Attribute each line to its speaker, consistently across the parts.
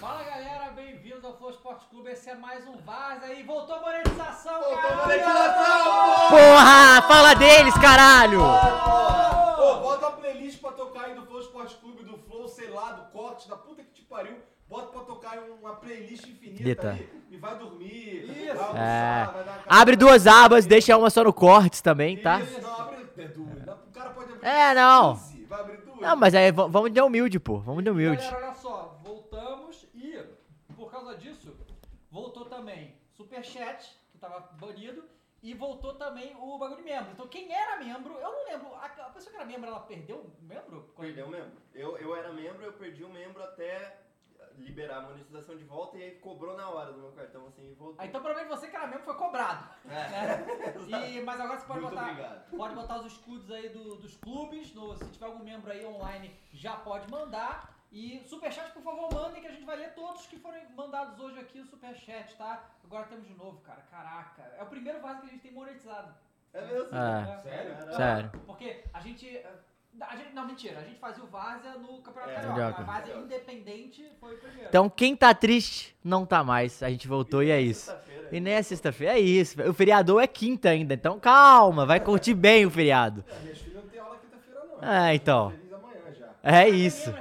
Speaker 1: Fala galera, bem-vindos ao Flow Esporte Clube. Esse é mais um Vaza aí. Voltou a monetização, Voltou caralho!
Speaker 2: Porra, fala deles, caralho!
Speaker 3: Pô, bota a playlist pra tocar aí do Flow Esporte Clube, do Flow, sei lá, do corte, da puta que te pariu. Bota pra tocar aí uma playlist infinita
Speaker 2: Eita.
Speaker 3: aí. E vai dormir,
Speaker 1: Isso.
Speaker 3: vai
Speaker 2: É.
Speaker 3: almoçar, vai dar uma
Speaker 2: Abre duas abas, deixa uma só no cortes também, tá?
Speaker 3: Isso, não, abre é duas. dá- O cara pode abrir
Speaker 2: É, não.
Speaker 3: 15, vai abrir duas.
Speaker 2: Não, mas aí v- vamos de humilde, pô. Vamos de humilde.
Speaker 1: Galera, olha só, voltamos e por causa disso, voltou também Superchat, que tava banido, e voltou também o bagulho de membro. Então quem era membro, eu não lembro, a, a pessoa que era membro, ela perdeu o membro? é
Speaker 3: Perdeu é um membro. Eu, eu era membro, eu perdi o membro até liberar a monetização de volta e aí cobrou na hora do meu cartão, assim, e voltou.
Speaker 1: Ah, então provavelmente você que era membro foi cobrado. né? E- mas agora você pode
Speaker 3: É. Muito
Speaker 1: botar.
Speaker 3: obrigado.
Speaker 1: Pode botar os escudos aí do- dos clubes. no- se tiver algum membro aí online, já pode mandar. E superchat, por favor, mandem que a gente vai ler todos que foram mandados hoje aqui o superchat, tá? Agora temos de novo, cara. Caraca. É o primeiro vaso que a gente tem monetizado.
Speaker 3: É mesmo?
Speaker 2: É.
Speaker 1: né?
Speaker 3: Sério?
Speaker 2: Sério.
Speaker 1: Porque a gente. eh, a gente- não, mentira. A gente fazia o Várzea no Campeonato
Speaker 3: É,
Speaker 1: Carioca. A
Speaker 2: Carioca.
Speaker 1: Várzea independente foi o primeiro.
Speaker 2: Então, quem tá triste, não tá mais. A gente voltou e é isso.
Speaker 3: Sexta-feira.
Speaker 2: E nem é sexta-feira, é isso. O feriador é quinta ainda, então calma, vai curtir bem o feriado.
Speaker 3: É, Minhas filhas não têm aula quinta-feira, não.
Speaker 2: É, então.
Speaker 3: Feliz amanhã já.
Speaker 2: É isso.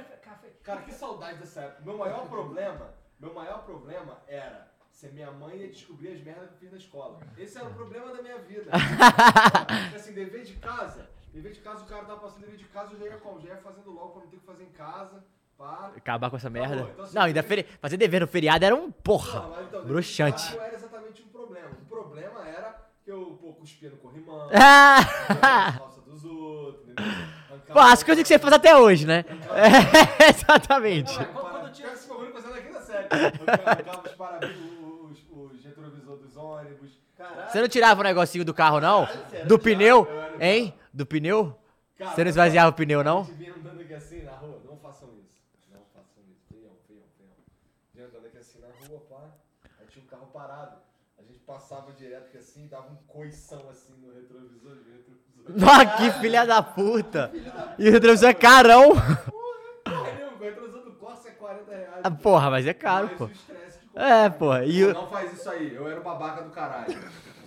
Speaker 3: Cara, que saudade dessa época. Meu maior problema, meu maior problema era ser minha mãe e descobrir as merdas que eu fiz na escola. Esse era o problema da minha vida. Porque, assim, dever de casa, dever de casa, o cara tava passando dever de casa, eu já ia como? Já ia fazendo logo pra não ter que fazer em casa, pá.
Speaker 2: Acabar com essa merda.
Speaker 3: Acabou, então, assim,
Speaker 2: Não, ainda feri- fazer dever no feriado era um
Speaker 3: Não, mas
Speaker 2: porra.
Speaker 3: então, dever de
Speaker 2: Bruxante.
Speaker 3: casa Não era exatamente um problema. O problema era que eu, pô, cuspia no corrimão,
Speaker 2: Ah!
Speaker 3: na calça dos outros, entendeu? Arrancava-
Speaker 2: Pô, as coisas que você faz até hoje, né? É, exatamente.
Speaker 1: Não, é quando-
Speaker 3: Para-
Speaker 1: quando tinha-
Speaker 3: Pior que esse bagulho fazendo aqui na série. Eu colocava os para- os- os retrovisores dos ônibus. Caralho.
Speaker 2: Você não tirava o negocinho do carro, não?
Speaker 3: Caralho, sério,
Speaker 2: Do
Speaker 3: eu tirava,
Speaker 2: pneu?
Speaker 3: eu era-
Speaker 2: Hein? Do pneu?
Speaker 3: Cara,
Speaker 2: Você não esvaziava o pneu,
Speaker 3: A
Speaker 2: não?
Speaker 3: gente vinha andando aqui assim na rua. Não façam isso. Não façam isso. Feião, feião, feião. Vinha andando aqui assim na rua, pá. Aí tinha um carro parado. A gente passava direto aqui assim e dava um coição assim no retrovisor. No retrovisor.
Speaker 2: Nossa, que filha da puta! E o retrovisor é carão!
Speaker 3: Caralho, o retrovisor do Corsa é 40 reais.
Speaker 2: Ah, Porra, mas é caro,
Speaker 3: Mas
Speaker 2: pô.
Speaker 3: o estresse de
Speaker 2: É, porra. E
Speaker 3: Pô,
Speaker 2: o...
Speaker 3: Não faz isso aí, eu era o babaca do caralho, tá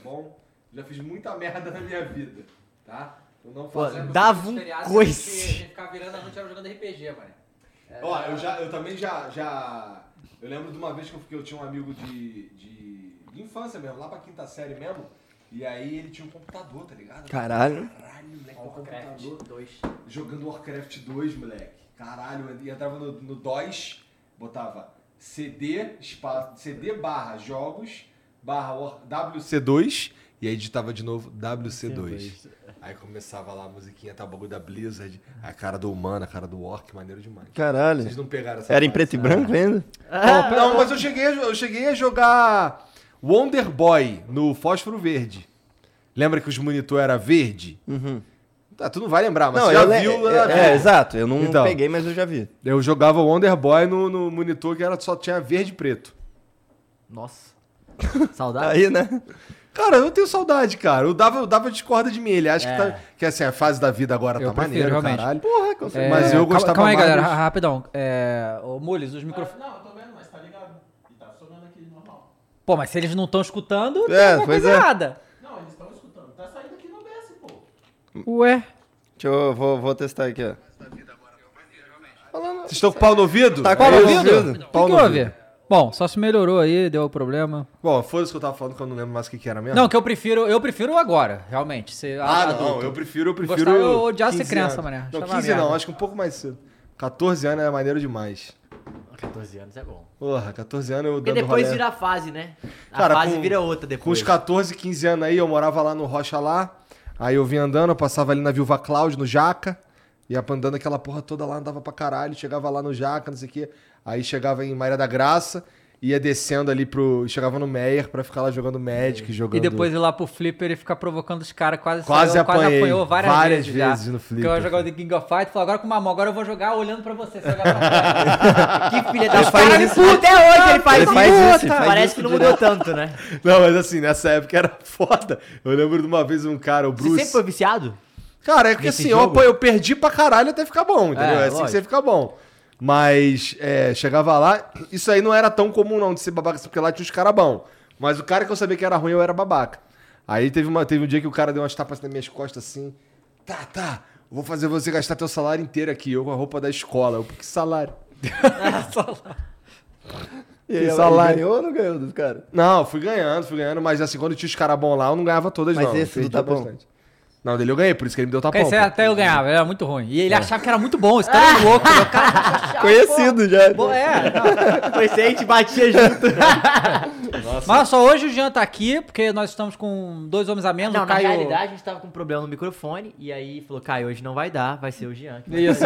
Speaker 3: bom? Já fiz muita merda na minha vida, tá? Eu não
Speaker 2: Pô,
Speaker 3: faço. é,
Speaker 2: dava um
Speaker 1: Feriado, a
Speaker 2: coice.
Speaker 1: gente ficava virando a noite era jogando RPG, mano.
Speaker 3: Ó, eu, já, eu também já, já. Eu lembro de uma vez que eu, fiquei- eu tinha um amigo de, de, de infância mesmo, lá pra quinta série mesmo. E aí ele tinha um computador, tá ligado?
Speaker 4: Caralho.
Speaker 3: Caralho, moleque, um
Speaker 1: Warcraft
Speaker 3: computador.
Speaker 1: 2.
Speaker 3: Jogando Warcraft 2, moleque. Caralho, eu entrava no, no DOS, botava CD, espaço, CD barra jogos, barra War- WC2, e aí digitava de novo WC2. Aí começava lá a musiquinha, tá o bagulho da Blizzard, a cara do humano, a cara do Orc, maneiro demais. Vocês
Speaker 4: Caralho.
Speaker 3: não pegaram essa
Speaker 4: Era em
Speaker 3: parte,
Speaker 4: preto e
Speaker 3: né?
Speaker 4: branco ainda?
Speaker 3: Ó, não, mas eu cheguei, a jo- eu cheguei a jogar Wonder Boy no fósforo verde. Lembra que os monitor era verde? Tá, tu não vai lembrar, mas
Speaker 4: Não,
Speaker 3: você já
Speaker 4: eu le-
Speaker 3: viu. já
Speaker 4: é,
Speaker 3: viu.
Speaker 4: é, exato. Eu não
Speaker 3: Então.
Speaker 4: peguei, mas eu já vi.
Speaker 3: Eu jogava Wonder Boy no, no monitor que era, só tinha verde e preto.
Speaker 2: Nossa. Saudade.
Speaker 4: Aí, né?
Speaker 3: Cara, eu tenho saudade, cara. Eu dava, eu dava discorda de mim. Ele acha
Speaker 2: É.
Speaker 3: que, tá, que assim, a fase da vida agora
Speaker 5: Eu
Speaker 3: tá
Speaker 5: prefiro,
Speaker 3: maneiro,
Speaker 5: realmente. É.
Speaker 3: caralho.
Speaker 4: Porra, com certeza.
Speaker 3: Mas eu
Speaker 5: calma-
Speaker 3: gostava
Speaker 5: calma aí,
Speaker 3: mais
Speaker 5: galera,
Speaker 3: dos-
Speaker 5: ra- rapidão. É, ô, Mules, os microfones.
Speaker 1: Não, eu tô vendo, mas tá ligado. E tá sonando aqui normal.
Speaker 5: Pô, mas se eles não estão escutando,
Speaker 4: É,
Speaker 5: é, tem
Speaker 4: pois
Speaker 5: coisa
Speaker 4: é.
Speaker 5: errada.
Speaker 1: Não, eles estão escutando. Tá saindo aqui no BS, pô.
Speaker 5: Ué.
Speaker 4: Deixa eu... Vou, vou testar aqui, ó.
Speaker 3: Vocês estão com pau no ouvido?
Speaker 4: Tá com
Speaker 3: É
Speaker 4: pau no
Speaker 3: isso?
Speaker 4: ouvido?
Speaker 5: O que, que houve? Bom, só se melhorou aí, deu problema.
Speaker 3: Bom, foda-se que eu tava falando que eu não lembro mais o que, que era mesmo.
Speaker 5: Não, que eu prefiro, eu prefiro agora, realmente. Se,
Speaker 3: Ah,
Speaker 5: adulto.
Speaker 3: não, eu prefiro, eu prefiro.
Speaker 5: Gostava, eu odiava ser
Speaker 3: 15
Speaker 5: criança,
Speaker 3: anos.
Speaker 5: mané.
Speaker 3: Não,
Speaker 5: Achava
Speaker 3: 15
Speaker 5: merda.
Speaker 3: não, acho que um pouco mais cedo. 14 anos era maneiro demais.
Speaker 2: 14 anos é bom.
Speaker 3: Porra, 14 anos eu
Speaker 2: Porque
Speaker 3: dando
Speaker 2: depois
Speaker 3: rolé.
Speaker 2: vira a fase, né?
Speaker 6: a fase vira outra depois.
Speaker 3: Com os 14, 15 anos aí, eu morava lá no Rocha lá. Aí eu vinha andando, eu passava ali na Viúva Cláudio, no Jaca. Ia andando aquela porra toda lá, andava pra caralho. Chegava lá no Jaca, não sei o quê. Aí chegava em Maria da Graça, ia descendo ali pro. Chegava no Meyer pra ficar lá
Speaker 5: É.
Speaker 3: jogando Magic, jogando.
Speaker 1: E depois ir lá pro Flipper e ficar provocando os caras. Quase
Speaker 3: Quase
Speaker 1: saiu, quase
Speaker 3: apanhei,
Speaker 1: apanhou várias,
Speaker 3: várias
Speaker 1: vezes. já.
Speaker 3: vezes no Flipper.
Speaker 1: Porque eu jogava The King of Fight e falou, agora com o Mamão, agora eu vou jogar olhando pra você. Você olhar pra trás.
Speaker 6: Que filha da
Speaker 7: Ele faz
Speaker 6: puta,
Speaker 7: isso.
Speaker 6: até hoje ele faz
Speaker 7: Ele faz
Speaker 6: isso.
Speaker 7: isso, ele faz
Speaker 6: Parece
Speaker 7: isso
Speaker 6: que não mudou tanto, né?
Speaker 3: Não, mas assim, nessa época era foda. Eu lembro de uma vez um cara, o
Speaker 6: Você
Speaker 3: Bruce.
Speaker 6: sempre foi viciado?
Speaker 3: Cara, é porque
Speaker 6: Nesse
Speaker 3: assim,
Speaker 6: jogo?
Speaker 3: eu, pô, eu perdi pra caralho até ficar bom, entendeu?
Speaker 6: É,
Speaker 3: É, assim que
Speaker 6: lógico.
Speaker 3: você fica bom. Mas é, chegava lá, isso aí não era tão comum não de ser babaca, assim, porque lá tinha os caras bons. Mas o cara que eu sabia que era ruim, eu era babaca. Aí teve, uma, teve um dia que o cara deu umas tapas nas minhas costas assim. Tá, tá, vou fazer você gastar teu salário inteiro aqui, eu com a roupa da escola. Eu, que salário?
Speaker 7: E aí,
Speaker 3: Que
Speaker 7: ele
Speaker 3: salário.
Speaker 7: ganhou ou não ganhou dos caras?
Speaker 3: Não, fui ganhando, fui ganhando, mas assim, quando tinha os caras bons lá, eu não ganhava todas,
Speaker 7: Mas
Speaker 3: não.
Speaker 7: esse do
Speaker 3: Perdi
Speaker 7: tapão?
Speaker 3: bastante. Não, dele eu ganhei, por isso que ele me deu tapão.
Speaker 1: Porque esse
Speaker 3: pô.
Speaker 1: até eu ganhava, ele era muito ruim. E
Speaker 3: É.
Speaker 1: ele achava que era muito bom, esse cara era louco. ele é o cara
Speaker 7: Conhecido já.
Speaker 1: Pô, é, não.
Speaker 6: Foi isso aí, a gente batia junto.
Speaker 1: mas olha só, hoje o Jean tá aqui, porque nós estamos com dois homens a menos,
Speaker 6: Não,
Speaker 1: o
Speaker 6: na
Speaker 1: Caio...
Speaker 6: realidade a gente tava com um problema no microfone e aí falou, Caio, hoje não vai dar, vai ser o Jean. que vai
Speaker 1: Isso.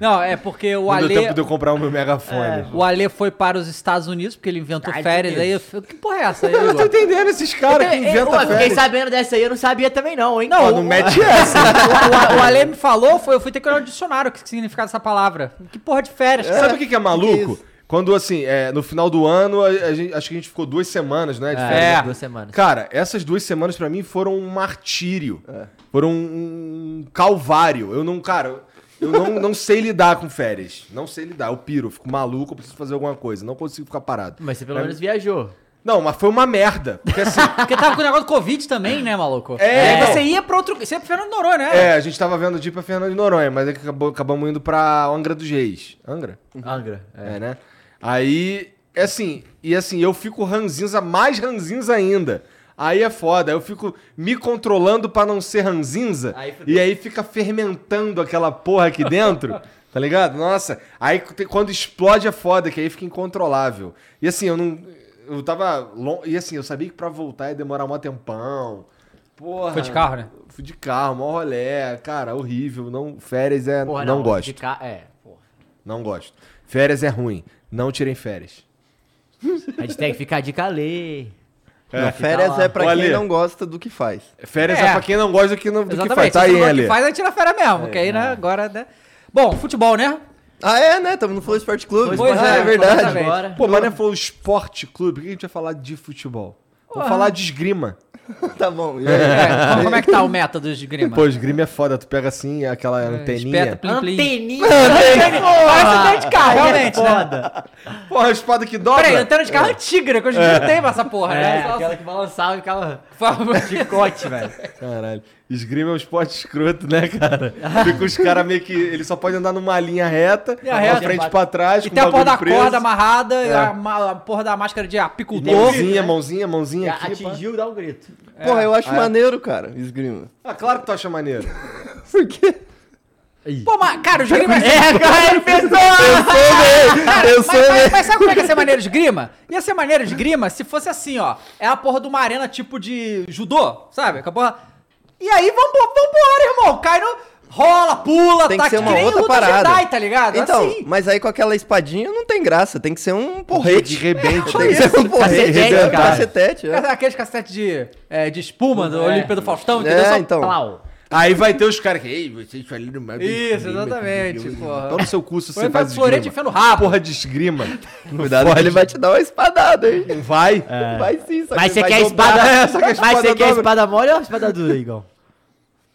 Speaker 1: Não, é porque o
Speaker 3: Não deu
Speaker 1: Ale...
Speaker 3: tempo de eu comprar o meu
Speaker 6: É,
Speaker 3: megafone.
Speaker 1: O Ale foi para os Estados Unidos, porque ele inventou
Speaker 6: Estados
Speaker 1: férias. Aí eu
Speaker 6: Unidos.
Speaker 1: falei, que porra é essa aí, Igor?
Speaker 3: Tô entendendo esses caras que
Speaker 6: Eu- eu-
Speaker 3: inventam
Speaker 6: eu fiquei
Speaker 3: férias.
Speaker 6: sabendo dessa aí, eu não sabia também não, hein?
Speaker 1: Não,
Speaker 6: Pô,
Speaker 3: Pô, não mete essa.
Speaker 1: o, o- o Ale me falou, foi, eu fui ter que olhar o dicionário o que significava essa palavra. Que porra de férias, cara?
Speaker 3: Sabe o que, que é maluco? Quando, assim, é, no final do ano, a, a gente- acho que a gente ficou duas semanas, né? de
Speaker 6: É,
Speaker 3: férias.
Speaker 6: duas semanas.
Speaker 3: Cara, essas duas semanas pra mim foram um martírio.
Speaker 6: É.
Speaker 3: Foram um, um calvário. Eu não, cara, eu não, não sei lidar com férias. Não sei lidar. Eu piro, eu fico maluco, eu preciso fazer alguma coisa. Não consigo ficar parado.
Speaker 6: Mas você pelo menos viajou.
Speaker 3: Não, mas foi uma merda. Porque assim,
Speaker 1: Porque tava com o negócio do Covid também, né, maluco?
Speaker 3: É,
Speaker 1: Aí
Speaker 3: não.
Speaker 1: Você ia pra outro... Você ia pro Fernando de Noronha, né?
Speaker 3: é, a gente tava vendo de ir pra Fernando de Noronha, mas é que acabou- acabamos indo pra Angra dos Reis. Angra?
Speaker 6: Angra.
Speaker 3: É, né? Aí, é assim, e assim, eu fico ranzinza, mais ranzinza ainda. Aí é foda, eu fico me controlando pra não ser ranzinza.
Speaker 6: Aí fudeu.
Speaker 3: e aí fica fermentando aquela porra aqui dentro. Tá ligado? Nossa. Aí te- quando explode é foda, que aí fica incontrolável. E assim, eu não. Eu tava. lon- E assim, eu sabia que pra voltar ia demorar um tempão. Porra.
Speaker 1: Foi de carro, né?
Speaker 3: Fui de carro, mó rolé. Cara, horrível. Não, férias é.
Speaker 6: Porra,
Speaker 3: não, gosto.
Speaker 6: de ca- É, porra.
Speaker 3: Não gosto. Férias é ruim. Não tirem férias.
Speaker 6: A gente tem que ficar de calê.
Speaker 7: Não, férias
Speaker 6: lá.
Speaker 7: é pra
Speaker 3: Ô,
Speaker 7: quem
Speaker 3: Ale.
Speaker 7: não gosta do que faz.
Speaker 3: Férias é,
Speaker 1: É.
Speaker 3: pra quem não gosta do que, não, do que faz.
Speaker 1: Exatamente.
Speaker 3: Tá
Speaker 1: Se
Speaker 3: aí, É.
Speaker 1: não
Speaker 3: Eli.
Speaker 1: que faz, aí tira a férias mesmo. Porque aí, né, agora... Né? Bom, futebol, né?
Speaker 7: Ah, é, né? Tamo no Flow Sport Club.
Speaker 1: Pois
Speaker 7: Ah,
Speaker 1: é,
Speaker 7: é verdade.
Speaker 1: exatamente.
Speaker 6: Agora.
Speaker 3: Pô, mas não é falou esporte clube. Por que a gente vai falar de futebol? Vamos falar de esgrima.
Speaker 7: tá bom. e aí?
Speaker 1: É, como- como é que tá o meta dos Grima?
Speaker 3: Pô, esgrima é foda. Tu pega assim, aquela
Speaker 1: É, Espeta,
Speaker 3: anteninha.
Speaker 1: plim, plim.
Speaker 6: Anteninha. Ah.
Speaker 1: Parece antena de carro, realmente,
Speaker 3: É,
Speaker 1: né?
Speaker 3: Porra, a espada que dobra.
Speaker 1: Peraí, antena de carro antiga, né? Que hoje em dia não tem mais essa porra,
Speaker 6: É,
Speaker 1: né? Só-
Speaker 6: aquela que balançava e ficava
Speaker 1: Fala-
Speaker 6: chicote, velho.
Speaker 3: Caralho. Esgrima é um esporte escroto, né, cara? Fica os caras meio que... Ele só pode andar numa linha reta,
Speaker 1: Linha
Speaker 3: pra
Speaker 1: reta.
Speaker 3: frente e pra trás,
Speaker 1: E
Speaker 3: com
Speaker 1: tem a
Speaker 3: o
Speaker 1: porra da
Speaker 3: bagulho preso. É.
Speaker 1: corda amarrada, e a, ma- a porra da máscara de apicultor.
Speaker 3: Mãozinha, mãozinha, mãozinha aqui. pá.
Speaker 6: Atingiu, dá um grito.
Speaker 7: Porra, eu acho
Speaker 1: É.
Speaker 7: maneiro, cara, esgrima.
Speaker 3: Ah, claro que tu acha maneiro.
Speaker 7: Por quê?
Speaker 1: Pô, mas, cara, o esgrima é.
Speaker 6: cara, ele pensou!
Speaker 7: Eu
Speaker 1: Mas,
Speaker 7: sou
Speaker 1: mas- mas sabe como é que ia ser maneiro de grima? Ia ser maneiro de grima se fosse assim, ó. É a porra de uma arena tipo de judô, sabe? Com a porra. E aí, vamos vambora, irmão. Cai no. Rola, pula,
Speaker 7: Tem
Speaker 1: tá
Speaker 7: que ser uma
Speaker 1: nem
Speaker 7: outra
Speaker 1: luta
Speaker 7: parada.
Speaker 1: Jedi, tá ligado?
Speaker 7: Então,
Speaker 1: Assim.
Speaker 7: mas aí com aquela espadinha não tem graça, tem que ser um
Speaker 3: De
Speaker 7: porrete.
Speaker 3: rebente.
Speaker 7: Tem que ser um porrete,
Speaker 6: Cacetete,
Speaker 7: é, um
Speaker 6: cara.
Speaker 7: cacetete, é.
Speaker 1: tipo Aqueles cassete de, é, de espuma do Olímpia do Faustão, entendeu?
Speaker 7: É,
Speaker 1: Só-
Speaker 7: então.
Speaker 6: Plau.
Speaker 3: Aí vai ter os caras que, ei, vocês faliram mais do
Speaker 1: Isso,
Speaker 3: esgrima,
Speaker 1: exatamente,
Speaker 3: que-
Speaker 1: porra.
Speaker 3: Toma no seu curso, você
Speaker 1: Foi
Speaker 3: faz
Speaker 1: faz
Speaker 3: esgrima.
Speaker 1: florete enfiando rabo.
Speaker 3: Porra de esgrima.
Speaker 7: Cuidado que ele vai te dar uma espadada, hein?
Speaker 3: Não vai?
Speaker 1: É.
Speaker 7: Vai sim, só
Speaker 6: Mas
Speaker 7: que
Speaker 6: você
Speaker 7: vai
Speaker 6: quer a
Speaker 7: dobrar.
Speaker 6: espada.
Speaker 3: só que a
Speaker 6: Mas você
Speaker 3: espada
Speaker 6: quer a
Speaker 3: dobra.
Speaker 6: espada mole ou a espada dura, Igão?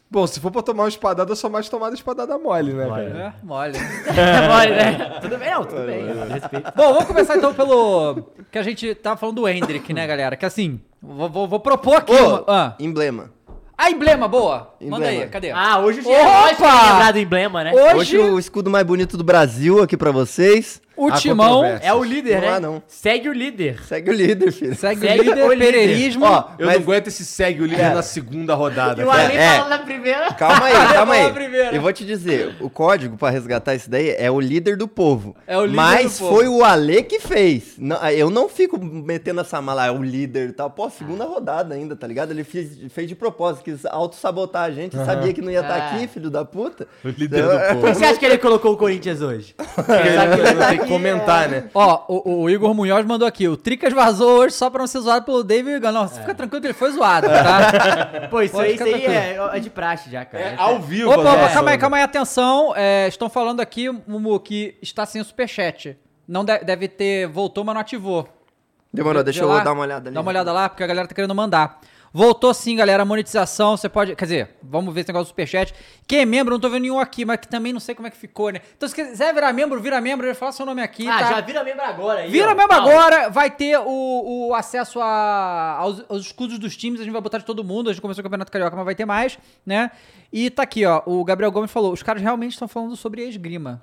Speaker 3: Bom, se for pra tomar uma espadada, eu sou mais tomada espadada mole, né, cara?
Speaker 1: É, mole.
Speaker 6: É mole, né? Tudo bem, não, tudo bem. Respeito.
Speaker 1: Bom, vamos começar então pelo. Que a gente tava falando do Hendrick, né, galera? Que assim, vou, vou- vou propor aqui. uma-
Speaker 7: Ô,
Speaker 1: Ah,
Speaker 7: emblema.
Speaker 1: a emblema, boa! Manda
Speaker 7: Emblema.
Speaker 1: aí, cadê?
Speaker 6: Ah, hoje o
Speaker 1: Opa!
Speaker 6: Jean lembrar do emblema, né?
Speaker 1: Hoje-
Speaker 7: Hoje o escudo mais bonito do Brasil aqui pra vocês.
Speaker 1: O
Speaker 3: Há
Speaker 1: Timão
Speaker 3: controvérsias.
Speaker 2: É o líder,
Speaker 7: Não
Speaker 2: né?
Speaker 7: há, não.
Speaker 2: Segue o líder.
Speaker 7: Segue o líder, filho.
Speaker 1: Segue,
Speaker 2: Segue
Speaker 1: o líder,
Speaker 2: o líder.
Speaker 1: pereirismo.
Speaker 3: Ó, eu
Speaker 7: Mas-
Speaker 3: não aguento esse segue o líder na segunda rodada.
Speaker 2: E o
Speaker 3: cara.
Speaker 2: Ali
Speaker 7: é.
Speaker 2: falando na primeira.
Speaker 7: Calma aí,
Speaker 1: é
Speaker 7: calma
Speaker 2: Vamos
Speaker 7: aí.
Speaker 2: lá primeiro.
Speaker 7: Eu vou te dizer, o código pra resgatar isso daí é o líder do povo.
Speaker 1: É o líder
Speaker 7: Mas
Speaker 1: do povo.
Speaker 7: foi o Ale que fez. Não, eu não fico metendo essa mala, "Ah, o líder e tal. Pô, segunda rodada ainda, tá ligado? Ele fez, fez de propósito, quis auto-sabotar a gente, sabia que não ia estar
Speaker 1: É.
Speaker 7: aqui, filho da puta. Então, é.
Speaker 3: O líder do povo.
Speaker 2: Por que você acha que ele colocou o Corinthians hoje?
Speaker 3: Porque ele não- não tem que comentar, né?
Speaker 1: Ó, o, o Igor Munhoz mandou aqui. O Tricas vazou hoje só pra não ser zoado pelo David Gunn. Não,
Speaker 2: É.
Speaker 1: fica tranquilo que ele foi zoado, tá?
Speaker 2: Pô, isso
Speaker 1: Pode
Speaker 2: aí, isso
Speaker 1: ficar
Speaker 2: aí
Speaker 1: tranquilo.
Speaker 2: é, é de praxe já, cara.
Speaker 3: É ao vivo.
Speaker 1: Opa,
Speaker 3: né?
Speaker 1: opa, calma aí, calma aí, atenção. É, estão falando aqui, Mumu, que está sem o superchat. Não de- deve ter, voltou, mas não ativou.
Speaker 7: Demorou,
Speaker 1: Vê
Speaker 7: deixa eu
Speaker 1: lá.
Speaker 7: dar uma olhada ali.
Speaker 1: Dá uma olhada lá, porque a galera tá querendo mandar. Voltou sim, galera, a monetização, você pode... Quer dizer, vamos ver esse negócio do superchat. Quem é membro, não tô vendo nenhum aqui, mas que também não sei como é que ficou, né? Então se quiser virar membro, vira membro, eu fala seu nome aqui,
Speaker 2: Ah,
Speaker 1: tá?
Speaker 2: já vira membro agora aí.
Speaker 1: Vira
Speaker 2: ó.
Speaker 1: mesmo
Speaker 2: Calma.
Speaker 1: agora, vai ter o, o acesso a- aos, aos escudos dos times, a gente vai botar de todo mundo, a gente começou o Campeonato Carioca, mas vai ter mais, né? E tá aqui, ó, o Gabriel Gomes falou, os caras realmente estão falando sobre a esgrima.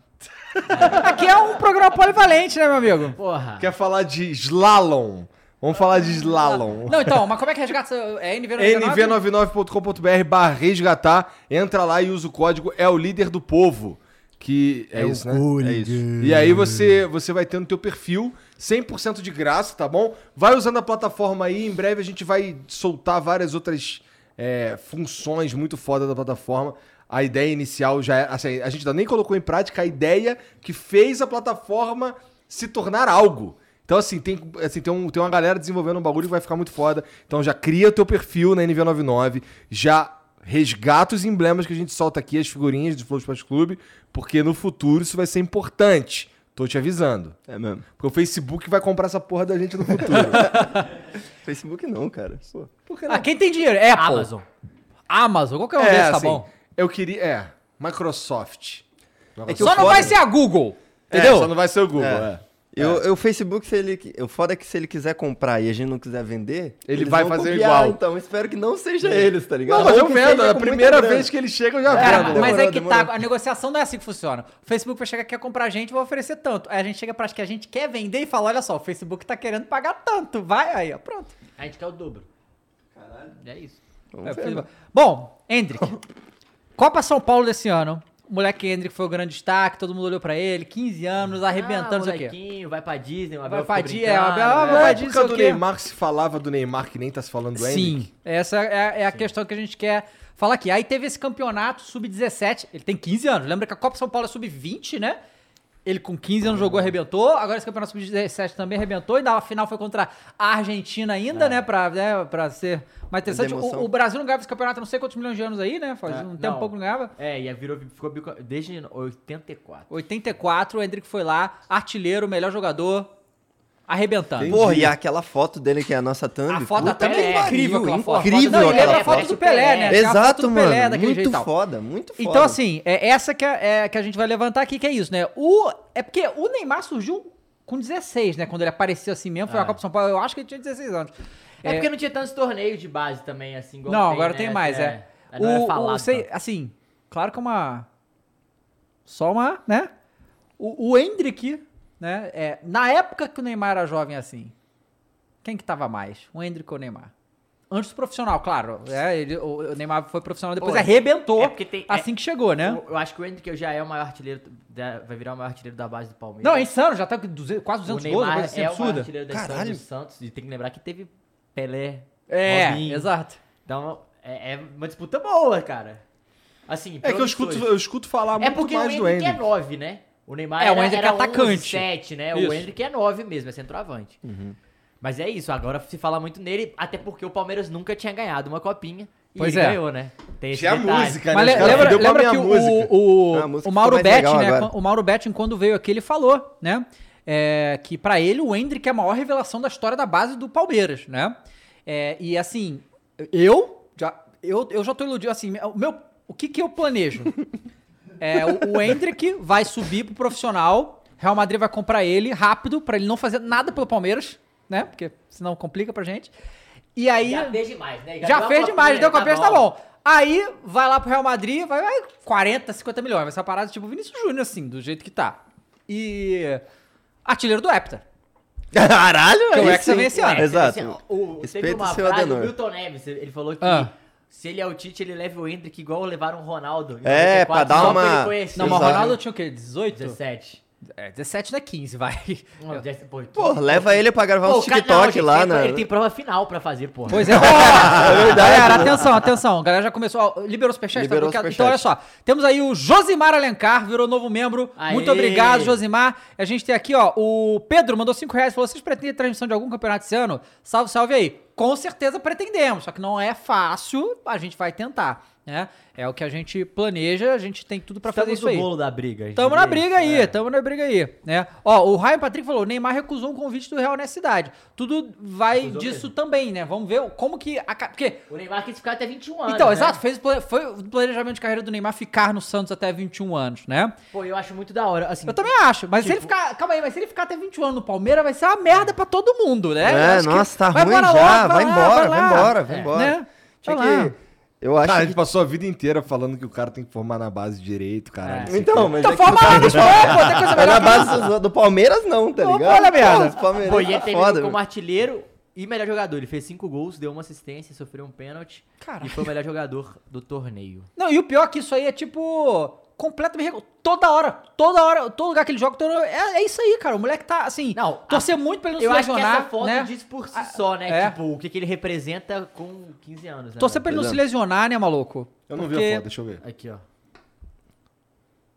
Speaker 1: aqui é um programa polivalente, né, meu amigo?
Speaker 2: Porra.
Speaker 3: Quer falar de slalom? Vamos falar de slalom.
Speaker 1: Não, então, mas como é que resgata... essa- É NV99?
Speaker 3: nv99.com.br barra resgatar, entra lá e usa o código É o Líder do Povo. Que é, isso, né? É isso. E aí você, você vai ter no teu perfil 100% de graça, tá bom? Vai usando a plataforma aí, em breve a gente vai soltar várias outras é, funções muito foda da plataforma. A ideia inicial já é. Assim, a gente ainda nem colocou em prática a ideia que fez a plataforma se tornar algo. Então, assim, tem, assim tem, um, tem uma galera desenvolvendo um bagulho que vai ficar muito foda. Então, já cria o teu perfil na NV99, já resgata os emblemas que a gente solta aqui, as figurinhas do Flow Esporte Clube, porque no futuro isso vai ser importante. Tô te avisando.
Speaker 7: É mesmo.
Speaker 3: Porque o Facebook vai comprar essa porra da gente no futuro.
Speaker 7: Facebook não, cara. Pô.
Speaker 1: Ah, quem tem dinheiro? Apple.
Speaker 2: Amazon.
Speaker 1: Amazon, qualquer um
Speaker 3: é,
Speaker 1: desses tá
Speaker 3: assim,
Speaker 1: bom.
Speaker 3: Eu queria... É, Microsoft.
Speaker 7: É que
Speaker 1: Só não
Speaker 7: o foda-
Speaker 1: vai ser a Google,
Speaker 3: É,
Speaker 1: entendeu?
Speaker 3: só não vai ser o Google,
Speaker 7: É.
Speaker 3: é.
Speaker 7: Eu, o Facebook, se ele, o foda é que se ele quiser comprar e a gente não quiser vender,
Speaker 3: Ele
Speaker 7: eles
Speaker 3: vai
Speaker 7: vão
Speaker 3: fazer
Speaker 7: copiar,
Speaker 3: igual.
Speaker 7: Então, espero que não seja eles, tá ligado?
Speaker 3: Não, mas
Speaker 7: Ou
Speaker 3: eu
Speaker 7: que
Speaker 3: vendo. é
Speaker 7: seja
Speaker 3: A
Speaker 7: com muita
Speaker 3: primeira
Speaker 7: grana.
Speaker 3: vez que ele chega, eu já
Speaker 1: É,
Speaker 3: vendo.
Speaker 1: mas
Speaker 7: demorou,
Speaker 1: é que tá,
Speaker 7: demorou.
Speaker 1: a negociação não é assim que funciona. O Facebook vai chegar aqui a comprar a gente e vai oferecer tanto. Aí a gente chega pra que a gente quer vender e fala: olha só, o Facebook tá querendo pagar tanto. Vai aí, ó, pronto.
Speaker 2: A gente quer o dobro. Caralho. É isso.
Speaker 1: É,
Speaker 7: né?
Speaker 1: Facebook. Bom, Hendrick. Copa São Paulo desse ano. O moleque Hendrick foi o grande destaque, todo mundo olhou pra ele, 15 anos, Tá arrebentando, não
Speaker 2: ah,
Speaker 1: sei o quê.
Speaker 2: molequinho, Vai pra Disney, uma
Speaker 1: Vai pra Disney, é, o Abel- ah, vai
Speaker 3: Na
Speaker 1: pra
Speaker 3: época
Speaker 1: Disney,
Speaker 3: do
Speaker 1: o quê?
Speaker 3: Neymar que se falava do Neymar que nem tá se falando do Henrique.
Speaker 1: Sim, essa é, é a questão que a gente quer falar aqui. Aí teve esse campeonato sub-17, ele tem 15 anos. Lembra que a Copa São Paulo é sub-20, né? Ele com 15 anos jogou, arrebentou. Agora esse campeonato sub-17 também arrebentou. E na final foi contra a Argentina ainda, né? Pra, né? pra ser mais interessante.
Speaker 7: emoção.
Speaker 1: O, o Brasil não ganhava esse campeonato há não sei quantos milhões de anos aí, né? Faz
Speaker 2: É,
Speaker 1: um
Speaker 2: não.
Speaker 1: tempo pouco não ganhava.
Speaker 2: É, e a virou, ficou bico- desde 84.
Speaker 1: 84, o Hendrick foi lá, artilheiro, melhor jogador, arrebentando.
Speaker 7: Porra, e aquela foto dele que é a nossa thumb.
Speaker 1: A foto
Speaker 7: puta
Speaker 1: até
Speaker 7: que
Speaker 1: é
Speaker 7: pariu,
Speaker 1: incrível aquela foto.
Speaker 7: Incrível
Speaker 1: Não, e
Speaker 7: aquela
Speaker 1: lembra a foto
Speaker 7: foto.
Speaker 1: do Pelé, né? Aquela foto
Speaker 7: Exato,
Speaker 1: do
Speaker 7: mano.
Speaker 1: Pelé daquele
Speaker 7: muito
Speaker 1: jeito e tal.
Speaker 7: foda, muito foda.
Speaker 1: Então, assim, é essa que é, é que a gente vai levantar aqui, que é isso, né? O, é porque o Neymar surgiu com 16, né? Quando ele apareceu assim mesmo,
Speaker 7: Ah.
Speaker 1: foi na Copa São Paulo, eu acho que ele tinha 16 anos.
Speaker 2: É, porque não tinha tantos torneios de base também, assim. igual
Speaker 1: Não, agora
Speaker 2: né?
Speaker 1: tem mais, é.
Speaker 2: Não é
Speaker 1: O-
Speaker 2: falado
Speaker 1: o, sei-
Speaker 2: tanto.
Speaker 1: assim, claro que é uma. Só uma, né? O, o Hendrick, né? É, na época que o Neymar era jovem assim, quem que tava mais? O Hendrick ou o Neymar? Antes do profissional, claro. É, ele- o, o Neymar foi profissional, depois
Speaker 2: Pô,
Speaker 1: arrebentou
Speaker 2: é porque tem-
Speaker 1: assim que chegou, né?
Speaker 2: Eu, eu acho que o Henrique já é o maior artilheiro, da- vai virar o maior artilheiro da base do Palmeiras.
Speaker 1: Não, é insano, já tá com 200 quase 200 gols, uma coisa assim,
Speaker 2: é o maior
Speaker 1: absurda.
Speaker 2: artilheiro da história
Speaker 7: Caralho.
Speaker 2: do Santos. E tem que lembrar que teve Pelé,
Speaker 1: É,
Speaker 2: Robinho.
Speaker 1: exato.
Speaker 2: Então, é, é uma disputa boa, cara. Assim,
Speaker 3: É que eu
Speaker 2: promissores.
Speaker 3: escuto, eu escuto falar
Speaker 2: É
Speaker 3: muito
Speaker 2: porque o
Speaker 3: mais do
Speaker 2: Henrique é
Speaker 3: Henrique.
Speaker 2: 9, né? O Neymar
Speaker 1: É, o
Speaker 2: era,
Speaker 1: Henrique é
Speaker 2: era
Speaker 1: atacante.
Speaker 2: 7, né?
Speaker 1: Isso. Uhum.
Speaker 2: O Henrique é 9 mesmo, é centroavante. Mas é isso, agora se fala muito nele, até porque o Palmeiras nunca tinha ganhado uma copinha. E
Speaker 1: Pois
Speaker 2: ele
Speaker 1: é.
Speaker 2: ganhou, né? Tem esse
Speaker 3: Tinha a
Speaker 2: detalhe.
Speaker 3: música,
Speaker 1: Mas
Speaker 3: né?
Speaker 1: le-
Speaker 3: Os caras
Speaker 1: lembra,
Speaker 3: fudeu com a
Speaker 1: lembra
Speaker 3: minha
Speaker 1: que
Speaker 3: música.
Speaker 1: o,
Speaker 7: Ah, a
Speaker 1: o,
Speaker 7: música
Speaker 1: o Mauro
Speaker 7: ficou mais
Speaker 1: Betting,
Speaker 7: legal
Speaker 1: né?
Speaker 7: agora.
Speaker 1: quan- O Mauro Betting, quando veio aqui, ele falou, né? é, que pra ele o Hendrick é a maior revelação da história da base do Palmeiras, né? É, e assim, eu já, eu, eu já tô iludido, assim, o meu, o que que eu planejo? É, o, o Hendrick vai subir pro profissional. Real Madrid vai comprar ele rápido, pra ele não fazer nada pelo Palmeiras, né? Porque senão complica pra gente. E aí.
Speaker 2: Já fez demais, né?
Speaker 1: Já
Speaker 2: deu a
Speaker 1: fez demais,
Speaker 2: copinha,
Speaker 1: deu copinha, tá bom. Aí vai lá pro Real Madrid, vai, vai 40, 50 milhões. Vai ser uma parada tipo Vinícius Júnior, assim, do jeito que tá. E Artilheiro do Hepta.
Speaker 7: Caralho,
Speaker 1: Porque o
Speaker 7: aí
Speaker 1: Hexa
Speaker 7: sim.
Speaker 1: vem esse ano.
Speaker 7: Exato.
Speaker 2: Assim, ó, o, teve
Speaker 7: Respeita
Speaker 2: uma
Speaker 7: o seu
Speaker 2: frase
Speaker 7: Adenor.
Speaker 2: do Milton Neves, ele falou que
Speaker 1: Ah.
Speaker 2: se ele é o Tite, ele leva o Hendrick igual levaram o Ronaldo. em 94,
Speaker 7: É, pra dar
Speaker 2: só
Speaker 7: uma-
Speaker 2: pra ele conhecer.
Speaker 1: Não, mas o
Speaker 7: Exato.
Speaker 1: Ronaldo tinha o quê? 18?
Speaker 2: 17.
Speaker 1: É, 17 não é 15, vai.
Speaker 2: Não, 10, pô,
Speaker 7: Pô, leva ele pra gravar
Speaker 2: Pô,
Speaker 7: uns
Speaker 2: o cara-
Speaker 7: TikTok
Speaker 2: não, gente,
Speaker 7: lá
Speaker 2: ele,
Speaker 7: na.
Speaker 2: Ele tem prova final pra fazer, porra.
Speaker 1: Pois é. Ó, galera, atenção, atenção. Galera já começou. ó, liberou o superchat?
Speaker 7: Liberou o
Speaker 1: bloqueado. Então, olha
Speaker 7: superchat.
Speaker 1: só. Temos aí o Josimar Alencar, virou novo membro.
Speaker 2: Aê.
Speaker 1: Muito obrigado, Josimar. A gente tem aqui, ó, o Pedro mandou 5 reais. Falou, vocês pretendem transmissão de algum campeonato esse ano? Salve, salve aí. Com certeza pretendemos, só que não é fácil. A gente vai tentar, né? É o que a gente planeja, a gente tem tudo pra fazer
Speaker 2: Estamos
Speaker 1: isso
Speaker 2: no
Speaker 1: aí.
Speaker 2: bolo da briga. gente.
Speaker 1: Tamo na
Speaker 2: Isso,
Speaker 1: briga aí,
Speaker 2: é.
Speaker 1: tamo na briga aí, né? Ó, o Ryan Patrick falou, Neymar recusou um convite do Real na cidade. Tudo vai
Speaker 2: Recusou
Speaker 1: disso
Speaker 2: mesmo.
Speaker 1: também, né? Vamos ver como que... A... ca- Porque...
Speaker 2: O Neymar quis ficar até 21 anos.
Speaker 1: então,
Speaker 2: né?
Speaker 1: exato, fez o plane- foi o planejamento de carreira do Neymar ficar no Santos até 21 anos, né?
Speaker 2: Pô, eu acho muito da hora. Assim,
Speaker 1: Eu também acho, mas se ele
Speaker 7: Tipo-
Speaker 1: ficar... Calma aí, mas se ele ficar até 21 anos no Palmeiras, vai ser uma merda pra todo mundo, né? Eu
Speaker 7: É,
Speaker 1: acho que-
Speaker 7: nossa, tá
Speaker 1: vai
Speaker 7: ruim
Speaker 1: embora
Speaker 7: já.
Speaker 1: logo,
Speaker 7: vai,
Speaker 1: lá, lá,
Speaker 7: embora, vai embora, vai embora.
Speaker 1: Né?
Speaker 7: Tinha
Speaker 1: Vai lá.
Speaker 7: que. Eu acho
Speaker 3: Cara, a
Speaker 7: que.
Speaker 3: gente passou a vida inteira falando que o cara tem que formar na base direito, caralho. isso
Speaker 7: Então, mas.
Speaker 1: Então
Speaker 7: é
Speaker 1: forma lá, bicho, é, pô, tem coisa
Speaker 7: que...
Speaker 1: melhor
Speaker 7: Na
Speaker 1: que isso.
Speaker 7: base dos- do, Palmeiras, não, tá
Speaker 1: Ô,
Speaker 7: ligado?
Speaker 1: olha a merda.
Speaker 7: Pô, os Palmeiras
Speaker 2: Pô, e ele
Speaker 7: tá
Speaker 2: terminou
Speaker 7: foda,
Speaker 2: como
Speaker 7: velho.
Speaker 2: artilheiro e melhor jogador. Ele fez 5 gols, deu uma assistência, sofreu um pênalti. E foi o melhor jogador do torneio.
Speaker 1: Não, e o pior é que isso aí é tipo. Completamente. regu- Toda hora, toda hora, todo lugar que ele joga, toda hora- é, é isso aí, cara. O moleque tá assim.
Speaker 2: Não,
Speaker 1: torcer muito pra ele não
Speaker 2: Eu
Speaker 1: se
Speaker 2: acho que
Speaker 1: lesionar.
Speaker 2: essa foto
Speaker 1: né?
Speaker 2: diz por si só, né?
Speaker 1: é.
Speaker 2: Tipo, o que, que ele representa com 15 anos, né?
Speaker 1: Torcer pra ele não se lesionar, né, maluco?
Speaker 3: Eu não vi
Speaker 1: Porque-
Speaker 3: a foto, deixa eu ver.
Speaker 2: Aqui, ó.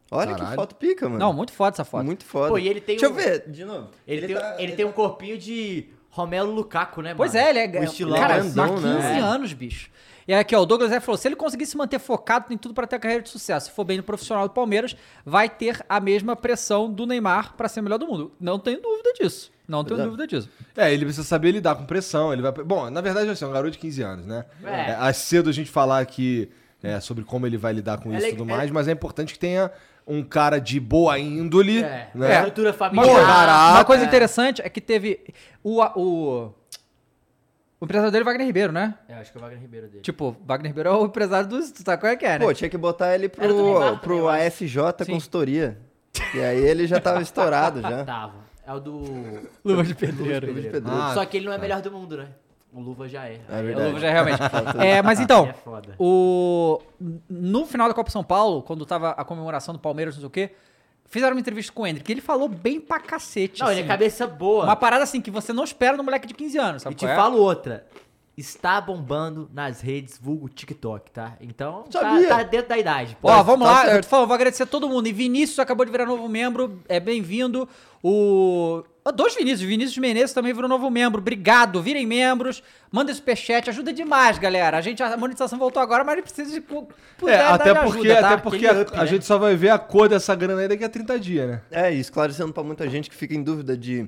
Speaker 7: Olha que
Speaker 3: Caralho.
Speaker 7: foto pica, mano.
Speaker 1: Não, muito foda essa foto.
Speaker 7: Muito foda.
Speaker 2: Pô, e ele tem
Speaker 7: Deixa
Speaker 2: um-
Speaker 7: eu ver, de novo.
Speaker 2: Ele, tem,
Speaker 7: tá-
Speaker 2: ele tem um corpinho de Romelo Lukaku, né,
Speaker 1: Pois
Speaker 2: mano?
Speaker 1: é, ele é.
Speaker 2: O estilão.
Speaker 1: cara,
Speaker 7: grandão,
Speaker 1: há 15
Speaker 7: né?
Speaker 1: anos, bicho. E aí aqui, ó, o Douglas F falou: se ele conseguir se manter focado, tem tudo pra ter a carreira de sucesso. Se for bem no profissional do Palmeiras, vai ter a mesma pressão do Neymar pra ser o melhor do mundo. Não tenho dúvida disso. Não tenho
Speaker 7: Verdade.
Speaker 1: dúvida disso.
Speaker 3: É, ele precisa saber lidar com pressão. Ele vai. Bom, na verdade, assim, é um garoto de 15 anos, né?
Speaker 2: É.
Speaker 3: É. é cedo a gente falar aqui é, sobre como ele vai lidar com
Speaker 2: É
Speaker 3: isso e
Speaker 2: leg-
Speaker 3: tudo
Speaker 2: é-
Speaker 3: mais, mas é importante que tenha um cara de boa índole,
Speaker 2: É,
Speaker 3: né?
Speaker 2: estrutura
Speaker 1: Mas,
Speaker 2: familiar.
Speaker 1: uma-
Speaker 3: Caraca.
Speaker 1: uma coisa interessante é que teve o o, o empresário dele é Wagner Ribeiro, né?
Speaker 2: É, acho que é o Wagner Ribeiro dele.
Speaker 1: Tipo, Wagner Ribeiro é o empresário dos, tu sabe qual é que é, né?
Speaker 7: Pô, tinha que botar ele
Speaker 2: Era do Neymar
Speaker 7: pro,
Speaker 2: também,
Speaker 7: pro
Speaker 2: eu acho.
Speaker 7: AFJ Consultoria. E aí ele já tava estourado já.
Speaker 2: Tava. É o do...
Speaker 1: Luva de né? pedreiro.
Speaker 7: Pedro de Pedro.
Speaker 3: Ah,
Speaker 2: Só que ele não é melhor do mundo, né? O Luva já é.
Speaker 7: É
Speaker 1: É, o
Speaker 7: verdade.
Speaker 1: Luva já é realmente. É, mas então,
Speaker 2: É foda.
Speaker 1: o no final da Copa São Paulo, quando tava a comemoração do Palmeiras, não sei o quê, fizeram uma entrevista com o Hendrick, que ele falou bem pra cacete.
Speaker 2: Não, ele é
Speaker 1: assim.
Speaker 2: cabeça boa.
Speaker 1: Uma parada assim que você não espera no moleque de 15 anos,
Speaker 2: E
Speaker 1: sabe?
Speaker 2: te
Speaker 1: qual é?
Speaker 2: falo outra. Está bombando nas redes, vulgo TikTok, tá? Então, tá,
Speaker 7: Sabia.
Speaker 2: tá dentro da idade. pô.
Speaker 1: Ó, vamos
Speaker 7: tá
Speaker 1: lá. Eu
Speaker 7: certo.
Speaker 1: tô falando, vou agradecer a todo mundo. E Vinícius acabou de virar novo membro. É bem-vindo. O. ó, Dois Vinícius, Vinícius Menezes também virou novo membro. Obrigado, virem membros. Mandem superchat, ajuda demais, galera. A gente a monetização voltou agora, mas a gente precisa de pu-
Speaker 3: É,
Speaker 1: puder dar
Speaker 3: até
Speaker 1: de
Speaker 3: porque,
Speaker 1: ajuda, tá?
Speaker 3: até porque
Speaker 1: Aquele
Speaker 3: a,
Speaker 1: up,
Speaker 3: a
Speaker 1: né?
Speaker 3: gente só vai ver a cor dessa grana aí daqui a 30 dias, né?
Speaker 7: É, e esclarecendo pra muita gente que fica em dúvida de.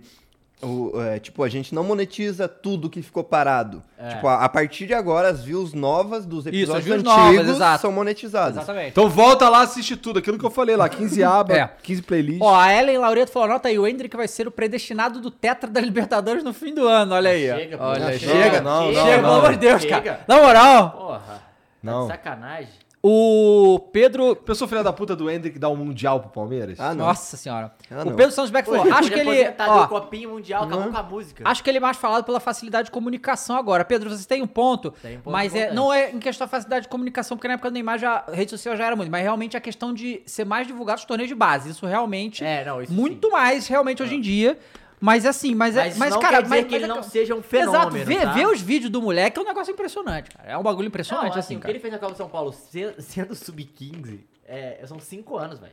Speaker 7: o, é, tipo, a gente não monetiza tudo que ficou parado. Tipo, a, a partir de agora, as views novas dos
Speaker 1: É. as
Speaker 7: episódios
Speaker 1: views novas,
Speaker 7: antigos
Speaker 1: exato.
Speaker 7: são monetizadas.
Speaker 1: Exatamente.
Speaker 3: Então volta lá, assiste tudo, aquilo que eu falei lá, 15 abas,
Speaker 1: É.
Speaker 3: 15 playlists.
Speaker 1: Ó, a Ellen Laureto falou: nota aí, o Hendrick vai ser o predestinado do Tetra da Libertadores no fim do ano. Olha aí. ó.
Speaker 2: Chega, pô.
Speaker 1: Olha,
Speaker 2: Não,
Speaker 1: aí.
Speaker 3: chega, não, não,
Speaker 1: Chega,
Speaker 3: não.
Speaker 1: pelo amor de Deus,
Speaker 2: Chega.
Speaker 1: cara. Na moral,
Speaker 2: Porra. Tá de
Speaker 3: Não.
Speaker 2: sacanagem.
Speaker 1: o Pedro
Speaker 3: Pessoa filha da puta do Hendrick dar um mundial pro Palmeiras?
Speaker 7: Ah, não.
Speaker 1: Nossa senhora.
Speaker 7: Ah,
Speaker 1: o
Speaker 7: não.
Speaker 1: Pedro Santos Beck
Speaker 2: Pô,
Speaker 1: falou,
Speaker 2: ele
Speaker 1: acho
Speaker 2: podia
Speaker 1: que ele.
Speaker 2: aposentar, deu
Speaker 1: Ó,
Speaker 2: o copinho mundial, acabou com a música.
Speaker 1: Acho que ele é mais falado pela facilidade de comunicação agora. Pedro, você tem um ponto,
Speaker 2: Tem um ponto
Speaker 1: mas é,
Speaker 2: importante.
Speaker 1: não é em questão da facilidade de comunicação, porque na época do Neymar já, a rede social já era muito, mas realmente a questão de ser mais divulgado os torneios de base. Isso realmente.
Speaker 2: É, não, isso
Speaker 1: Muito mais, realmente, hoje em dia. Mas assim, mas, é-
Speaker 2: Mas
Speaker 1: mas
Speaker 2: não
Speaker 1: cara,
Speaker 2: quer dizer
Speaker 1: mas,
Speaker 2: que ele
Speaker 1: mas-
Speaker 2: não seja um fenômeno,
Speaker 1: Exato, ver,
Speaker 2: tá?
Speaker 1: ver os vídeos do moleque é um negócio impressionante, cara. É um bagulho
Speaker 2: Não,
Speaker 1: impressionante,
Speaker 2: assim,
Speaker 1: assim,
Speaker 2: o que
Speaker 1: cara.
Speaker 2: ele fez na Copa São Paulo se- sendo sub-15, é, são 5 anos, velho.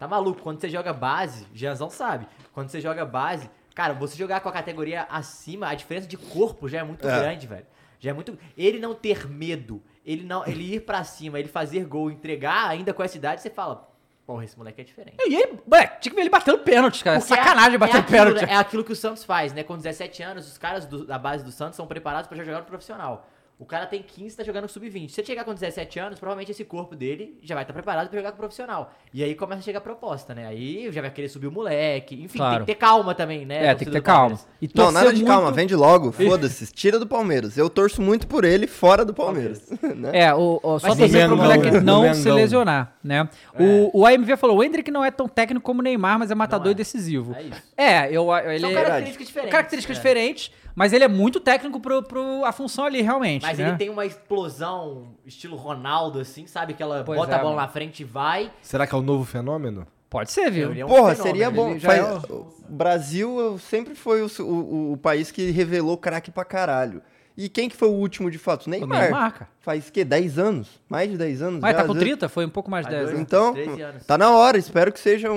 Speaker 2: Tá maluco? Quando você joga base, Janzão sabe. Quando você joga base, cara, você jogar com a categoria acima, a diferença de corpo já é muito grande, velho. Já é muito. Ele não ter medo, ele não, ele ir pra cima, ele fazer gol, entregar ainda com essa idade, você fala, porra, esse moleque é diferente.
Speaker 1: E ele, moleque, tinha que ver ele batendo pênalti, cara.
Speaker 2: Porque
Speaker 1: É
Speaker 2: é
Speaker 1: Sacanagem bater
Speaker 2: aquilo,
Speaker 1: pênalti.
Speaker 2: né? É aquilo que o Santos faz, né? Com 17 anos, os caras do- da base do Santos são preparados pra já jogar no profissional. O cara tem 15 e tá jogando com sub-20. Se ele chegar com 17 anos, provavelmente esse corpo dele já vai estar preparado pra jogar com profissional. E aí começa a chegar a proposta, né? Aí já vai querer subir o moleque. Enfim,
Speaker 1: Claro.
Speaker 2: tem que ter calma também, né?
Speaker 1: É, tem que
Speaker 2: torcida
Speaker 1: ter
Speaker 2: do Palmeiras.
Speaker 1: calma. E
Speaker 7: Não, nada de calma,
Speaker 1: vem
Speaker 7: vende logo, foda-se, tira do Palmeiras. Eu torço muito por ele fora do Palmeiras. né?
Speaker 1: É, o, o- só
Speaker 7: Mas
Speaker 1: torcer pro
Speaker 7: Mengão,
Speaker 1: moleque
Speaker 7: né?
Speaker 1: não
Speaker 7: Mengão.
Speaker 1: se lesionar, né? O, o AMV falou, o Hendrick não é tão técnico como o Neymar, mas é matador e decisivo. É,
Speaker 2: isso.
Speaker 1: eu, ele
Speaker 2: São
Speaker 1: é-
Speaker 2: características diferentes,
Speaker 1: Características
Speaker 2: é.
Speaker 1: diferentes, mas ele é muito técnico pro, pro a função ali, realmente.
Speaker 2: Mas
Speaker 1: né?
Speaker 2: ele tem uma explosão, estilo Ronaldo, assim, sabe? Que ela
Speaker 1: Pois
Speaker 2: bota
Speaker 1: é,
Speaker 2: a bola
Speaker 1: mano.
Speaker 2: na frente e vai.
Speaker 3: Será que é o novo fenômeno?
Speaker 1: Pode ser, viu?
Speaker 2: Ele é um
Speaker 7: Porra,
Speaker 2: fenômeno,
Speaker 7: seria
Speaker 2: ele
Speaker 7: bom.
Speaker 2: já é
Speaker 7: Faz- O Brasil eu- sempre foi o, su- o- o- o país que revelou craque pra caralho. E quem que foi o último de fato? Neymar.
Speaker 1: Neymar, cara.
Speaker 7: Faz que 10 anos? Mais de 10 anos?
Speaker 1: Mas
Speaker 7: já,
Speaker 1: tá
Speaker 7: às
Speaker 1: com
Speaker 7: vezes.
Speaker 1: 30? Foi um pouco mais de 10 né?
Speaker 7: Então,
Speaker 2: 13 anos.
Speaker 7: tá na hora. Espero que sejam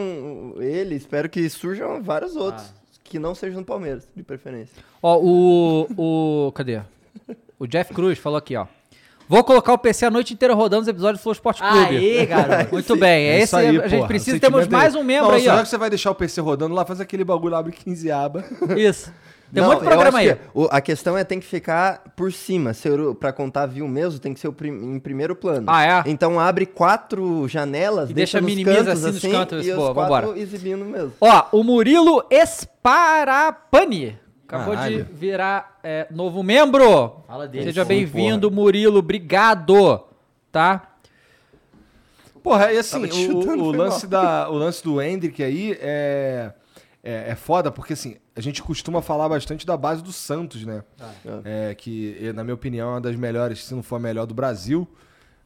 Speaker 7: ele, espero que surjam vários outros que não sejam no Palmeiras, de preferência.
Speaker 1: Ó, o, o. Cadê? O Jeff Cruz falou aqui, ó. Vou colocar o PC a noite inteira rodando os episódios do Flow Esporte Clube.
Speaker 2: Aê, garoto.
Speaker 1: Muito bem, é esse a gente
Speaker 3: porra,
Speaker 1: precisa.
Speaker 3: sentimento
Speaker 1: Temos
Speaker 3: é-
Speaker 1: mais um membro
Speaker 3: Não,
Speaker 1: aí,
Speaker 3: será
Speaker 1: ó.
Speaker 3: que você vai deixar o PC rodando lá? Faz aquele bagulho, abre 15 abas.
Speaker 1: Isso. Tem
Speaker 7: Não,
Speaker 1: muito
Speaker 7: eu
Speaker 1: programa
Speaker 7: acho
Speaker 1: aí.
Speaker 7: que o- a questão é tem que ficar por cima. Ser o- pra contar view mesmo, tem que ser o prim- em primeiro plano.
Speaker 1: Ah, é?
Speaker 7: Então abre quatro janelas,
Speaker 1: E deixa
Speaker 7: deixa, nos
Speaker 1: minimiza
Speaker 7: cantos,
Speaker 1: assim nos cantos,
Speaker 7: e os
Speaker 1: boa,
Speaker 7: quatro
Speaker 1: vambora.
Speaker 7: exibindo mesmo.
Speaker 1: Ó, o Murilo Esparapani. Acabou
Speaker 3: Caralho.
Speaker 1: de virar é, novo membro.
Speaker 2: Fala dele,
Speaker 1: Seja
Speaker 2: pô.
Speaker 1: bem-vindo, Murilo. Obrigado. Tá?
Speaker 3: Porra, e assim,
Speaker 7: Tava te chutando,
Speaker 3: o, o
Speaker 7: foi
Speaker 3: lance da, o lance do Hendrick aí é, é, é foda, porque assim, a gente costuma falar bastante da base do Santos, né? É, que, eh, na minha opinião, é uma das melhores, se não for a melhor do Brasil.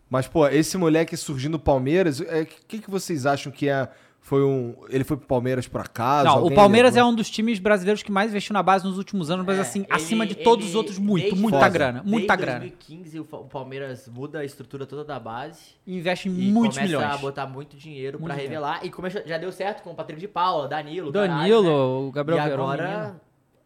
Speaker 3: Mas, pô, esse moleque surgindo no Palmeiras, o que, que vocês acham que é. Foi um. Ele foi pro Palmeiras por acaso?
Speaker 1: Não, o
Speaker 3: Alguém né?
Speaker 1: Palmeiras
Speaker 3: levou?
Speaker 1: é um dos times brasileiros que mais investiu na base nos últimos anos, mas
Speaker 2: É,
Speaker 1: assim,
Speaker 2: ele-
Speaker 1: acima de todos os
Speaker 2: ele-
Speaker 1: outros, muito,
Speaker 2: desde-
Speaker 1: muita
Speaker 2: Foda.
Speaker 1: grana, muita
Speaker 2: Desde
Speaker 1: grana.
Speaker 2: 2015 o Fa- o Palmeiras muda a estrutura toda da base.
Speaker 1: Investe
Speaker 2: E
Speaker 1: muitos
Speaker 2: começa
Speaker 1: milhões.
Speaker 2: a botar muito dinheiro
Speaker 1: Muito
Speaker 2: pra
Speaker 1: dinheiro.
Speaker 2: revelar. E começa, já deu certo com o Patrick de Paula, Danilo.
Speaker 1: Danilo,
Speaker 2: caralho, né?
Speaker 1: o Gabriel
Speaker 2: e
Speaker 1: Verón, menino.
Speaker 2: agora.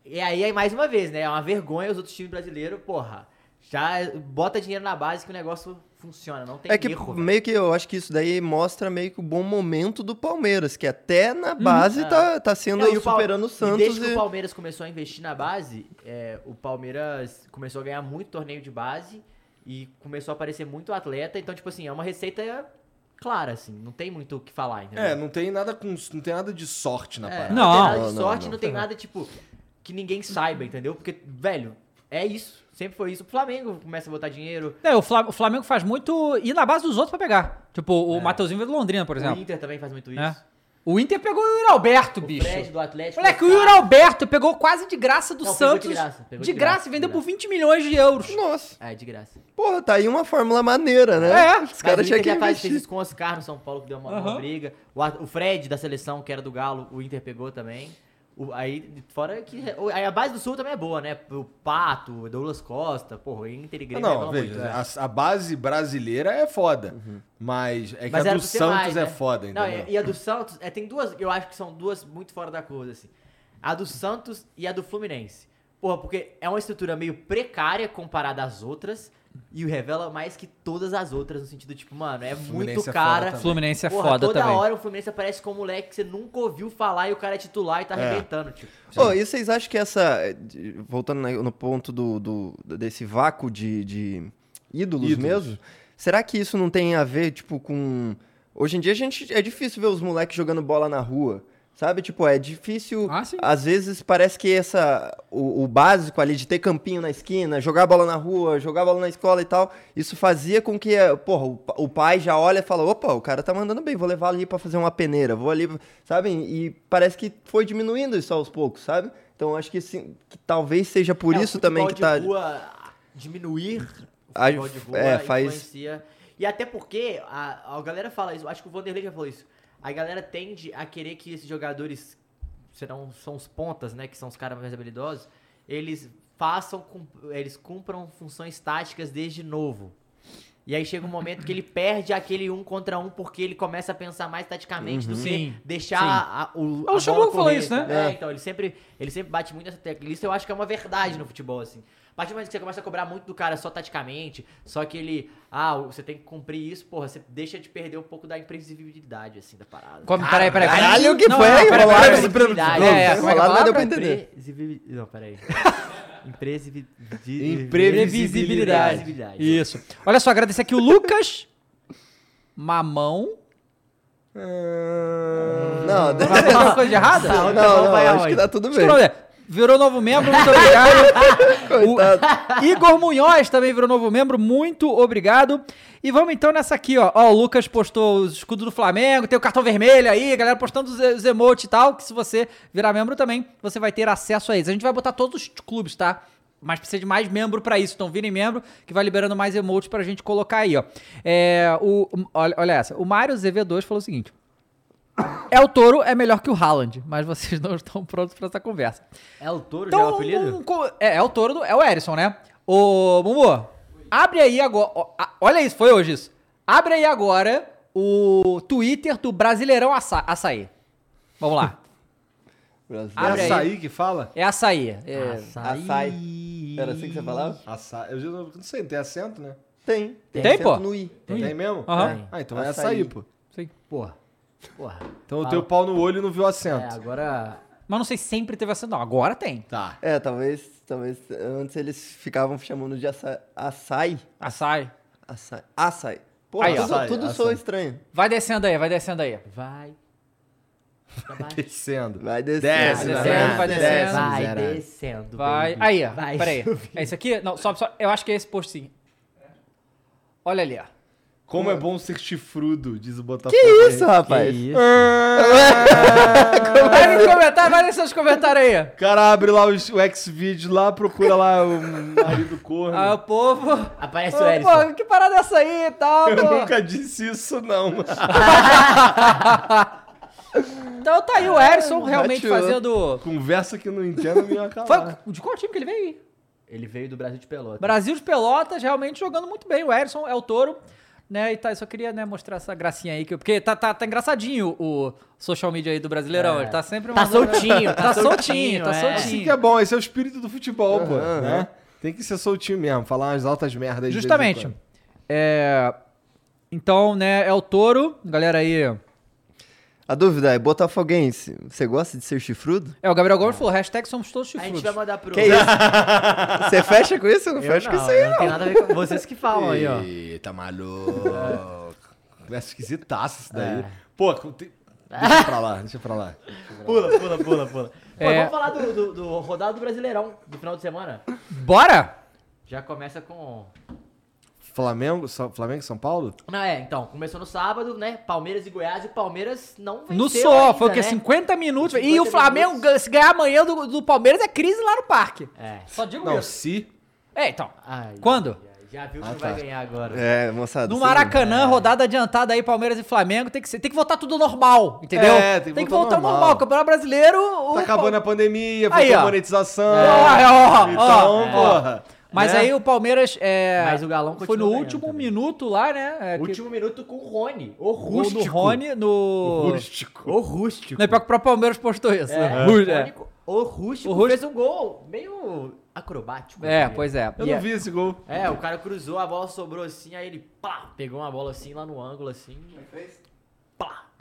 Speaker 2: E aí, aí, mais uma vez, né? É uma vergonha os outros times brasileiros, porra. Já bota dinheiro na base que o negócio funciona. Não tem
Speaker 7: É que
Speaker 2: erro. né? velho.
Speaker 7: meio que eu acho que isso daí mostra meio que o bom momento do Palmeiras, que até na
Speaker 1: Hum, é.
Speaker 7: base tá, tá sendo
Speaker 2: Não,
Speaker 7: aí
Speaker 2: e É, o Pal-
Speaker 7: superando o
Speaker 2: e
Speaker 7: Santos.
Speaker 2: desde que
Speaker 7: e-
Speaker 2: o Palmeiras começou a investir na base, é, o Palmeiras começou a ganhar muito torneio de base e começou a aparecer muito atleta. Então, tipo assim, é uma receita clara, assim. Não tem muito o que falar, entendeu?
Speaker 3: É, não tem nada com. Não tem nada de sorte na
Speaker 2: É,
Speaker 3: parada.
Speaker 1: Não.
Speaker 2: tem nada de
Speaker 7: Não, não,
Speaker 2: sorte,
Speaker 7: não.
Speaker 2: não, tem nada, tipo, que ninguém saiba, entendeu? Porque, velho, é isso. Sempre foi isso. O Flamengo começa a botar dinheiro.
Speaker 1: É, o Fla- o Flamengo faz muito ir na base dos outros pra pegar. Tipo, o
Speaker 2: É.
Speaker 1: Mateuzinho veio do Londrina, por
Speaker 2: O
Speaker 1: exemplo.
Speaker 2: Inter também faz muito isso.
Speaker 1: né? O Inter pegou o Yuri Alberto,
Speaker 2: O
Speaker 1: bicho.
Speaker 2: Fred do Atlético. tá-
Speaker 1: Moleque, o
Speaker 2: Oscar.
Speaker 1: Yuri Alberto pegou quase de graça do
Speaker 2: Não, pegou
Speaker 1: Santos.
Speaker 2: de graça, pegou
Speaker 1: de
Speaker 2: de
Speaker 1: graça,
Speaker 2: graça,
Speaker 1: e vendeu
Speaker 2: de
Speaker 1: por
Speaker 2: graça.
Speaker 1: 20 milhões de euros.
Speaker 7: Nossa,
Speaker 2: É, de graça.
Speaker 7: porra, tá aí uma fórmula maneira, né?
Speaker 1: É,
Speaker 7: os
Speaker 2: Mas
Speaker 7: caras
Speaker 2: o
Speaker 7: tinham
Speaker 2: Inter já
Speaker 7: que
Speaker 2: faz, fez
Speaker 7: investir.
Speaker 2: isso com o Oscar no São Paulo, que deu uma, uma
Speaker 1: Aham.
Speaker 2: briga. O, Ar- o Fred da seleção, que era do Galo, o Inter pegou também. O- aí, fora que. o- aí a base do Sul também é boa, né? O Pato, o Douglas Costa, porra, o Inter e
Speaker 3: Ah,
Speaker 2: Grêmio
Speaker 3: Não,
Speaker 2: revelam
Speaker 3: veja,
Speaker 2: muito, né?
Speaker 3: a, a base brasileira é foda. Mas é que
Speaker 2: Mas
Speaker 3: a
Speaker 2: era
Speaker 3: do
Speaker 2: pra ser
Speaker 3: Santos
Speaker 2: mais,
Speaker 3: é
Speaker 2: né?
Speaker 3: foda, entendeu?
Speaker 2: Não, e, e a do Santos, é, tem duas, eu acho que são duas muito fora da curva, assim. A do Santos e a do Fluminense. Porra, porque é uma estrutura meio precária comparada às outras e revela mais que todas as outras, no sentido, tipo, mano, é
Speaker 3: Fluminense
Speaker 2: muito
Speaker 3: é foda
Speaker 2: cara.
Speaker 3: também.
Speaker 1: Fluminense é
Speaker 2: Porra,
Speaker 1: foda
Speaker 2: toda
Speaker 1: também.
Speaker 2: hora o Fluminense aparece com um moleque que você nunca ouviu falar e o cara é titular e tá arrebentando, tipo.
Speaker 7: Pô, e vocês acham que essa. eh, de- Voltando na- no ponto do, do- desse vácuo de, de ídolos,
Speaker 3: Ídolos.
Speaker 7: mesmo, será que isso não tem a ver, tipo, com. Hoje em dia a gente. É difícil ver os moleques jogando bola na rua. Sabe, tipo, é difícil.
Speaker 1: Ah, sim.
Speaker 7: Às vezes parece que essa o, o básico ali de ter campinho na esquina, jogar bola na rua, jogar bola na escola e tal, isso fazia com que, eh, porra, o, pa- o pai já olha e fala: opa, o cara tá mandando bem, vou levar ali pra fazer uma peneira, vou ali, sabe? E parece que foi diminuindo isso aos poucos, sabe? Então acho que, sim, que talvez seja por
Speaker 2: É, o
Speaker 7: isso também que
Speaker 2: futebol
Speaker 7: tá.
Speaker 2: de rua, diminuir o
Speaker 7: A-
Speaker 2: futebol de rua
Speaker 7: é, faz-
Speaker 2: influencia. E até porque a, a galera fala isso, acho que o Vanderlei já falou isso. A galera tende a querer que esses jogadores, serão, são os pontas, né, que são os caras mais habilidosos, eles façam, cum- eles cumpram funções táticas desde novo. E aí chega um momento que ele perde aquele um contra um porque ele começa a pensar mais taticamente
Speaker 7: Uhum.
Speaker 2: do que
Speaker 1: Sim,
Speaker 2: deixar
Speaker 1: sim.
Speaker 2: a- o,
Speaker 1: É o
Speaker 2: a
Speaker 1: Xambu
Speaker 2: bola
Speaker 1: que falou
Speaker 2: correr,
Speaker 1: isso, né?
Speaker 2: sabe?
Speaker 1: É.
Speaker 2: É, então, ele sempre, ele sempre bate muito nessa tecla. Isso eu acho que é uma verdade no futebol, assim. A partir do momento que você começa a cobrar muito do cara só taticamente, só que ele. Ah, você tem que cumprir isso, porra, você deixa de perder um pouco da imprevisibilidade, assim, da parada.
Speaker 1: Como- peraí, peraí, peraí.
Speaker 7: Caralho, o que
Speaker 1: Não,
Speaker 7: foi?
Speaker 1: não, peraí,
Speaker 7: Enrolado,
Speaker 1: peraí,
Speaker 7: esse
Speaker 1: peraí.
Speaker 7: pre-
Speaker 2: Imprevisibilidade.
Speaker 1: É, é,
Speaker 7: enrolado,
Speaker 1: como é que é a
Speaker 7: mas deu pra
Speaker 1: palavra?
Speaker 7: entender.
Speaker 2: Imprevisibilidade. Não, peraí. Imprevisibilidade.
Speaker 1: Previsibilidade. Isso. Olha só, agradecer aqui o Lucas Mamão.
Speaker 7: Não,
Speaker 1: Vai falar alguma coisa de errada?
Speaker 7: Não, não, não, acho que tá tudo bem.
Speaker 1: Olha, virou novo membro, muito obrigado. o Igor Munhoz também virou novo membro, muito obrigado. E vamos então nessa aqui, ó. Ó, o Lucas postou os escudos do Flamengo, tem o cartão vermelho aí, a galera postando os, os emotes e tal, que se você virar membro também, você vai ter acesso a eles. A gente vai botar todos os clubes, tá? Mas precisa de mais membro pra isso, então virem membro que vai liberando mais emotes pra gente colocar aí, ó. É, o, olha, olha essa, o Mário ZV2 falou o seguinte, é o Toro é melhor que o Haaland, mas vocês não estão prontos pra essa conversa.
Speaker 2: É o touro já é
Speaker 1: Então,
Speaker 2: o apelido?
Speaker 1: um co- é, é o Toro, do- é o Erisson, né? Ô, Mumu, abre aí agora. ó, a- olha isso, foi hoje isso. Abre aí agora o Twitter do Brasileirão Aça, Açaí. Vamos lá. Abre
Speaker 7: Ah,
Speaker 3: É
Speaker 1: aí.
Speaker 3: açaí que fala?
Speaker 1: É açaí. É,
Speaker 7: Açaí. Era assim que você falava?
Speaker 3: Açaí. Eu já não não sei, não tem acento, né?
Speaker 7: Tem.
Speaker 1: Tem, pô?
Speaker 7: acento No I.
Speaker 3: Tem, mesmo?
Speaker 1: Aham.
Speaker 3: Ah, então é
Speaker 7: Açaí.
Speaker 3: açaí, pô.
Speaker 1: Sim.
Speaker 2: Porra. Porra.
Speaker 3: Então o
Speaker 2: Fala.
Speaker 3: teu pau no olho e não viu
Speaker 2: É,
Speaker 3: acento.
Speaker 2: agora.
Speaker 1: Mas não sei se sempre teve acento, não. Agora tem.
Speaker 3: Tá.
Speaker 7: É, talvez, talvez antes eles ficavam chamando de açaí. Açaí?
Speaker 1: Açaí.
Speaker 7: Açaí. açaí. Pô,
Speaker 1: Aí, ó.
Speaker 7: tudo,
Speaker 3: Açaí,
Speaker 7: tudo
Speaker 3: açaí.
Speaker 7: soa estranho.
Speaker 1: Vai descendo aí, vai descendo aí.
Speaker 2: Vai.
Speaker 3: Descendo.
Speaker 7: Vai descendo.
Speaker 3: Desce,
Speaker 7: vai
Speaker 1: desce, vai descendo.
Speaker 2: Vai
Speaker 3: miserável.
Speaker 2: descendo.
Speaker 1: Vai.
Speaker 2: baby.
Speaker 1: Aí, ó.
Speaker 2: Vai
Speaker 1: Peraí. É isso aqui? Não, sobe, sobe. Eu acho que é esse post sim. Olha ali, ó.
Speaker 3: Como é bom ser chifrudo, diz o Botafogo.
Speaker 7: Que isso, rapaz?
Speaker 1: Vai nos comentários, vai nos seus comentários aí.
Speaker 3: O cara abre lá os- o X-Video lá, procura lá o marido corno.
Speaker 1: Ah, o povo.
Speaker 2: Aparece o
Speaker 1: Ô,
Speaker 2: Erisson.
Speaker 1: pô, que parada é essa aí e tal,
Speaker 3: Eu
Speaker 1: pô?
Speaker 3: nunca disse isso, não.
Speaker 1: Então tá aí o
Speaker 3: É,
Speaker 1: Erison realmente
Speaker 7: Rateou.
Speaker 1: fazendo.
Speaker 3: Conversa que eu não entendo, me
Speaker 1: Foi
Speaker 3: acalmar.
Speaker 1: de qual time que ele veio?
Speaker 2: Ele veio do Brasil de Pelotas.
Speaker 1: Brasil de Pelotas realmente jogando muito bem. O Erison é o touro. Né, e tá, eu só queria né, mostrar essa gracinha aí, que, eu- porque tá, tá, tá engraçadinho o social media aí do Brasileirão. Ele tá sempre
Speaker 2: Tá
Speaker 1: mandando-
Speaker 2: soltinho, tá
Speaker 1: tá soltinho, tá
Speaker 2: soltinho, é.
Speaker 3: É. Isso
Speaker 1: soltinho.
Speaker 3: que é bom, esse é o espírito do futebol, pô. né? Tem que ser soltinho mesmo, falar umas altas merdas. de vez em
Speaker 1: Justamente.
Speaker 3: quando.
Speaker 1: É, então, né, é o touro. Galera aí.
Speaker 7: A dúvida é, botafoguense, você gosta de ser chifrudo?
Speaker 1: É, o Gabriel Gomes falou: hashtag somos todos
Speaker 2: A
Speaker 1: chifrudos.
Speaker 2: gente vai mandar pro.
Speaker 7: Que isso? Você fecha com isso? Eu não
Speaker 2: Eu
Speaker 7: fecho
Speaker 2: não,
Speaker 7: com isso aí,
Speaker 2: não tem nada a ver com vocês que falam aí, ó.
Speaker 3: Eita, maluco. Conversa esquisitaça isso daí. Pô, com- tem- É. deixa pra lá, deixa pra lá.
Speaker 2: Pula, pula, pula, pula. Pô,
Speaker 1: É.
Speaker 2: vamos falar do, do, do rodado do Brasileirão do final de semana?
Speaker 1: Bora!
Speaker 2: Já começa com.
Speaker 3: Flamengo, São- Flamengo e São Paulo?
Speaker 2: Não, é, então, começou no sábado, né? Palmeiras e Goiás, e o Palmeiras não venceu
Speaker 1: No só,
Speaker 2: ainda,
Speaker 1: foi o quê?
Speaker 2: né?
Speaker 1: 50 minutos. e
Speaker 2: 50
Speaker 1: o Flamengo,
Speaker 2: minutos.
Speaker 1: gan- se ganhar amanhã do, do Palmeiras, é crise lá no parque.
Speaker 2: É.
Speaker 1: Só digo
Speaker 3: Não, se. Tá
Speaker 1: É, então.
Speaker 2: Ai,
Speaker 1: Quando?
Speaker 2: Já viu que
Speaker 3: Ah,
Speaker 2: não vai
Speaker 3: tá.
Speaker 2: ganhar agora.
Speaker 7: É, moçada.
Speaker 1: No
Speaker 7: vocês-
Speaker 2: É.
Speaker 1: Maracanã, rodada adiantada aí, Palmeiras e Flamengo, tem que, ser, tem que voltar tudo normal, entendeu?
Speaker 3: É, tem que voltar
Speaker 1: voltar ao normal.
Speaker 3: normal.
Speaker 1: Campeonato Brasileiro.
Speaker 3: Tá acabando a pandemia,
Speaker 1: Aí,
Speaker 3: voltou a
Speaker 1: ó.
Speaker 3: monetização.
Speaker 1: Ó, ó,
Speaker 3: então,
Speaker 1: ó, é.
Speaker 3: porra.
Speaker 1: Mas
Speaker 3: né?
Speaker 1: aí o Palmeiras. É,
Speaker 2: Mas o Galão
Speaker 1: Foi
Speaker 2: continua
Speaker 1: no
Speaker 2: ganhando
Speaker 1: último
Speaker 2: também.
Speaker 1: minuto lá, né? É, que-
Speaker 2: Último minuto com o Rony. O
Speaker 1: gol do
Speaker 2: rústico.
Speaker 1: Rone no.
Speaker 3: Rústico.
Speaker 2: O rústico. É.
Speaker 1: Não, é pior que o próprio Palmeiras postou isso. né? Rú-
Speaker 2: O Rony- O rústico,
Speaker 1: O rústico-
Speaker 2: fez um gol meio acrobático.
Speaker 1: É,
Speaker 2: né?
Speaker 1: pois é.
Speaker 3: Eu
Speaker 1: E é-
Speaker 3: não vi esse gol.
Speaker 2: É, o cara cruzou, a bola sobrou assim, aí ele pá, pegou uma bola assim lá no ângulo assim.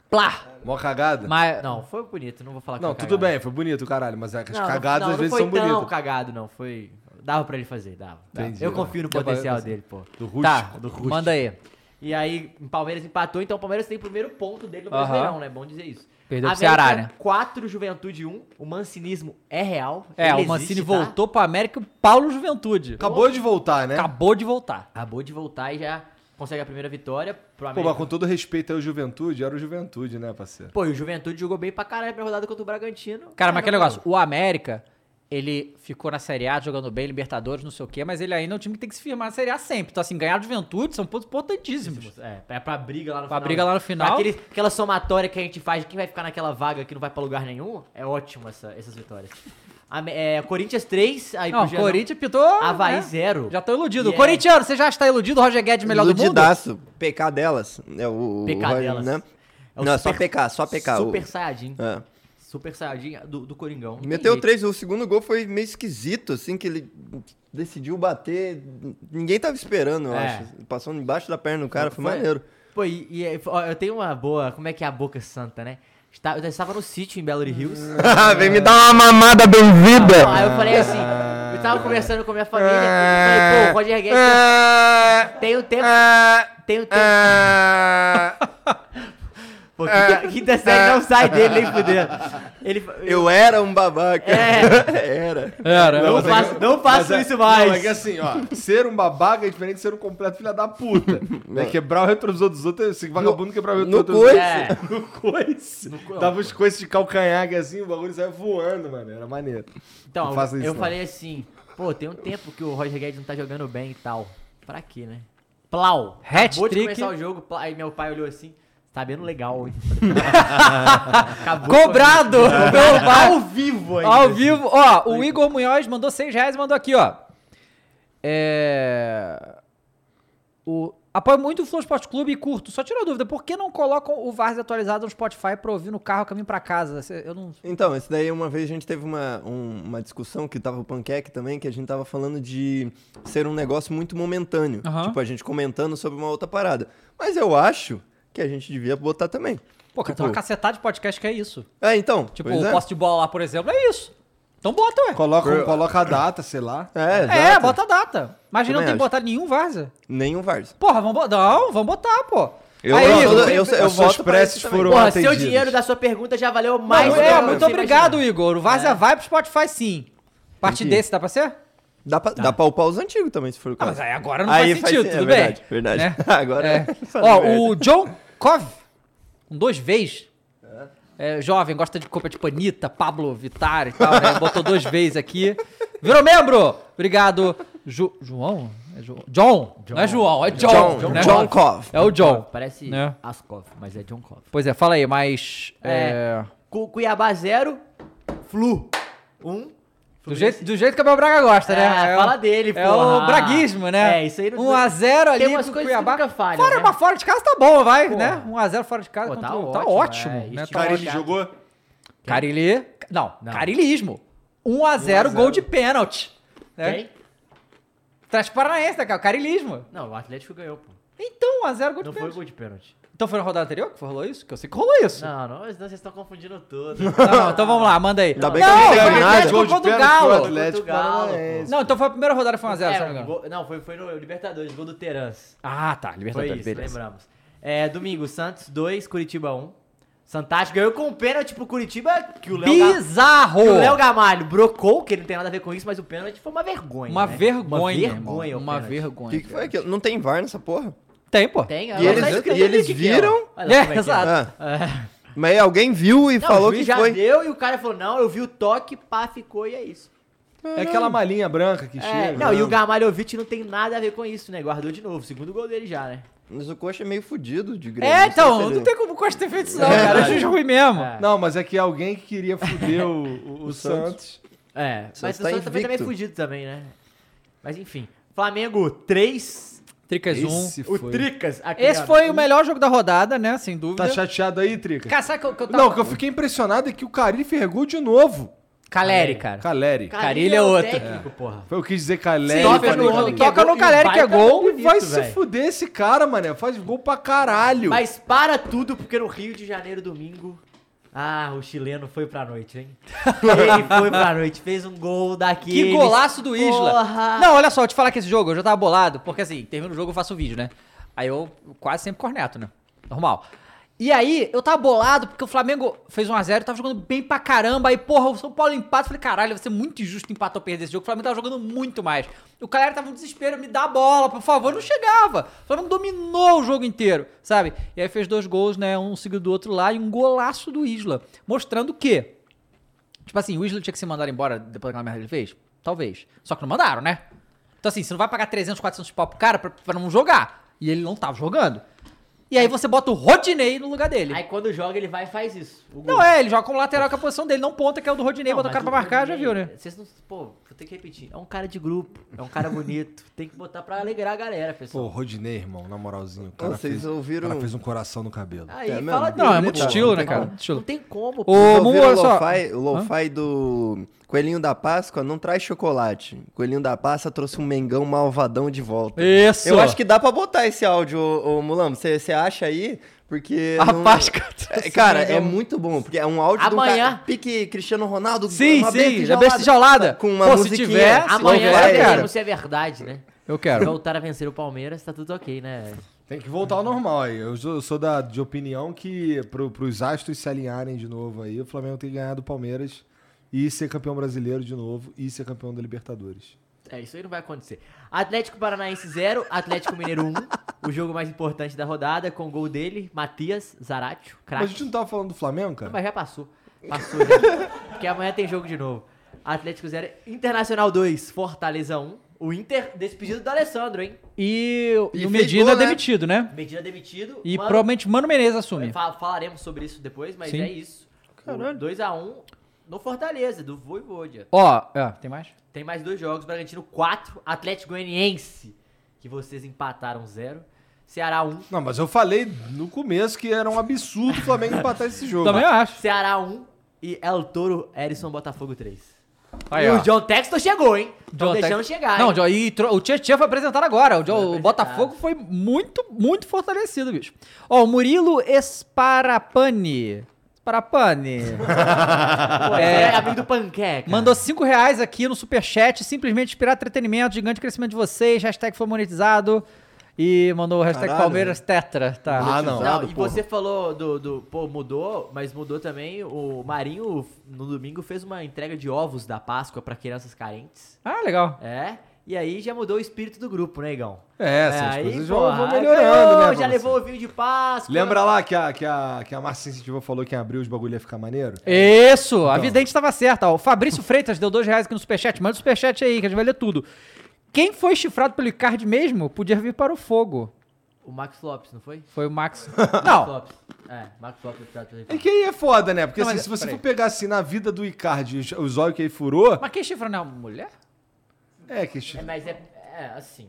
Speaker 1: Plá!
Speaker 3: Mó cagada.
Speaker 1: Mas.
Speaker 2: Não, foi bonito, não vou falar que
Speaker 3: Não,
Speaker 2: foi
Speaker 3: tudo
Speaker 2: cagado.
Speaker 3: bem, foi bonito, caralho, mas as
Speaker 2: Não,
Speaker 3: cagadas
Speaker 2: não,
Speaker 3: às vezes
Speaker 2: não
Speaker 3: são
Speaker 2: foi tão
Speaker 3: bonitas.
Speaker 2: cagado não, foi... Dava pra ele fazer, dava.
Speaker 3: Entendi.
Speaker 2: Eu confio no
Speaker 1: Dá pra-
Speaker 2: potencial dele, pô.
Speaker 3: Do rústico.
Speaker 1: Tá,
Speaker 3: do rústico.
Speaker 1: manda aí.
Speaker 2: E aí, o Palmeiras empatou, então o Palmeiras tem o primeiro ponto dele no
Speaker 1: Aham.
Speaker 2: Brasileirão, né? Bom dizer isso.
Speaker 1: Perdeu pro
Speaker 2: América,
Speaker 1: Ceará, né?
Speaker 2: 4, Juventude 1. O mancinismo é real.
Speaker 1: É,
Speaker 2: ele
Speaker 1: o Mancini
Speaker 2: existe, tá?
Speaker 1: voltou pra América e o Paulo Juventude.
Speaker 3: Acabou de voltar,
Speaker 2: é.
Speaker 3: né?
Speaker 1: Acabou de voltar.
Speaker 2: Acabou de voltar e já consegue a primeira vitória pro
Speaker 3: Pô,
Speaker 2: América.
Speaker 3: mas com todo respeito ao Juventude, era o Juventude, né, parceiro?
Speaker 2: Pô, e o Juventude jogou bem pra caralho pra rodada contra o Bragantino. É,
Speaker 1: Cara, mas
Speaker 2: que
Speaker 1: aquele negócio, o América, ele ficou na Série A jogando bem, Libertadores, não sei o quê, mas ele ainda é um time que tem que se firmar na Série A sempre. Então, assim, ganhar do Juventude são pontos importantíssimos.
Speaker 2: É, é pra briga lá no
Speaker 1: Pra
Speaker 2: final.
Speaker 1: briga lá no final.
Speaker 2: Pra aquele- aquela somatória que a gente faz de quem vai ficar naquela vaga que não vai pra lugar nenhum. É ótimo essa- essas vitórias. Ame- é, Corinthians 3, aí
Speaker 1: Não,
Speaker 2: tá pro
Speaker 1: o
Speaker 2: Gerson-
Speaker 1: Corinthians pitou.
Speaker 2: Havaí
Speaker 1: né?
Speaker 2: zero.
Speaker 1: Já tô iludido.
Speaker 2: E é-
Speaker 1: Corintiano, você já está iludido? Roger Guedes, melhor
Speaker 7: Ludidaço, PK delas. É o, o-
Speaker 2: PK delas.
Speaker 7: Né?
Speaker 2: É o
Speaker 7: não, é só
Speaker 2: super-
Speaker 7: PK, só PK. o-
Speaker 2: Super Saiyajin.
Speaker 7: é.
Speaker 2: Super Saiyajin do, do Coringão. Não tem
Speaker 7: Meteu
Speaker 2: jeito.
Speaker 7: três, o segundo gol foi meio esquisito, assim, que ele decidiu bater. Ninguém tava esperando, eu
Speaker 2: É.
Speaker 7: acho. Passou embaixo da perna do cara, foi,
Speaker 2: Foi.
Speaker 7: maneiro.
Speaker 2: Pô, e, e é, ó, eu tenho uma boa. Como é que é a boca santa, né? Está- Eu estava no sítio em Belo Hills.
Speaker 7: Vem me dar uma mamada bem-vinda!
Speaker 1: Ah.
Speaker 2: Aí eu falei assim, eu eu tava conversando com a minha família. falei, pô, o Roger Guedes
Speaker 3: Ah,
Speaker 2: tem- tem o tempo. Tem um o
Speaker 3: ah.
Speaker 2: tempo. Pô, quinta, quinta série não sai dele nem fudendo. Ele,
Speaker 7: Eu era um babaca.
Speaker 2: É.
Speaker 7: era.
Speaker 1: Era.
Speaker 2: Não faço- não faço isso
Speaker 3: Não, é
Speaker 2: mais.
Speaker 3: que assim, ó, ser um babaca é diferente de ser um completo filho da puta. né? Quebrar o retrovisor dos outros, esse vagabundo quebrar é o
Speaker 7: É. no
Speaker 3: retrovisor dos
Speaker 7: coice.
Speaker 3: outros.
Speaker 2: É.
Speaker 1: É.
Speaker 3: No coice. Dava os coices de calcanhar, que assim, o bagulho saia voando, mano. Era maneiro.
Speaker 2: Então,
Speaker 3: Não faça isso,
Speaker 2: eu
Speaker 3: não.
Speaker 2: falei assim, pô, tem um tempo que o Roger Guedes não tá jogando bem e tal. Pra quê, né? Plau! Acabou de
Speaker 1: Hat-trick.
Speaker 2: começar o jogo, plau, aí meu pai olhou assim, tá vendo legal, hein? Acabou de
Speaker 1: Cobrado! Meu
Speaker 3: Ah,
Speaker 2: começar.
Speaker 1: pai-
Speaker 2: É. Ao vivo ainda. assim.
Speaker 1: Ao vivo, ó, o Igor Munhoz mandou 6 reais e mandou aqui, ó. É. O... Apoio muito o Flow Esporte Clube e curto. Só tira a dúvida, por que não colocam o Vars atualizado no Spotify pra ouvir no carro a caminho pra casa? Cê- Eu não.
Speaker 7: Então, esse daí uma vez a gente teve uma, um- uma discussão que tava o Panqueque também, que a gente tava falando de ser um negócio muito momentâneo.
Speaker 1: Aham.
Speaker 7: Tipo, a gente comentando sobre uma outra parada. Mas eu acho que a gente devia botar também.
Speaker 1: Pô, cara,
Speaker 7: Tipo-
Speaker 1: tem uma cacetada de podcast que é isso.
Speaker 7: É, então.
Speaker 1: Tipo,
Speaker 7: pois
Speaker 1: o
Speaker 7: é.
Speaker 1: posse de bola lá, por exemplo, é isso. Então bota, ué.
Speaker 3: Coloca, um- coloca a data, sei lá.
Speaker 7: É,
Speaker 1: É,
Speaker 7: exato.
Speaker 1: bota a data. Mas a gente não
Speaker 7: Também
Speaker 1: tem
Speaker 7: acho.
Speaker 1: botado nenhum Varza.
Speaker 7: Nenhum Varsa.
Speaker 1: Porra, vamos botar. Não, vamos botar, pô.
Speaker 7: Eu-
Speaker 1: Aí,
Speaker 7: eu-
Speaker 1: Igor,
Speaker 7: eu- eu-
Speaker 3: As suas
Speaker 7: voto pra
Speaker 3: preces
Speaker 7: isso também.
Speaker 3: foram
Speaker 2: Porra, seu
Speaker 3: atendidas.
Speaker 2: dinheiro da sua pergunta já valeu mais
Speaker 1: Não,
Speaker 2: do que
Speaker 1: é,
Speaker 2: eu-
Speaker 1: muito
Speaker 2: você
Speaker 1: obrigado,
Speaker 2: imagina.
Speaker 1: Igor. O Vaza vai pro Spotify sim. Parte
Speaker 7: Entendi.
Speaker 1: desse, dá pra ser?
Speaker 3: Tá.
Speaker 7: Dá pra, dá pra upar os antigos também, se for o
Speaker 1: Ah,
Speaker 7: caso.
Speaker 1: mas aí agora não
Speaker 7: Aí
Speaker 1: faz
Speaker 7: faz
Speaker 1: sentido,
Speaker 7: sen- é
Speaker 1: tudo
Speaker 7: verdade,
Speaker 1: bem.
Speaker 7: verdade.
Speaker 1: Né?
Speaker 7: Agora
Speaker 1: É.
Speaker 7: faz merda.
Speaker 1: Ó, o John Kov, com dois Vs, é, jovem, gosta de copa de panita, Pablo Vittar e tal, né? Botou dois Vs aqui. Virou membro! Obrigado, Ju- João? É Ju- John. Não é João, é John.
Speaker 7: John, Tá
Speaker 1: né?
Speaker 7: John Kov.
Speaker 1: É o John.
Speaker 2: Parece
Speaker 1: Né?
Speaker 2: Ascov, mas é John Cove.
Speaker 1: Pois é, fala aí, mas... é,
Speaker 2: Cu- Cuiabá 0, Flu 1. Um.
Speaker 1: Do jeito, do jeito que o Abel Braga gosta, né?
Speaker 2: É, fala dele,
Speaker 1: É
Speaker 2: porra.
Speaker 1: o braguismo, né?
Speaker 2: É, isso aí não-
Speaker 1: 1x0 ali
Speaker 2: Tem umas
Speaker 1: pro
Speaker 2: coisas que
Speaker 1: Cuiabá.
Speaker 2: nunca falham,
Speaker 1: fora,
Speaker 2: né?
Speaker 1: mas fora de casa tá bom, vai,
Speaker 2: Porra.
Speaker 1: né? 1x0 fora de casa.
Speaker 2: Pô,
Speaker 1: contra
Speaker 2: tá
Speaker 1: o-
Speaker 2: ótimo,
Speaker 1: ótimo,
Speaker 2: é.
Speaker 1: né?
Speaker 2: Isso
Speaker 1: Tá
Speaker 2: aí-
Speaker 1: ótimo.
Speaker 3: Carilli jogou?
Speaker 1: Carilli... Não,
Speaker 2: Não. Um
Speaker 1: carilismo. 1x0, gol de pênalti. Né?
Speaker 2: Quem?
Speaker 1: Traz Paranaense, né, cara? Carilismo.
Speaker 2: Não, o Atlético ganhou, pô.
Speaker 1: Então, 1x0, gol de
Speaker 2: Não foi
Speaker 1: pênalti.
Speaker 2: gol de pênalti.
Speaker 1: Então foi na rodada anterior que rolou isso? Que eu sei que rolou isso.
Speaker 2: Não, não, senão vocês estão confundindo tudo.
Speaker 1: Tá bom, então vamos lá, manda aí.
Speaker 7: Ainda bem que eu
Speaker 1: não,
Speaker 7: não
Speaker 1: foi
Speaker 7: sei nada.
Speaker 1: Atlético
Speaker 3: Gol de
Speaker 1: contra o
Speaker 3: pênalti pro
Speaker 1: Galo.
Speaker 3: Atlético
Speaker 2: Contra o Galo,
Speaker 3: Paranaense.
Speaker 1: Não, então foi a primeira rodada, foi 1x0, se não me
Speaker 2: É,
Speaker 1: engano.
Speaker 2: gol- não, foi, foi no Libertadores, gol do Terans.
Speaker 1: Ah, tá.
Speaker 2: Foi
Speaker 1: Libertadores,
Speaker 2: isso,
Speaker 1: beleza.
Speaker 2: lembramos. É, domingo, Santos 2, Curitiba 1. Santástico ganhou com um pênalti pro Curitiba, que o Léo, Ga-
Speaker 1: Bizarro!
Speaker 2: que o Léo Gamalho brocou, que ele não tem nada a ver com isso, mas o pênalti foi uma vergonha.
Speaker 1: Uma
Speaker 2: né?
Speaker 1: vergonha.
Speaker 2: Uma vergonha. o
Speaker 1: irmão. Uma
Speaker 2: pênalti.
Speaker 7: O
Speaker 1: vergonha.
Speaker 7: que, que foi aquilo? Não tem VAR nessa porra?
Speaker 1: Tem, pô.
Speaker 2: Tem,
Speaker 7: E
Speaker 2: olha,
Speaker 7: eles-
Speaker 2: tá escrito
Speaker 7: e eles
Speaker 2: aqui que é, ó.
Speaker 7: viram?
Speaker 2: Olha lá como
Speaker 1: É,
Speaker 2: que
Speaker 1: exato.
Speaker 7: Ah,
Speaker 2: É.
Speaker 7: Mas alguém viu e
Speaker 2: Não,
Speaker 7: falou
Speaker 2: o juiz
Speaker 7: que
Speaker 2: já
Speaker 7: foi.
Speaker 2: deu e o cara falou, não, eu vi o toque, pá, ficou e é isso.
Speaker 3: É aquela malinha branca que
Speaker 2: É,
Speaker 3: chega.
Speaker 2: não, e o
Speaker 3: né?
Speaker 2: Gamalhovic não tem nada a ver com isso, né? Guardou de novo, segundo gol dele já, né?
Speaker 7: Mas o coxa é meio fudido de grande.
Speaker 1: É, então, não tem como o Costa ter feito isso, não, cara. É juiz ruim mesmo.
Speaker 2: É.
Speaker 3: Não, mas é que alguém que queria foder o, o- o Santos.
Speaker 2: É, mas
Speaker 7: Santos
Speaker 2: o
Speaker 7: tá
Speaker 2: Santos também tá meio
Speaker 7: invicto.
Speaker 2: fudido também, né? Mas enfim. Flamengo 3,
Speaker 1: Tricas 1.
Speaker 3: Esse
Speaker 2: o
Speaker 3: foi.
Speaker 2: Tricas. aquele
Speaker 1: Esse
Speaker 2: ó,
Speaker 1: foi o
Speaker 2: um-
Speaker 1: melhor jogo da rodada, né? Sem dúvida.
Speaker 3: Tá chateado aí, Trica?
Speaker 1: Cara, sabe que eu, que eu tava...
Speaker 3: Não, o que eu fiquei impressionado é que o Carilli fergou de novo.
Speaker 1: Caleri, cara.
Speaker 3: Caleri.
Speaker 1: Carilho é
Speaker 2: o
Speaker 1: outro. É.
Speaker 2: Técnico, porra.
Speaker 3: Foi, Eu quis dizer Caleri.
Speaker 1: Sim,
Speaker 3: eu
Speaker 1: toca
Speaker 3: falei
Speaker 1: no-
Speaker 3: Caleri.
Speaker 1: toca no
Speaker 2: E
Speaker 1: Caleri, que é
Speaker 2: baita
Speaker 1: gol,
Speaker 2: bonito,
Speaker 3: Vai se
Speaker 2: velho.
Speaker 3: fuder esse cara, mané. Faz gol pra caralho.
Speaker 2: Mas para tudo, porque no Rio de Janeiro, domingo. Ah, o chileno foi pra noite, hein? Ele foi pra noite, fez um gol daqui.
Speaker 1: Que golaço do Isla.
Speaker 2: Porra.
Speaker 1: Não, olha só, eu te falar que esse jogo, eu já tava bolado, porque assim, termina o jogo, eu faço o vídeo, né? Aí eu quase sempre corneto, né? Normal. E aí, eu tava bolado porque o Flamengo fez 1x0, tava jogando bem pra caramba. Aí, porra, o São Paulo empata. eu Falei, caralho, vai ser muito injusto empatar ou perder esse jogo. O Flamengo tava jogando muito mais. O cara tava no desespero, me dá a bola, por favor. Não chegava. O Flamengo dominou o jogo inteiro, sabe? E aí fez dois gols, né? Um seguido do outro lá e um golaço do Isla. Mostrando que Tipo assim, o Isla tinha que ser mandado embora depois daquela merda que ele fez? Talvez. Só que não mandaram, né? Então assim, você não vai pagar 300, 400 pau pro cara pra, pra não jogar. E ele não tava jogando. E aí você bota o Rodinei no lugar dele.
Speaker 2: Aí quando joga, ele vai e faz isso. O gol.
Speaker 1: Não é, ele joga como lateral que é a posição dele, não ponta que é o do Rodinei,
Speaker 2: Não,
Speaker 1: bota o
Speaker 2: mas
Speaker 1: cara pra marcar, já viu,
Speaker 2: Rodinei,
Speaker 1: né?
Speaker 2: Vocês não. Pô, vou ter que repetir. É um cara de grupo, é um cara bonito. tem que botar pra alegrar a galera,
Speaker 3: Pô,
Speaker 2: pessoal.
Speaker 3: Rodinei, irmão, na moralzinho. O cara,
Speaker 7: Vocês
Speaker 3: fez,
Speaker 7: ouviram-
Speaker 3: o cara fez um coração no cabelo.
Speaker 2: Aí
Speaker 7: é mesmo?
Speaker 2: fala
Speaker 7: Não,
Speaker 2: dele.
Speaker 7: é muito
Speaker 2: pô?
Speaker 7: estilo,
Speaker 2: Não
Speaker 7: né,
Speaker 2: tem
Speaker 1: cara?
Speaker 2: como-
Speaker 1: Estilo.
Speaker 2: Não tem como,
Speaker 1: Ô,
Speaker 7: Vocês
Speaker 1: Mumu,
Speaker 7: ouviram
Speaker 1: olha só.
Speaker 7: o lo-fi, o lo-fi do Coelhinho da Páscoa não traz chocolate. Coelhinho da Páscoa trouxe um mengão malvadão de volta.
Speaker 1: Isso!
Speaker 7: Eu acho que dá pra botar esse áudio, ô, ô Mulambo. Você acha aí? Porque.
Speaker 1: A
Speaker 7: é-
Speaker 1: Páscoa
Speaker 7: É,
Speaker 1: trouxe
Speaker 7: cara,
Speaker 1: um mengão.
Speaker 7: é muito bom. Porque é um áudio do
Speaker 2: Amanhã.
Speaker 7: cara, pique Cristiano Ronaldo.
Speaker 1: Sim,
Speaker 7: uma
Speaker 1: sim,
Speaker 7: besta
Speaker 1: já besta enjaulada.
Speaker 7: Com uma
Speaker 1: Pô, se
Speaker 7: musiquinha.
Speaker 1: tiver, se
Speaker 2: Amanhã
Speaker 1: vai, cara.
Speaker 2: veremos se é verdade, né?
Speaker 1: Eu quero.
Speaker 2: Voltar a vencer o Palmeiras, tá tudo ok, né?
Speaker 3: Tem que voltar ao normal aí. Eu sou, eu sou da, de opinião que pro, pros astros se alinharem de novo aí, o Flamengo tem que ganhar do Palmeiras e ser campeão brasileiro de novo e ser campeão da Libertadores.
Speaker 2: É, isso aí não vai acontecer. Atlético Paranaense 0, Atlético Mineiro 1. o jogo mais importante da rodada, com o gol dele, Matias Zaratio,
Speaker 3: Mas a
Speaker 2: craque.
Speaker 3: gente não tava falando do Flamengo, cara?
Speaker 2: Mas já passou. Passou já. Porque amanhã tem jogo de novo. Atlético 0, Internacional 2, Fortaleza 1. O Inter despedido do Alessandro, hein?
Speaker 1: E,
Speaker 7: E
Speaker 1: o
Speaker 7: fez
Speaker 1: Medina
Speaker 7: gol,
Speaker 1: é
Speaker 7: né?
Speaker 1: demitido, né?
Speaker 2: Medina demitido.
Speaker 1: E
Speaker 2: Mano-
Speaker 1: provavelmente Mano Menezes assume.
Speaker 2: Fa- falaremos sobre isso depois, mas
Speaker 1: Sim.
Speaker 2: é isso. 2x1 no Fortaleza, do Voivodia.
Speaker 1: Ó, é, tem mais?
Speaker 2: Tem mais dois jogos, Bragantino 4, Atlético Goianiense, que vocês empataram 0. Ceará 1,
Speaker 3: Não, mas eu falei no começo que era um absurdo o Flamengo empatar esse jogo.
Speaker 1: Também
Speaker 2: é?
Speaker 1: eu acho.
Speaker 2: Ceará 1 e El Toro, Erison Botafogo 3.
Speaker 1: Aí,
Speaker 2: e
Speaker 1: ó.
Speaker 2: o John Texton chegou, hein? Estão
Speaker 1: John Tex-
Speaker 2: deixando chegar.
Speaker 1: Não,
Speaker 2: hein?
Speaker 1: John, e tro- o Tietchan foi apresentado agora. O, John- o
Speaker 2: apresentado.
Speaker 1: Botafogo foi muito, muito fortalecido, bicho. Ó, o Murilo Esparapani. Esparapani.
Speaker 2: Pô,
Speaker 1: é.
Speaker 2: é amigo do Panqueca.
Speaker 1: Mandou 5 reais aqui no superchat, simplesmente inspirar entretenimento, gigante crescimento de vocês, hashtag foi monetizado. E mandou o hashtag
Speaker 7: Caralho.
Speaker 1: Palmeiras Tetra, tá?
Speaker 7: Ah,
Speaker 2: Não,
Speaker 7: não.
Speaker 2: e você falou do, do. Pô, mudou, mas mudou também. O Marinho, no domingo, fez uma entrega de ovos da Páscoa pra crianças carentes.
Speaker 1: Ah, legal.
Speaker 2: É. E aí já mudou o espírito do grupo, né, Igão?
Speaker 3: É, essas
Speaker 2: aí,
Speaker 3: coisas vão,
Speaker 2: porra,
Speaker 3: vão
Speaker 2: aí
Speaker 3: melhorando,
Speaker 2: ganhou,
Speaker 3: né?
Speaker 2: Já
Speaker 3: Bruno?
Speaker 2: levou o vinho de Páscoa.
Speaker 3: Lembra lá que a, que a, que a Márcia Incentivou falou que em abril os bagulho ia ficar maneiro?
Speaker 1: Isso, a
Speaker 7: Então.
Speaker 1: vidente estava certa. ó. O Fabrício Freitas deu 2 reais aqui no superchat. Manda o superchat aí, que a gente vai ler tudo. Quem foi chifrado pelo Icardi mesmo podia vir para o fogo.
Speaker 2: O Max Lopes, não foi?
Speaker 1: Foi o Max.
Speaker 2: Max
Speaker 1: Não,
Speaker 2: Lopes. É, Max Lopes. tá, tá, tá.
Speaker 3: É que aí é foda, né? Porque
Speaker 1: Não,
Speaker 3: assim,
Speaker 1: mas-
Speaker 3: se você
Speaker 1: peraí.
Speaker 3: for pegar assim na vida do Icardi, os- os olhos que ele furou,
Speaker 1: mas quem chifra não é uma mulher?
Speaker 3: é que... ch-
Speaker 2: É, mas é, é assim.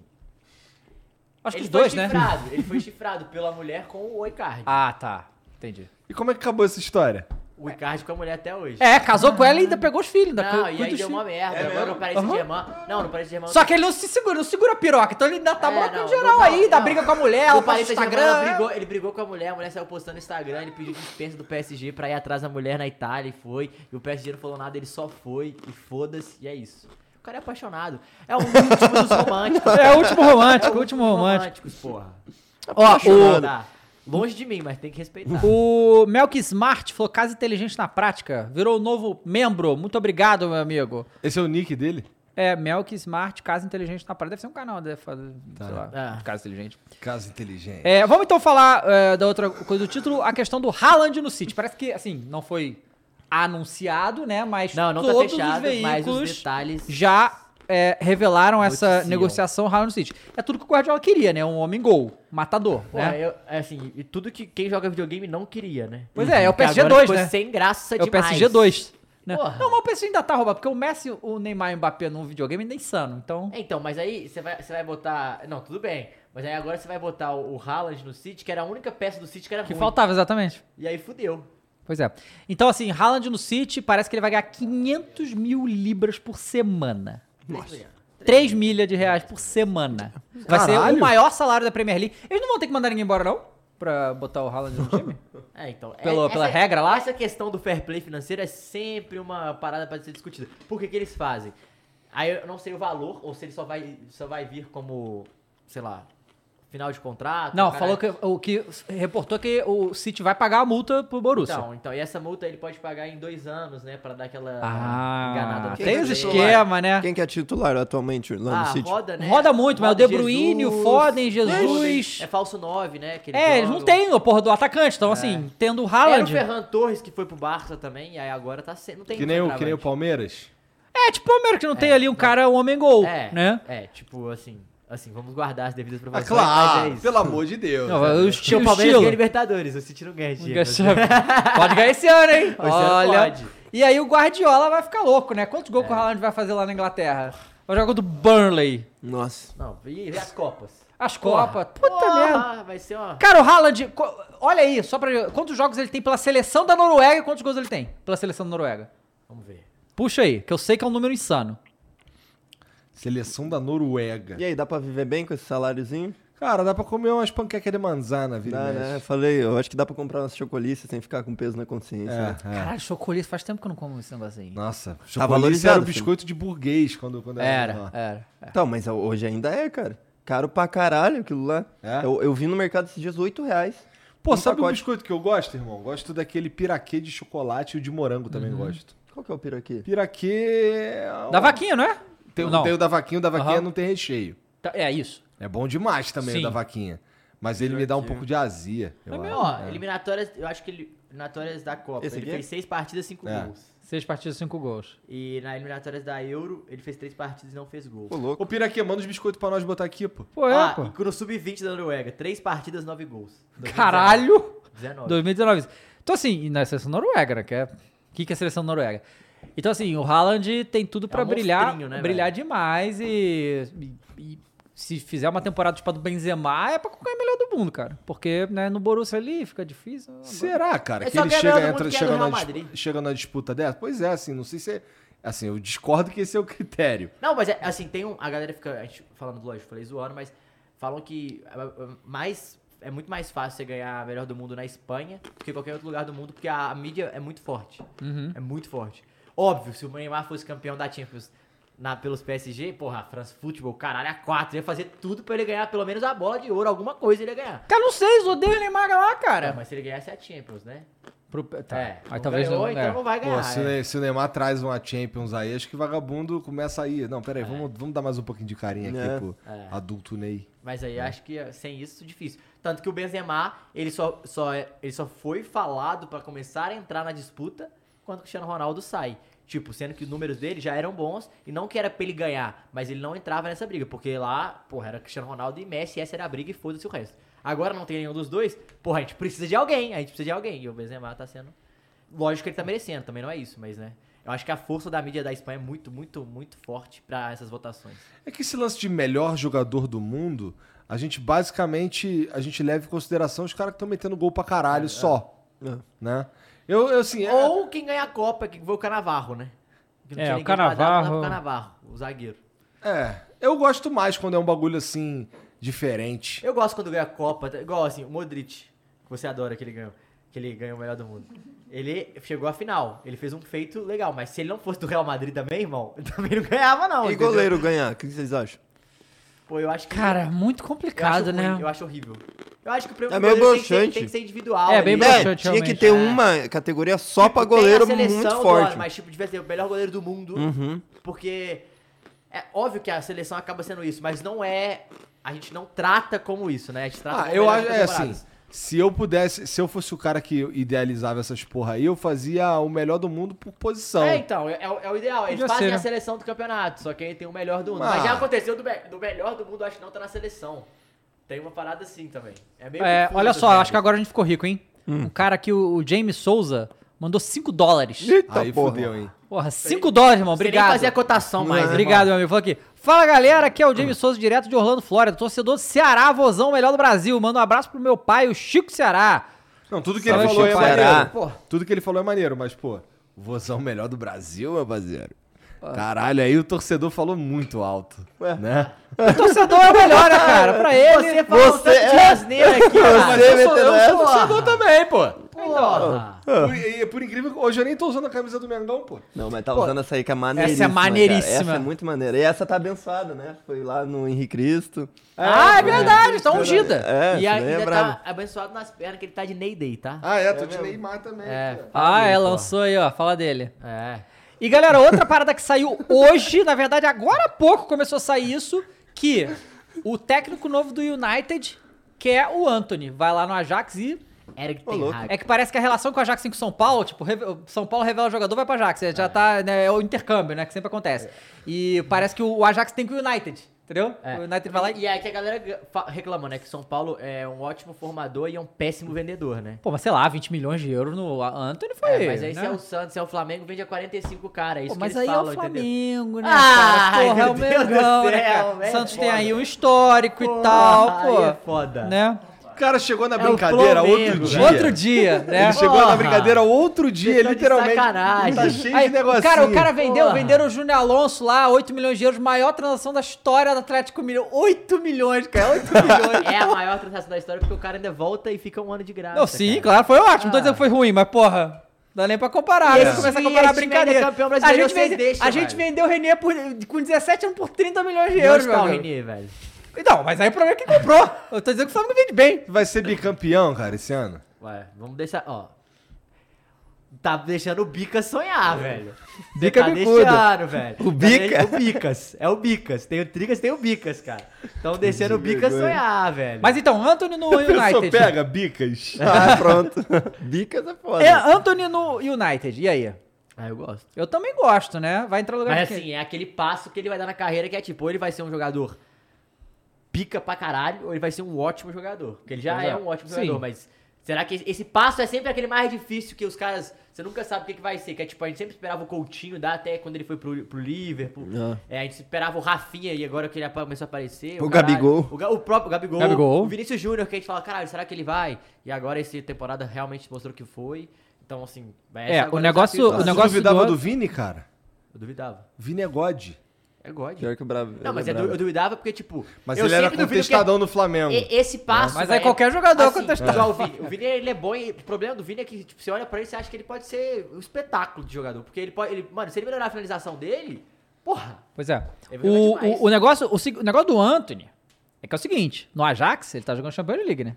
Speaker 1: Acho que
Speaker 2: ele
Speaker 1: os dois,
Speaker 2: foi
Speaker 1: né?
Speaker 2: chifrado. Ele foi chifrado pela mulher com o Icardi.
Speaker 1: Ah, tá. Entendi.
Speaker 3: E como é que acabou essa história?
Speaker 2: O Icardi com a mulher até hoje.
Speaker 1: É, casou com ela e ainda pegou os filhos. Ainda cu-
Speaker 2: Não, e
Speaker 1: cuida
Speaker 2: aí
Speaker 1: dos
Speaker 2: deu
Speaker 1: filhos.
Speaker 2: uma merda. Agora no Paris Saint-Germain. Não, no Paris Saint-Germain.
Speaker 1: Só que ele não se segura, não segura a piroca. Então ele ainda tá
Speaker 2: É,
Speaker 1: brotando
Speaker 2: não,
Speaker 1: geral
Speaker 2: não,
Speaker 1: aí, dá
Speaker 2: não.
Speaker 1: briga com a mulher,
Speaker 2: O
Speaker 1: ela posta no
Speaker 2: Paris
Speaker 1: Instagram.
Speaker 2: Saint-Germain
Speaker 1: é.
Speaker 2: brigou, ele brigou com a mulher, a mulher saiu postando no Instagram, ele pediu dispensa do PSG pra ir atrás da mulher na Itália e foi. E o PSG não falou nada, ele só foi e foda-se, e é isso. O cara é apaixonado. É o último dos românticos.
Speaker 1: É o último romântico, o último
Speaker 2: dos
Speaker 1: romântico.
Speaker 2: românticos, porra.
Speaker 1: Ó, o,
Speaker 2: Tá. Longe de mim, mas tem que respeitar.
Speaker 1: o Melk Smart falou casa inteligente na prática. Virou novo membro. Muito obrigado, meu amigo.
Speaker 3: Esse é o nick dele?
Speaker 1: É, Melk Smart, casa inteligente na prática. Deve ser um canal, deve fazer, sei lá,
Speaker 2: Ah.
Speaker 1: casa inteligente.
Speaker 3: Caso inteligente.
Speaker 1: É, vamos então falar é, da outra coisa do título, a questão do Haaland no City. Parece que, assim, não foi anunciado, né? Mas
Speaker 2: Não, não tá
Speaker 1: todos os
Speaker 2: fechado, mas
Speaker 1: veículos
Speaker 2: os detalhes.
Speaker 1: já é, revelaram essa
Speaker 2: Noticiam.
Speaker 1: negociação Haaland City. É tudo que o Guardiola queria, né? Um homem gol, matador,
Speaker 2: Pô,
Speaker 1: né?
Speaker 2: eu- é assim, e tudo que quem joga videogame não queria, né?
Speaker 1: Pois é, é o
Speaker 2: Porque
Speaker 1: PSG
Speaker 2: agora
Speaker 1: 2,
Speaker 2: ficou
Speaker 1: né?
Speaker 2: sem graça
Speaker 1: É o
Speaker 2: demais.
Speaker 1: PSG 2. Né?
Speaker 2: Porra.
Speaker 1: Não, mas o PSG ainda tá roubado, porque o Messi, o Neymar e o Mbappé num videogame ainda é insano. Então,
Speaker 2: É, Então, mas aí você vai, você vai botar. Não, tudo bem. Mas aí agora você vai botar o, o Haaland no City, que era a única peça do City que era
Speaker 1: que
Speaker 2: ruim.
Speaker 1: faltava exatamente.
Speaker 2: E aí fudeu.
Speaker 1: Pois é. Então, assim, Haaland no City parece que ele vai ganhar 500 mil libras por semana.
Speaker 2: Nossa.
Speaker 1: 3 milhas de reais por semana. Vai ser
Speaker 3: Caralho.
Speaker 1: o maior salário da Premier League. Eles não vão ter que mandar ninguém embora, não? Pra botar o Haaland no time?
Speaker 2: É, então. é-
Speaker 1: Pelo- pela regra lá?
Speaker 2: Essa questão do fair play financeiro é sempre uma parada pra ser discutida. Por que, que eles fazem? Aí eu não sei o valor, ou se ele só vai, só vai vir como, sei lá, final de contrato.
Speaker 1: Não,
Speaker 2: caralho.
Speaker 1: falou que, é o que reportou que o City vai pagar a multa pro Borussia.
Speaker 2: Então, então, e essa multa ele pode pagar em dois anos, né? Pra dar aquela enganada
Speaker 1: ah,
Speaker 2: no
Speaker 1: tem os
Speaker 2: fair play.
Speaker 1: esquema, né?
Speaker 7: Quem que é titular atualmente lá no
Speaker 2: Ah,
Speaker 7: City?
Speaker 3: tipo
Speaker 2: roda, né?
Speaker 1: Roda muito, mas o De
Speaker 2: Jesus,
Speaker 1: Bruyne, o Foden, Jesus.
Speaker 2: É falso 9, né? que
Speaker 1: É, eles
Speaker 2: jogam.
Speaker 1: não têm a porra do atacante. Então, assim, tendo o
Speaker 2: Era o
Speaker 1: Haaland...
Speaker 2: Ferran Torres que foi pro Barça também, e aí agora tá sendo. Não tem
Speaker 3: Que nem, o, que nem o
Speaker 2: centroavante.
Speaker 3: Palmeiras?
Speaker 1: É, tipo o Palmeiras que não tem ali um cara, um homem-gol,
Speaker 2: É,
Speaker 1: né?
Speaker 2: é, tipo assim, assim, vamos guardar as devidas
Speaker 3: Ah,
Speaker 2: proporções.
Speaker 3: claro!
Speaker 2: mas é isso.
Speaker 3: pelo amor de Deus.
Speaker 1: Não, É, o
Speaker 2: Porque
Speaker 1: estilo,
Speaker 2: o Palmeiras
Speaker 1: estilo.
Speaker 2: ganha Libertadores, o City não ganha dinheiro. é.
Speaker 1: Pode ganhar esse ano, hein?
Speaker 2: ano
Speaker 1: Olha.
Speaker 2: pode.
Speaker 1: E aí o Guardiola vai ficar louco, né? Quantos gols que o Haaland vai fazer lá na Inglaterra? Vai jogar do Burnley.
Speaker 7: Nossa.
Speaker 2: Não, e as Copas?
Speaker 1: As
Speaker 2: Porra.
Speaker 1: Copas. Puta
Speaker 2: Porra,
Speaker 1: merda.
Speaker 2: Vai ser uma.
Speaker 1: Cara, o Haaland, co- olha aí, só pra. Quantos jogos ele tem pela seleção da Noruega e quantos gols ele tem pela seleção da Noruega?
Speaker 2: Vamos ver.
Speaker 1: Puxa aí, que eu sei que é um número insano.
Speaker 3: Seleção da Noruega.
Speaker 7: E aí, dá pra viver bem com esse saláriozinho?
Speaker 3: Cara, dá pra comer umas panquecas de manzana, vira
Speaker 7: Dá,
Speaker 3: e mexe.
Speaker 7: né?
Speaker 2: é
Speaker 7: Eu Falei, eu acho que dá pra comprar umas chocolices sem ficar com peso na consciência. né?
Speaker 3: É, é.
Speaker 1: Caralho, chocolate, faz tempo que eu não como esse negócio aí.
Speaker 3: Nossa,
Speaker 7: Tá
Speaker 3: chocolate
Speaker 7: valorizado,
Speaker 3: era um biscoito de burguês quando, quando
Speaker 1: Era, é. era.
Speaker 7: Então, mas hoje ainda é, cara. Caro pra caralho aquilo lá.
Speaker 3: É?
Speaker 7: Eu, eu vi no mercado esses dias 8 reais.
Speaker 3: Pô,
Speaker 7: Um
Speaker 3: sabe o
Speaker 7: pacote.
Speaker 3: biscoito que eu gosto, irmão? Gosto daquele piraquê de chocolate e o de morango também gosto.
Speaker 7: Qual que é o piraquê?
Speaker 3: Piraquê. é um-
Speaker 1: Da vaquinha, não é?
Speaker 3: Tem, um
Speaker 1: não.
Speaker 3: tem o da vaquinha, o da vaquinha
Speaker 1: Aham.
Speaker 3: não tem recheio.
Speaker 1: Tá- É isso.
Speaker 3: É bom demais também
Speaker 1: Sim. É
Speaker 3: o da vaquinha. Mas ele me dá um pouco de azia. eu acho.
Speaker 2: Ó, eliminatórias, eu acho que ele- eliminatórias da Copa,
Speaker 7: Esse
Speaker 2: ele
Speaker 7: aqui?
Speaker 2: fez seis partidas, cinco
Speaker 3: É.
Speaker 2: gols.
Speaker 1: Seis partidas, cinco gols.
Speaker 2: E na eliminatórias da Euro, ele fez três partidas e não fez gol.
Speaker 7: Ô, louco.
Speaker 3: Ô, Piraquê, manda os biscoitos pra nós botar aqui, pô.
Speaker 1: Pô, é,
Speaker 2: ah,
Speaker 1: pô.
Speaker 2: e no sub-20 da Noruega, três partidas, nove gols. 2019.
Speaker 1: Caralho!
Speaker 2: 19.
Speaker 1: 2019. Então, assim, e na seleção noruega, né? Que é... O que, que é a seleção noruega? Então, assim, o Haaland tem tudo pra
Speaker 2: um
Speaker 1: brilhar,
Speaker 2: monstrinho, né,
Speaker 1: brilhar demais e, e- e se fizer uma temporada tipo a do Benzema, é pra qualquer melhor do mundo, cara. Porque, né, no Borussia ali fica difícil. né?
Speaker 3: Será, cara?
Speaker 2: Mas
Speaker 3: Que
Speaker 2: só
Speaker 3: ele
Speaker 2: ganha
Speaker 3: chega,
Speaker 2: todo mundo
Speaker 3: entra,
Speaker 2: que é
Speaker 3: chega,
Speaker 2: do
Speaker 3: na
Speaker 2: Real
Speaker 3: dis-
Speaker 2: Madrid.
Speaker 3: chega na disputa dessa? Pois é, assim, não sei se é. Assim, eu discordo que esse é o critério.
Speaker 2: Não, mas é, assim, tem um. A galera fica a gente, falando, lógico, falei zoando, mas falam que é, é, mais, é muito mais fácil você ganhar a melhor do mundo na Espanha do que em qualquer outro lugar do mundo, porque a, mídia é muito forte.
Speaker 1: Uhum.
Speaker 2: É muito forte. Óbvio, se o Neymar fosse campeão da Champions na, pelos PSG, porra, a France Football, caralho, a 4, ia fazer tudo pra ele ganhar pelo menos a bola de ouro, alguma coisa ele ia ganhar.
Speaker 1: Cara, não sei, odeio o Neymar lá,
Speaker 2: É,
Speaker 1: cara.
Speaker 2: mas se ele ganhasse a Champions, né?
Speaker 1: Pro- tá.
Speaker 2: É,
Speaker 1: Aí
Speaker 2: não
Speaker 1: talvez
Speaker 2: ganhou,
Speaker 1: não.
Speaker 2: então
Speaker 1: é.
Speaker 2: não vai ganhar.
Speaker 3: Pô, se, o
Speaker 2: é.
Speaker 3: Ne- se o Neymar traz uma Champions aí, acho que vagabundo começa a ir. Não, pera aí,
Speaker 2: É.
Speaker 3: vamos, vamos dar mais um pouquinho de carinha aqui
Speaker 2: Né?
Speaker 7: É.
Speaker 3: pro adulto Ney.
Speaker 2: Mas aí acho que eh, sem isso difícil. Tanto que o Benzema, ele só, só, ele só foi falado pra começar a entrar na disputa quando o Cristiano Ronaldo sai. Tipo, sendo que os números dele já eram bons e não que era pra ele ganhar, mas ele não entrava nessa briga, porque lá, porra, era Cristiano Ronaldo e Messi, essa era a briga e foda-se o resto. Agora não tem nenhum dos dois, porra, a gente precisa de alguém, a gente precisa de alguém. E o Benzema tá sendo. Lógico que ele tá merecendo, também não é isso, mas né. Eu acho que a força da mídia da Espanha é muito, muito, muito forte pra essas votações.
Speaker 3: É que esse lance de melhor jogador do mundo, a gente basicamente a gente leva em consideração os caras que estão metendo gol pra caralho só. Né? Eu, eu assim. é-
Speaker 2: É, Ou quem ganha a Copa, que foi o Canavarro, né? Que
Speaker 1: É,
Speaker 2: tinha
Speaker 1: o
Speaker 2: ninguém quadrado,
Speaker 1: Cannavaro-
Speaker 2: dava pro Cannavaro, o zagueiro.
Speaker 3: É, eu gosto mais quando é um bagulho assim, diferente.
Speaker 2: Eu gosto quando ganha a Copa, tá? igual assim, o Modric, que você adora que ele ganhou, que ele ganhou o melhor do mundo. Ele chegou à final, ele fez um feito legal, mas se ele não fosse do Real Madrid também, irmão, também não ganhava não,
Speaker 7: E
Speaker 2: entendeu?
Speaker 7: goleiro ganhar, o que vocês acham?
Speaker 2: Pô, eu acho que...
Speaker 1: Cara, muito
Speaker 2: eu acho
Speaker 1: complicado,
Speaker 2: ruim,
Speaker 1: né?
Speaker 2: Eu acho horrível. Eu acho que o prêmio
Speaker 7: É
Speaker 2: do
Speaker 7: meio
Speaker 2: goleiro tem que, ser,
Speaker 7: broxante.
Speaker 2: tem que ser individual.
Speaker 1: É,
Speaker 2: ali.
Speaker 1: bem
Speaker 7: É,
Speaker 1: broxante,
Speaker 7: tinha que
Speaker 1: realmente.
Speaker 7: ter
Speaker 1: É. Tipo,
Speaker 7: uma categoria só pra
Speaker 2: Tem a
Speaker 7: goleiro
Speaker 2: seleção
Speaker 7: muito
Speaker 2: do-
Speaker 7: forte.
Speaker 2: Mas, tipo, devia ser o melhor goleiro do mundo. Porque é óbvio que a seleção acaba sendo isso, mas não é. A gente não trata como isso, né? A gente trata
Speaker 3: Ah,
Speaker 2: como
Speaker 3: eu
Speaker 2: melhores
Speaker 3: acho. É assim.
Speaker 2: temporadas.
Speaker 3: Se eu pudesse, se eu fosse o cara que idealizava essas porra aí, eu fazia o melhor do mundo por posição.
Speaker 2: É, então, é, é o- é o ideal. Eles
Speaker 1: Podia
Speaker 2: fazem
Speaker 1: ser,
Speaker 2: a
Speaker 1: né?
Speaker 2: seleção do campeonato, só que aí tem o melhor do mundo.
Speaker 3: Ah.
Speaker 2: Mas já aconteceu do, me- do melhor do mundo, acho que não tá na seleção. Tem uma parada assim também. É meio Hum.
Speaker 1: É,
Speaker 2: confuso,
Speaker 1: olha só,
Speaker 2: sabe?
Speaker 1: acho que agora a gente ficou rico, hein? Um cara aqui, o, o James Souza, mandou 5 dólares.
Speaker 2: então,
Speaker 7: Eita,
Speaker 3: aí
Speaker 7: porra.
Speaker 3: fudeu, hein?
Speaker 1: Porra, 5 dólares, irmão.
Speaker 2: Você nem
Speaker 1: Obrigado.
Speaker 2: fazia cotação mais. é irmão.
Speaker 1: Obrigado, meu amigo. Falou aqui. Fala, galera. Aqui é o James Souza, direto de Orlando, Flórida. Torcedor do Ceará, vozão melhor do Brasil. Manda um abraço pro meu pai, o Chico Ceará.
Speaker 3: Não, tudo que ele
Speaker 1: Salve,
Speaker 3: falou é
Speaker 7: Chico Ceará.
Speaker 3: maneiro.
Speaker 2: Porra.
Speaker 3: Tudo que ele falou é maneiro, mas, pô, vozão melhor do Brasil, meu parceiro. Caralho, aí o torcedor falou muito alto. Né?
Speaker 1: O torcedor é o melhor, né, cara? Pra ele. um
Speaker 2: Você falou
Speaker 7: Você-
Speaker 2: tanto de asneira aqui, cara.
Speaker 7: Você metendo essa.
Speaker 3: torcedor também, pô.
Speaker 2: Porra.
Speaker 3: Por, e- por incrível que hoje eu nem tô usando a camisa do Mengão, pô.
Speaker 7: Não, mas tá usando essa aí que é
Speaker 1: essa
Speaker 7: maneiríssima.
Speaker 1: é maneiríssima.
Speaker 7: cara. Essa é muito maneira. E essa tá abençoada, né? Foi lá no Henrique Cristo.
Speaker 1: Ah, é verdade. Tá ungida.
Speaker 7: É,
Speaker 2: e
Speaker 7: essa daí
Speaker 2: ainda
Speaker 7: é brava.
Speaker 2: tá abençoado nas pernas, que ele tá de Ney Day, tá?
Speaker 3: Ah, é, tô de Neymar também. pô.
Speaker 1: Ah, é. Lançou aí, ó. Fala dele.
Speaker 2: É.
Speaker 1: E galera, outra parada que saiu hoje, na verdade, agora há pouco começou a sair isso, que o técnico novo do United, que é o Anthony, vai lá no Ajax e
Speaker 2: Eric
Speaker 7: Ô,
Speaker 2: Ten
Speaker 7: louco.
Speaker 2: Hag.
Speaker 1: é que parece que a relação com o Ajax tem com o São Paulo, tipo, reve- o São Paulo revela o jogador, vai pro Ajax, já tá, né, é o intercâmbio, né, que sempre acontece. E parece que o o Ajax tem com o United, entendeu?
Speaker 2: É.
Speaker 1: O United vai lá e
Speaker 2: E é que a galera fa- reclama, né? Que São Paulo é um ótimo formador e é um péssimo vendedor, né?
Speaker 1: Pô, mas sei lá, 20 milhões de euros no A- Anthony foi,
Speaker 2: É, mas aí
Speaker 1: né?
Speaker 2: se é o Santos, se é o Flamengo, vende a 45 cara. É isso
Speaker 1: Pô,
Speaker 2: que
Speaker 1: mas
Speaker 2: eles
Speaker 1: aí
Speaker 2: falam,
Speaker 1: é o
Speaker 2: entendeu?
Speaker 1: Flamengo, né?
Speaker 2: Ah,
Speaker 1: cara? Porra, é o
Speaker 2: meu Deus do
Speaker 1: Mengão, né,
Speaker 2: céu,
Speaker 1: cara?
Speaker 2: velho,
Speaker 1: Santos
Speaker 2: foda.
Speaker 1: tem aí um histórico
Speaker 2: Porra,
Speaker 1: e tal,
Speaker 2: aí
Speaker 1: pô.
Speaker 2: é foda.
Speaker 1: Né?
Speaker 3: cara chegou na
Speaker 2: É o
Speaker 3: brincadeira
Speaker 2: Flamengo,
Speaker 3: outro dia.
Speaker 2: velho.
Speaker 1: Outro dia, né?
Speaker 3: Ele chegou na
Speaker 2: Porra.
Speaker 3: brincadeira outro dia,
Speaker 2: Vocês tão de
Speaker 3: literalmente.
Speaker 2: sacanagem.
Speaker 3: Tá cheio
Speaker 1: Aí,
Speaker 3: de negocinho.
Speaker 1: Cara, o cara vendeu,
Speaker 2: Porra.
Speaker 1: venderam o Júnior Alonso lá, 8 milhões de euros, maior transação da história do Atlético Mineiro. 8 milhões, cara, 8 milhões.
Speaker 2: É a maior transação da história porque o cara ainda volta e fica um ano de graça.
Speaker 1: Não, sim,
Speaker 2: cara.
Speaker 1: claro, foi ótimo. Não tô dizendo que foi ruim, mas porra. Dá nem pra comparar.
Speaker 2: E
Speaker 1: né?
Speaker 2: esse
Speaker 1: Começa a
Speaker 2: time-
Speaker 1: comparar
Speaker 2: esse time ainda é
Speaker 1: brincadeira.
Speaker 2: campeão
Speaker 1: a
Speaker 2: brasileiro,
Speaker 1: gente,
Speaker 2: vocês
Speaker 1: vende-
Speaker 2: deixam,
Speaker 1: a gente
Speaker 2: velho.
Speaker 1: vendeu o Renê por- com 17 anos por 30 milhões de
Speaker 2: Não
Speaker 1: euros,
Speaker 2: está tá o
Speaker 1: meu amigo.
Speaker 2: Renê, velho.
Speaker 1: Então, mas aí o problema é quem comprou. Eu tô dizendo que o Flamengo vende bem.
Speaker 3: Vai ser bicampeão, cara, esse ano?
Speaker 2: Ué, vamos deixar, ó. Tá deixando o Bicas sonhar, velho. Você
Speaker 1: Bica
Speaker 2: tá
Speaker 1: bicudo.
Speaker 2: deixando, velho.
Speaker 7: O
Speaker 2: Tá
Speaker 7: Bica?
Speaker 2: deixando- O Bicas. É o Bicas. Tem o Tricas, tem o Bicas, cara. Estão deixando o Bicas
Speaker 3: vergonha.
Speaker 2: sonhar, velho.
Speaker 1: Mas então, Anthony no
Speaker 3: Pessoa
Speaker 1: United.
Speaker 3: pega bicas.
Speaker 7: Ah, pronto. Bicas é foda.
Speaker 1: É, Anthony no United. E aí?
Speaker 2: Ah, eu gosto.
Speaker 1: Eu também gosto, né? Vai entrar no lugar
Speaker 2: Mas
Speaker 1: de quem?
Speaker 2: assim, é aquele passo que ele vai dar na carreira que é tipo, ou ele vai ser um jogador pica pra caralho, ou ele vai ser um ótimo jogador. Porque ele já
Speaker 1: Pois é.
Speaker 2: é um ótimo
Speaker 1: Sim.
Speaker 2: jogador, mas será que esse passo é sempre aquele mais difícil que os caras. Você nunca sabe o que, que vai ser. Que é tipo, a gente sempre esperava o Coutinho dar até quando ele foi pro, pro Liverpool.
Speaker 1: Ah.
Speaker 2: É, a gente esperava o Rafinha e agora que ele apa- começou a aparecer.
Speaker 7: O
Speaker 2: caralho.
Speaker 7: Gabigol.
Speaker 2: O, Ga- o próprio Gabigol.
Speaker 1: Gabigol.
Speaker 2: O Vinícius Júnior, que a gente fala, caralho, será que ele vai? E agora essa temporada realmente mostrou que foi. Então, assim, essa
Speaker 1: É, o
Speaker 2: agora um
Speaker 1: negócio-
Speaker 2: desafio.
Speaker 1: o
Speaker 3: Você
Speaker 1: negócio
Speaker 3: duvidava
Speaker 1: do-
Speaker 3: do... Vini, cara?
Speaker 2: Eu duvidava.
Speaker 3: Vini é God.
Speaker 2: É God.
Speaker 7: Pior que o Bravo.
Speaker 2: Não, mas eu, du- eu duvidava porque, tipo.
Speaker 3: Mas
Speaker 2: eu
Speaker 3: ele era
Speaker 2: sempre duvido que-
Speaker 3: contestadão no Flamengo.
Speaker 2: e- Esse passo.
Speaker 1: Mas
Speaker 2: velho,
Speaker 1: aí qualquer jogador é
Speaker 2: assim,
Speaker 1: contestado.
Speaker 2: igual o Vini. O Vini ele é bom e o problema do Vini é que tipo, você olha pra ele e você acha que ele pode ser um espetáculo de jogador. Porque ele pode. Ele, mano, se ele melhorar a finalização dele, porra.
Speaker 1: Pois é.
Speaker 2: Ele vai
Speaker 1: O,
Speaker 2: demais.
Speaker 1: o, o negócio, o, seg- o negócio do Anthony é que é o seguinte: no Ajax, ele tá jogando Champions League, né?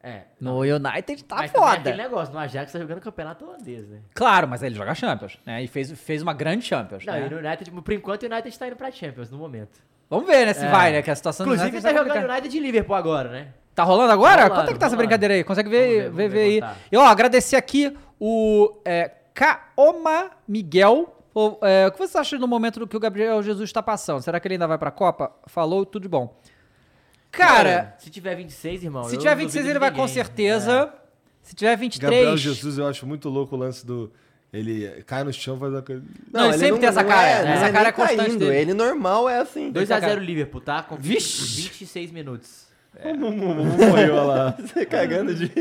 Speaker 2: É.
Speaker 1: No United tá
Speaker 2: mas também é
Speaker 1: foda.
Speaker 2: aquele negócio, no Ajax tá jogando campeonato holandês, né?
Speaker 1: Claro, mas aí ele joga Champions, né? E fez, fez uma grande Champions.
Speaker 2: Não,
Speaker 1: né?
Speaker 2: e no United, por enquanto, o United tá indo pra Champions no momento.
Speaker 1: Vamos ver, né? Se
Speaker 2: É.
Speaker 1: vai, né? Que a situação do
Speaker 2: Inclusive,
Speaker 1: United
Speaker 2: tá jogando
Speaker 1: complicada.
Speaker 2: United de Liverpool agora, né?
Speaker 1: Tá rolando agora?
Speaker 2: Rolando,
Speaker 1: Quanto é que tá essa
Speaker 2: rolando.
Speaker 1: brincadeira aí? Consegue ver,
Speaker 2: Vamos
Speaker 1: ver,
Speaker 2: ver, vamos
Speaker 1: ver aí?
Speaker 2: ver quanto tá.
Speaker 1: E ó, agradecer aqui o é, Kaoma Miguel. Pô, é, o que você acha no momento do que o Gabriel Jesus tá passando? Será que ele ainda vai pra Copa? Falou, tudo de bom. Cara,
Speaker 2: se tiver 26, irmão.
Speaker 1: se
Speaker 2: eu
Speaker 1: tiver
Speaker 2: não
Speaker 1: 26,
Speaker 2: duvido
Speaker 1: ele vai
Speaker 2: de ninguém. é.
Speaker 1: com certeza. Se tiver 23.
Speaker 3: Gabriel Jesus, eu acho muito louco o lance do. Ele cai no chão e faz uma coisa.
Speaker 7: Ah,
Speaker 1: Não, ele sempre tem essa cara, né? Essa
Speaker 7: nem
Speaker 1: cara é constante
Speaker 7: caindo,
Speaker 1: dele.
Speaker 7: Ele normal é assim.
Speaker 2: 2x0 Liverpool, tá? Com
Speaker 1: Vixe.
Speaker 2: 26 minutos.
Speaker 3: Morreu olha lá.
Speaker 7: Você cagando de.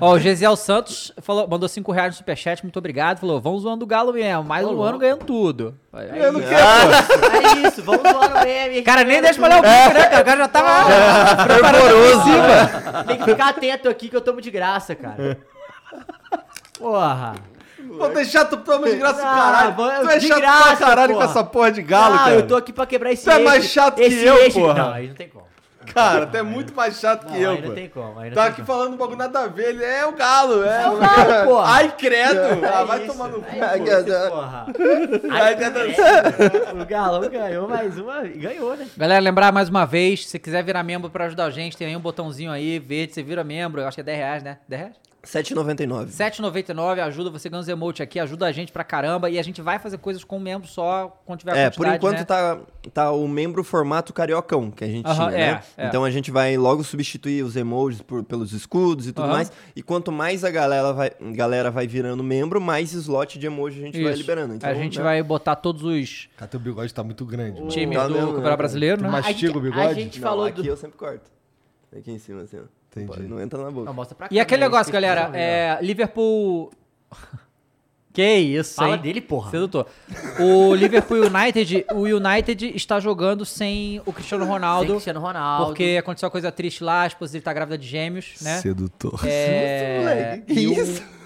Speaker 1: Ó, o Gesiel Santos falou, mandou 5 reais no superchat, muito obrigado. Falou, vamos zoando o Galo mesmo. Mais um ano ganhando tudo.
Speaker 3: Eu não quero.
Speaker 2: É isso, vamos lá no meme.
Speaker 1: Cara, nem deixa pra olhar o
Speaker 7: É.
Speaker 1: bico, né, cara? O cara já tava
Speaker 2: Ah,
Speaker 1: preparando a ofensiva.
Speaker 2: Tem que ficar atento aqui que eu tomo de graça, cara. Porra.
Speaker 3: Vou deixar tu promo de graça,
Speaker 2: Ah,
Speaker 3: caralho.
Speaker 2: mano,
Speaker 3: Tu é
Speaker 2: de
Speaker 3: chato pra
Speaker 2: graça,
Speaker 3: caralho
Speaker 2: porra.
Speaker 3: com essa porra de galo,
Speaker 2: ah,
Speaker 3: cara.
Speaker 2: eu tô aqui pra quebrar esse
Speaker 3: Tu é mais chato que eu, porra.
Speaker 2: Não, aí não tem como.
Speaker 3: Cara, tu é muito mais chato
Speaker 2: Ah, Não,
Speaker 3: que eu,
Speaker 2: aí
Speaker 3: pô.
Speaker 2: não tem como. Aí não
Speaker 3: Tá
Speaker 2: tem
Speaker 3: aqui
Speaker 2: como.
Speaker 3: falando um bagulho nada a ver. Ele é o galo, é.
Speaker 2: o galo, porra.
Speaker 3: Ai, credo.
Speaker 2: É
Speaker 3: ah, vai
Speaker 2: isso,
Speaker 3: tomar no cu.
Speaker 2: é isso, porra.
Speaker 3: Ai, credo.
Speaker 2: O Galão ganhou mais uma. Ganhou, né?
Speaker 7: É.
Speaker 1: Galera, lembrar mais uma vez, se quiser virar membro pra ajudar a gente, tem aí um botãozinho aí, verde, você vira membro, eu acho que é 10 reais, né? 10 reais?
Speaker 7: 7,99.
Speaker 1: 7,99, ajuda, você ganha os emotes aqui, ajuda a gente pra caramba, e a gente vai fazer coisas com um membro só, quando tiver a
Speaker 7: É, por
Speaker 1: quantidade,
Speaker 7: enquanto
Speaker 1: né?
Speaker 7: tá, tá o membro formato cariocão que a gente
Speaker 1: Aham,
Speaker 7: tinha, né?
Speaker 1: é, é.
Speaker 7: Então a gente vai logo substituir os emojis por- pelos escudos e tudo
Speaker 1: Aham.
Speaker 7: mais. E quanto mais a galera vai, galera vai virando membro, mais slot de emoji a gente vai
Speaker 1: Isso.
Speaker 7: liberando. Então,
Speaker 1: a gente
Speaker 7: né?
Speaker 1: vai botar todos os
Speaker 3: Cara, teu bigode tá muito grande. mano.
Speaker 1: times
Speaker 7: Tá
Speaker 1: do
Speaker 7: mesmo, né,
Speaker 1: Campeonato
Speaker 7: cara?
Speaker 1: Brasileiro, né?
Speaker 3: Tu mastiga o
Speaker 2: a
Speaker 3: bigode?
Speaker 2: gente-
Speaker 7: Não,
Speaker 2: falou
Speaker 7: aqui
Speaker 2: do-
Speaker 7: eu sempre corto. Aqui em cima, assim, ó.
Speaker 3: Entendi.
Speaker 7: Pode- Não entra na boca.
Speaker 2: Não, mostra pra cá.
Speaker 1: E aquele
Speaker 2: né?
Speaker 1: negócio,
Speaker 2: Esqueci de
Speaker 1: galera,
Speaker 2: falar, né?
Speaker 1: é, Liverpool... que isso,
Speaker 2: Fala
Speaker 1: hein?
Speaker 2: dele, porra.
Speaker 1: Sedutor. O Liverpool United, o United está jogando sem o Cristiano
Speaker 2: Sem
Speaker 1: Ronaldo,
Speaker 2: Cristiano Ronaldo.
Speaker 1: porque aconteceu uma coisa triste lá, a esposa dele tá grávida de gêmeos, né?
Speaker 3: Sedutor.
Speaker 1: É,
Speaker 7: Moleque, que
Speaker 1: e um-
Speaker 7: isso?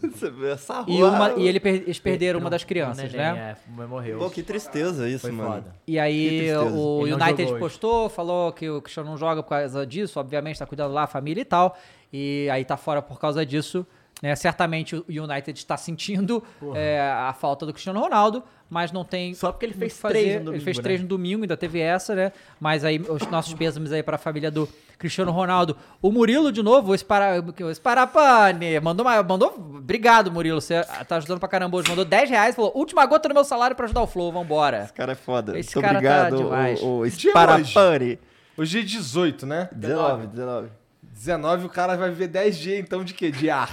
Speaker 7: Você vê essa
Speaker 1: E,
Speaker 7: rua-
Speaker 1: uma, e ele per- eles perderam
Speaker 2: Não,
Speaker 1: uma das
Speaker 2: o
Speaker 1: crianças,
Speaker 2: neném,
Speaker 1: né?
Speaker 2: É, mas morreu.
Speaker 7: Pô, que tristeza isso,
Speaker 2: Foi
Speaker 7: mano.
Speaker 2: foda.
Speaker 1: E
Speaker 7: Que
Speaker 1: aí
Speaker 7: tristeza.
Speaker 1: o
Speaker 2: Ele não
Speaker 1: United
Speaker 2: jogou hoje.
Speaker 1: postou, falou que o Cristiano não joga por causa disso, obviamente tá cuidando lá, a família e tal. E aí tá fora por causa disso. Né? Certamente o United está sentindo é, a falta do Cristiano Ronaldo, mas não tem.
Speaker 2: Só porque ele
Speaker 1: muito o que
Speaker 2: fez três no
Speaker 1: Ele
Speaker 2: domingo,
Speaker 1: fez
Speaker 2: né?
Speaker 1: três no domingo, ainda teve essa, né? Mas aí os nossos pêsames aí para a família do Cristiano Ronaldo. O Murilo, de novo, o Espara- o Sparapane, mandou, uma- mandou. Obrigado, Murilo, você tá ajudando pra caramba hoje. Mandou 10 reais, falou: última gota do meu salário pra ajudar o Flow, vambora.
Speaker 7: Esse cara é foda.
Speaker 1: Esse
Speaker 7: Muito
Speaker 1: cara tá
Speaker 7: obrigado,
Speaker 1: demais.
Speaker 7: o, o
Speaker 3: Dia
Speaker 7: Sparapani.
Speaker 3: Hoje é 18, né?
Speaker 7: 19, 19.
Speaker 3: 19 o cara vai viver 10 dias, então, de quê? De ar.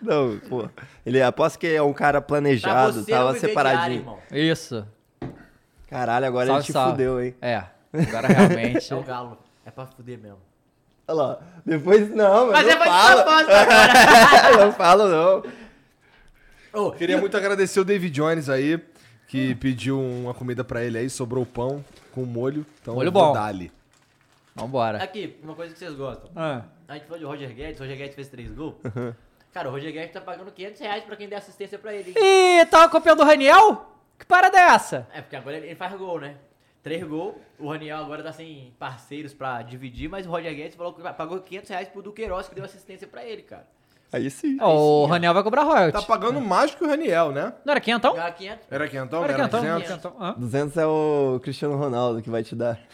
Speaker 7: Não, pô. Ele aposto que é um cara
Speaker 2: Pra
Speaker 7: planejado,
Speaker 2: você não
Speaker 7: tava
Speaker 2: viver de área,
Speaker 7: separadinho.
Speaker 2: irmão.
Speaker 1: Isso.
Speaker 7: Caralho, agora
Speaker 1: Salve,
Speaker 7: ele te
Speaker 1: salve.
Speaker 7: fudeu, hein?
Speaker 1: É, agora realmente.
Speaker 2: É o galo. É pra fuder mesmo.
Speaker 7: Olha lá. Depois, não,
Speaker 2: Mas
Speaker 7: mas, não
Speaker 2: é pra
Speaker 7: fala.
Speaker 2: proposta agora.
Speaker 7: não falo, não.
Speaker 3: Queria muito agradecer o David Jones aí, que pediu uma comida pra ele aí, sobrou pão com molho. Então,
Speaker 1: Molho
Speaker 3: vou
Speaker 1: bom.
Speaker 3: dar-lhe.
Speaker 1: Vambora.
Speaker 2: Aqui, uma coisa que vocês gostam.
Speaker 1: Ah.
Speaker 2: A gente falou de Roger Guedes, Roger Guedes fez três gols. Cara, o Roger Guedes tá pagando 500 reais pra quem der assistência pra ele. hein?
Speaker 1: Ih, tá tava copiando o Raniel? Que parada é essa?
Speaker 2: É, porque agora ele ele faz gol, né? Três gols, o Raniel agora tá sem parceiros pra dividir, mas o Roger Guedes falou que pagou 500 reais pro Duqueiroz, que deu assistência pra ele, cara.
Speaker 7: Aí sim.
Speaker 1: Ó, o Raniel vai cobrar royalties.
Speaker 3: Tá pagando mais que o Raniel, né?
Speaker 1: Não era quinhentão?
Speaker 2: Ganhar 500.
Speaker 3: Era
Speaker 1: Era quinhentão?
Speaker 3: quentão? Era
Speaker 1: Era
Speaker 3: 200?
Speaker 1: quinhentão. Hã?
Speaker 7: 200 é o Cristiano Ronaldo que vai te dar.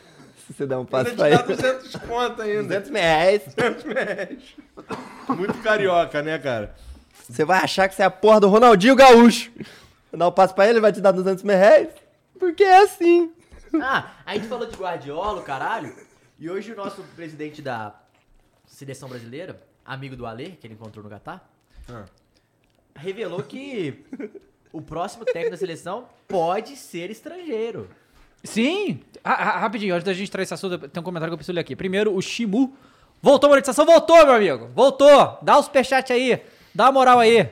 Speaker 7: Se você der um passo
Speaker 3: Ainda
Speaker 7: pra
Speaker 3: te dá
Speaker 7: ele.
Speaker 3: 200 conto ainda.
Speaker 7: 200 reais.
Speaker 3: Muito carioca, né, cara?
Speaker 7: Você vai achar que você é a porra do Ronaldinho Gaúcho. Dá um passo pra ele, ele vai te dar 200 mil reais. Porque é assim.
Speaker 2: Ah, a gente falou de Guardiola, o caralho. E hoje o nosso presidente da seleção brasileira, amigo do Alê, que ele encontrou no Catar,
Speaker 1: Ah.
Speaker 2: revelou que o próximo técnico da seleção pode ser estrangeiro.
Speaker 1: Sim! Ah, ah, rapidinho, antes da gente trazer esse assunto, tem um comentário que eu preciso ler aqui. Primeiro, o Shimu. Voltou a monetização? Voltou, meu amigo! Voltou! Dá o superchat aí! Dá a moral aí!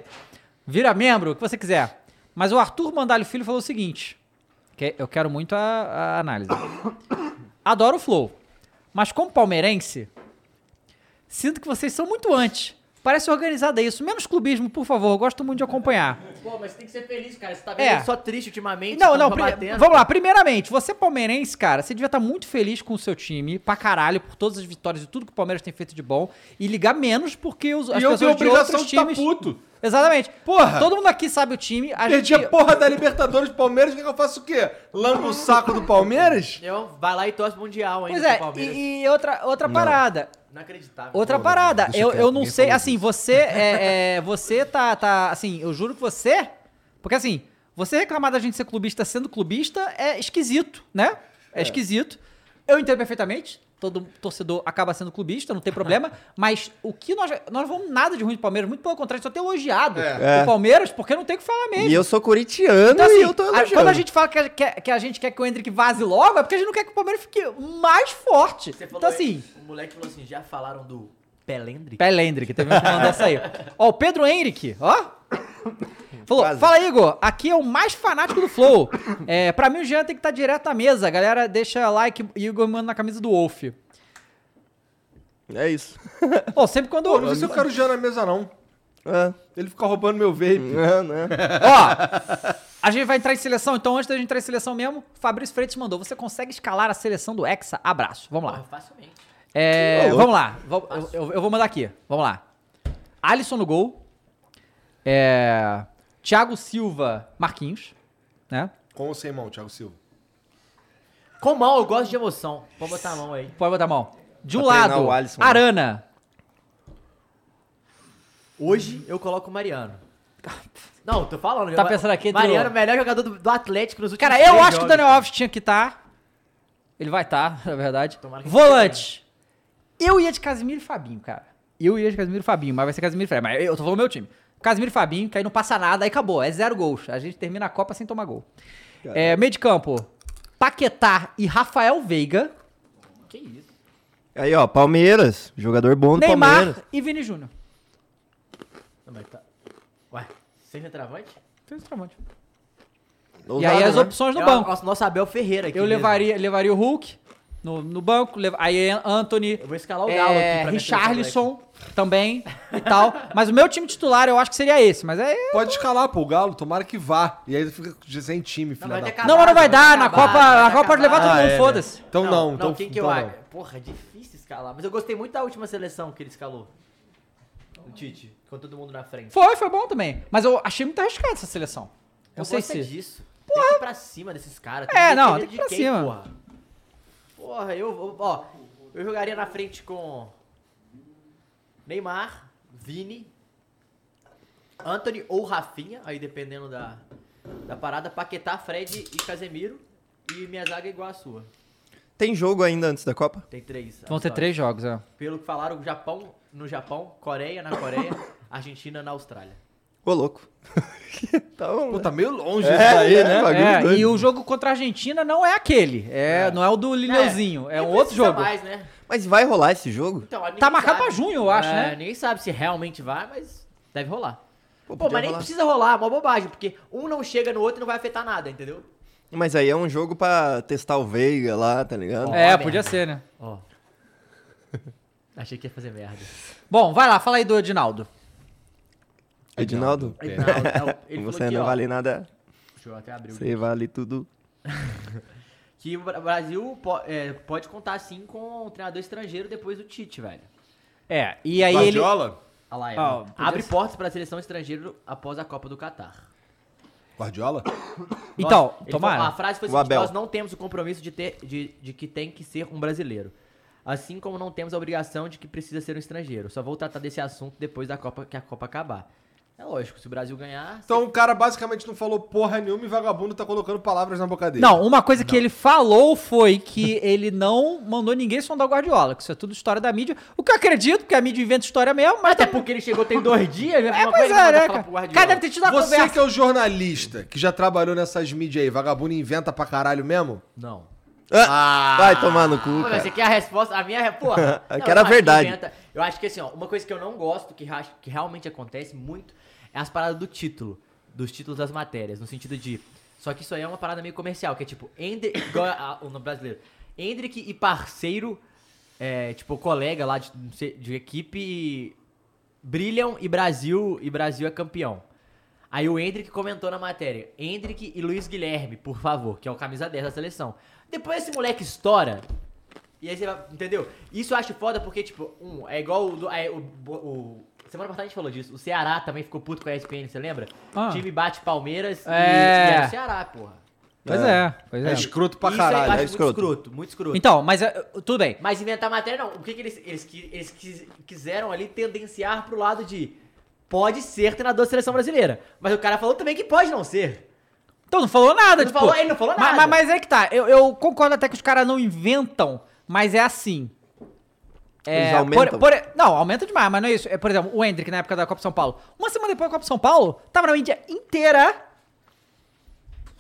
Speaker 1: Vira membro, o que você quiser. Mas o Arthur Mandalho Filho falou o seguinte: que é, eu quero muito a, a análise. Adoro o Flow. Mas como palmeirense, sinto que vocês são muito antes. Parece organizado é isso. Menos clubismo, por favor. Gosto muito de acompanhar.
Speaker 2: Pô, mas tem que ser feliz, cara. Você tá
Speaker 1: vendo É. ele
Speaker 2: só
Speaker 1: só tá
Speaker 2: triste ultimamente. tá
Speaker 1: Não, não, pri- vamos lá. Primeiramente, você palmeirense, cara, você devia estar muito feliz com o seu time, pra caralho, por todas as vitórias e tudo que o Palmeiras tem feito de bom, e ligar menos porque os, as
Speaker 3: e eu tenho a
Speaker 1: pessoas de
Speaker 3: obrigação
Speaker 1: outros
Speaker 3: de estar
Speaker 1: times...
Speaker 3: puto.
Speaker 1: Exatamente.
Speaker 3: Porra!
Speaker 1: Todo mundo aqui sabe o time. A
Speaker 3: Perdi
Speaker 1: gente...
Speaker 3: a porra da Libertadores do Palmeiras, o que que eu faço o quê? Lambo o saco do Palmeiras?
Speaker 2: Eu, vai lá e torce mundial ainda
Speaker 1: Pois
Speaker 2: pro
Speaker 1: é,
Speaker 2: Palmeiras.
Speaker 1: e, e outra, outra parada.
Speaker 2: Inacreditável.
Speaker 1: Outra parada,
Speaker 3: deixa
Speaker 1: eu,
Speaker 3: quieto,
Speaker 1: eu não
Speaker 3: ninguém
Speaker 1: sei,
Speaker 3: falou
Speaker 1: assim, você é, é, você tá, tá, assim, eu juro que você, porque assim, você reclamar da gente ser clubista sendo clubista é esquisito, né? É, esquisito. Eu entendo perfeitamente, todo torcedor acaba sendo clubista, não tem problema, mas o que nós, nós não vamos nada de ruim do Palmeiras, muito pelo contrário, só tem elogiado
Speaker 3: É.
Speaker 1: o Palmeiras, porque não tem o que falar mesmo.
Speaker 7: E eu sou corintiano
Speaker 1: Então, assim,
Speaker 7: e eu tô
Speaker 1: a-
Speaker 7: elogiando.
Speaker 1: quando a gente fala que a, que, a- que a gente quer que o Hendrick vaze logo, é porque a gente não quer que o Palmeiras fique mais forte.
Speaker 2: Você falou
Speaker 1: Então, assim,
Speaker 2: O moleque falou assim, já falaram do Pelendri?
Speaker 1: Pelendrick, teve um que mandou essa aí. Ó, o Pedro Henrique, ó. Falou,
Speaker 7: Quase.
Speaker 1: fala Igor, aqui é o mais fanático do Flow. É, pra mim o Jean tem que estar direto à mesa. Galera, deixa like e Igor manda na camisa do Wolf.
Speaker 7: É isso.
Speaker 1: Pô, sempre quando.
Speaker 3: Pô, não sei se eu quero o Jean na mesa, não.
Speaker 7: É,
Speaker 3: Ele fica roubando meu vape.
Speaker 7: é, né?
Speaker 1: Ó, a gente vai entrar em seleção, então antes da gente entrar em seleção mesmo, Fabrício Freitas mandou. Você consegue escalar a seleção do Hexa? Abraço. Vamos lá.
Speaker 2: Porra, facilmente.
Speaker 1: É,
Speaker 7: Ô, louco.
Speaker 1: vamos lá. Vamos- eu- Eu, eu vou mandar aqui. Vamos lá. Alisson no gol. É, Thiago Silva, Marquinhos. Né?
Speaker 3: Com ou sem mão, Thiago Silva?
Speaker 2: Com mão, eu gosto de emoção. Pode botar a mão aí.
Speaker 1: Pode botar a mão. De um
Speaker 7: Pra treinar
Speaker 1: lado,
Speaker 7: o Alisson, né?
Speaker 1: Arana.
Speaker 2: Hoje eu coloco o Mariano. Não, tô falando.
Speaker 1: Tá
Speaker 2: eu-
Speaker 1: pensando aqui entre
Speaker 2: Mariano, é
Speaker 1: o-
Speaker 2: melhor jogador do, do Atlético nos últimos
Speaker 1: Cara, eu
Speaker 2: três
Speaker 1: acho que o
Speaker 2: jogos.
Speaker 1: Daniel Alves tinha que estar. Ele vai estar, na verdade.
Speaker 2: Tomara que
Speaker 1: Volante. Eu ia de Casimiro e Fabinho, cara. Eu ia de Casimiro e Fabinho, mas vai ser Casimiro e Fabinho. Mas eu tô falando meu time. Casimiro e Fabinho, que aí não passa nada, aí acabou. É zero gols. A gente termina a Copa sem tomar gol. É, meio de campo. Paquetá e Rafael Veiga.
Speaker 7: Aí, ó, Palmeiras. Jogador bom do
Speaker 1: Neymar
Speaker 7: Palmeiras.
Speaker 1: e Vini Júnior.
Speaker 2: Não, mas tá- Ué, sem retravante?
Speaker 1: Fez o tramante. um E
Speaker 7: Ousado,
Speaker 1: aí as
Speaker 7: né?
Speaker 1: opções no
Speaker 2: É o
Speaker 1: banco.
Speaker 2: Nosso, nosso Abel Ferreira aqui.
Speaker 1: Eu
Speaker 2: mesmo.
Speaker 1: levaria, levaria o Hulk no, no banco, leva- aí Anthony.
Speaker 2: Eu vou escalar o Galo aqui pra minha
Speaker 1: é,
Speaker 2: seleção
Speaker 1: Richarlison também e tal. Mas o meu time titular eu acho que seria esse. Mas aí.
Speaker 3: Pode escalar, pô, o Galo, tomara que vá. E aí fica sem time, filha
Speaker 2: vai
Speaker 3: da
Speaker 2: ter
Speaker 3: puta.
Speaker 2: Tá
Speaker 1: não, mas não vai
Speaker 2: acabado,
Speaker 1: dar.
Speaker 2: tá
Speaker 1: Na
Speaker 2: acabado,
Speaker 1: Copa,
Speaker 2: tá
Speaker 1: a Copa pode levar todo
Speaker 3: acabado.
Speaker 1: mundo,
Speaker 3: Ah, é,
Speaker 1: foda-se.
Speaker 3: Então não,
Speaker 2: não,
Speaker 3: então,
Speaker 2: quem que
Speaker 3: então
Speaker 2: eu
Speaker 3: não.
Speaker 2: acho? Porra, é difícil escalar. Mas eu gostei muito da última seleção que ele escalou. O Tite, com todo mundo na frente.
Speaker 1: Foi, foi bom também. Mas eu achei muito arriscado essa seleção. Não
Speaker 2: eu
Speaker 1: sei
Speaker 2: gosto é
Speaker 1: se.
Speaker 2: disso. Tem que ir pra cima desses caras.
Speaker 1: É,
Speaker 2: que
Speaker 1: não,
Speaker 2: depender
Speaker 1: tem que ir pra cima.
Speaker 2: Porra, porra eu, eu- ó, eu jogaria na frente com Neymar, Vini, Anthony ou Rafinha, aí dependendo da, da parada, Paquetá, Fred e Casemiro. E minha zaga é igual a sua.
Speaker 7: Tem jogo ainda antes da Copa?
Speaker 2: Tem três.
Speaker 1: Vão ter
Speaker 2: só.
Speaker 1: três jogos, é.
Speaker 2: Pelo que falaram, o Japão no Japão, Coreia na Coreia, Argentina na Austrália.
Speaker 7: Ô, louco. então,
Speaker 3: Pô, tá meio longe
Speaker 7: É,
Speaker 3: isso daí,
Speaker 7: é,
Speaker 3: né?
Speaker 7: bagulho
Speaker 1: É,
Speaker 7: doido.
Speaker 1: e o jogo contra a Argentina não é aquele. É, Não é o do Lileuzinho. É, um outro
Speaker 2: precisa
Speaker 1: jogo.
Speaker 2: mais, né?
Speaker 7: Mas vai rolar esse jogo?
Speaker 2: Então, ninguém
Speaker 1: Tá marcado
Speaker 2: sabe.
Speaker 1: pra junho, eu acho,
Speaker 2: É,
Speaker 1: né?
Speaker 2: Ninguém sabe se realmente vai, mas deve rolar. Pô,
Speaker 7: podia
Speaker 2: mas nem
Speaker 7: rolar.
Speaker 2: precisa rolar, é uma bobagem, porque um não chega no outro e não vai afetar nada, entendeu?
Speaker 7: Mas aí é um jogo pra testar o Veiga lá, tá ligado?
Speaker 1: É,
Speaker 2: merda.
Speaker 1: podia ser, né?
Speaker 2: Ó. Achei que ia fazer merda.
Speaker 1: Bom, vai lá, fala aí do Edinaldo.
Speaker 7: Edinaldo,
Speaker 2: Não, não, ele falou
Speaker 7: É. você
Speaker 2: aqui,
Speaker 7: não
Speaker 2: ó.
Speaker 7: vale nada,
Speaker 2: Deixa eu até abrir o
Speaker 7: você vale tudo.
Speaker 2: Que o Bra- Brasil po- é, pode contar sim com um treinador estrangeiro depois do Tite, velho.
Speaker 1: É, e aí ele.
Speaker 3: Guardiola?
Speaker 2: Olha lá,
Speaker 1: Ah,
Speaker 2: ó.
Speaker 1: podia
Speaker 2: abre
Speaker 1: ser.
Speaker 2: portas para a seleção estrangeira após a Copa do Catar.
Speaker 3: Guardiola?
Speaker 1: Então,
Speaker 2: Nós- ele falou- A
Speaker 1: tomara.
Speaker 2: frase foi
Speaker 7: O
Speaker 2: assim,
Speaker 7: Abel.
Speaker 2: nós não temos o compromisso de, ter, de, de que tem que ser um brasileiro. Assim como não temos a obrigação de que precisa ser um estrangeiro. Só vou tratar desse assunto depois da Copa, que a Copa acabar. É lógico, se o Brasil ganhar...
Speaker 3: Então o cara basicamente não falou porra nenhuma e vagabundo tá colocando palavras na boca dele.
Speaker 1: Não, um uma coisa que ele falou foi que ele não mandou ninguém sondar o Guardiola, que isso é tudo história da mídia. O que eu acredito, porque a mídia inventa história mesmo, mas.
Speaker 2: Até
Speaker 1: tam-
Speaker 2: porque ele chegou tem dois dias, né?
Speaker 1: É, pois
Speaker 2: Uma coisa que
Speaker 1: é,
Speaker 2: manda
Speaker 1: né?
Speaker 2: falar
Speaker 1: Cara,
Speaker 2: pro
Speaker 1: cara
Speaker 2: Guardiola.
Speaker 1: deve ter tido uma
Speaker 3: Você
Speaker 1: conversa.
Speaker 3: que é o jornalista que já trabalhou nessas mídias aí, vagabundo inventa pra caralho mesmo?
Speaker 2: Não.
Speaker 7: Ah, vai tomar no cu,
Speaker 2: Pô, mas
Speaker 7: cara.
Speaker 2: você quer é a resposta? A minha resposta.
Speaker 7: Eu quero a verdade.
Speaker 2: Eu acho que assim, ó, uma coisa que eu não gosto, que, ra- que realmente acontece muito, é as paradas do título. Dos títulos das matérias, no sentido de. Só que isso aí é uma parada meio comercial, que é tipo, Ender, igual a- o nome brasileiro. Hendrick e parceiro, é, tipo, colega lá de, não sei, de equipe brilham e Brasil e Brasil é campeão. Aí o Hendrick comentou na matéria: Hendrick e Luiz Guilherme, por favor, que é o camisa 10 da seleção. Depois esse moleque estoura. E aí você vai, entendeu? Isso eu acho foda porque, tipo, um, é igual o. do- é, o, o- semana passada a gente falou disso. O Ceará também ficou puto com a ESPN, você lembra?
Speaker 1: Ah.
Speaker 2: Time bate Palmeiras e-
Speaker 1: É.
Speaker 2: e, era o Ceará, porra.
Speaker 1: Pois é, pois
Speaker 3: É,
Speaker 1: é.
Speaker 3: escroto pra
Speaker 2: Isso aí eu
Speaker 3: caralho.
Speaker 2: acho
Speaker 7: é escroto.
Speaker 2: muito escroto, muito escroto.
Speaker 1: Então, mas é, tudo bem.
Speaker 2: Mas inventar matéria não. O que, que eles, eles, qui- eles quis- quiseram ali tendenciar pro lado de pode ser treinador da seleção brasileira. Mas o cara falou também que pode não ser.
Speaker 1: Então não falou nada,
Speaker 2: Não
Speaker 1: tipo.
Speaker 2: falou- ele não falou
Speaker 1: ma- ma-
Speaker 2: nada.
Speaker 1: Mas, é que tá. Eu, eu concordo até que os caras não inventam, mas é assim.
Speaker 2: é,
Speaker 7: Eles
Speaker 1: É, por-
Speaker 7: aumentam?
Speaker 1: por- não, aumenta demais, mas não é isso. É, por exemplo, o Hendrick na época da Copa São Paulo. Uma semana depois da Copa São Paulo, tava na mídia inteira.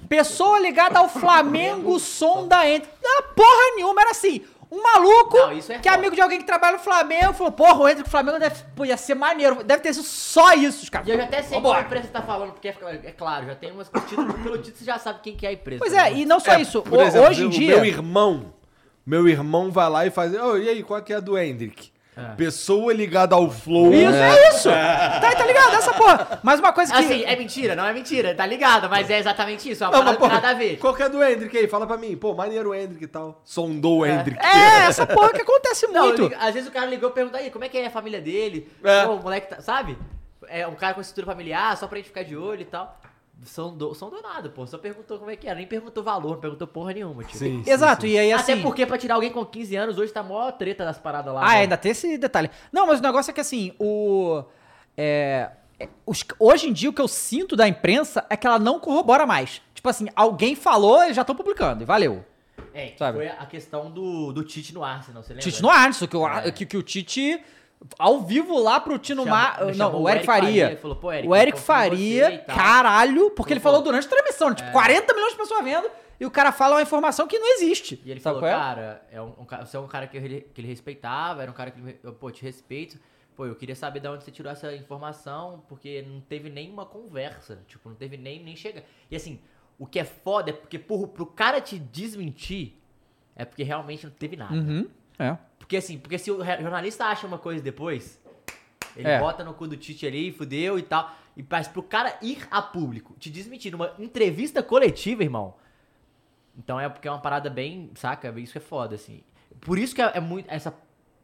Speaker 1: Pessoa ligada ao Flamengo sonda Hendrick. Ah, porra nenhuma, era assim. Um maluco
Speaker 2: Não, isso é
Speaker 1: que é
Speaker 2: foda.
Speaker 1: amigo de alguém que trabalha no Flamengo falou: Porra, o Hendrick no Flamengo deve, pô, ia ser maneiro. Deve ter sido só isso, os caras.
Speaker 2: E eu já até sei
Speaker 1: Vambora.
Speaker 2: qual empresa tá falando, porque é, é claro, já tem umas com o título, pelo título você já sabe quem que é a empresa.
Speaker 1: Pois é,
Speaker 2: né?
Speaker 1: e não só isso.
Speaker 3: Por
Speaker 1: o-
Speaker 3: exemplo,
Speaker 1: hoje em
Speaker 3: o
Speaker 1: dia.
Speaker 3: Meu irmão. Meu irmão vai lá e faz. "Ô, e aí, qual que é a do Hendrick? Pessoa ligada ao Flow.
Speaker 1: Isso, é isso! Tá, tá ligado? Essa porra. Mas uma coisa que.
Speaker 2: né? Assim, é mentira, não é mentira, tá ligado? Mas é exatamente isso, é uma
Speaker 3: Não, mas,
Speaker 2: parada
Speaker 3: pô,
Speaker 2: que nada a ver.
Speaker 3: Qual que é a do Hendrick aí? Fala pra mim. Pô, maneiro o Hendrick e tal. Sondou o
Speaker 1: é,
Speaker 3: Hendrick.
Speaker 1: essa porra que acontece
Speaker 2: Não,
Speaker 1: muito.
Speaker 2: liga- às vezes o cara ligou e perguntou aí, como é que é a família dele?
Speaker 3: É.
Speaker 2: Pô, o moleque tá, sabe? É um cara com estrutura familiar, só pra gente ficar de olho e tal. São, do, são donado, pô. Só perguntou como é que era. Nem perguntou valor, não perguntou porra nenhuma, tio.
Speaker 3: Sim, sim,
Speaker 1: Exato,
Speaker 3: sim.
Speaker 1: e aí assim.
Speaker 2: Até porque pra tirar alguém com 15 anos, hoje tá mó treta das paradas lá.
Speaker 1: Ah,
Speaker 2: né?
Speaker 1: ainda tem esse detalhe. Não, mas o negócio é que assim, o. é, é, os- hoje em dia o que eu sinto da imprensa é que ela não corrobora mais. Tipo assim, alguém falou e já estão publicando, e valeu.
Speaker 2: É, que
Speaker 1: Sabe?
Speaker 2: foi a questão do, do Tite no Arsenal, você lembra?
Speaker 1: Tite no ar, isso que, o
Speaker 2: É.
Speaker 1: que, que o Tite. Ao vivo lá pro Tino
Speaker 2: Chamou-
Speaker 1: Mar.
Speaker 2: me
Speaker 1: Não,
Speaker 2: chamou
Speaker 1: o Eric Faria.
Speaker 2: Ele falou, pô, Eric,
Speaker 1: o Eric
Speaker 2: eu confio em você
Speaker 1: Faria,
Speaker 2: e tal. É.
Speaker 1: caralho, porque ele
Speaker 2: Falou,
Speaker 1: falou durante a transmissão, tipo, 40 milhões de pessoas vendo, e o cara fala uma informação que não existe.
Speaker 2: E ele
Speaker 1: Sabe
Speaker 2: falou,
Speaker 1: qual é?
Speaker 2: cara, é um, um ca- você é um cara que ele, que ele respeitava, era um cara que, ele- eu, pô, te respeito. Pô, eu queria saber de onde você tirou essa informação, porque não teve nenhuma conversa. Tipo, não teve nem, nem chega. E assim, o que é foda é porque por, pro cara te desmentir, é porque realmente não teve nada.
Speaker 1: Uhum, é.
Speaker 2: Porque assim, porque se o re- jornalista acha uma coisa depois, ele
Speaker 1: É.
Speaker 2: bota no cu do Tite ali, fudeu e tal. E mas pro cara ir a público, te desmentir numa entrevista coletiva, irmão. Então é porque é uma parada bem, saca? Isso que é foda, assim. Por isso que é, é muito essa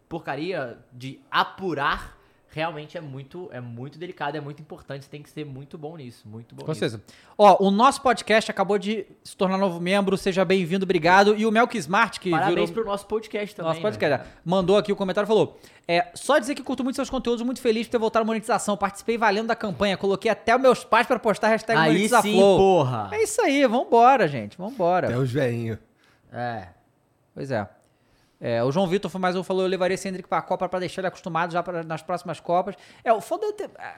Speaker 2: porcaria de apurar realmente é muito é muito delicado, é muito importante, você tem que ser muito bom nisso, muito bom.
Speaker 1: Com
Speaker 2: nisso.
Speaker 1: certeza. Ó, o nosso podcast acabou de se tornar novo membro, seja bem-vindo, obrigado. E o Melk Smart, que
Speaker 2: Parabéns
Speaker 1: virou
Speaker 2: pro nosso podcast também.
Speaker 1: nosso
Speaker 2: né?
Speaker 1: podcast, mandou aqui o comentário e falou: é, só dizer que curto muito seus conteúdos, muito feliz por ter voltado à monetização. Participei valendo da campanha, coloquei até os meus pais pra postar a hashtag
Speaker 2: Aí
Speaker 1: monetiza
Speaker 2: sim,
Speaker 1: Flow.
Speaker 2: porra.
Speaker 1: É isso aí, vambora, gente,
Speaker 3: Até
Speaker 1: vambora.
Speaker 3: os veinhos.
Speaker 2: É.
Speaker 1: Pois é. É, o João Vitor foi mais um falou, eu levaria esse Hendrick para a Copa para deixar ele acostumado já pra, nas próximas Copas. É, o foda é ter- ah,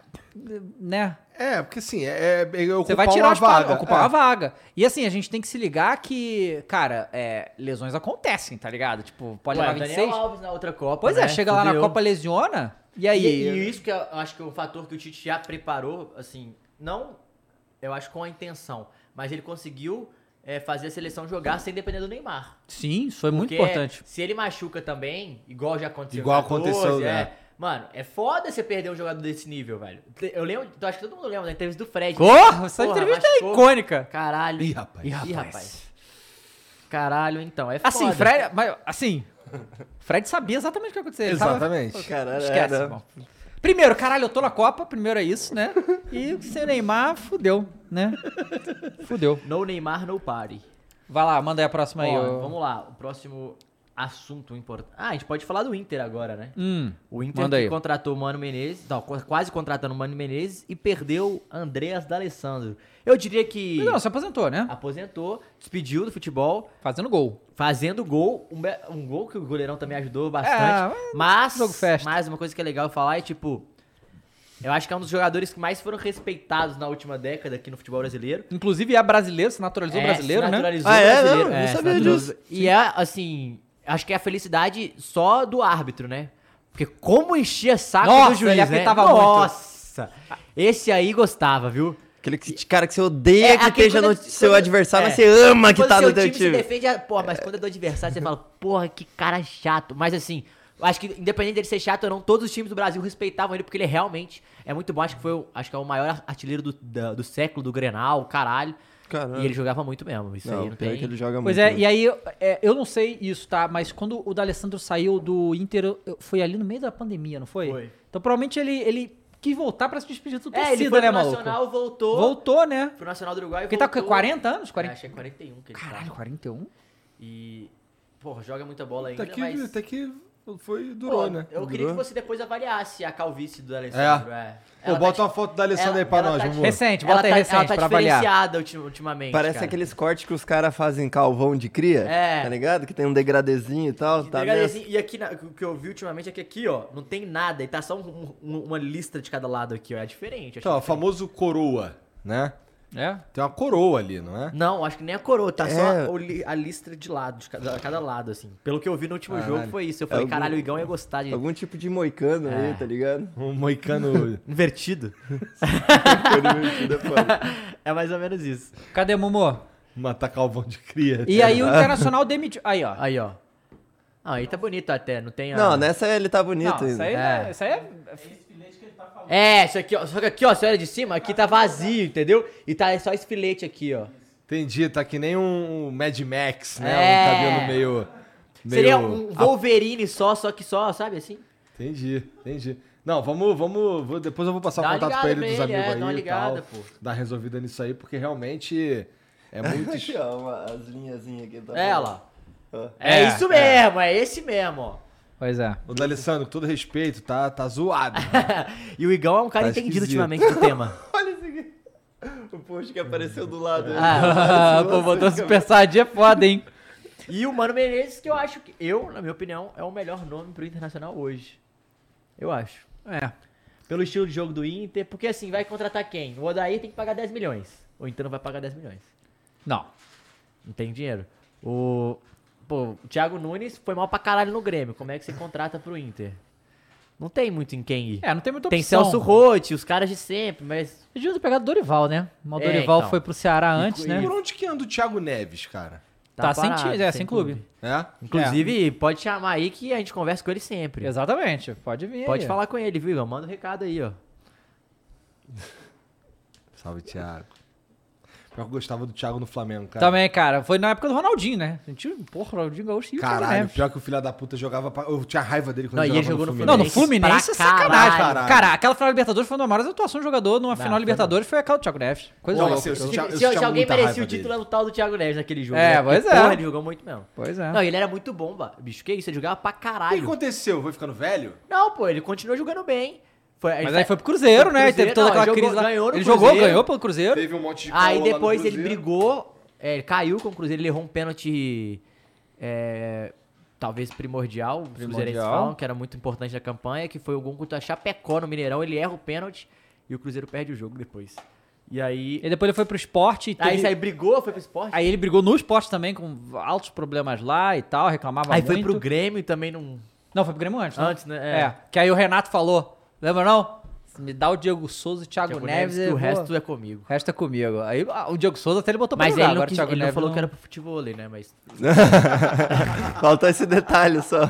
Speaker 1: né?
Speaker 3: É, porque assim, é, é, ele
Speaker 1: Você
Speaker 3: ocupar
Speaker 1: vai tirar
Speaker 3: uma
Speaker 1: os vaga,
Speaker 3: vaga.
Speaker 1: ocupar
Speaker 3: é.
Speaker 1: uma vaga. E assim, a gente tem que se ligar que, cara, é, lesões acontecem, tá ligado? Tipo, pode
Speaker 2: Ué,
Speaker 1: levar
Speaker 2: Daniel
Speaker 1: 26.
Speaker 2: Alves na outra Copa,
Speaker 1: Pois é,
Speaker 2: né?
Speaker 1: chega lá na
Speaker 2: Fudeu.
Speaker 1: Copa, lesiona. E aí?
Speaker 2: E, e isso que eu acho que é um fator que o Tite já preparou, assim, não, eu acho com a intenção, mas ele conseguiu é, fazer a seleção jogar sem depender do Neymar.
Speaker 1: Sim, isso foi muito
Speaker 2: Porque
Speaker 1: importante.
Speaker 2: Se ele machuca também, igual já aconteceu.
Speaker 3: Igual
Speaker 2: em 14,
Speaker 3: aconteceu,
Speaker 2: é.
Speaker 3: né?
Speaker 2: Mano, é foda você perder um jogador desse nível, velho. Eu lembro, eu acho que todo mundo lembra da entrevista do Fred.
Speaker 1: Porra, essa entrevista é
Speaker 2: machucou.
Speaker 1: icônica.
Speaker 2: Caralho.
Speaker 3: Ih, rapaz.
Speaker 2: Ih, rapaz. Caralho, então, é foda.
Speaker 1: Assim, Fred, mas, assim, Fred sabia exatamente o que ia acontecer. Ele tava-
Speaker 3: Exatamente. né?
Speaker 7: Caralho,
Speaker 1: Esquece,
Speaker 7: é, não.
Speaker 1: irmão. Primeiro, caralho, eu tô na Copa, primeiro é isso, né? E sem Neymar, fudeu, né? Fudeu.
Speaker 2: No Neymar, no party.
Speaker 1: Vai lá, manda aí a próxima aí.
Speaker 2: Ó,
Speaker 1: ô-
Speaker 2: Vamos lá, o próximo assunto importante. Ah, a gente pode falar do Inter agora, né?
Speaker 1: Hum,
Speaker 2: O Inter
Speaker 1: Manda
Speaker 2: que
Speaker 1: aí.
Speaker 2: contratou o Mano Menezes, não, qu- quase contratando o Mano Menezes e perdeu Andreas D'Alessandro. Eu diria que
Speaker 1: Não, se aposentou, né?
Speaker 2: aposentou, despediu do futebol,
Speaker 1: Fazendo gol.
Speaker 2: fazendo gol, um, be- um gol que o goleirão também ajudou
Speaker 1: É,
Speaker 2: bastante.
Speaker 1: mas
Speaker 2: mas,
Speaker 1: jogo festa.
Speaker 2: mas uma coisa que é legal falar é tipo, eu acho que é um dos jogadores que mais foram respeitados na última década aqui no futebol brasileiro.
Speaker 1: Inclusive é brasileiro, se naturalizou
Speaker 2: É,
Speaker 1: brasileiro,
Speaker 2: se
Speaker 1: né?
Speaker 2: naturalizou
Speaker 7: Ah, é?
Speaker 2: brasileiro.
Speaker 7: Não, não
Speaker 2: se
Speaker 7: sabia
Speaker 2: naturalizou. E é, assim, acho que é a felicidade só do árbitro, né? Porque como enchia saco
Speaker 1: Nossa,
Speaker 2: do juiz,
Speaker 1: ele
Speaker 2: né?
Speaker 1: apitava muito.
Speaker 2: Nossa! Esse aí gostava, viu?
Speaker 7: Aquele que- cara que você odeia
Speaker 2: É,
Speaker 7: que
Speaker 2: aquele
Speaker 7: esteja no
Speaker 2: quando-
Speaker 7: seu
Speaker 2: quando-
Speaker 7: adversário,
Speaker 2: é.
Speaker 7: mas você ama que
Speaker 2: quando
Speaker 7: tá
Speaker 2: seu
Speaker 7: no teu
Speaker 2: time. se
Speaker 7: time.
Speaker 2: defende, ah, porra, mas quando é do adversário, você fala, porra, que cara chato. Mas assim, eu acho que independente dele ser chato ou não, todos os times do Brasil respeitavam ele, porque ele realmente é muito bom. Acho que, foi, o- acho que é o maior artilheiro do, da- do século, do Grenal, caralho.
Speaker 7: Caralho.
Speaker 2: E ele jogava muito mesmo. Isso aí
Speaker 7: Não,
Speaker 2: não
Speaker 7: pior
Speaker 2: tem...
Speaker 7: é que ele joga
Speaker 1: Pois
Speaker 7: muito.
Speaker 1: é, e aí, é, eu não sei isso, tá? Mas quando o D'Alessandro saiu do Inter, eu- eu- foi ali no meio da pandemia, não foi?
Speaker 2: Foi.
Speaker 1: Então provavelmente ele, ele quis voltar pra se despedir do torcida,
Speaker 2: É, ele foi
Speaker 1: né,
Speaker 2: pro
Speaker 1: maluco?
Speaker 2: Nacional, voltou,
Speaker 1: Voltou, né?
Speaker 2: pro Nacional do Uruguai.
Speaker 1: Porque tá com
Speaker 2: voltou.
Speaker 1: 40 anos? 40...
Speaker 2: É, acho que é 41 que ele
Speaker 1: Caralho,
Speaker 2: tá.
Speaker 1: 41?
Speaker 2: E, porra, joga muita bola ainda,
Speaker 3: Até é que,
Speaker 2: mas...
Speaker 3: até que foi,
Speaker 2: Pô,
Speaker 3: durou, né?
Speaker 2: Eu queria que você depois avaliasse a calvície do Alessandro, é.
Speaker 1: tá
Speaker 3: Pô, bota uma foto da Alessandra aí pra nós, vamos lá.
Speaker 1: Recente, bota aí recente
Speaker 2: tá ela tá
Speaker 1: pra avaliar.
Speaker 2: diferenciada ultim- ultimamente,
Speaker 7: Parece
Speaker 2: cara.
Speaker 7: aqueles cortes que os caras fazem calvão de cria,
Speaker 2: É.
Speaker 7: tá ligado? Que tem um degradezinho e tal,
Speaker 2: E
Speaker 7: tá
Speaker 2: pega
Speaker 7: nessa.
Speaker 2: assim, E aqui, na- o que eu vi ultimamente é que aqui, ó, não tem nada. E tá só um- um- uma lista de cada lado aqui, ó. É diferente.
Speaker 3: Então, o
Speaker 2: acho que é diferente.
Speaker 3: famoso coroa, né?
Speaker 1: É?
Speaker 3: Tem uma coroa ali, não é?
Speaker 2: Não, acho que nem a coroa, tá
Speaker 7: É.
Speaker 2: só o li- a lista de lado, de cada, cada lado, assim. Pelo que eu vi no último jogo foi isso. Eu falei,
Speaker 7: Algum-
Speaker 2: caralho, o Igão ia gostar de...
Speaker 7: Algum tipo de moicano aí, tá ligado?
Speaker 3: Um moicano.
Speaker 2: Invertido. é mais ou menos isso.
Speaker 1: Cadê, Momô?
Speaker 3: matar calvão de cria.
Speaker 1: E aí o Internacional demitiu. Aí, ó.
Speaker 2: Aí, ó. Ah, aí tá bonito até, não tem a...
Speaker 7: Não, nessa ele tá bonito
Speaker 1: Não, isso
Speaker 7: ainda.
Speaker 1: aí, né, isso aí é.
Speaker 2: É, isso aqui, ó. Só que aqui, ó, você olha de cima, aqui tá vazio, entendeu? E tá só esse filete aqui, ó.
Speaker 3: Entendi, tá que nem um Mad Max, né?
Speaker 2: É.
Speaker 3: Um cabelo meio. meio...
Speaker 2: Seria um Wolverine só, só que só, sabe assim?
Speaker 3: Entendi, entendi. Não, vamos, vamos. vou- depois eu vou passar o
Speaker 2: Dá uma
Speaker 3: contato pra
Speaker 2: ligada
Speaker 3: ele
Speaker 2: pra
Speaker 3: dos
Speaker 2: ele,
Speaker 3: amigos
Speaker 2: é,
Speaker 3: aí.
Speaker 2: dá uma
Speaker 3: e
Speaker 2: ligada,
Speaker 3: tal,
Speaker 2: pô.
Speaker 3: Dar resolvida nisso aí, porque realmente é muito.
Speaker 7: Aqui, ó, uma- as linhazinhas aqui. Tá Ah.
Speaker 2: É, ó lá.
Speaker 1: É,
Speaker 2: É, isso mesmo, é. esse mesmo, ó.
Speaker 1: Pois é.
Speaker 3: o D'Alessandro, com todo respeito, tá, tá zoado.
Speaker 2: e o Igão é um cara
Speaker 3: Tá
Speaker 2: entendido
Speaker 3: esquisito.
Speaker 2: ultimamente do tema.
Speaker 7: Olha isso aqui. O post que apareceu do lado.
Speaker 3: É.
Speaker 1: Ah, pô, botou Super Sadia é foda, hein?
Speaker 2: E o Mano Menezes, que eu acho que, eu, na minha opinião, é o melhor nome pro Internacional hoje. Eu acho.
Speaker 1: É.
Speaker 2: Pelo estilo de jogo do Inter, porque assim, vai contratar quem? O Odair tem que pagar 10 milhões. Ou então não vai pagar 10 milhões.
Speaker 1: Não.
Speaker 2: Não tem dinheiro. O. Pô, o Thiago Nunes foi mal pra caralho no Grêmio. Como é que você contrata pro Inter? Não tem muito em quem ir.
Speaker 1: É, não tem muita
Speaker 2: tem
Speaker 1: opção.
Speaker 2: Celso Rotti, os caras de sempre, mas.
Speaker 1: Eles deviam ter pegado o Dorival, né? Mas o
Speaker 2: É,
Speaker 1: Dorival
Speaker 2: então.
Speaker 1: foi pro Ceará antes,
Speaker 3: E
Speaker 1: né?
Speaker 3: Por onde que anda o Thiago Neves, cara?
Speaker 1: Tá, sem
Speaker 2: parado,
Speaker 1: time, é, sem clube.
Speaker 3: É?
Speaker 2: Inclusive, pode chamar aí que a gente conversa com ele sempre.
Speaker 1: Exatamente, pode vir.
Speaker 2: Pode
Speaker 1: aí.
Speaker 2: falar com ele, viu, Igor? Manda um recado aí, ó.
Speaker 3: Salve, Thiago. Pior que eu gostava do Thiago no Flamengo, cara.
Speaker 1: Também, cara, foi na época do Ronaldinho, né? A gente, porra, o Ronaldinho Gaúcho e o né? Thiago
Speaker 3: Caralho,
Speaker 1: Neves.
Speaker 3: pior que o filho da puta jogava. pra- Eu tinha raiva dele quando
Speaker 2: Não, e
Speaker 3: ele
Speaker 2: ele
Speaker 3: jogava
Speaker 2: jogou no
Speaker 1: Não, no
Speaker 2: Fluminense
Speaker 1: Fluminense é
Speaker 2: pra
Speaker 1: sacanagem.
Speaker 3: caralho.
Speaker 1: Cara, aquela final da Libertadores foi uma das maiores atuações de um jogador numa final
Speaker 2: foi
Speaker 1: Libertadores, foi aquela do Thiago Neves. Coisa
Speaker 3: Não,
Speaker 1: louca.
Speaker 3: assim, eu
Speaker 2: Se,
Speaker 3: senti- eu
Speaker 2: se-
Speaker 3: senti
Speaker 2: se alguém
Speaker 3: muita
Speaker 2: merecia
Speaker 3: raiva
Speaker 2: o título
Speaker 3: dele.
Speaker 2: é o tal do Thiago Neves naquele jogo.
Speaker 1: É,
Speaker 2: né? Porque,
Speaker 1: pois é.
Speaker 2: Porra, ele jogou muito mesmo.
Speaker 1: Pois é.
Speaker 2: Não, e ele era muito bom, ba- bicho. Que isso? Ele jogava pra
Speaker 3: O que
Speaker 2: caralho.
Speaker 3: aconteceu? Foi ficando velho?
Speaker 2: Não, pô, ele continuou jogando bem. Foi, ele
Speaker 1: Mas
Speaker 2: tá-
Speaker 1: aí foi pro Cruzeiro, né? Aí teve toda
Speaker 2: não,
Speaker 1: aquela
Speaker 2: ele jogou-
Speaker 1: crise lá.
Speaker 2: ganhou no
Speaker 1: ele jogou,
Speaker 2: Cruzeiro.
Speaker 1: ganhou pelo Cruzeiro.
Speaker 3: Teve um monte de
Speaker 2: Aí
Speaker 3: caô lá no
Speaker 2: depois ele
Speaker 3: Cruzeiro.
Speaker 2: brigou, é, caiu com o Cruzeiro, ele errou um pênalti. É, talvez primordial, primordial. os cruzeirenses
Speaker 8: Primordial.
Speaker 2: falam, que era muito importante na campanha, que foi o gol contra a Chapecó no Mineirão, ele erra o pênalti e o Cruzeiro perde o jogo depois. E aí.
Speaker 1: E depois ele foi pro esporte. E
Speaker 2: Aí, aí brigou, foi pro esporte.
Speaker 1: Aí ele brigou no esporte também, com altos problemas lá e tal, reclamava
Speaker 2: Aí
Speaker 1: muito.
Speaker 2: foi pro Grêmio e também não.
Speaker 1: Não, foi pro Grêmio antes.
Speaker 2: Antes, né? É.
Speaker 1: É. Que aí o Renato falou, lembra não? Me dá o Diego Souza e o Thiago,
Speaker 2: Thiago
Speaker 1: Neves.
Speaker 2: Neves, que
Speaker 1: eu
Speaker 2: o
Speaker 1: vou-
Speaker 2: resto é comigo.
Speaker 1: O resto é comigo. Aí ah, o Diego Souza até ele botou pra
Speaker 2: Mas
Speaker 1: jogar,
Speaker 2: aí ele, não,
Speaker 1: agora o
Speaker 2: quis,
Speaker 1: Thiago
Speaker 2: ele não
Speaker 1: Neves
Speaker 2: falou
Speaker 1: não-
Speaker 2: que era pro futebol, né? Mas.
Speaker 7: Faltou esse detalhe só.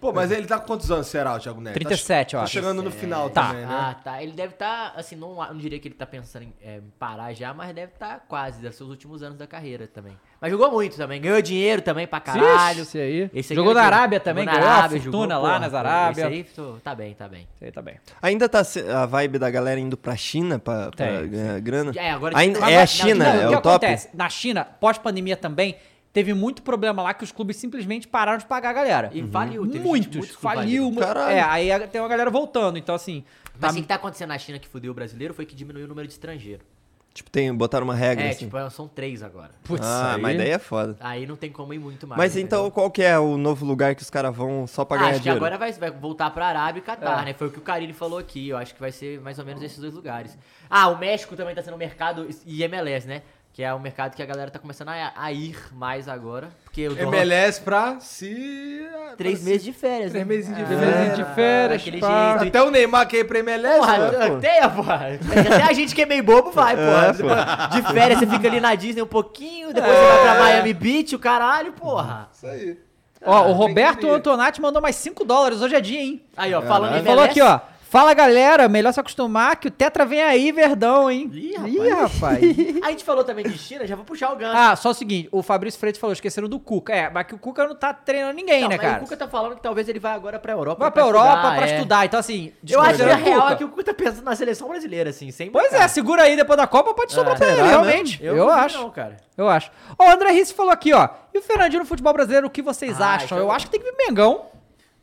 Speaker 3: Pô, mas ele tá com quantos anos será, o Thiago Neves?
Speaker 1: 37,
Speaker 3: tá,
Speaker 1: eu
Speaker 3: tá
Speaker 1: acho.
Speaker 3: chegando no final também, né?
Speaker 2: Ah, É. tá. Ele deve estar, assim, não, não diria que ele tá pensando em é, em parar já, mas deve estar quase, deve ser os últimos anos da carreira também. Mas jogou muito também, ganhou dinheiro também pra caralho.
Speaker 1: Ixi, esse aí.
Speaker 2: Esse
Speaker 1: Jogou
Speaker 2: ganhou
Speaker 1: na
Speaker 2: dinheiro.
Speaker 1: Arábia também,
Speaker 2: jogou na
Speaker 1: ganhou a
Speaker 2: Arábia,
Speaker 1: fortuna
Speaker 2: jogou,
Speaker 1: lá
Speaker 2: pô,
Speaker 1: nas
Speaker 2: pô,
Speaker 1: Arábia.
Speaker 2: Esse aí tô- tá bem, tá bem.
Speaker 1: Esse aí tá bem.
Speaker 7: Ainda tá se- a vibe da galera indo pra China pra, pra
Speaker 1: Tem,
Speaker 7: ganhar grana?
Speaker 1: É, agora
Speaker 7: Ainda,
Speaker 1: Mas,
Speaker 7: é a
Speaker 1: mas,
Speaker 7: China,
Speaker 1: não,
Speaker 7: é
Speaker 1: que
Speaker 7: o top?
Speaker 1: acontece? Na China, pós-pandemia também, teve muito problema lá que os clubes simplesmente pararam de pagar a galera.
Speaker 2: E faliu, teve gente-
Speaker 1: Uhum. Muitos.
Speaker 2: muitos que
Speaker 1: Faliu.
Speaker 2: faliram.
Speaker 1: mu-
Speaker 2: Caralho.
Speaker 1: É, aí a- tem uma galera voltando. Então, assim...
Speaker 2: Mas assim, o que tá acontecendo na China que fudeu o brasileiro foi que diminuiu o número de estrangeiro.
Speaker 7: Tipo, tem, botaram uma regra
Speaker 2: é,
Speaker 7: assim.
Speaker 2: tipo, são três agora.
Speaker 7: Putz, Ah, aí- mas daí é foda.
Speaker 2: Aí não tem como ir muito mais.
Speaker 7: Mas então qual que é o novo lugar que os caras vão só pra ganhar
Speaker 2: Ah, acho que
Speaker 7: dinheiro?
Speaker 2: agora vai, vai voltar pra Arábia e Catar,
Speaker 7: É.
Speaker 2: né? Foi o que o Carilli falou aqui. Eu acho que vai ser mais ou menos esses dois lugares. Ah, o México também tá sendo um mercado e MLS, né? Que é um mercado que a galera tá começando a, a ir mais agora. Porque o dólar- tá
Speaker 3: MLS pra se.
Speaker 2: Três
Speaker 3: pra
Speaker 2: meses de
Speaker 3: se-
Speaker 2: férias.
Speaker 3: Três
Speaker 2: né?
Speaker 3: meses de
Speaker 2: Ah,
Speaker 3: férias. Três meses de férias,
Speaker 2: daquele
Speaker 3: pá.
Speaker 2: jeito.
Speaker 3: Até o Neymar quer ir pra MLS, né, pô?
Speaker 2: Porra, até, porra. Até a gente que é meio bobo vai, porra.
Speaker 3: É, porra.
Speaker 2: De férias você fica ali na Disney um pouquinho, depois você
Speaker 3: É.
Speaker 2: vai pra Miami Beach, o caralho, porra.
Speaker 3: Isso aí.
Speaker 1: Ó, o Roberto Antonati mandou mais 5 dólares. Hoje é dia, hein?
Speaker 2: Aí, ó, falando em
Speaker 1: Ele falou aqui,
Speaker 2: MLS.
Speaker 1: ó. Fala, galera. Melhor se acostumar que o Tetra vem aí, verdão, hein? Ih, rapaz.
Speaker 2: A gente falou também de China, já vou puxar o gancho.
Speaker 1: ah, só o seguinte. O Fabrício Freitas falou, esqueceram do Cuca. É, mas que o Cuca não tá treinando ninguém,
Speaker 2: Não,
Speaker 1: né,
Speaker 2: mas
Speaker 1: cara?
Speaker 2: O Cuca tá falando que talvez ele vai agora pra Europa.
Speaker 1: Vai pra Europa pra
Speaker 2: é.
Speaker 1: estudar. Então, assim...
Speaker 2: Eu acho que a
Speaker 1: desconsiderando o
Speaker 2: real
Speaker 1: Cuca.
Speaker 2: é que o Cuca tá pensando na seleção brasileira, assim, sem
Speaker 1: Pois é, segura aí depois da Copa, pode sobrar pra ele,
Speaker 2: será, né?
Speaker 1: realmente.
Speaker 2: Eu
Speaker 1: Eu,
Speaker 2: não duvido
Speaker 1: acho.
Speaker 2: não, cara.
Speaker 1: Eu acho. Ó, o André Risse falou aqui, ó. E o Fernandinho no futebol brasileiro, o que vocês
Speaker 2: Ah, isso
Speaker 1: acham?
Speaker 2: é
Speaker 1: Eu
Speaker 2: bom.
Speaker 1: acho que tem que vir Mengão.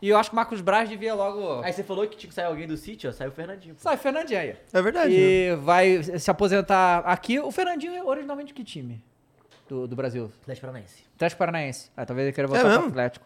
Speaker 1: E eu acho que o Marcos Braz devia logo.
Speaker 2: Aí você falou que tinha que sair alguém do City, ó, saiu o Fernandinho.
Speaker 1: Sai o Fernandinho aí.
Speaker 7: É verdade.
Speaker 1: E vai se aposentar aqui. O Fernandinho é originalmente de que time? Do, do Brasil.
Speaker 2: Atlético Paranaense.
Speaker 1: Atlético Paranaense. Ah, talvez ele queira
Speaker 2: É
Speaker 1: voltar pro
Speaker 2: mesmo?
Speaker 1: Atlético.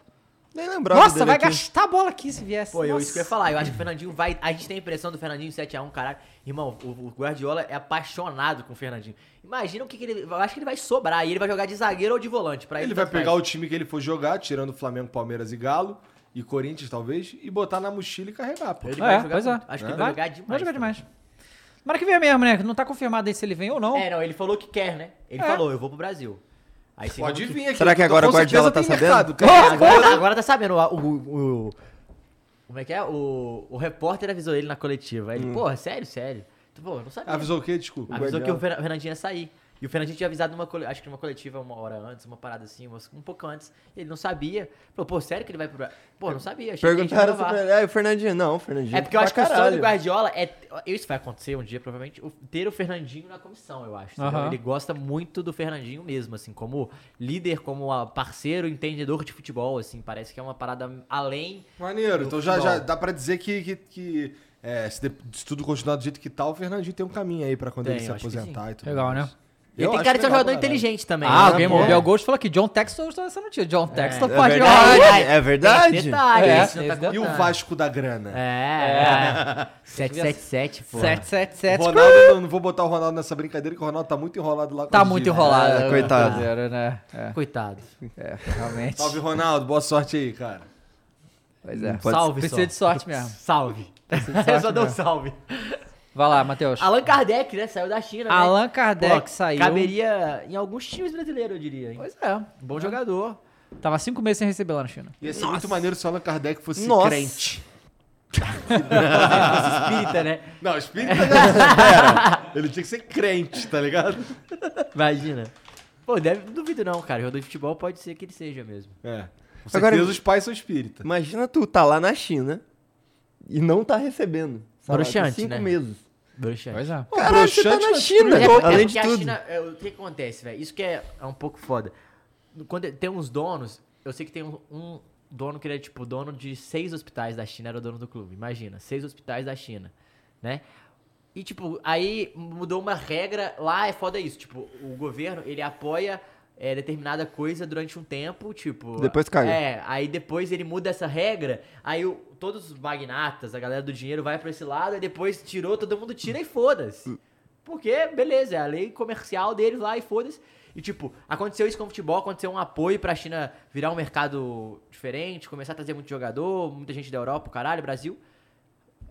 Speaker 7: Nem
Speaker 2: lembrava
Speaker 1: Nossa,
Speaker 2: dele
Speaker 1: vai
Speaker 2: aqui.
Speaker 1: gastar um a bola aqui se viesse.
Speaker 2: um Pô, eu, isso que eu ia
Speaker 1: Nossa.
Speaker 2: falar. Eu acho que o Fernandinho vai. A gente tem a impressão do Fernandinho 7x1, caralho. Irmão, o, o Guardiola é apaixonado com o Fernandinho. Imagina o que, que ele. Eu acho que ele vai sobrar. E ele vai jogar de zagueiro ou de volante. Pra ele,
Speaker 3: Ele vai
Speaker 2: tanto faz.
Speaker 3: pegar o time que ele for jogar, tirando Flamengo, Palmeiras e Galo, e Corinthians talvez, e botar na mochila e carregar, pô.
Speaker 2: Ele
Speaker 1: É, pois é.
Speaker 2: Acho que ele vai jogar demais.
Speaker 1: Vai jogar demais. Tomara que venha mesmo, né? Não tá confirmado aí se ele vem ou não.
Speaker 2: É, não, ele falou que quer, né? Ele
Speaker 1: É.
Speaker 2: falou, eu vou pro Brasil. Aí você
Speaker 3: Pode
Speaker 2: não-
Speaker 3: vir aqui, Será que agora
Speaker 7: com o Guardiola certeza tá tem sabendo? mercado, cara.
Speaker 2: É, agora, agora tá sabendo. O, o- o- como é que é? O, o repórter avisou ele na coletiva. Aí Ele,
Speaker 3: Hum.
Speaker 2: porra, sério, sério. Tu, Pô, eu não sabia.
Speaker 3: Avisou o quê? Desculpa.
Speaker 2: Avisou
Speaker 3: Guardiola.
Speaker 2: que o Fer- Fernandinho ia sair. E o Fernandinho tinha avisado numa coletiva, acho que numa coletiva uma hora antes, uma parada assim, umas- um pouco antes. Ele não sabia. Falou, pô, sério que ele vai pro Brasil? Pô, não sabia. achei que a gente ia
Speaker 7: Perguntaram
Speaker 2: gravar.
Speaker 7: sobre ele. Ah, e o Fernandinho. Não, o Fernandinho.
Speaker 2: É porque eu acho que
Speaker 7: pra
Speaker 2: o sonho do
Speaker 7: caralho.
Speaker 2: Guardiola é. Isso vai acontecer um dia, provavelmente, o- ter o Fernandinho na comissão, eu acho. entendeu?
Speaker 1: Aham.
Speaker 2: Ele gosta muito do Fernandinho mesmo, assim, como líder, como a parceiro, entendedor de futebol, assim, parece que é uma parada além.
Speaker 3: Maneiro,
Speaker 2: do
Speaker 3: então já,
Speaker 2: futebol.
Speaker 3: já dá pra dizer que, que, que, é, se, de- se tudo continuar do jeito que tá, o Fernandinho tem um caminho aí pra quando
Speaker 2: Tem,
Speaker 3: ele se
Speaker 2: eu acho que sim.
Speaker 3: aposentar e tudo
Speaker 1: Legal,
Speaker 3: mais.
Speaker 1: né?
Speaker 2: Ele
Speaker 3: Eu
Speaker 2: tem
Speaker 3: acho
Speaker 2: cara de ser um
Speaker 3: legal
Speaker 2: jogador
Speaker 3: pra caralho.
Speaker 2: inteligente também.
Speaker 1: Ah,
Speaker 2: né?
Speaker 1: alguém
Speaker 2: Pô.
Speaker 1: morreu. O Ghost falou aqui, John Texton está sendo tio. John Texton
Speaker 3: É
Speaker 1: pode
Speaker 3: verdade,
Speaker 1: jogar.
Speaker 3: é verdade.
Speaker 1: Tem detalhe,
Speaker 3: É,
Speaker 1: isso não tá
Speaker 3: e o
Speaker 1: contando.
Speaker 3: Vasco da Grana.
Speaker 2: É. 777, pô.
Speaker 1: 777.
Speaker 3: Ronaldo, eu não vou botar o Ronaldo nessa brincadeira, que o Ronaldo tá muito enrolado lá com
Speaker 1: Tá
Speaker 3: as
Speaker 2: né?
Speaker 1: muito
Speaker 3: dívidas.
Speaker 1: enrolado.
Speaker 3: É,
Speaker 1: Cruzeiro, né? É.
Speaker 2: Coitado.
Speaker 1: É, realmente.
Speaker 3: Salve, Ronaldo. Boa sorte aí, cara.
Speaker 1: Pois é.
Speaker 3: Pode-
Speaker 2: Salve,
Speaker 1: Precisa
Speaker 2: só.
Speaker 1: de sorte mesmo.
Speaker 2: Salve.
Speaker 1: Precisa de
Speaker 2: Eu só
Speaker 1: sorte
Speaker 2: dou um
Speaker 1: mesmo.
Speaker 2: salve.
Speaker 1: Vai lá, Matheus.
Speaker 2: Allan Kardec, né? Saiu da China. né?
Speaker 1: Allan Kardec saiu.
Speaker 2: Caberia em alguns times brasileiros, eu diria. Hein? Pois
Speaker 1: é.
Speaker 2: Bom jogador.
Speaker 1: Tava cinco meses sem receber lá na China.
Speaker 3: Ia ser muito maneiro se o Allan Kardec fosse
Speaker 1: Nossa.
Speaker 3: crente.
Speaker 2: fosse espírita, né?
Speaker 3: Não, espírita já era. Ele tinha que ser crente, tá ligado?
Speaker 2: Imagina. Pô, deve, duvido não, cara. Jogador de futebol pode ser que ele seja mesmo.
Speaker 3: É. Com
Speaker 7: Agora-
Speaker 3: certeza os pais são espíritas.
Speaker 7: Imagina tu tá lá na China e não tá recebendo. salário por
Speaker 2: Broxante,
Speaker 7: cinco
Speaker 2: né?
Speaker 7: meses.
Speaker 2: Broxante. Pois
Speaker 1: é.
Speaker 7: Caralho, você tá
Speaker 3: broxante
Speaker 7: na
Speaker 3: nas
Speaker 7: China.
Speaker 2: É, porque- é porque
Speaker 7: Além de
Speaker 2: a
Speaker 7: tudo.
Speaker 2: China, é, o que acontece, velho? Isso que é, é um pouco foda. Quando tem uns donos, eu sei que tem um, um dono que ele é tipo dono de seis hospitais da China, era o dono do clube. Imagina, seis hospitais da China, né? E tipo, aí mudou uma regra, lá é foda isso, tipo, o governo, ele apoia é, determinada coisa durante um tempo, tipo.
Speaker 7: Depois caiu.
Speaker 2: É, aí depois ele muda essa regra, aí o- todos os magnatas, a galera do dinheiro vai pra esse lado, aí depois tirou, todo mundo tira e foda-se. Porque, beleza, é a lei comercial deles lá e foda-se. E, tipo, aconteceu isso com o futebol, aconteceu um apoio pra China virar um mercado diferente, começar a trazer muito jogador, muita gente da Europa, caralho, Brasil.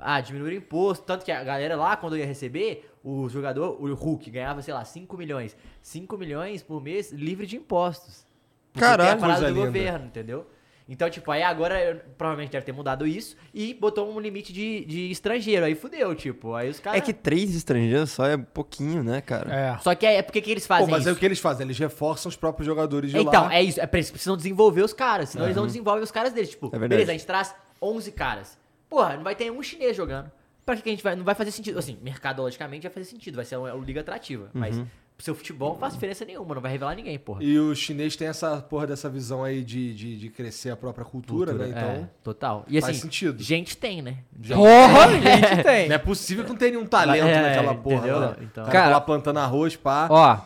Speaker 2: Ah, diminuir o imposto. Tanto que a galera lá, quando ia receber, o jogador, o Hulk, ganhava, sei lá, 5 milhões. 5 milhões por mês livre de impostos. Porque
Speaker 7: Caralho,
Speaker 2: tem a parada
Speaker 7: coisa
Speaker 2: do
Speaker 7: linda.
Speaker 2: governo, entendeu? Então, tipo, aí agora eu- provavelmente deve ter mudado isso e botou um limite de, de estrangeiro. Aí fudeu, tipo. Aí os caras.
Speaker 7: É que três estrangeiros só é pouquinho, né, cara?
Speaker 1: É.
Speaker 2: Só que é, é porque que eles fazem
Speaker 3: Pô, mas
Speaker 2: isso?
Speaker 3: é o que eles fazem, eles reforçam os próprios jogadores de
Speaker 2: Então,
Speaker 3: lá.
Speaker 2: é isso. É, pra- eles precisam desenvolver os caras. Senão eles não desenvolvem os caras deles. Tipo,
Speaker 7: verdade.
Speaker 2: beleza, a gente traz 11 caras. Porra, não vai ter um chinês jogando. Pra que, que a gente vai. Não vai fazer sentido. Assim, mercadologicamente vai fazer sentido. Vai ser uma, uma liga atrativa. Mas pro seu futebol não faz diferença nenhuma. Não vai revelar ninguém, porra.
Speaker 3: E o chinês tem essa porra dessa visão aí de, de, de crescer a própria cultura, né? Então.
Speaker 2: É, total. E assim,
Speaker 3: faz sentido.
Speaker 2: gente tem, né?
Speaker 1: Porra, gente tem.
Speaker 3: Não é possível que não tenha nenhum talento
Speaker 2: É,
Speaker 3: naquela porra,
Speaker 2: entendeu?
Speaker 3: né?
Speaker 2: Então-
Speaker 3: O cara,
Speaker 1: Cara-
Speaker 3: lá plantando arroz, pá.
Speaker 1: Ó,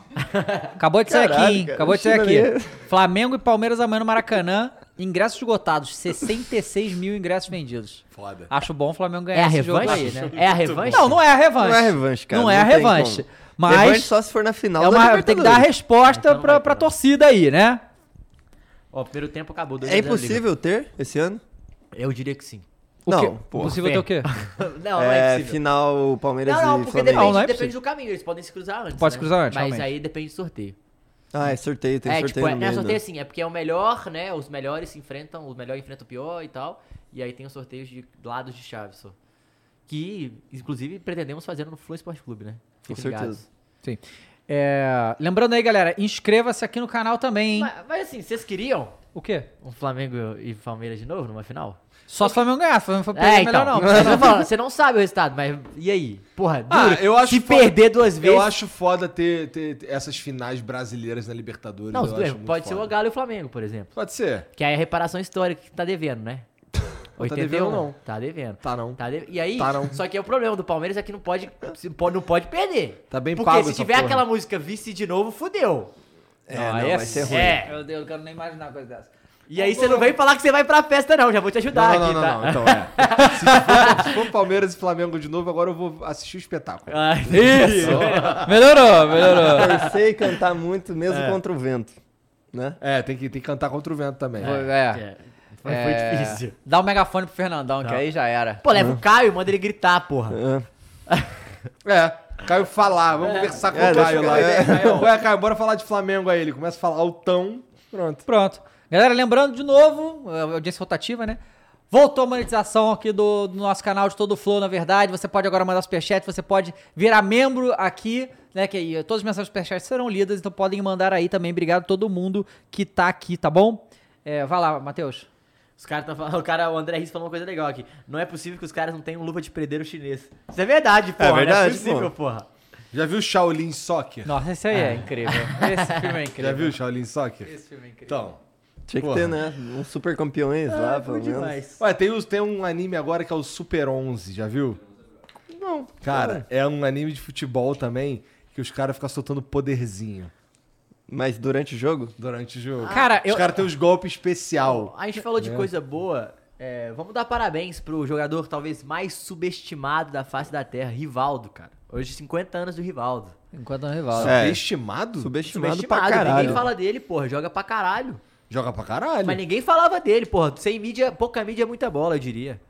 Speaker 1: acabou de sair
Speaker 7: Caralho,
Speaker 1: aqui, hein?
Speaker 7: cara,
Speaker 1: acabou de sair
Speaker 7: China
Speaker 1: aqui.
Speaker 7: ali.
Speaker 1: Flamengo e Palmeiras amanhã no Maracanã. Ingressos esgotados, 66 mil ingressos vendidos.
Speaker 3: Foda.
Speaker 1: Acho bom o Flamengo ganhar
Speaker 2: É a
Speaker 1: esse jogo
Speaker 2: revanche?
Speaker 1: aí, né?
Speaker 2: É a revanche?
Speaker 1: Não, não é a revanche.
Speaker 7: Não é revanche, cara.
Speaker 1: Não é a
Speaker 7: tem
Speaker 1: revanche.
Speaker 7: como.
Speaker 1: Mas
Speaker 7: Revanche só se for na final
Speaker 1: é
Speaker 7: da
Speaker 1: uma,
Speaker 7: Libertadores.
Speaker 1: tem que dar a resposta
Speaker 2: Então não
Speaker 1: pra,
Speaker 2: vai
Speaker 1: pra
Speaker 2: ter.
Speaker 1: torcida aí, né?
Speaker 2: Ó, primeiro tempo acabou. dois
Speaker 7: É
Speaker 2: a zero, Liverpool.
Speaker 7: impossível ter esse ano?
Speaker 2: Eu diria que sim.
Speaker 1: O
Speaker 7: não,
Speaker 1: que,
Speaker 7: pô.
Speaker 1: possível ter o quê?
Speaker 2: não, não é
Speaker 7: É,
Speaker 2: possível.
Speaker 7: final Palmeiras
Speaker 2: Não, não,
Speaker 7: e
Speaker 2: porque
Speaker 7: Flamengo.
Speaker 2: depende,
Speaker 1: Não, não é
Speaker 2: depende
Speaker 1: possível.
Speaker 2: do caminho. Eles podem se cruzar antes.
Speaker 1: Pode se
Speaker 2: né?
Speaker 1: cruzar antes,
Speaker 2: Mas
Speaker 1: realmente.
Speaker 2: aí depende do sorteio.
Speaker 7: Ah, é sorteio, tem
Speaker 2: É,
Speaker 7: sorteio
Speaker 2: tipo, é,
Speaker 7: no
Speaker 2: não é
Speaker 7: meio,
Speaker 2: sorteio
Speaker 7: né?
Speaker 2: assim, é porque é o melhor, né? Os melhores se enfrentam, o melhor enfrenta o pior e tal. E aí tem os sorteios de lados de chave só. Que, inclusive, pretendemos fazer no Flow Esporte Clube, né?
Speaker 7: Com
Speaker 2: Fiquem ligados.
Speaker 7: certeza.
Speaker 1: Sim. É, lembrando aí, galera, inscreva-se aqui no canal também, hein?
Speaker 2: Mas, mas assim, vocês queriam
Speaker 1: O quê?
Speaker 2: um Flamengo e Palmeiras de novo numa final?
Speaker 1: Só se o Flamengo ganhar, se o Flamengo for perder,
Speaker 2: É,
Speaker 1: melhor
Speaker 2: então.
Speaker 1: não.
Speaker 2: Eu tô falando, você não sabe o resultado, mas e aí? Porra,
Speaker 3: Ah,
Speaker 2: duro.
Speaker 3: eu acho
Speaker 2: se
Speaker 3: foda-
Speaker 2: perder duas vezes.
Speaker 3: Eu acho foda ter, ter, ter essas finais brasileiras na Libertadores.
Speaker 2: Não,
Speaker 3: eu
Speaker 2: os dois.
Speaker 3: acho muito
Speaker 2: Pode ser
Speaker 3: foda.
Speaker 2: o Galo e o Flamengo, por exemplo.
Speaker 3: Pode ser.
Speaker 2: Que aí é a reparação histórica que tá devendo, né?
Speaker 3: Não tá devendo, não.
Speaker 2: Tá devendo.
Speaker 3: Tá não.
Speaker 2: Tá de- E aí,
Speaker 3: Tá não.
Speaker 2: só que é o problema do Palmeiras é que não pode, se po- não pode perder.
Speaker 3: Tá bem
Speaker 2: Porque
Speaker 3: pago
Speaker 2: se
Speaker 3: essa
Speaker 2: tiver
Speaker 3: porra.
Speaker 2: aquela música vice de novo, fudeu.
Speaker 7: É, não, vai ser
Speaker 2: Ah,
Speaker 7: ruim.
Speaker 2: É.
Speaker 1: Meu Deus, eu quero nem imaginar uma coisa dessa.
Speaker 2: E aí você não vem falar que você vai pra festa, não. Já vou te
Speaker 3: Não,
Speaker 2: ajudar
Speaker 3: não, não,
Speaker 2: aqui,
Speaker 3: não,
Speaker 2: tá?
Speaker 3: não, Então, é. se, for, se for Palmeiras e Flamengo de novo, agora eu vou assistir o espetáculo.
Speaker 2: Ai,
Speaker 1: Isso! melhorou, melhorou.
Speaker 7: Eu sei cantar muito mesmo
Speaker 2: É.
Speaker 7: contra o vento, né?
Speaker 3: É, tem que, tem que cantar contra o vento também.
Speaker 1: Foi,
Speaker 2: É. Foi, foi
Speaker 1: É,
Speaker 2: difícil.
Speaker 1: Dá o megafone pro Fernandão, que
Speaker 2: Não.
Speaker 1: aí já era.
Speaker 2: Pô, leva o Caio e manda ele gritar, porra.
Speaker 7: É.
Speaker 3: É, Caio falar, vamos conversar com
Speaker 7: É,
Speaker 3: o
Speaker 7: deixa
Speaker 3: Caio
Speaker 7: eu-
Speaker 3: lá.
Speaker 7: é.
Speaker 3: Caio, Ué, Caio, bora falar de Flamengo aí. Ele começa a falar altão.
Speaker 1: Pronto. Pronto. Galera, lembrando de novo, a audiência rotativa, né? Voltou a monetização aqui do, do nosso canal de Todo Flow, na verdade. Você pode agora mandar superchat, você pode virar membro aqui, né? Que aí todas as mensagens superchat serão lidas, então podem mandar aí também. Obrigado a todo mundo que tá aqui, tá bom? É, vai lá, Matheus.
Speaker 2: Os caras tão falando, o cara, o André Riz falou uma coisa legal aqui. Não é possível que os caras não tenham luva de predeiro chinês. Isso é verdade, porra. Não é
Speaker 7: verdade,
Speaker 2: possível,
Speaker 7: pô.
Speaker 2: porra.
Speaker 3: Já viu Shaolin Soccer?
Speaker 1: Nossa, esse aí é incrível. Esse filme é
Speaker 3: Já
Speaker 1: incrível.
Speaker 3: viu Shaolin Soccer?
Speaker 1: Esse filme é incrível.
Speaker 3: Então.
Speaker 7: Tinha que
Speaker 3: Porra.
Speaker 7: ter, né? Um super campeões
Speaker 2: Ah,
Speaker 7: lá, pelo menos.
Speaker 3: Ué, tem, os- tem um anime agora que é o Super 11, já viu? Não. Cara, é um anime de futebol também que os caras ficam soltando poderzinho
Speaker 7: Mas durante o jogo?
Speaker 3: durante o jogo.
Speaker 1: Cara,
Speaker 3: os
Speaker 1: eu-
Speaker 3: caras têm os golpes especial.
Speaker 2: A gente falou de coisa boa. é, vamos dar parabéns pro jogador talvez mais subestimado da face da Terra, Rivaldo, cara. Hoje, 50 anos do Rivaldo.
Speaker 1: Enquanto não rival.
Speaker 7: É.
Speaker 3: Subestimado?
Speaker 7: Subestimado, pra
Speaker 2: Subestimado,
Speaker 7: caralho.
Speaker 2: ninguém fala dele, porra. Joga pra caralho.
Speaker 3: Joga pra caralho.
Speaker 2: Mas ninguém falava dele, porra. Sem mídia, pouca mídia, é muita bola, eu diria.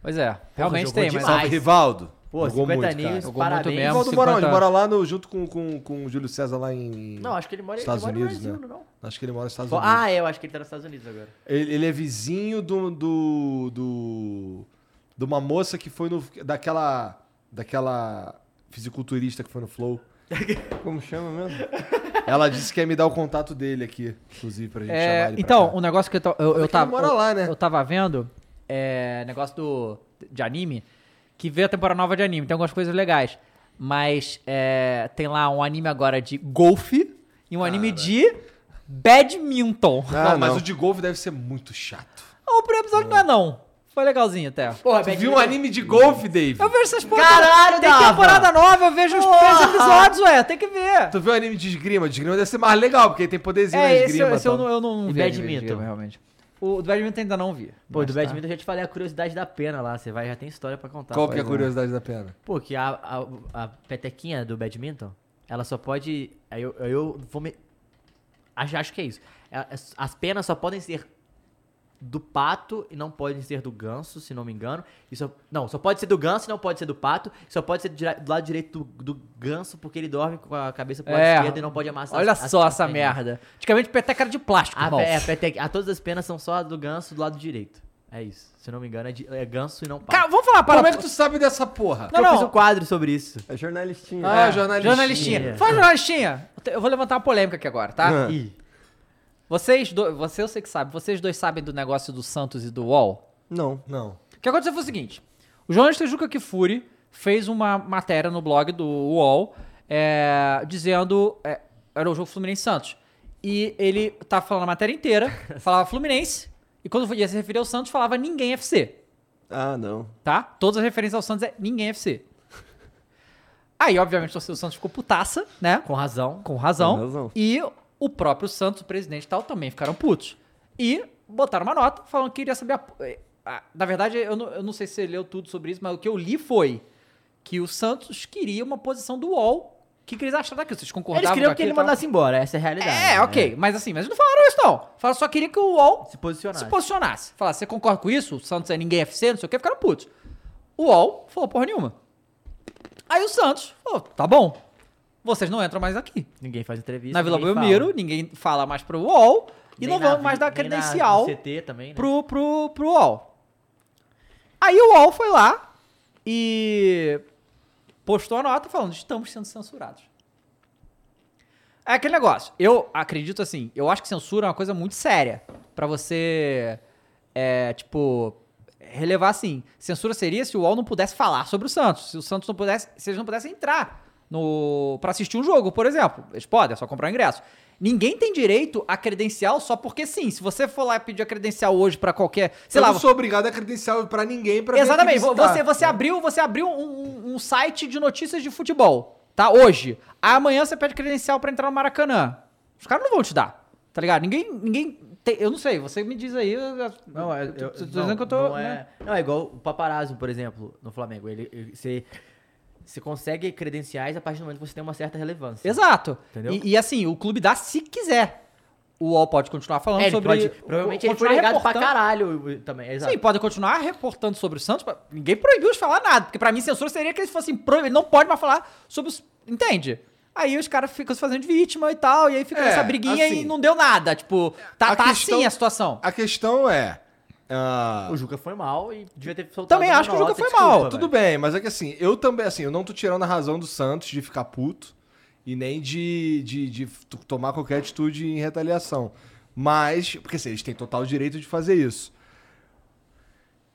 Speaker 1: Pois é, realmente
Speaker 2: jogou
Speaker 1: tem, mas.
Speaker 2: demais.
Speaker 3: Salve, Rivaldo.
Speaker 2: Pô, 50
Speaker 3: Jogou muito, cara.
Speaker 2: aninhos, é um
Speaker 1: Jogou muito
Speaker 2: parabéns.
Speaker 1: mesmo.
Speaker 3: Rivaldo mora onde?
Speaker 1: 50.
Speaker 3: Mora lá no, junto com, com, com o Júlio César lá em.
Speaker 2: Não, acho que ele mora,
Speaker 3: Estados
Speaker 2: ele mora
Speaker 3: Unidos,
Speaker 2: no Brasil,
Speaker 3: né?
Speaker 2: não?
Speaker 3: Acho que ele mora nos Estados
Speaker 2: Pô,
Speaker 3: Unidos.
Speaker 2: ah, é, eu acho que ele tá nos Estados Unidos agora.
Speaker 3: Ele, ele é vizinho do, do, do. De uma moça que foi no. Daquela. Daquela. Fisiculturista que foi no Flow.
Speaker 7: Como chama mesmo?
Speaker 3: Ela disse que ia me dar o contato dele aqui, inclusive, pra gente
Speaker 1: É,
Speaker 3: chamar ele. pra
Speaker 1: então,
Speaker 3: cá.
Speaker 1: o negócio que eu, ta- eu, eu
Speaker 3: ele
Speaker 1: tava.
Speaker 3: mora
Speaker 1: eu,
Speaker 3: lá, né?
Speaker 1: eu tava vendo. É. Negócio do, de anime. Que veio a temporada nova de anime. Tem algumas coisas legais. Mas é, tem lá um anime agora de golfe e um anime de badminton.
Speaker 3: não,
Speaker 7: Ah,
Speaker 3: mas
Speaker 7: não.
Speaker 3: o de golfe deve ser muito chato.
Speaker 1: O primeiro episódio não é, não. Foi legalzinho até.
Speaker 3: Porra, tu viu um anime de golfe, Dave?
Speaker 1: Eu vejo essas porra.
Speaker 2: Caralho,
Speaker 1: Tem
Speaker 2: Dava!
Speaker 1: temporada nova, eu vejo os primeiros episódios, ué. Tem que ver.
Speaker 3: Tu viu um anime de esgrima? De esgrima deve ser mais legal, porque tem poderzinho na
Speaker 1: É, esse,
Speaker 3: esgrima.
Speaker 1: esse eu,
Speaker 3: então.
Speaker 1: não- eu não
Speaker 2: E
Speaker 1: vi. anime de
Speaker 2: badminton?
Speaker 1: esgrima, realmente. O do badminton ainda não vi.
Speaker 2: Pô, do
Speaker 1: Mas tá.
Speaker 2: badminton eu já te falei a curiosidade da pena lá. Você vai, já tem história pra contar.
Speaker 3: Qual que é a
Speaker 2: Pois é.
Speaker 3: curiosidade da pena?
Speaker 2: Pô, que a, a, a petequinha do badminton, ela só pode. Aí eu, aí eu vou me. Acho, acho que é isso. É- as- As penas só podem ser do pato e não podem ser do ganso, se não me engano. E só- não, só pode ser do ganso e não pode ser do pato. Só pode ser dira- do lado direito do, do ganso, porque ele dorme com a cabeça pro lado
Speaker 1: É.
Speaker 2: esquerdo e não pode amassar.
Speaker 1: Olha
Speaker 2: as- as-
Speaker 1: só
Speaker 2: as
Speaker 1: essa
Speaker 2: peninhas.
Speaker 1: merda. Antigamente peteca era de plástico,
Speaker 3: Ah,
Speaker 2: A,
Speaker 1: irmão.
Speaker 2: pe- é, a petequinha- a todas as penas são só do ganso do lado direito. É isso. Se não me engano, é, de- é ganso e não pato.
Speaker 1: Cara, vamos falar para
Speaker 3: Como é que tu sabe dessa porra?
Speaker 1: Não,
Speaker 2: eu fiz
Speaker 1: não.
Speaker 2: um quadro sobre isso.
Speaker 7: É jornalistinha.
Speaker 3: Ah, jornalistinha.
Speaker 1: Jornalistinha. Fala, jornalistinha. Eu te- Eu vou levantar uma polêmica aqui agora, tá?
Speaker 7: Ah.
Speaker 2: Ih.
Speaker 1: Vocês dois, você eu sei que sabe, vocês dois sabem do negócio do Santos e do UOL?
Speaker 7: Não.
Speaker 3: Não.
Speaker 1: O que aconteceu foi o seguinte: o jornalista Juca Kifuri fez uma matéria no blog do UOL é, dizendo. é, era o jogo Fluminense Santos. E ele tava falando a matéria inteira, falava Fluminense, e quando ia se referir ao Santos, falava ninguém FC.
Speaker 7: Ah, não.
Speaker 1: tá? Todas as referências ao Santos é ninguém FC. Aí, obviamente, o torcedor do Santos ficou putaça, né?
Speaker 2: Com razão.
Speaker 1: Com razão.
Speaker 7: Com razão.
Speaker 1: E o próprio Santos, o presidente e tal, também ficaram putos. E botaram uma nota falando que iria saber. A... eh, a- Na verdade, eu não, eu não sei se você leu tudo sobre isso, mas o que eu li foi que o Santos queria uma posição do UOL. O que, que eles acharam daquilo? Vocês concordavam
Speaker 2: Eles
Speaker 1: com
Speaker 2: queriam que
Speaker 1: aquilo
Speaker 2: ele
Speaker 1: e tal?
Speaker 2: mandasse embora, essa é a realidade.
Speaker 1: É,
Speaker 2: né?
Speaker 1: ok. Mas assim, mas eles não falaram isso, não. Falaram só queria que o UOL
Speaker 2: Se posicionar.
Speaker 1: se posicionasse. Falar, você concorda com isso? O Santos é ninguém FC, não sei o que, ficaram putos. O UOL falou porra nenhuma. Aí o Santos falou, tá bom, vocês não entram mais aqui.
Speaker 2: Ninguém faz entrevista.
Speaker 1: na Vila
Speaker 2: ninguém
Speaker 1: Belmiro,
Speaker 2: fala.
Speaker 1: ninguém fala mais pro UOL e
Speaker 2: Nem
Speaker 1: não
Speaker 2: na
Speaker 1: vamos mais
Speaker 2: vi-
Speaker 1: dar
Speaker 2: nem na-
Speaker 1: credencial
Speaker 2: no CT também, né?
Speaker 1: pro, pro, pro UOL. Aí o UOL foi lá e postou a nota falando: estamos sendo censurados. É aquele negócio. Eu acredito assim, eu acho que censura é uma coisa muito séria pra você, é, tipo, relevar assim. Censura seria se o UOL não pudesse falar sobre o Santos, se o Santos não pudesse, se eles não pudessem entrar no para assistir um jogo, por exemplo. Eles podem, é só comprar o ingresso. Ninguém tem direito a credencial só porque sim. Se você for lá pedir a credencial hoje pra qualquer, sei
Speaker 3: eu
Speaker 1: lá,
Speaker 3: não sou obrigado a credencial pra ninguém pra vir aqui
Speaker 1: Exatamente. Vo-
Speaker 3: visitar.
Speaker 1: Você, você abriu, você abriu um, um- um site de notícias de futebol, tá? Hoje. Amanhã você pede credencial pra entrar no Maracanã. Os caras não vão te dar, tá ligado? Ninguém. ninguém tem- eu não sei, você me diz aí. eu- eu-
Speaker 2: Não, é, eu,
Speaker 1: tô- tô
Speaker 2: não,
Speaker 1: dizendo que eu tô.
Speaker 2: não,
Speaker 1: né?
Speaker 2: é, não, é igual o paparazzo, por exemplo, no Flamengo. Ele, ele- você, você consegue credenciais a partir do momento que você tem uma certa relevância.
Speaker 1: Exato.
Speaker 2: é. Entendeu?
Speaker 1: E, e assim, o clube dá se quiser. O UOL pode continuar falando
Speaker 2: É, ele
Speaker 1: sobre.
Speaker 2: pode- provavelmente ele foi
Speaker 1: continuar
Speaker 2: ligado pra
Speaker 1: reportando-
Speaker 2: caralho eh, também. Exato.
Speaker 1: Sim, podem continuar reportando sobre o Santos. pra- Ninguém proibiu de falar nada, porque pra mim censura seria que eles fossem proibidos. Não pode mais falar sobre os. Entende? Aí os caras ficam se fazendo de vítima e tal, e aí fica
Speaker 3: É,
Speaker 1: essa briguinha
Speaker 3: assim,
Speaker 1: e não deu nada. Tipo, tá,
Speaker 3: a
Speaker 1: tá
Speaker 3: questão-
Speaker 1: assim a situação.
Speaker 3: A questão é. ah,
Speaker 2: O Juca foi mal e devia ter soltado.
Speaker 1: Também
Speaker 2: uma
Speaker 1: acho que o Juca
Speaker 2: nota,
Speaker 1: foi
Speaker 2: desculpa,
Speaker 1: mal,
Speaker 2: velho.
Speaker 3: tudo bem, mas é que assim, eu também, assim, eu não tô tirando a razão do Santos de ficar puto e nem de, de, de t- tomar qualquer atitude em retaliação. Mas, porque assim, eles têm total direito de fazer isso.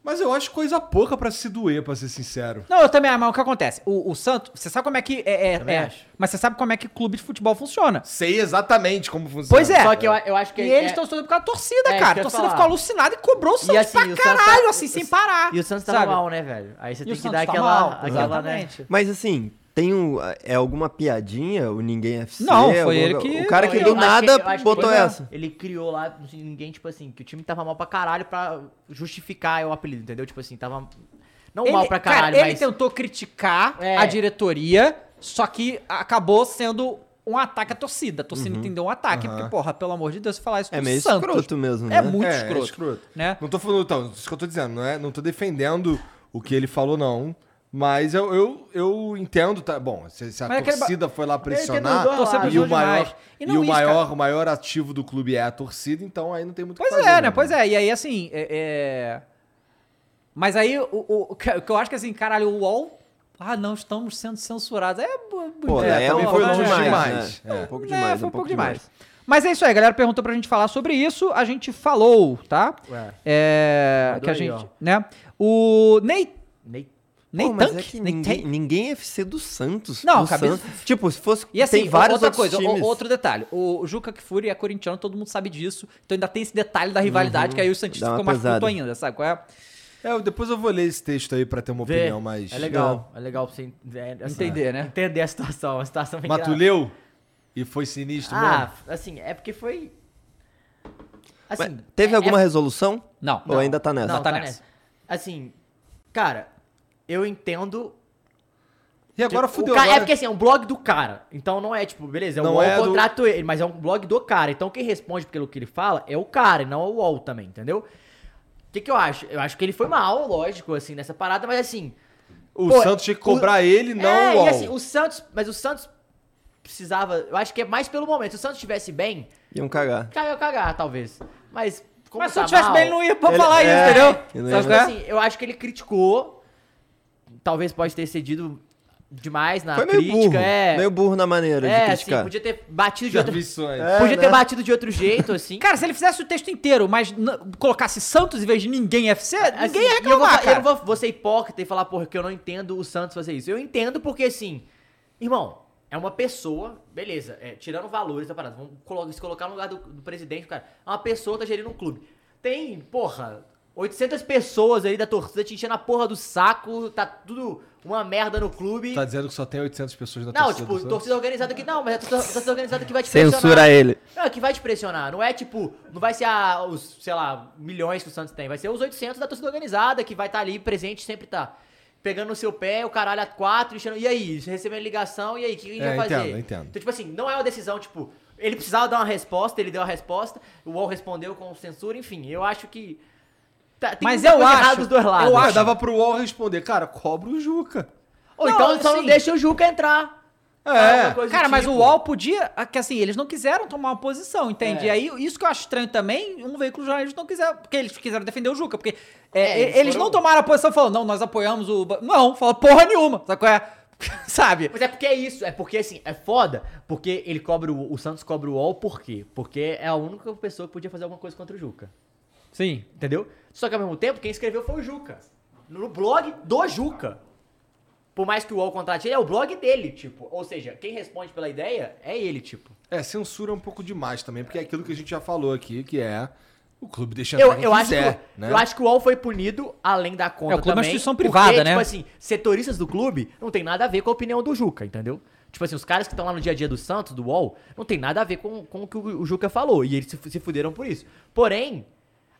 Speaker 3: Mas eu acho coisa pouca pra se doer, pra ser sincero.
Speaker 1: Não, eu também acho, mas o que acontece? O, o Santos, você sabe como é que. É, é-
Speaker 2: Também
Speaker 1: é-
Speaker 2: acho.
Speaker 1: mas você sabe como é que clube de futebol funciona.
Speaker 3: Sei exatamente como funciona.
Speaker 1: Pois é.
Speaker 2: Só que eu, eu acho que.
Speaker 1: E
Speaker 2: é-
Speaker 1: eles estão torcendo por causa da torcida,
Speaker 2: É, isso que eu
Speaker 1: cara.
Speaker 2: ia
Speaker 1: A torcida
Speaker 2: falar.
Speaker 1: ficou alucinada e cobrou o Santos
Speaker 2: assim,
Speaker 1: pra
Speaker 2: o Santos tá-
Speaker 1: caralho, assim, sem
Speaker 2: o-
Speaker 1: parar.
Speaker 2: E o Santos tá
Speaker 1: sabe?
Speaker 2: mal, né, velho? Aí você
Speaker 1: E
Speaker 2: tem
Speaker 1: o
Speaker 2: que
Speaker 1: Santos
Speaker 2: dar
Speaker 1: tá
Speaker 2: aquela.
Speaker 1: mal,
Speaker 2: aquela né?
Speaker 1: exatamente.
Speaker 7: Mas assim, tem um, é alguma piadinha? O Ninguém FC?
Speaker 1: Não, foi
Speaker 7: Algum-
Speaker 1: ele que-
Speaker 7: O cara
Speaker 1: Não,
Speaker 7: que
Speaker 1: eu
Speaker 7: do
Speaker 2: acho que-
Speaker 7: nada
Speaker 2: eu acho que
Speaker 7: botou
Speaker 2: ele-
Speaker 7: essa.
Speaker 2: Ele criou lá, não sei, ninguém, tipo assim, que o time tava mal pra caralho pra justificar o apelido, entendeu? Tipo assim, tava. Não um mal pra
Speaker 1: cara,
Speaker 2: caralho,
Speaker 1: ele um
Speaker 2: mas.
Speaker 1: tentou criticar
Speaker 2: É.
Speaker 1: a diretoria, só que acabou sendo um ataque à torcida. A torcida entendeu um ataque, porque, porra, pelo amor de Deus, falar isso
Speaker 7: É
Speaker 1: do
Speaker 7: meio
Speaker 1: Santos.
Speaker 7: escroto mesmo,
Speaker 1: É
Speaker 7: né?
Speaker 1: muito
Speaker 3: É, é
Speaker 1: escroto.
Speaker 3: escroto.
Speaker 1: Né?
Speaker 3: Não tô falando, então, isso que eu tô dizendo, não é? Não tô defendendo o que ele falou, não. Mas eu, eu, eu entendo, tá? Bom, se, se a
Speaker 1: Mas aquele ba-
Speaker 3: torcida foi lá pressionar,
Speaker 1: dois lados.
Speaker 3: e o
Speaker 1: Torcedor
Speaker 3: maior,
Speaker 1: demais.
Speaker 3: e
Speaker 1: E não
Speaker 3: o,
Speaker 1: isso,
Speaker 3: maior, o maior ativo do clube é a torcida, então aí não tem muito o que
Speaker 1: Pois
Speaker 3: fazer.
Speaker 1: é, né? Pois é. E aí, assim, é... é- Mas aí, o, o- o que o que eu acho que, assim, caralho, o UOL... Ah, não, estamos sendo censurados. É, tá bu- bu-
Speaker 7: Pô,
Speaker 3: É,
Speaker 7: é,
Speaker 3: também
Speaker 7: um
Speaker 3: foi
Speaker 7: pouco
Speaker 3: longe
Speaker 7: demais,
Speaker 3: demais,
Speaker 7: né?
Speaker 3: é.
Speaker 7: Um pouco
Speaker 1: né,
Speaker 7: demais, é
Speaker 1: foi um pouco demais. Mas é isso aí, a galera perguntou pra gente falar sobre isso, a gente falou, tá?
Speaker 2: Ué.
Speaker 1: É,
Speaker 2: Mandou
Speaker 1: que a
Speaker 2: aí,
Speaker 1: gente,
Speaker 2: ó.
Speaker 1: né? O Ney,
Speaker 2: Nem-
Speaker 1: Ney
Speaker 7: Pô, mas
Speaker 1: Tank,
Speaker 7: é que
Speaker 1: Ney
Speaker 7: ninguém,
Speaker 1: Tank.
Speaker 7: ninguém é FC do Santos.
Speaker 1: Não,
Speaker 7: do
Speaker 1: cabeça-
Speaker 7: Santos. Tipo, se fosse.
Speaker 1: E assim,
Speaker 7: tem vários
Speaker 1: outra
Speaker 7: outros
Speaker 1: coisa, o-
Speaker 7: times.
Speaker 1: outro detalhe. O Juca Kfouri é corintiano, todo mundo sabe disso. Então ainda tem esse detalhe da rivalidade, que aí o Santista
Speaker 7: Uhum. dá uma
Speaker 1: ficou mais puto
Speaker 7: pesada.
Speaker 1: ainda, sabe qual é?
Speaker 3: É, eu- depois eu vou ler esse texto aí pra ter uma
Speaker 2: Vê.
Speaker 3: opinião mais.
Speaker 2: É legal, é, legal pra você en- é, assim,
Speaker 1: Entender, né?
Speaker 2: Entender a situação. A situação é
Speaker 3: Mas tu
Speaker 2: engra-
Speaker 3: leu? E foi sinistro
Speaker 2: Ah,
Speaker 3: mesmo?
Speaker 2: f- assim, é porque foi. Assim,
Speaker 7: Mas teve
Speaker 2: é-
Speaker 7: alguma
Speaker 2: é-
Speaker 7: resolução?
Speaker 1: Não.
Speaker 7: Ou ainda tá nessa?
Speaker 2: Não, tá nessa. Assim, cara, eu entendo.
Speaker 3: E agora
Speaker 2: Tipo,
Speaker 3: fudeu.
Speaker 2: o cara- É
Speaker 3: agora-
Speaker 2: porque assim, é um blog do cara. Então não é tipo, beleza, é o
Speaker 3: Não
Speaker 2: UOL
Speaker 3: é do-
Speaker 2: contrato ele, mas é um blog do cara. Então quem responde pelo que ele fala é o cara, e não é o UOL também, entendeu? O que, que eu acho? Eu acho que ele foi mal, lógico, assim, nessa parada, mas assim.
Speaker 3: O
Speaker 2: Pô,
Speaker 3: Santos tinha que cobrar ele, não
Speaker 2: é,
Speaker 3: o UOL.
Speaker 2: E assim, o Santos. Mas o Santos precisava. Eu acho que é mais pelo momento. Se o Santos estivesse bem,
Speaker 7: Iam cagar.
Speaker 2: caiu cagar, talvez. Mas. Como
Speaker 1: Mas se
Speaker 2: tá
Speaker 1: eu tivesse
Speaker 2: mal-
Speaker 1: bem, ele não ia pra
Speaker 7: Ele-
Speaker 1: falar
Speaker 7: é,
Speaker 1: isso,
Speaker 7: ele
Speaker 1: entendeu? Sabe
Speaker 7: não ia-
Speaker 1: qual é?
Speaker 2: Assim, eu acho que ele criticou. Talvez pode ter cedido demais na
Speaker 7: Foi meio
Speaker 2: crítica.
Speaker 7: burro.
Speaker 2: é,
Speaker 7: Meio burro na maneira
Speaker 2: é,
Speaker 7: de
Speaker 2: assim,
Speaker 7: criticar.
Speaker 2: podia ter batido de
Speaker 3: Já
Speaker 2: outro,
Speaker 3: vi isso antes.
Speaker 2: podia ter
Speaker 7: né?
Speaker 2: batido de outro jeito, assim.
Speaker 1: Cara, se ele fizesse o texto inteiro, mas n- colocasse Santos em vez de ninguém FC,
Speaker 2: Assim,
Speaker 1: ninguém ia
Speaker 2: e eu, vou,
Speaker 1: reclamar,
Speaker 2: fa- eu
Speaker 1: cara.
Speaker 2: não vou, vou ser hipócrita e falar, porra, que eu não entendo o Santos fazer isso. Eu entendo porque, assim, irmão, é uma pessoa, beleza, é, tirando valores da parada, vamos colo- se colocar no lugar do, do presidente, cara. É Uma pessoa tá gerindo um clube. Tem, porra, 800 pessoas aí da torcida te enchendo a porra do saco, tá tudo uma merda no clube.
Speaker 3: Tá dizendo que só tem 800 pessoas na
Speaker 2: Não,
Speaker 3: torcida do
Speaker 2: tipo,
Speaker 3: Santos?
Speaker 2: torcida organizada que não, mas é a torcida- a torcida organizada que vai te
Speaker 7: Censura ele.
Speaker 2: não, é que vai te pressionar. Não é tipo, não vai ser a, os, sei lá, milhões que o Santos tem. Vai ser os 800 da torcida organizada que vai estar ali presente, sempre tá. Pegando no seu pé, o caralho a quatro, enchendo. E aí? Recebendo ligação, e aí? O que a gente
Speaker 3: É,
Speaker 2: vai fazer?
Speaker 3: entendo, entendo.
Speaker 2: Então, tipo assim, não é uma decisão, tipo, ele precisava dar uma resposta, ele deu a resposta, o UOL respondeu com censura, enfim. Eu acho que. tá- tem
Speaker 1: Mas
Speaker 2: muita
Speaker 1: eu
Speaker 2: coisa
Speaker 1: acho-
Speaker 2: errada dos dois lados.
Speaker 3: Eu acho. Dava pro UOL responder, cara, cobra o Juca.
Speaker 2: Ou
Speaker 1: Não,
Speaker 2: então só não
Speaker 1: assim-
Speaker 2: deixa o Juca entrar.
Speaker 3: É.
Speaker 2: Alguma coisa do
Speaker 1: Cara, mas o
Speaker 2: tipo.
Speaker 1: UOL podia. ah, Que assim, eles não quiseram tomar uma posição, entende?
Speaker 2: É.
Speaker 1: E aí, isso que eu acho estranho também, um veículo jornalista não quiser. Porque eles quiseram defender o Juca. Porque é,
Speaker 2: É,
Speaker 1: e-
Speaker 2: eles
Speaker 1: eles,
Speaker 2: foram-
Speaker 1: não tomaram a posição falando, não, nós apoiamos o. Ba-". Não, fala porra nenhuma. Sabe qual é? Sabe?
Speaker 2: Mas é porque é isso, é porque assim, é foda, porque ele cobra o, o Santos cobra o UOL por quê? Porque é a única pessoa que podia fazer alguma coisa contra o Juca,
Speaker 1: Sim.
Speaker 2: entendeu? Só que ao mesmo tempo, quem escreveu foi o Juca, no blog do Juca. Por mais que o UOL contrate ele, é o blog dele, tipo, ou seja, quem responde pela ideia é ele, tipo.
Speaker 3: É, censura é um pouco demais também, porque é aquilo que a gente já falou aqui, que é o clube deixando
Speaker 2: Eu,
Speaker 3: quem
Speaker 2: eu, acho que,
Speaker 3: quiser,
Speaker 2: o-
Speaker 3: né?
Speaker 2: eu acho que o UOL foi punido além da
Speaker 1: É,
Speaker 2: conta
Speaker 1: o clube é uma
Speaker 2: também,
Speaker 1: instituição
Speaker 2: porque,
Speaker 1: privada, né?
Speaker 2: Tipo assim, setoristas do clube não tem nada a ver com a opinião do Juca, entendeu? Tipo assim, os caras que estão lá no dia a dia do Santos, do UOL, não tem nada a ver com, com o que o, o Juca falou. E eles se, fu- se fuderam por isso. Porém,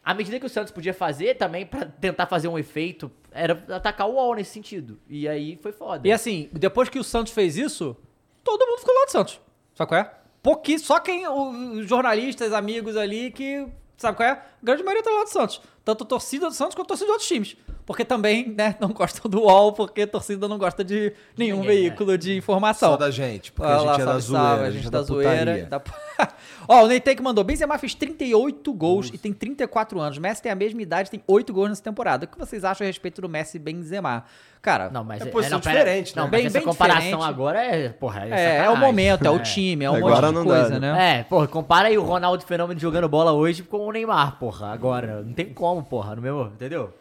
Speaker 2: a medida que o Santos podia fazer também pra tentar fazer um efeito era atacar o UOL nesse sentido. E aí foi foda.
Speaker 1: E assim, depois que o Santos fez isso, todo mundo ficou lá do Santos. Sabe qual é? Pouqui, só quem, o- os jornalistas, amigos ali que. Sabe qual é? A grande maioria tá lá do Santos. Tanto a torcida do Santos quanto a torcida de outros times. Porque também, né, não gostam do UOL, porque a torcida não gosta de nenhum
Speaker 2: Ninguém,
Speaker 1: veículo de informação.
Speaker 3: né? Só da gente, porque a
Speaker 1: Olha
Speaker 3: gente
Speaker 1: lá,
Speaker 3: é da
Speaker 1: salve,
Speaker 3: zoeira,
Speaker 1: salve,
Speaker 3: a gente é da putaria.
Speaker 1: da pu- Ó, o Neitei que mandou. Benzema fez 38 gols e tem 34 anos. Messi tem a mesma idade, tem 8 gols nessa temporada. O que vocês acham a respeito do Messi e Benzema? Cara,
Speaker 2: Não, mas
Speaker 3: É posição
Speaker 2: não, pera-
Speaker 3: diferente, né?
Speaker 2: Não, mas
Speaker 1: Bem-
Speaker 2: essa
Speaker 1: bem
Speaker 2: comparação
Speaker 1: diferente.
Speaker 2: agora é, porra, é,
Speaker 1: é, é o
Speaker 2: sacanagem.
Speaker 1: momento, é o time, é um monte
Speaker 7: Agora
Speaker 1: de
Speaker 7: não
Speaker 1: coisa,
Speaker 7: dá,
Speaker 1: né?
Speaker 2: É, porra, compara aí o Ronaldo Fenômeno jogando bola hoje com o Neymar, porra, agora. Não tem como, porra, no meu, entendeu?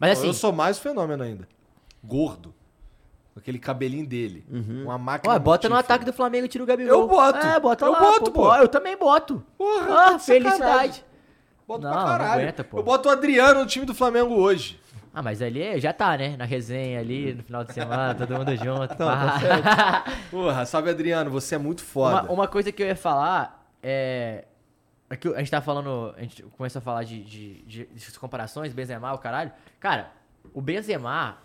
Speaker 2: Mas assim,
Speaker 3: Eu sou mais fenômeno ainda. Gordo. Com Aquele cabelinho dele.
Speaker 1: Uhum.
Speaker 3: Uma máquina.
Speaker 2: ó, bota no
Speaker 3: mortífera.
Speaker 2: ataque do Flamengo e tira o Gabigol.
Speaker 3: Eu boto.
Speaker 2: É, bota
Speaker 3: Eu
Speaker 2: lá, pô,
Speaker 3: boto, pô.
Speaker 2: pô. Eu também boto.
Speaker 3: Porra,
Speaker 2: Ah,
Speaker 3: tá de sacanagem.
Speaker 2: felicidade.
Speaker 3: Boto
Speaker 2: Não,
Speaker 3: pra
Speaker 2: não
Speaker 3: caralho.
Speaker 2: aguenta, pô.
Speaker 3: Eu boto o Adriano no time do Flamengo hoje.
Speaker 2: Ah, mas ali é- já tá, né? Na resenha ali, no final de semana, todo mundo
Speaker 3: tá
Speaker 2: junto. pá.
Speaker 3: Porra, sabe, Adriano, você é muito foda.
Speaker 2: uma, uma coisa que eu ia falar é... é que a gente tá falando, a gente começou a falar de, de, de- de comparações, Benzema, o caralho. Cara, o Benzema,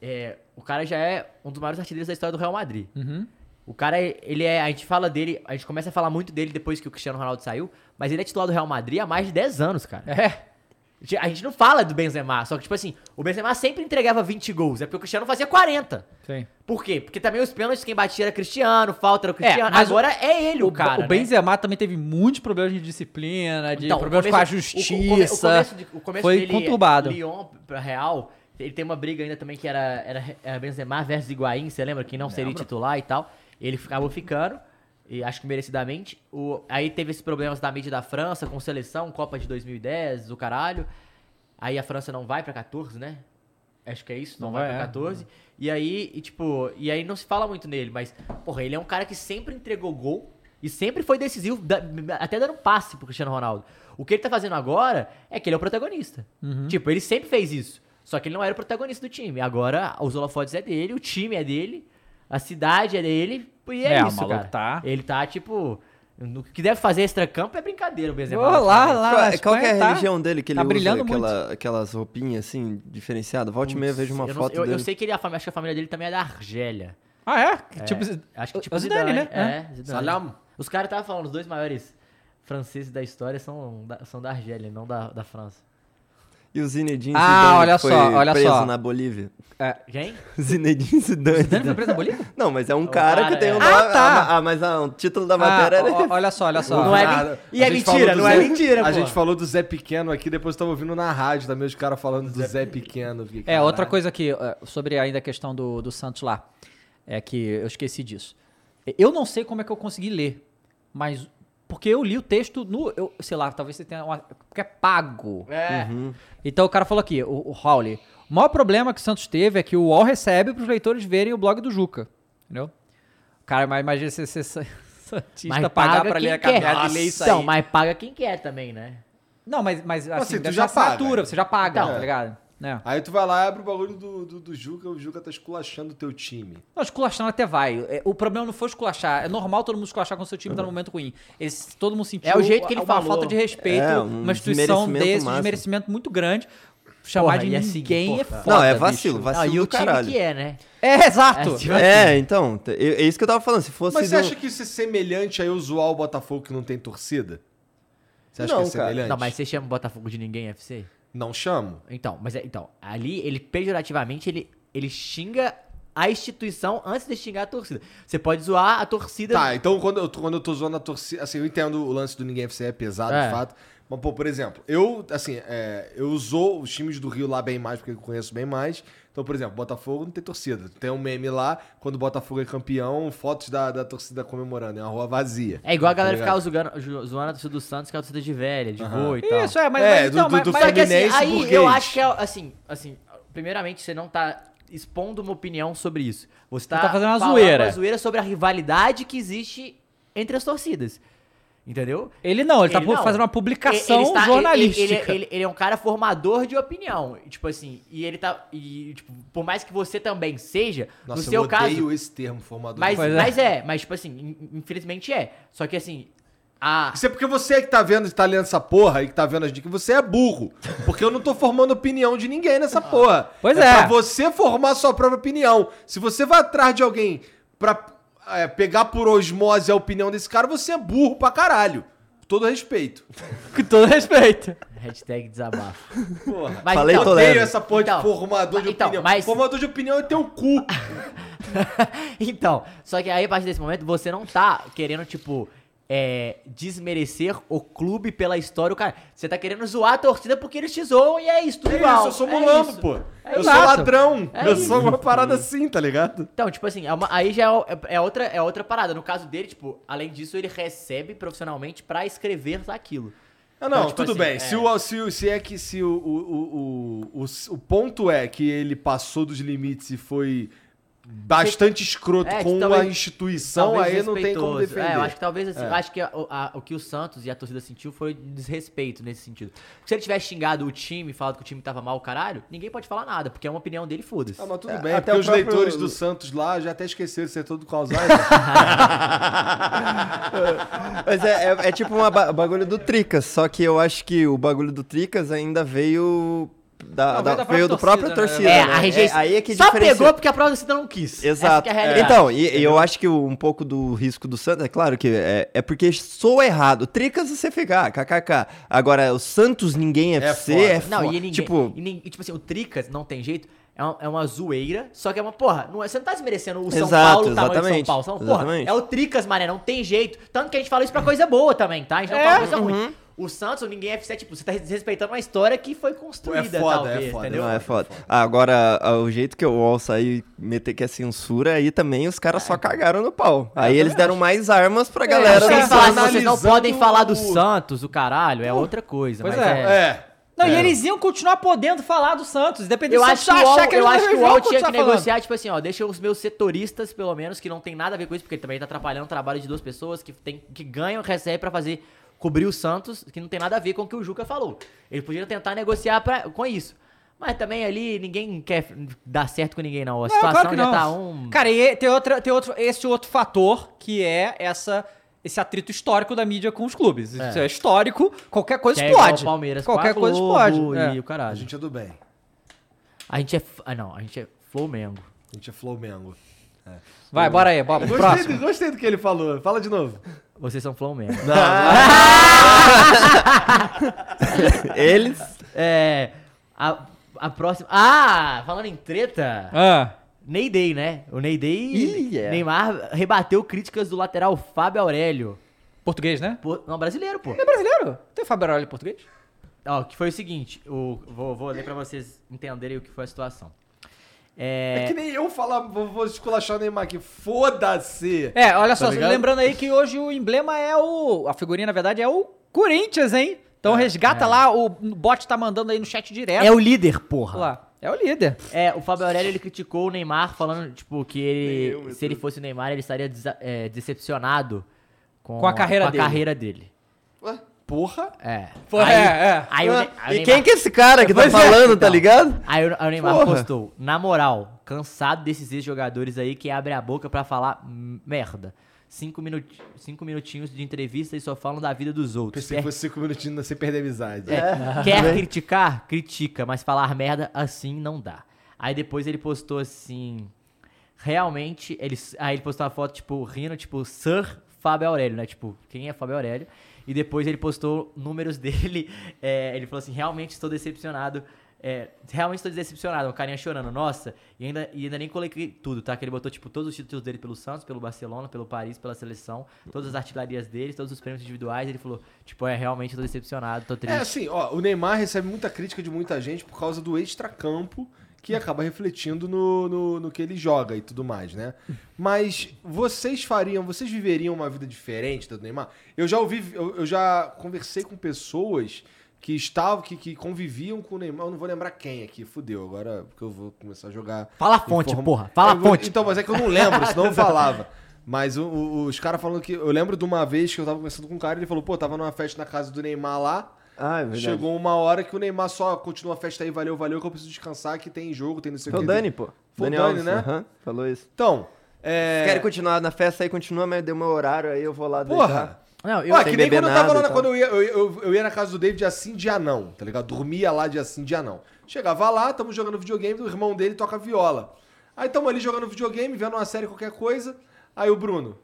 Speaker 2: é, o cara já é um dos maiores artilheiros da história do Real Madrid. O cara, ele é. A gente fala dele, a gente começa a falar muito dele depois que o Cristiano Ronaldo saiu, mas ele é titular do Real Madrid há mais de 10 anos, cara. É. A gente não fala do Benzema, só que, tipo assim, o Benzema sempre entregava 20 gols, é porque o Cristiano fazia 40.
Speaker 1: Sim.
Speaker 2: Por quê? Porque também os pênaltis quem batia era Cristiano, falta era o
Speaker 1: É,
Speaker 2: Cristiano.
Speaker 1: mas
Speaker 2: Agora é ele o,
Speaker 1: O,
Speaker 2: cara.
Speaker 1: o Benzema também teve muitos problemas de disciplina, de
Speaker 2: Então, o
Speaker 1: problemas
Speaker 2: começo-
Speaker 1: com a
Speaker 2: o- o come- o
Speaker 1: justiça.
Speaker 2: começo de- o começo
Speaker 1: foi
Speaker 2: dele, é
Speaker 1: conturbado.
Speaker 2: Lyon pra Real, ele tem uma briga ainda também que era, era, era Benzema versus Higuaín, você lembra? Que não seria titular e tal. Ele fi- acabou ficando, e acho que merecidamente. O, aí teve esses problemas da mídia da França, com seleção, Copa de 2010, o caralho. Aí a França não vai pra 14, né? Acho que é isso, não,
Speaker 1: Não
Speaker 2: vai,
Speaker 1: vai,
Speaker 2: pra
Speaker 1: é.
Speaker 2: 14. E aí, e tipo, e aí não se fala muito nele, mas, porra, ele é um cara que sempre entregou gol e sempre foi decisivo, da- até dando um
Speaker 1: Uhum.
Speaker 2: passe pro Cristiano Ronaldo. O que ele tá fazendo agora é que ele é o protagonista. Tipo, ele sempre fez isso. Só que ele não era o protagonista do time. Agora os holofotes é dele, o time é dele, a cidade é dele, e é,
Speaker 1: É, o
Speaker 2: isso,
Speaker 1: maluco
Speaker 2: cara.
Speaker 1: tá-
Speaker 2: Ele tá, tipo... O que deve fazer extra-campo é brincadeira, o Benzema.
Speaker 1: Ô, lá, lá,
Speaker 7: Qual,
Speaker 1: a
Speaker 7: qual que é a
Speaker 1: Espanha tá-
Speaker 7: religião dele que ele
Speaker 1: tá
Speaker 7: usa
Speaker 1: brilhando
Speaker 7: aquela- aquelas roupinhas assim, diferenciadas? Volte e meia, vejo uma
Speaker 2: eu não-
Speaker 7: foto
Speaker 2: eu, eu
Speaker 7: dele.
Speaker 2: sei que ele, a família, acho que a família dele também é da Argélia.
Speaker 1: Ah, é?
Speaker 2: É,
Speaker 1: Tipo,
Speaker 2: acho que tipo
Speaker 1: o Zidane, né?
Speaker 2: É,
Speaker 1: É.
Speaker 2: Zidane.
Speaker 3: Salam.
Speaker 2: Os caras estavam falando, os dois maiores franceses da história são da, são da Argélia, não da, da França.
Speaker 7: E o Zinedine
Speaker 1: Ah,
Speaker 7: Zidane
Speaker 1: olha
Speaker 7: que foi
Speaker 1: só, olha
Speaker 7: preso
Speaker 1: só.
Speaker 7: na Bolívia.
Speaker 2: Quem?
Speaker 7: Zinedine Zidane.
Speaker 1: Zidane foi preso na Bolívia?
Speaker 7: Não, mas é um
Speaker 2: o
Speaker 7: cara,
Speaker 2: cara,
Speaker 7: que tem o
Speaker 2: é.
Speaker 7: nome...
Speaker 1: Ah, tá.
Speaker 7: Ah, mas ah, o título da matéria
Speaker 1: Ah,
Speaker 7: era...
Speaker 1: ó, ó, olha só, olha só.
Speaker 2: Não é
Speaker 3: Cara,
Speaker 2: men- e
Speaker 3: a
Speaker 2: é
Speaker 3: gente falou
Speaker 2: mentira,
Speaker 3: do
Speaker 2: não é
Speaker 3: Zé-
Speaker 2: mentira,
Speaker 3: A
Speaker 2: pô.
Speaker 3: gente falou do Zé Pequeno aqui, depois eu tava ouvindo na rádio também os caras falando do Zé Pequeno. Fiquei,
Speaker 1: É, outra
Speaker 3: caralho.
Speaker 1: coisa aqui, eh, sobre ainda a questão do, do Santos lá, é que eu esqueci disso. Eu não sei como é que eu consegui ler, mas. Porque eu li o texto no. Eu, sei lá, talvez você tenha. Uma, porque é pago.
Speaker 2: É.
Speaker 1: Então o cara falou aqui, o, o Howley. O maior problema que o Santos teve é que o UOL recebe para os leitores verem o blog do Juca. Entendeu? Cara, mas imagina você ser san- Santista pagar para ler a cabeça e ler isso aí.
Speaker 2: Então, mas paga quem quer também, né?
Speaker 1: Não, mas, mas assim,
Speaker 3: assim, tu
Speaker 1: deve
Speaker 3: já
Speaker 1: ser assinatura,
Speaker 3: paga.
Speaker 1: você já paga,
Speaker 3: Então.
Speaker 1: tá ligado? Né?
Speaker 3: Aí tu vai lá e abre o bagulho do, do, do Juca, o Juca tá esculachando o teu time.
Speaker 1: Não, esculachando até vai. É, O problema não foi esculachar. É normal todo mundo esculachar quando seu time tá num momento ruim. Eles, todo mundo sentiu
Speaker 2: É o jeito que ele
Speaker 1: uma
Speaker 2: falou.
Speaker 1: falta de respeito,
Speaker 7: É, um
Speaker 1: uma instituição
Speaker 7: desmerecimento
Speaker 1: desse, um
Speaker 7: máximo.
Speaker 1: desmerecimento muito grande. Chamar
Speaker 2: Porra,
Speaker 1: de
Speaker 2: e é
Speaker 1: ninguém
Speaker 2: seguir,
Speaker 1: é
Speaker 2: porra.
Speaker 1: foda.
Speaker 7: Não, é
Speaker 1: bicho.
Speaker 7: vacilo, vacilo
Speaker 2: e
Speaker 7: do
Speaker 2: o time
Speaker 7: caralho.
Speaker 2: que é, né?
Speaker 1: É, exato.
Speaker 2: É, tipo-
Speaker 7: É, então, te- eu- é isso que eu tava falando. Se fosse.
Speaker 3: assim. Mas
Speaker 7: um
Speaker 3: você
Speaker 7: do-
Speaker 3: acha que isso é semelhante a eu zoar o Botafogo que não tem torcida? Você acha
Speaker 7: Não,
Speaker 3: que é
Speaker 7: cara.
Speaker 3: semelhante?
Speaker 2: Não, mas você chama o Botafogo de ninguém FC?
Speaker 3: Não chamo.
Speaker 2: Então, mas é, então, ali ele pejorativamente ele, ele xinga a instituição antes de xingar a torcida. Você pode zoar a torcida.
Speaker 3: Tá, então quando eu, quando eu tô zoando a torcida. Assim, eu entendo o lance do Ninguém FC é pesado,
Speaker 2: É.
Speaker 3: de fato. Mas, pô, por exemplo, eu, assim, é, eu zoo os times do Rio lá bem mais, porque eu conheço bem mais. Então, por exemplo, Botafogo não tem torcida. Tem um meme lá, quando o Botafogo é campeão, fotos da, da torcida comemorando. É uma rua vazia.
Speaker 2: É igual a galera
Speaker 3: Tá
Speaker 2: ficar
Speaker 3: ligado?
Speaker 2: zoando, zo- zoando a torcida do Santos, que é a torcida de velha, de
Speaker 3: Aham.
Speaker 2: boa e tal.
Speaker 1: Isso, é, mas, mas
Speaker 3: É, do-
Speaker 1: então,
Speaker 3: do-
Speaker 1: mas,
Speaker 3: do
Speaker 1: mas é que assim,
Speaker 3: Fluminense.
Speaker 2: aí
Speaker 3: burguês.
Speaker 2: eu acho que é assim, assim, primeiramente você não tá expondo uma opinião sobre isso. Você tá,
Speaker 1: Você tá fazendo uma
Speaker 2: falando
Speaker 1: zoeira.
Speaker 2: uma zoeira sobre a rivalidade que existe entre as torcidas. Entendeu?
Speaker 1: ele não, ele, tá pu-
Speaker 2: não.
Speaker 1: fazendo uma publicação
Speaker 2: Ele está- ele-
Speaker 1: jornalística.
Speaker 2: Ele, ele- ele é um cara formador de opinião. e, Tipo assim, e ele tá. E, tipo, por mais que você também seja,
Speaker 3: Nossa,
Speaker 2: no seu
Speaker 3: eu odeio
Speaker 2: caso.
Speaker 3: esse termo formador.
Speaker 2: Mas,
Speaker 1: Pois é.
Speaker 2: mas é, mas tipo assim, in- infelizmente é. Só que assim, a.
Speaker 3: Isso é porque você que tá vendo, que tá lendo essa porra e que tá vendo as dicas, você é burro. Porque eu não tô formando opinião de ninguém
Speaker 2: Ah.
Speaker 3: nessa porra.
Speaker 1: Pois é.
Speaker 3: pra você formar sua própria opinião. Se você vai atrás de alguém pra é, pegar por osmose a opinião desse cara, você é burro pra caralho. Com todo respeito.
Speaker 1: Com todo respeito.
Speaker 2: Hashtag desabafo.
Speaker 3: Porra.
Speaker 2: Mas
Speaker 7: Falei,
Speaker 3: Eu
Speaker 2: então,
Speaker 7: Toledo.
Speaker 3: odeio essa porra
Speaker 2: Então,
Speaker 3: de formador de
Speaker 2: então,
Speaker 3: opinião.
Speaker 2: mas-
Speaker 3: Formador de opinião é teu cu.
Speaker 2: então, só que aí a partir desse momento você não tá querendo, tipo, é, desmerecer o clube pela história, o cara. Você tá querendo zoar a torcida porque eles te zoam e é isso, tudo
Speaker 3: É
Speaker 2: igual.
Speaker 3: isso, eu sou
Speaker 2: É
Speaker 3: mulambo,
Speaker 2: isso.
Speaker 3: pô.
Speaker 2: É
Speaker 3: eu
Speaker 2: isso.
Speaker 3: sou ladrão.
Speaker 2: É
Speaker 3: eu
Speaker 2: isso.
Speaker 3: sou uma parada assim, tá ligado?
Speaker 2: Então, tipo assim, é uma- aí já é o- é, é outra, é outra parada. No caso dele, tipo, além disso, ele recebe profissionalmente pra escrever aquilo.
Speaker 3: Ah, não,
Speaker 2: Então, tipo
Speaker 3: tudo
Speaker 2: assim,
Speaker 3: bem.
Speaker 2: é.
Speaker 3: Se, o, se, o- se é que se o, o, o, o, o- o ponto é que ele passou dos limites e foi bastante escroto
Speaker 2: É, que
Speaker 3: com
Speaker 2: talvez-
Speaker 3: a instituição,
Speaker 2: Talvez
Speaker 3: aí não tem como
Speaker 2: desrespeitoso.
Speaker 3: defender.
Speaker 2: É, eu acho que talvez assim, eu acho que a- a- o que o Santos e a torcida sentiu foi desrespeito nesse sentido. Porque se ele tivesse xingado o time, falado que o time tava mal, caralho, ninguém pode falar nada, porque é uma opinião dele, foda-se.
Speaker 3: Ah, mas tudo
Speaker 7: É,
Speaker 3: bem,
Speaker 7: até
Speaker 3: porque
Speaker 7: o
Speaker 3: os
Speaker 7: próprio-
Speaker 3: leitores do Santos lá já até esqueceram de ser todo com Alzheimer.
Speaker 7: Mas é, é- é tipo um bagulho do Tricas, só que eu acho que o bagulho do Tricas ainda veio. Da,
Speaker 1: Não,
Speaker 7: da-
Speaker 1: veio da própria
Speaker 7: veio do próprio
Speaker 1: torcida,
Speaker 7: torcida.
Speaker 1: né?
Speaker 2: É,
Speaker 7: né?
Speaker 2: a rejeição.
Speaker 7: aí é que
Speaker 2: Só
Speaker 7: diferencia.
Speaker 2: pegou porque a própria torcida não quis. Essa
Speaker 7: Exato.
Speaker 2: que é a realidade.
Speaker 7: Então, e, e eu acho que o- um pouco do risco do Santos, é claro que é, é porque sou errado. Tricas é você fica, kkk. Agora, o Santos ninguém FC
Speaker 3: foda.
Speaker 7: é foda.
Speaker 2: Não, e ninguém.
Speaker 7: Tipo,
Speaker 2: e nin- e, tipo assim, o Tricas não tem jeito. É uma, é uma zoeira, só que é uma porra. Não é, você não tá desmerecendo o São
Speaker 7: Exato,
Speaker 2: Paulo, o tamanho do São
Speaker 7: exatamente,
Speaker 2: Paulo. São, porra,
Speaker 7: exatamente.
Speaker 2: é o Tricas, mané, não tem jeito. Tanto que a gente fala isso pra coisa boa também, tá? A gente não
Speaker 7: É,
Speaker 2: fala coisa
Speaker 7: uhum.
Speaker 2: ruim. O Santos, o ninguém FC, tipo, você tá desrespeitando uma história que foi construída,
Speaker 3: É foda,
Speaker 2: talvez,
Speaker 3: é foda.
Speaker 2: entendeu?
Speaker 7: não, é foda. Ah, agora, ah, o jeito que o UOL sair meter que é censura, aí também os caras
Speaker 3: É.
Speaker 7: só cagaram no pau. Aí eles deram mais armas pra galera. Uh,
Speaker 2: Se
Speaker 7: do
Speaker 2: eles
Speaker 7: Santos.
Speaker 2: falassem, vocês não
Speaker 3: analisando
Speaker 2: podem falar do
Speaker 3: o-
Speaker 2: Santos, o caralho, é outra coisa.
Speaker 1: Pois
Speaker 2: mas
Speaker 1: é.
Speaker 2: é.
Speaker 3: é.
Speaker 1: Não, e eles iam continuar podendo falar do Santos, independente
Speaker 2: Eu
Speaker 1: do
Speaker 2: acho que
Speaker 1: Santos
Speaker 2: o
Speaker 1: achar
Speaker 2: UOL,
Speaker 1: que eles
Speaker 2: eu
Speaker 1: não
Speaker 2: acho que o
Speaker 1: vão
Speaker 2: UOL tinha que
Speaker 1: continuar falando.
Speaker 2: negociar, tipo assim, ó, deixa os meus setoristas, pelo menos, que não tem nada a ver com isso, porque ele também tá atrapalhando o trabalho de duas pessoas que, tem, que ganham, recebem pra fazer, cobrir o Santos, que não tem nada a ver com o que o Juca falou. Ele podia tentar negociar pra, com isso. Mas também ali ninguém quer dar certo com ninguém, não. A
Speaker 1: Não,
Speaker 2: situação
Speaker 1: É, claro que
Speaker 2: já
Speaker 1: não.
Speaker 2: tá um.
Speaker 1: Cara, e é, tem, outra, tem outro, esse outro fator que é essa, esse atrito histórico da mídia com os clubes. Isso é histórico, qualquer coisa
Speaker 2: Que é igual
Speaker 1: explode.
Speaker 2: o Palmeiras com a
Speaker 1: qualquer coisa
Speaker 2: Globo
Speaker 1: explode.
Speaker 2: e
Speaker 1: é.
Speaker 2: o caralho.
Speaker 3: A gente é do bem.
Speaker 2: A gente é. f- Ah, não, a gente é Flamengo.
Speaker 3: A gente é Flamengo. É.
Speaker 1: Vai, bora aí, Bob.
Speaker 3: Gostei,
Speaker 1: Próximo.
Speaker 3: do- gostei do que ele falou. Fala de novo.
Speaker 2: Vocês são Flamengo.
Speaker 7: Eles.
Speaker 2: É. A, a próxima. Ah! Falando em treta.
Speaker 1: Ah,
Speaker 2: Ney Day, né? O Ney Day.
Speaker 7: Ih, é.
Speaker 2: Neymar rebateu críticas do lateral Fábio Aurélio.
Speaker 1: português, né?
Speaker 2: Pô, não, brasileiro, pô.
Speaker 1: É brasileiro? Tem o Fábio Arolio em português?
Speaker 2: Ó, que foi o seguinte, o, vou, vou ler pra vocês entenderem o que foi a situação.
Speaker 3: É.
Speaker 2: É,
Speaker 3: que nem eu falar, vou, vou esculachar o Neymar aqui. Foda-se.
Speaker 1: É, olha só,
Speaker 3: Tá ligado?
Speaker 1: lembrando aí que hoje o emblema é o. A figurinha, na verdade, é o Corinthians, hein? Então resgata lá, o bot tá mandando aí no chat direto.
Speaker 2: é o líder, porra.
Speaker 1: Lá. É o líder.
Speaker 2: É, o Fábio Aurélio ele criticou o Neymar falando, tipo, que ele, se ele fosse o Neymar, ele estaria desa- é, decepcionado com,
Speaker 1: Com a carreira dele.
Speaker 2: carreira dele.
Speaker 3: Porra.
Speaker 2: É.
Speaker 1: Foi-
Speaker 2: aí,
Speaker 1: é, é.
Speaker 2: Aí, o, Ne- aí o
Speaker 7: e
Speaker 2: Neymar-
Speaker 7: quem que é esse cara que tá
Speaker 1: Pois é,
Speaker 7: falando, tá
Speaker 1: então.
Speaker 7: ligado?
Speaker 2: Aí o, aí o Neymar
Speaker 7: Porra.
Speaker 2: postou, na moral, cansado desses ex-jogadores aí que abrem a boca pra falar m- merda. Cinco, minuti- cinco minutinhos de entrevista e só falam da vida dos outros. É.
Speaker 3: Pensei
Speaker 2: Quer,
Speaker 3: que fosse cinco minutinhos sem perder a amizade.
Speaker 2: É. quer criticar? Critica, mas falar merda assim não dá. Aí depois ele postou assim, realmente, ele, aí ele postou uma foto, tipo, rindo, tipo, Sir Fábio Aurélio, né? Tipo, quem é Fábio Aurélio? E depois ele postou números dele, é, ele falou assim, realmente estou decepcionado, é, realmente estou decepcionado, um carinha chorando, nossa, e ainda, e ainda nem coloquei tudo, tá? Que ele botou, tipo, todos os títulos dele pelo Santos, pelo Barcelona, pelo Paris, pela seleção, todas as artilharias dele, todos os prêmios individuais, ele falou, tipo, é, realmente estou decepcionado, tô
Speaker 3: É
Speaker 2: triste.
Speaker 3: assim, ó, o Neymar recebe muita crítica de muita gente por causa do extracampo que acaba refletindo no, no, no que ele joga e tudo mais, né? Mas vocês fariam, vocês viveriam uma vida diferente da do Neymar? Eu já ouvi, eu, eu já conversei com pessoas que estavam, que, que conviviam com o Neymar, eu não vou lembrar quem aqui, fudeu, agora porque eu vou começar a jogar.
Speaker 2: Fala a fonte,
Speaker 3: informa-
Speaker 2: porra, fala a
Speaker 3: Eu vou-
Speaker 2: fonte.
Speaker 3: Então, mas é que eu não lembro, senão eu falava. Mas o- o- os caras falando que. Eu lembro de uma vez que eu tava conversando com um cara e ele falou, pô, tava numa festa na casa do Neymar lá.
Speaker 7: Ah, é verdade.
Speaker 3: Chegou um uma hora que o Neymar só continua a festa aí, valeu, valeu, que eu preciso descansar, que tem jogo, tem não sei
Speaker 7: Foi É
Speaker 3: que.
Speaker 7: o Dani, pô.
Speaker 3: Foi o
Speaker 7: Dani,
Speaker 3: Dani,
Speaker 7: Alves,
Speaker 3: né?
Speaker 7: aham, falou isso.
Speaker 3: Então,
Speaker 7: É.
Speaker 3: é.
Speaker 7: Querem continuar na festa aí, continua, mas deu meu horário, aí eu vou lá
Speaker 3: Porra!
Speaker 7: deitar.
Speaker 2: Não,
Speaker 3: Ué,
Speaker 7: sem
Speaker 3: Ah, que nem
Speaker 7: beber
Speaker 3: quando eu tava
Speaker 7: nada então?
Speaker 3: lá, na-
Speaker 7: e tal.
Speaker 3: quando eu ia, eu, eu- eu ia na casa do David assim, dia não, tá ligado? Dormia lá dia assim, dia não. Chegava lá, tamo jogando videogame, o irmão dele toca viola. Aí tamo ali jogando videogame, vendo uma série, qualquer coisa. Aí o Bruno.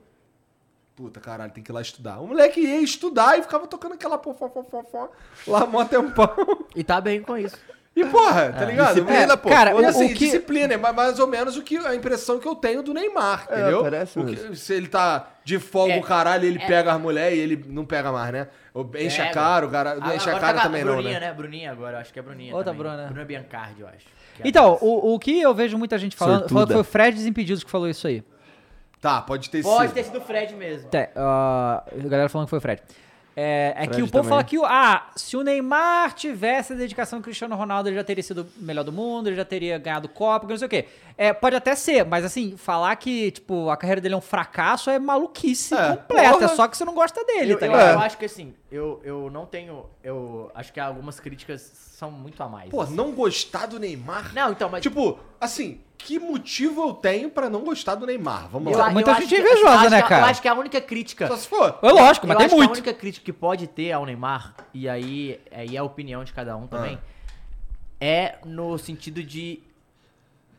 Speaker 3: Puta caralho, tem que ir lá estudar. O moleque ia estudar e ficava tocando aquela pó, pó, pó, pó, pó, lá mó tempão.
Speaker 2: E tá bem com isso.
Speaker 3: E porra, tá ligado?
Speaker 7: disciplina,
Speaker 3: É,
Speaker 7: pô.
Speaker 1: cara,
Speaker 3: e
Speaker 1: o-
Speaker 3: assim,
Speaker 1: o que-
Speaker 3: disciplina é ma- mais ou menos o que a impressão que eu tenho do Neymar,
Speaker 7: É,
Speaker 3: entendeu?
Speaker 7: parece
Speaker 3: O que-
Speaker 7: mesmo.
Speaker 3: se ele tá de folga
Speaker 2: É,
Speaker 3: o caralho, ele pega as mulheres e ele não pega mais, né? Ou Enche a
Speaker 2: Pega.
Speaker 3: cara, o cara,
Speaker 2: Ah,
Speaker 3: enche a
Speaker 2: agora
Speaker 3: cara
Speaker 2: tá com a
Speaker 3: também não,
Speaker 2: Bruninha,
Speaker 3: né?
Speaker 2: Bruninha agora, eu acho que é Bruninha.
Speaker 1: Outra
Speaker 2: também.
Speaker 1: Bruna.
Speaker 2: Bruna Biancardi, eu acho. que é
Speaker 1: Então,
Speaker 2: a-
Speaker 1: o, o que eu vejo muita gente falando, falou
Speaker 7: Sortuda.
Speaker 1: que foi o Fred Desimpedidos que falou isso aí.
Speaker 3: Tá, pode ter
Speaker 2: né? Pode
Speaker 3: sido.
Speaker 2: ter sido o Fred mesmo.
Speaker 1: Tá, ah, a galera falando que foi o Fred. É, é que o povo
Speaker 7: Fred também.
Speaker 1: fala que o- ah, se o Neymar tivesse a dedicação do Cristiano Ronaldo, ele já teria sido o melhor do mundo, ele já teria ganhado Copa, que não sei o quê. É, pode até ser, mas assim, falar que tipo, a carreira dele é um fracasso é maluquice
Speaker 3: É,
Speaker 1: completa.
Speaker 3: porra.
Speaker 1: É só que você não gosta dele,
Speaker 2: eu,
Speaker 1: tá
Speaker 2: eu-
Speaker 1: ligado?
Speaker 2: eu acho que assim, eu, eu não tenho. Eu acho que algumas críticas são muito a mais.
Speaker 3: Pô,
Speaker 2: assim.
Speaker 3: não gostar do Neymar?
Speaker 2: Não, então, mas.
Speaker 3: Tipo, assim, que motivo eu tenho pra não gostar do Neymar? Vamos
Speaker 2: eu-
Speaker 3: lá.
Speaker 2: eu
Speaker 1: muita
Speaker 2: acho
Speaker 1: gente é
Speaker 2: que-
Speaker 1: invejosa,
Speaker 2: eu acho
Speaker 1: né,
Speaker 2: que a-
Speaker 1: cara?
Speaker 2: Eu acho que a única crítica.
Speaker 3: Só se for.
Speaker 1: É lógico, mas
Speaker 2: eu
Speaker 1: tem
Speaker 2: acho que a
Speaker 1: muito.
Speaker 2: única crítica que pode ter ao Neymar, e aí, aí é a opinião de cada
Speaker 3: Ah.
Speaker 2: um também, é no sentido de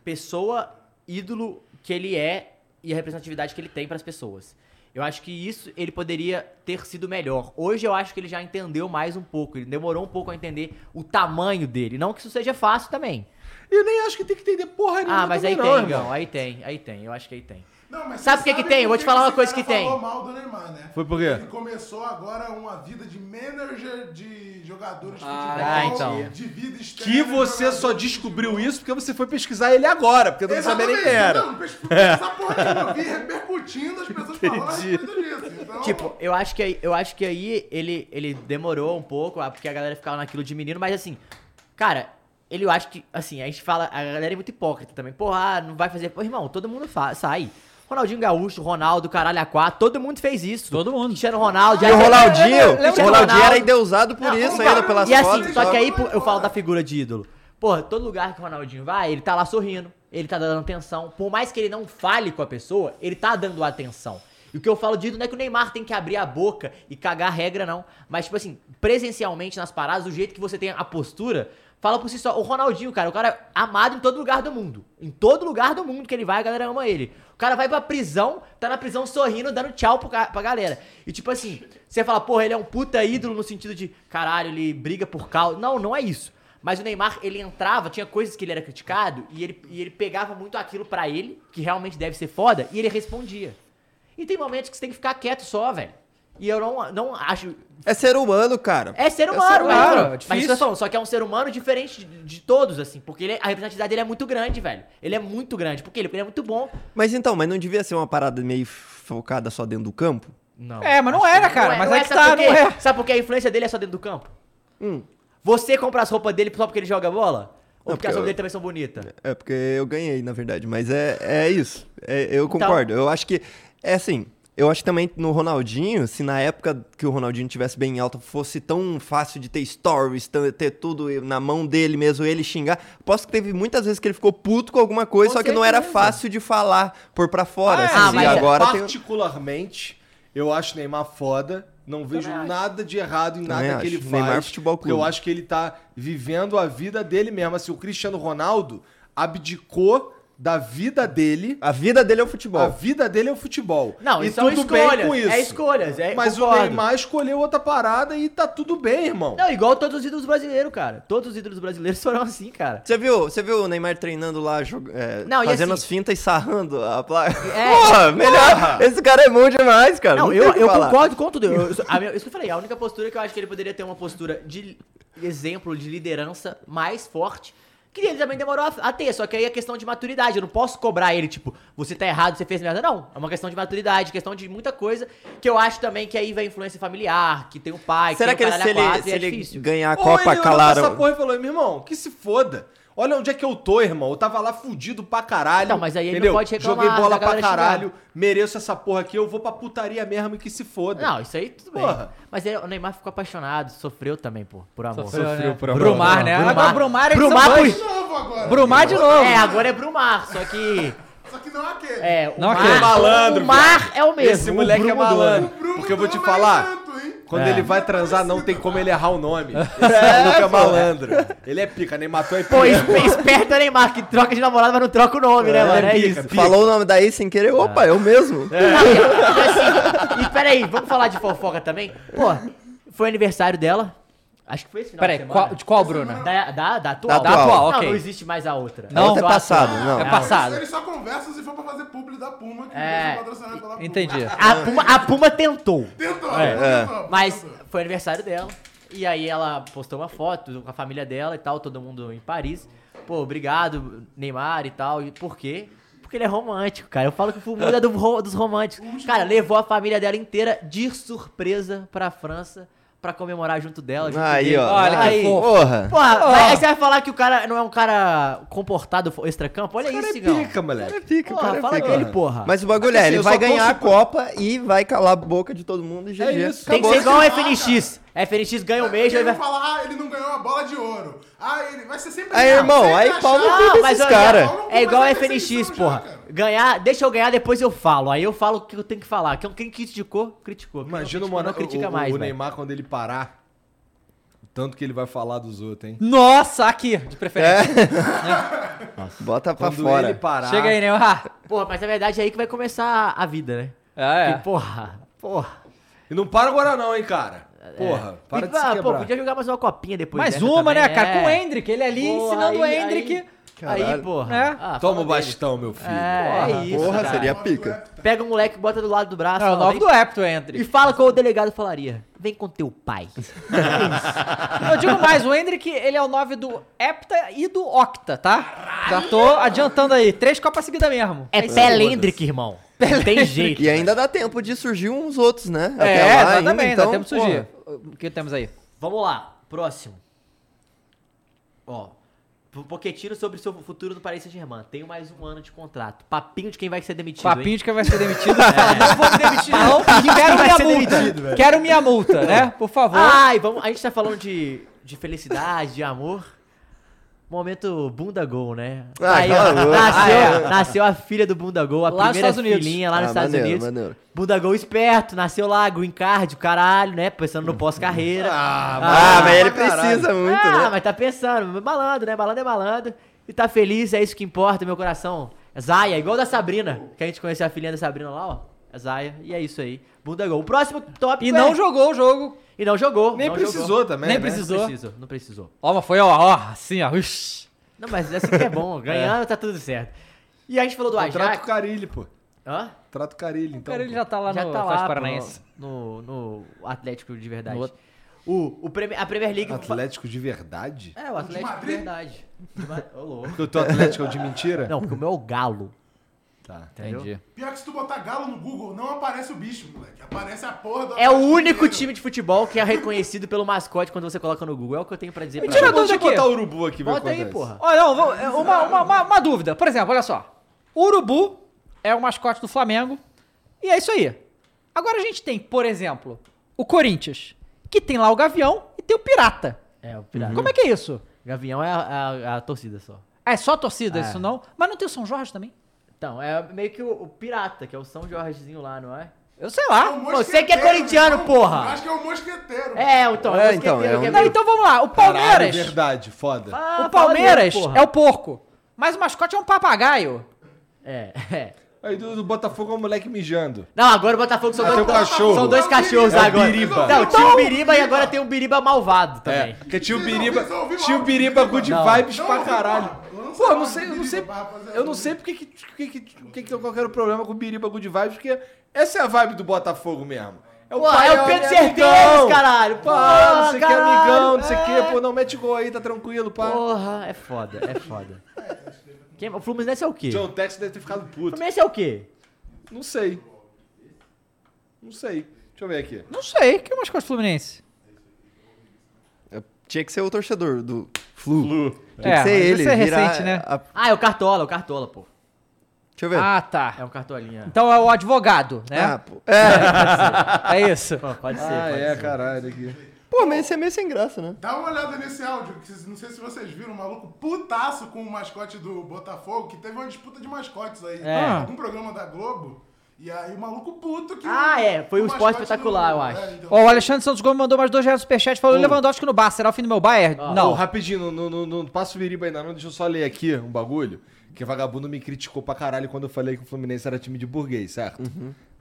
Speaker 2: pessoa, ídolo que ele é e a representatividade que ele tem para as pessoas. Eu acho que isso ele poderia ter sido melhor. Hoje eu acho que ele já entendeu mais um pouco, ele demorou um pouco a entender o tamanho dele. Não que isso seja fácil também.
Speaker 3: E eu nem acho que tem que entender porra nenhuma
Speaker 2: Ah, mas aí
Speaker 3: também
Speaker 2: tem,
Speaker 3: não, irmão.
Speaker 2: Igão, aí tem, aí tem, eu acho que aí tem. Sabe o que que tem? Eu vou te falar uma coisa que tem.
Speaker 8: falou mal do Neymar, né?
Speaker 3: Foi por quê?
Speaker 8: Ele começou agora uma vida de manager de jogadores de
Speaker 2: ah,
Speaker 8: futebol,
Speaker 2: então.
Speaker 8: de vida externa.
Speaker 3: Que
Speaker 8: de
Speaker 3: você
Speaker 8: jogador.
Speaker 3: só descobriu isso porque você foi pesquisar ele agora, porque eu não sabia nem
Speaker 8: Exatamente,
Speaker 3: quem era. É.
Speaker 8: Não, essa porra que eu vi repercutindo as pessoas falando a
Speaker 3: Entendi.
Speaker 8: respeito disso. Então,
Speaker 2: Tipo, eu acho que aí, eu acho que aí ele, ele demorou um pouco, ah, porque a galera ficava naquilo de menino, mas assim, cara, ele eu acho que, assim, a gente fala, a galera é muito hipócrita também. Porra, ah, não vai fazer. Pô, irmão, todo mundo fa- sai. Ronaldinho Gaúcho, Ronaldo, caralho, A4, todo mundo fez isso.
Speaker 1: Todo mundo.
Speaker 2: Cristiano Ronaldo,
Speaker 7: E o
Speaker 2: Jair-
Speaker 7: Ronaldinho,
Speaker 2: Cristiano
Speaker 7: o Ronaldinho
Speaker 2: Ronaldo.
Speaker 7: era endeusado por
Speaker 2: Não,
Speaker 7: isso
Speaker 2: cara,
Speaker 7: ainda pelas
Speaker 2: E assim,
Speaker 7: fotos.
Speaker 2: só
Speaker 7: tal.
Speaker 2: que aí pô, eu falo da figura de ídolo. Porra, todo lugar que o Ronaldinho vai, ele tá lá sorrindo, ele tá dando atenção. Por mais que ele não fale com a pessoa, ele tá dando atenção. E o que eu falo disso não é que o Neymar tem que abrir a boca e cagar a regra, não. Mas, tipo assim, presencialmente nas paradas, o jeito que você tem a postura, fala por si só. O Ronaldinho, cara, o cara é amado em todo lugar do mundo. Em todo lugar do mundo que ele vai, a galera ama ele. O cara vai pra prisão, tá na prisão sorrindo, dando tchau pro, ca- pra galera. E tipo assim, você fala, porra, ele é um puta ídolo no sentido de, caralho, ele briga por causa. Não, não é isso. Mas o Neymar, ele entrava, tinha coisas que ele era criticado, e ele, e ele pegava muito aquilo pra ele, que realmente deve ser foda, e ele respondia. E tem momentos que você tem que ficar quieto só, velho. E eu não, não acho.
Speaker 7: É ser humano, cara.
Speaker 2: É ser humano,
Speaker 7: ser humano,
Speaker 2: velho.
Speaker 7: é
Speaker 2: Mas
Speaker 7: difícil.
Speaker 2: isso que eu tô falando, só que é um ser humano diferente de, de todos, assim. Porque ele, a representatividade dele é muito grande, velho. Ele é muito grande. Por quê? Porque ele é muito bom.
Speaker 7: Mas então, mas não devia ser uma parada meio focada só dentro do campo?
Speaker 2: Não.
Speaker 1: É, mas não
Speaker 2: Acho que
Speaker 1: era, cara. Mas
Speaker 2: não
Speaker 1: é que
Speaker 2: sabe
Speaker 1: tá,
Speaker 2: por quê?
Speaker 1: não é.
Speaker 2: Sabe por que a influência dele é só dentro do campo?
Speaker 7: Hum.
Speaker 2: Você compra as roupas dele só porque ele joga bola? Ou
Speaker 7: Não,
Speaker 2: porque
Speaker 7: porque
Speaker 2: as roupas
Speaker 7: eu-
Speaker 2: dele também são bonitas?
Speaker 7: É porque eu ganhei, na verdade. Mas é, é isso. É, eu concordo. Eu acho que. É assim. Eu acho que também no Ronaldinho, se na época que o Ronaldinho tivesse bem em alta fosse tão fácil de ter stories, tã- ter tudo na mão dele mesmo, ele xingar. Aposto que teve muitas vezes que ele ficou puto com alguma coisa, só que não era fácil de falar por pra
Speaker 3: Ah,
Speaker 7: fora. assim, e
Speaker 3: é
Speaker 7: agora
Speaker 3: um-
Speaker 7: tem-
Speaker 3: particularmente, eu acho o Neymar foda. Não vejo nada de errado em nada
Speaker 7: Também
Speaker 3: que ele
Speaker 7: acho.
Speaker 3: faz.
Speaker 7: Neymar Futebol
Speaker 3: porque eu
Speaker 7: Clube.
Speaker 3: acho que ele tá vivendo a vida dele mesmo. Assim, o Cristiano Ronaldo abdicou da vida dele.
Speaker 7: A vida dele é o futebol.
Speaker 3: A vida dele é o futebol.
Speaker 2: Não,
Speaker 3: e
Speaker 2: isso são
Speaker 3: tudo
Speaker 2: escolhas,
Speaker 3: bem com isso.
Speaker 2: é escolhas, é-
Speaker 3: Mas o
Speaker 2: concordo.
Speaker 3: Neymar escolheu outra parada e tá tudo bem, irmão.
Speaker 2: Não, igual todos os ídolos brasileiros, cara. Todos os ídolos brasileiros foram assim, cara.
Speaker 7: Você viu, você viu o Neymar treinando lá, joga- é,
Speaker 2: Não, e
Speaker 7: fazendo
Speaker 2: assim- É.
Speaker 7: as fintas e sarrando a placa? Porra, melhor!
Speaker 2: Porra!
Speaker 7: Esse cara é bom demais, cara.
Speaker 2: Não,
Speaker 7: tem o
Speaker 2: eu,
Speaker 7: que
Speaker 2: eu
Speaker 7: falar.
Speaker 2: concordo com tudo. Eu- eu- a minha- isso que eu falei, a única postura que eu acho que ele poderia ter uma postura de exemplo, de liderança mais forte, que ele também demorou a, a ter. Só que aí é questão de maturidade. Eu não posso cobrar ele, tipo, você tá errado, você fez merda. Não. É uma questão de maturidade, questão de muita coisa. Que eu acho também que aí vem influência familiar, que tem o pai,
Speaker 7: Será
Speaker 2: que tem o
Speaker 7: que ele, se
Speaker 2: caralho a
Speaker 7: ele,
Speaker 2: quatro,
Speaker 7: se
Speaker 2: e é
Speaker 7: ele
Speaker 2: difícil.
Speaker 7: ganhar a
Speaker 3: Ou
Speaker 7: Copa,
Speaker 3: ele olhou pra Essa
Speaker 7: calaram?
Speaker 3: porra e falou, meu irmão, que se foda. Olha onde é que eu tô, irmão. Eu tava lá fudido pra caralho.
Speaker 2: Não, Então, mas aí ele não
Speaker 3: entendeu?
Speaker 2: pode reclamar
Speaker 3: Joguei bola
Speaker 2: da
Speaker 3: pra
Speaker 2: galera é
Speaker 3: caralho,
Speaker 2: xingar.
Speaker 3: mereço essa porra aqui, eu vou pra putaria mesmo e que se foda.
Speaker 2: Não, isso aí tudo bem.
Speaker 3: Porra.
Speaker 2: Mas ele- o Neymar ficou apaixonado, sofreu também, pô, por amor.
Speaker 1: Sofreu, Sofreu né? por amor. Brumar, né? Agora Brumar é que
Speaker 2: Brumar
Speaker 1: são
Speaker 2: por-
Speaker 1: dois. De novo agora. Brumar de novo.
Speaker 2: É, agora é Brumar, só que...
Speaker 8: Só que não é aquele.
Speaker 2: É, o
Speaker 3: Não,
Speaker 2: mar,
Speaker 3: aquele é malandro.
Speaker 2: o mar
Speaker 3: viado.
Speaker 2: é o mesmo.
Speaker 3: Esse
Speaker 2: o
Speaker 3: moleque é
Speaker 2: Bruno
Speaker 3: malandro.
Speaker 2: do ano.
Speaker 3: Porque eu vou te falar, quando
Speaker 2: É.
Speaker 3: ele vai transar, não tem como ele errar o nome. Esse maluco é malandro. Ele é pica, nem matou é pica.
Speaker 2: Pô, espe- esperto é Neymar, que troca de namorado, mas não troca o nome, né,
Speaker 7: É,
Speaker 2: mano? É
Speaker 7: pica,
Speaker 2: isso.
Speaker 7: pica. Falou o nome daí sem querer,
Speaker 2: Ah.
Speaker 7: opa, eu mesmo.
Speaker 2: É. Então, assim, E peraí, vamos falar de fofoca também? Pô, foi aniversário dela. Acho que foi esse final
Speaker 1: Peraí,
Speaker 2: de semana.
Speaker 1: qual- de qual, Bruna?
Speaker 2: Da, da, da atual.
Speaker 1: Da atual,
Speaker 2: Não,
Speaker 1: ok.
Speaker 2: não existe mais a outra.
Speaker 1: Não?
Speaker 2: Só a
Speaker 1: É passado,
Speaker 2: atual.
Speaker 1: não. É passado.
Speaker 8: Eles só conversam se for pra fazer publi da Puma, que
Speaker 2: É.
Speaker 8: é patrocinado pela Puma.
Speaker 1: Entendi.
Speaker 2: A Puma, a Puma tentou.
Speaker 8: Tentou,
Speaker 2: É.
Speaker 8: tentou, tentou.
Speaker 2: Mas foi aniversário dela. E aí ela postou uma foto com a família dela e tal, todo mundo em Paris. Pô, obrigado, Neymar e tal. E por quê? Porque ele é romântico, cara. Eu falo que o mundo é do ro- dos românticos. Cara, levou a família dela inteira de surpresa pra França pra comemorar junto dela. junto
Speaker 7: Aí,
Speaker 2: dele.
Speaker 7: ó. Aí, porra.
Speaker 2: Porra,
Speaker 7: Ó.
Speaker 2: aí você vai falar que o cara não é um cara comportado extra-campo? Olha isso, Igão.
Speaker 7: pica, moleque. É
Speaker 2: pica,
Speaker 7: o cara é
Speaker 2: Fala
Speaker 7: pica.
Speaker 2: dele, porra.
Speaker 7: Mas o bagulho é,
Speaker 2: Assim,
Speaker 7: ele
Speaker 2: eu
Speaker 7: vai
Speaker 2: só posso-
Speaker 7: ganhar a Copa e vai calar a boca de todo
Speaker 2: É
Speaker 7: mundo e GG.
Speaker 2: Tem que
Speaker 7: Acabou.
Speaker 2: ser igual a FNX. FNX ganha o mês,
Speaker 8: Porque
Speaker 2: aí
Speaker 8: ele
Speaker 2: vai...
Speaker 8: vai falar, ah, ele não ganhou a bola de ouro. Ah, ele vai ser sempre.
Speaker 7: Aí,
Speaker 8: errado,
Speaker 7: irmão,
Speaker 8: sempre
Speaker 7: aí
Speaker 8: achado.
Speaker 7: pau no cu
Speaker 2: Não, mas
Speaker 7: desses
Speaker 2: olha,
Speaker 7: caras.
Speaker 2: é igual a FNX, porra. ganhar, deixa eu ganhar, depois eu falo. Aí eu falo o que eu tenho que falar. Que quem criticou, criticou. Quem não
Speaker 3: Imagina o,
Speaker 2: criticou,
Speaker 3: Mona-
Speaker 2: não critica
Speaker 3: o- o-
Speaker 2: mais,
Speaker 3: o
Speaker 2: velho.
Speaker 3: Neymar quando ele parar. O tanto que ele vai falar dos outros, hein?
Speaker 1: Nossa, aqui, de preferência.
Speaker 7: Bota pra
Speaker 3: Quando
Speaker 7: Tá fora.
Speaker 3: ele
Speaker 2: É.
Speaker 3: parar-
Speaker 1: Chega aí, né? Ah. Neymar.
Speaker 2: Porra, mas na verdade é aí que vai começar a vida, né?
Speaker 1: É,
Speaker 2: Que porra, porra.
Speaker 3: E não para agora não, hein, cara. Porra,
Speaker 2: É.
Speaker 3: para
Speaker 2: E,
Speaker 3: de se
Speaker 2: ah,
Speaker 3: quebrar.
Speaker 2: Pô, podia jogar mais uma copinha depois
Speaker 1: Mais
Speaker 2: dessa
Speaker 1: uma,
Speaker 2: também,
Speaker 1: né, cara?
Speaker 2: é.
Speaker 1: Com o Hendrick. Ele ali
Speaker 2: Boa,
Speaker 1: ensinando
Speaker 2: aí-
Speaker 1: o Hendrick.
Speaker 2: Aí, aí porra.
Speaker 1: É.
Speaker 2: Ah,
Speaker 3: Toma
Speaker 2: fala
Speaker 3: o bastão, meu filho.
Speaker 2: dele. É, é isso,
Speaker 7: Porra,
Speaker 2: cara.
Speaker 7: seria pica.
Speaker 2: Pega um moleque, bota do lado do braço.
Speaker 1: É o
Speaker 2: fala,
Speaker 1: nome
Speaker 2: vem-
Speaker 1: do Apto, Hendrick.
Speaker 2: E fala qual o delegado falaria. Vem com teu pai.
Speaker 1: Eu digo mais, o Hendrick, ele é o 9 do Hepta e do Octa, tá? Já tô adiantando aí. Três copas seguidas mesmo.
Speaker 2: É
Speaker 1: isso.
Speaker 2: Pelendrick, irmão. Não tem jeito.
Speaker 7: E ainda dá tempo de surgir uns outros, né?
Speaker 1: É,
Speaker 7: Até lá
Speaker 1: exatamente,
Speaker 7: ainda, então,
Speaker 1: dá tempo de surgir.
Speaker 7: porra.
Speaker 1: O que temos aí?
Speaker 2: Vamos lá, próximo. Ó, P- Pochettino sobre seu futuro no Paris Saint-Germain. Tenho mais um ano de contrato. Papinho de quem vai ser demitido,
Speaker 1: Papinho
Speaker 2: hein?
Speaker 1: de que vai ser demitido. Não vou me demitir, não. Quero
Speaker 2: Vai
Speaker 1: minha
Speaker 2: ser
Speaker 1: multa.
Speaker 2: demitido, velho. Ah,
Speaker 1: Quero minha multa, né? Por favor.
Speaker 2: Ai, vamos, a gente tá falando de, de felicidade, de amor. Momento bunda gol, né?
Speaker 7: Ah,
Speaker 2: Aí,
Speaker 7: cala a
Speaker 2: ó,
Speaker 7: boca.
Speaker 2: nasceu,
Speaker 7: Ah, é.
Speaker 2: nasceu a filha do bunda gol, a
Speaker 7: Lá nos
Speaker 2: primeira
Speaker 7: Estados Unidos.
Speaker 2: filhinha lá nos
Speaker 7: Ah,
Speaker 2: Estados
Speaker 7: maneiro,
Speaker 2: Unidos.
Speaker 7: maneiro.
Speaker 2: Bunda gol esperto, nasceu lá, green card, o caralho, né? Pensando no pós-carreira. Ah,
Speaker 7: mas- ah, mas ele precisa muito,
Speaker 2: ah,
Speaker 7: né?
Speaker 2: mas tá pensando, malandro, né? Malandro é malandro. E tá feliz, é isso que importa, meu coração. É Zaya, igual da Sabrina, que a gente conheceu a filhinha da Sabrina lá, ó. É Zaya, e é isso aí. Bunda gol. O próximo tópico
Speaker 1: E
Speaker 2: é-
Speaker 1: não jogou o jogo.
Speaker 2: E não jogou.
Speaker 1: Nem
Speaker 2: não
Speaker 1: precisou
Speaker 2: jogou.
Speaker 1: também, Nem né? precisou.
Speaker 2: Não precisou, não precisou.
Speaker 1: Ó, mas foi, ó, ó, assim, ó. Ush.
Speaker 2: Não, mas assim que é bom. Ganhando tá tudo certo. E a gente falou do Ajax.
Speaker 3: Contrata o Carilli, pô.
Speaker 2: Hã?
Speaker 3: Trata o Carilli, então.
Speaker 1: Carilli já tá lá
Speaker 2: Já
Speaker 1: no
Speaker 2: tá
Speaker 1: Atlético
Speaker 2: lá
Speaker 1: Paranaense.
Speaker 2: No, no, no Atlético de verdade.
Speaker 1: No outro.
Speaker 2: O, o Premi- a Premier League...
Speaker 3: Atlético de verdade?
Speaker 2: É, o Atlético de,
Speaker 8: Madrid?
Speaker 2: verdade. De Ma- Ô, louco.
Speaker 3: Porque o teu Atlético é o de mentira?
Speaker 2: Não, porque o meu é o Galo.
Speaker 3: Tá.
Speaker 2: Entendeu?
Speaker 8: Pior que se tu botar galo no Google, não aparece o bicho, moleque. Aparece a porra do
Speaker 2: É o
Speaker 8: Atlético
Speaker 2: único
Speaker 8: Mineiro.
Speaker 2: time de futebol que é reconhecido pelo mascote quando você coloca no Google. É o que eu tenho pra dizer pra
Speaker 1: tira
Speaker 2: você.
Speaker 1: dúvida aqui.
Speaker 3: botar o urubu aqui, ver o que
Speaker 2: Bota aí,
Speaker 3: acontece.
Speaker 2: porra.
Speaker 1: Ó, não, vamos- é, uma, uma, uma, uma dúvida. Por exemplo, olha só. O Urubu é o mascote do Flamengo. E é isso aí. Agora a gente tem, por exemplo, o Corinthians, que tem lá o Gavião e tem o Pirata.
Speaker 2: É, o pirata.
Speaker 1: Como é que é isso?
Speaker 2: Gavião é a, a- a torcida só.
Speaker 1: Ah, é só a torcida,
Speaker 2: É.
Speaker 1: isso não? Mas não tem o São Jorge também?
Speaker 2: Então, é meio que o, o pirata, que é o São Jorgezinho lá, não é?
Speaker 1: Eu sei
Speaker 8: É
Speaker 1: lá.
Speaker 3: um
Speaker 8: o
Speaker 2: Você que é
Speaker 8: mosqueteiro,
Speaker 2: corintiano,
Speaker 3: né?
Speaker 8: irmão.
Speaker 2: porra.
Speaker 8: Eu acho que é o mosqueteiro.
Speaker 2: É, então,
Speaker 7: É,
Speaker 2: o
Speaker 7: então,
Speaker 2: mosqueteiro
Speaker 7: é um-
Speaker 2: que
Speaker 1: Não,
Speaker 2: meio-
Speaker 1: então vamos lá. O
Speaker 3: Caralho,
Speaker 1: Palmeiras.
Speaker 3: verdade, foda.
Speaker 2: Ah,
Speaker 1: o Palmeiras
Speaker 2: fala dele, porra.
Speaker 1: é o porco. Mas o mascote é um papagaio.
Speaker 2: É, é.
Speaker 3: Aí do, do Botafogo é o moleque mijando.
Speaker 2: Não, agora o Botafogo são
Speaker 3: Ah,
Speaker 2: dois
Speaker 3: tem o cachorro.
Speaker 2: São dois cachorros
Speaker 3: É o
Speaker 2: agora.
Speaker 3: Biriba.
Speaker 2: Não,
Speaker 3: Então-
Speaker 2: tinha o Biriba e agora tem o Biriba malvado também.
Speaker 3: É, porque tinha o
Speaker 8: Vocês
Speaker 3: Biriba,
Speaker 8: ouviram, ouviram
Speaker 3: tinha o
Speaker 8: lá?
Speaker 3: Biriba good
Speaker 2: Não.
Speaker 3: vibes
Speaker 8: Não,
Speaker 3: pra
Speaker 8: ouviram lá?
Speaker 3: caralho.
Speaker 8: Lança
Speaker 3: Pô, eu
Speaker 8: lá
Speaker 3: não
Speaker 8: o
Speaker 3: sei, eu não
Speaker 8: Biriba
Speaker 3: sei,
Speaker 8: pra rapaziada.
Speaker 3: eu não sei porque que, que, que, que, que qual que era o problema com o Biriba good vibes, porque essa é a vibe do Botafogo mesmo. É
Speaker 2: Pô, é o Pedro Certeiros,
Speaker 3: amigão.
Speaker 2: caralho. Pô,
Speaker 3: Pá, não
Speaker 1: é
Speaker 3: sei o que,
Speaker 2: caralho,
Speaker 3: amigão, não sei o
Speaker 2: é.
Speaker 3: que, pô, não mete gol aí, tá tranquilo, pá.
Speaker 2: Porra, é foda, é foda. Quem- o Fluminense é o quê?
Speaker 3: John
Speaker 2: O
Speaker 3: Tex deve ter ficado puto.
Speaker 2: Fluminense é o quê?
Speaker 3: Não sei. Não sei. Deixa eu ver aqui.
Speaker 1: Não sei. O que é o mascote do Fluminense?
Speaker 7: Tinha que ser o torcedor do Flu. Tinha
Speaker 1: É,
Speaker 7: que ser
Speaker 1: mas
Speaker 7: ele.
Speaker 1: isso é
Speaker 7: virar
Speaker 1: recente, né?
Speaker 7: a-
Speaker 2: Ah, é o Cartola, é o Cartola, pô.
Speaker 7: Deixa eu ver.
Speaker 1: Ah,
Speaker 2: É
Speaker 1: tá.
Speaker 2: um Cartolinha.
Speaker 1: Então é o advogado, né?
Speaker 7: Ah, pô. É.
Speaker 1: É isso.
Speaker 2: Pô, pode ser,
Speaker 3: Ah,
Speaker 2: pode
Speaker 3: é,
Speaker 2: ser.
Speaker 3: caralho, aqui.
Speaker 7: Pô, mas esse é meio sem graça, né?
Speaker 8: Dá uma olhada nesse áudio, que vocês- não sei se vocês viram, o maluco putaço com o mascote do Botafogo, que teve uma disputa de mascotes aí,
Speaker 1: É.
Speaker 8: algum programa da Globo, e aí o maluco puto que...
Speaker 2: Ah, é, foi um esporte
Speaker 8: mascote
Speaker 2: espetacular,
Speaker 8: do-
Speaker 2: eu acho.
Speaker 8: é, então-
Speaker 1: Ó, o Alexandre Santos Gomes mandou mais dois reais no superchat falou: Lewandowski no bar, será o fim do meu Bayern?
Speaker 2: Ah,
Speaker 3: Não,
Speaker 1: não.
Speaker 3: rapidinho, não, não, não, não passa o viriba ainda não, deixa eu só ler aqui um bagulho, que vagabundo me criticou pra caralho quando eu falei que o Fluminense era time de burguês, certo?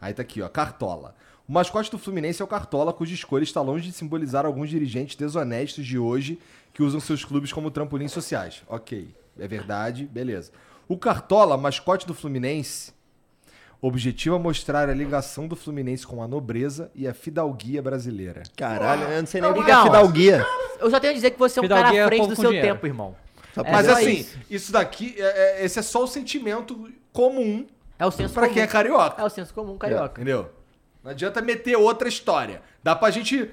Speaker 3: Aí tá aqui, ó, Cartola. O mascote do Fluminense é o Cartola, cuja escolha está longe de simbolizar alguns dirigentes desonestos de hoje que usam seus clubes como trampolins sociais. Ok, é verdade, beleza. O Cartola, mascote do Fluminense, objetiva mostrar a ligação do Fluminense com a nobreza e a fidalguia brasileira.
Speaker 7: Caralho, eu não sei nem o
Speaker 8: Não,
Speaker 7: que é
Speaker 2: mas-
Speaker 7: fidalguia.
Speaker 2: Eu só tenho a dizer que você é um
Speaker 1: Fidalguinha
Speaker 2: cara
Speaker 1: é
Speaker 2: à frente
Speaker 1: povo
Speaker 2: do
Speaker 1: com
Speaker 2: seu
Speaker 1: dinheiro.
Speaker 2: tempo, irmão.
Speaker 7: Só pra-
Speaker 3: Mas
Speaker 2: só
Speaker 3: assim,
Speaker 2: isso.
Speaker 3: isso, daqui, é- é- esse é só o sentimento comum
Speaker 2: É o senso
Speaker 3: pra
Speaker 2: comum.
Speaker 3: quem é carioca.
Speaker 2: É o senso comum carioca.
Speaker 3: Entendeu? Não adianta meter outra história. Dá pra gente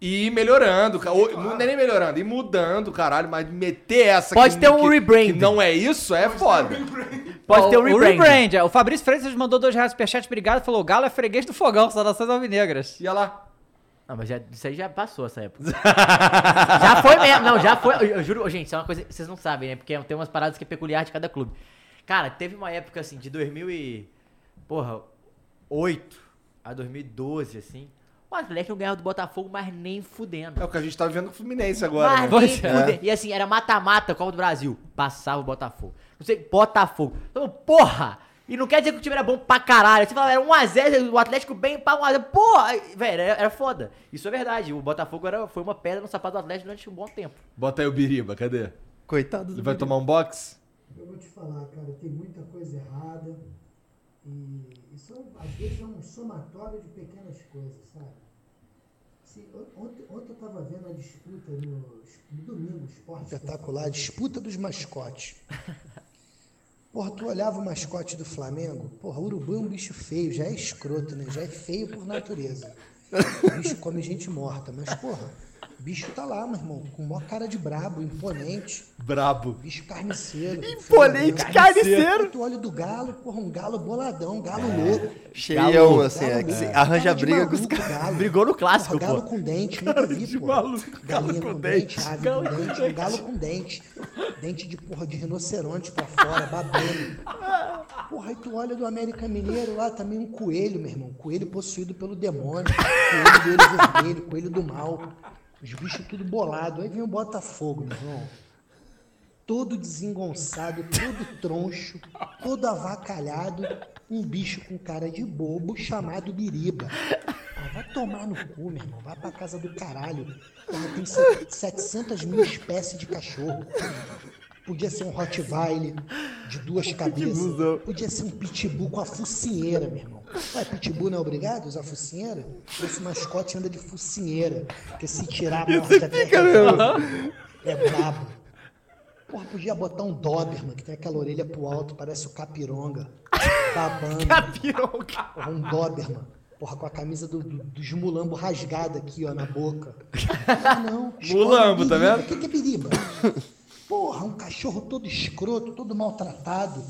Speaker 3: ir melhorando, ca- ou- não é nem melhorando, ir mudando, caralho, mas meter essa
Speaker 2: Pode ter um
Speaker 3: que-
Speaker 2: rebranding.
Speaker 3: Que não é isso, é
Speaker 8: um
Speaker 3: foda.
Speaker 2: Pode ter
Speaker 1: o
Speaker 2: o rebrand.
Speaker 1: rebrand. é. O Fabrício Freitas mandou dois reais no superchat, obrigado. Falou: Galo é freguês do fogão, saudações alvinegras.
Speaker 3: E olha lá.
Speaker 2: Ah, mas já, isso aí já passou essa época. já foi mesmo. Não, já foi. Eu, eu juro, gente, isso é uma coisa que vocês não sabem, né? Porque tem umas paradas que é peculiar de cada clube. Cara, teve uma época assim, de 2000 e... Porra, 8 a 2012, assim. O Atlético não ganhava do Botafogo, mas nem fudendo.
Speaker 3: É o que a gente tá vendo com o Fluminense agora. né?
Speaker 2: Mas nem
Speaker 1: Pois
Speaker 7: é.
Speaker 2: fudendo. E assim, era mata-mata, Copa do Brasil. Passava o Botafogo. Não sei, Botafogo. Então, porra! E não quer dizer que o time era bom pra caralho. Você falava, era 1x0, o Atlético bem pra 1x0. Porra! Aí, Velho, era, era foda. Isso é verdade. O Botafogo era, foi uma pedra no sapato do Atlético durante um bom tempo.
Speaker 3: Bota aí o Biriba, cadê?
Speaker 7: Coitado
Speaker 3: Ele
Speaker 7: do
Speaker 3: vai tomar um box?
Speaker 9: Eu vou te falar, cara, tem muita coisa errada e, e são, às vezes é um somatório de pequenas coisas, sabe? Se- on- ontem, ontem eu estava vendo a disputa no, es- no domingo, esporte espetacular, disputa dos mascotes. Porra, tu olhava o mascote do Flamengo, porra, urubu é um bicho feio, já é escroto, né? Já é feio por natureza. O bicho come gente morta, mas porra, O bicho tá lá, meu irmão, com uma cara de brabo, imponente.
Speaker 7: Brabo.
Speaker 9: Bicho carniceiro. né?
Speaker 7: Imponente
Speaker 9: filho,
Speaker 7: carniceiro.
Speaker 9: Tu olha do galo, porra, um galo boladão, galo louco.
Speaker 7: Cheião, É. assim, é, que se arranja
Speaker 9: de
Speaker 7: briga com os
Speaker 9: maluco,
Speaker 7: caras.
Speaker 9: galo.
Speaker 7: Brigou no clássico,
Speaker 9: Porra, galo
Speaker 7: pô.
Speaker 9: com dente, nunca vi, pô. Galinha com, dente, ave
Speaker 7: Galo
Speaker 9: com
Speaker 7: com
Speaker 9: dente, um
Speaker 7: dente.
Speaker 9: galo com dente. Dente de porra de rinoceronte pra fora, babando. Porra, aí tu olha do América Mineiro lá também um coelho, meu irmão. Coelho possuído pelo demônio. Coelho do olho vermelho, coelho do mal. Os bichos tudo bolado. Aí vem o Botafogo, meu irmão. Todo desengonçado, todo troncho, todo avacalhado. Um bicho com cara de bobo chamado Biriba. Ah, vai tomar no cu, meu irmão. Vai pra casa do caralho. Porra, tem se- 700 mil espécies de cachorro. Podia ser um Rottweiler de duas cabeças. Podia ser um pitbull com a focinheira, meu irmão. Ué, pitbull não é obrigado a usar focinheira? Esse mascote anda de focinheira. Porque se tirar a
Speaker 7: Isso
Speaker 9: morte até
Speaker 7: fica mesmo.
Speaker 9: É brabo. Porra, podia botar um Doberman, que tem aquela orelha pro alto, parece o Capironga. Babando.
Speaker 7: Capironga.
Speaker 9: Porra, um Doberman. Porra, com a camisa do, do- dos mulambo rasgada aqui, ó, na boca. Ah, não. escola
Speaker 3: Mulambo, tá
Speaker 9: biriba.
Speaker 3: vendo?
Speaker 9: O que que é biriba? Porra, um cachorro todo escroto, todo maltratado.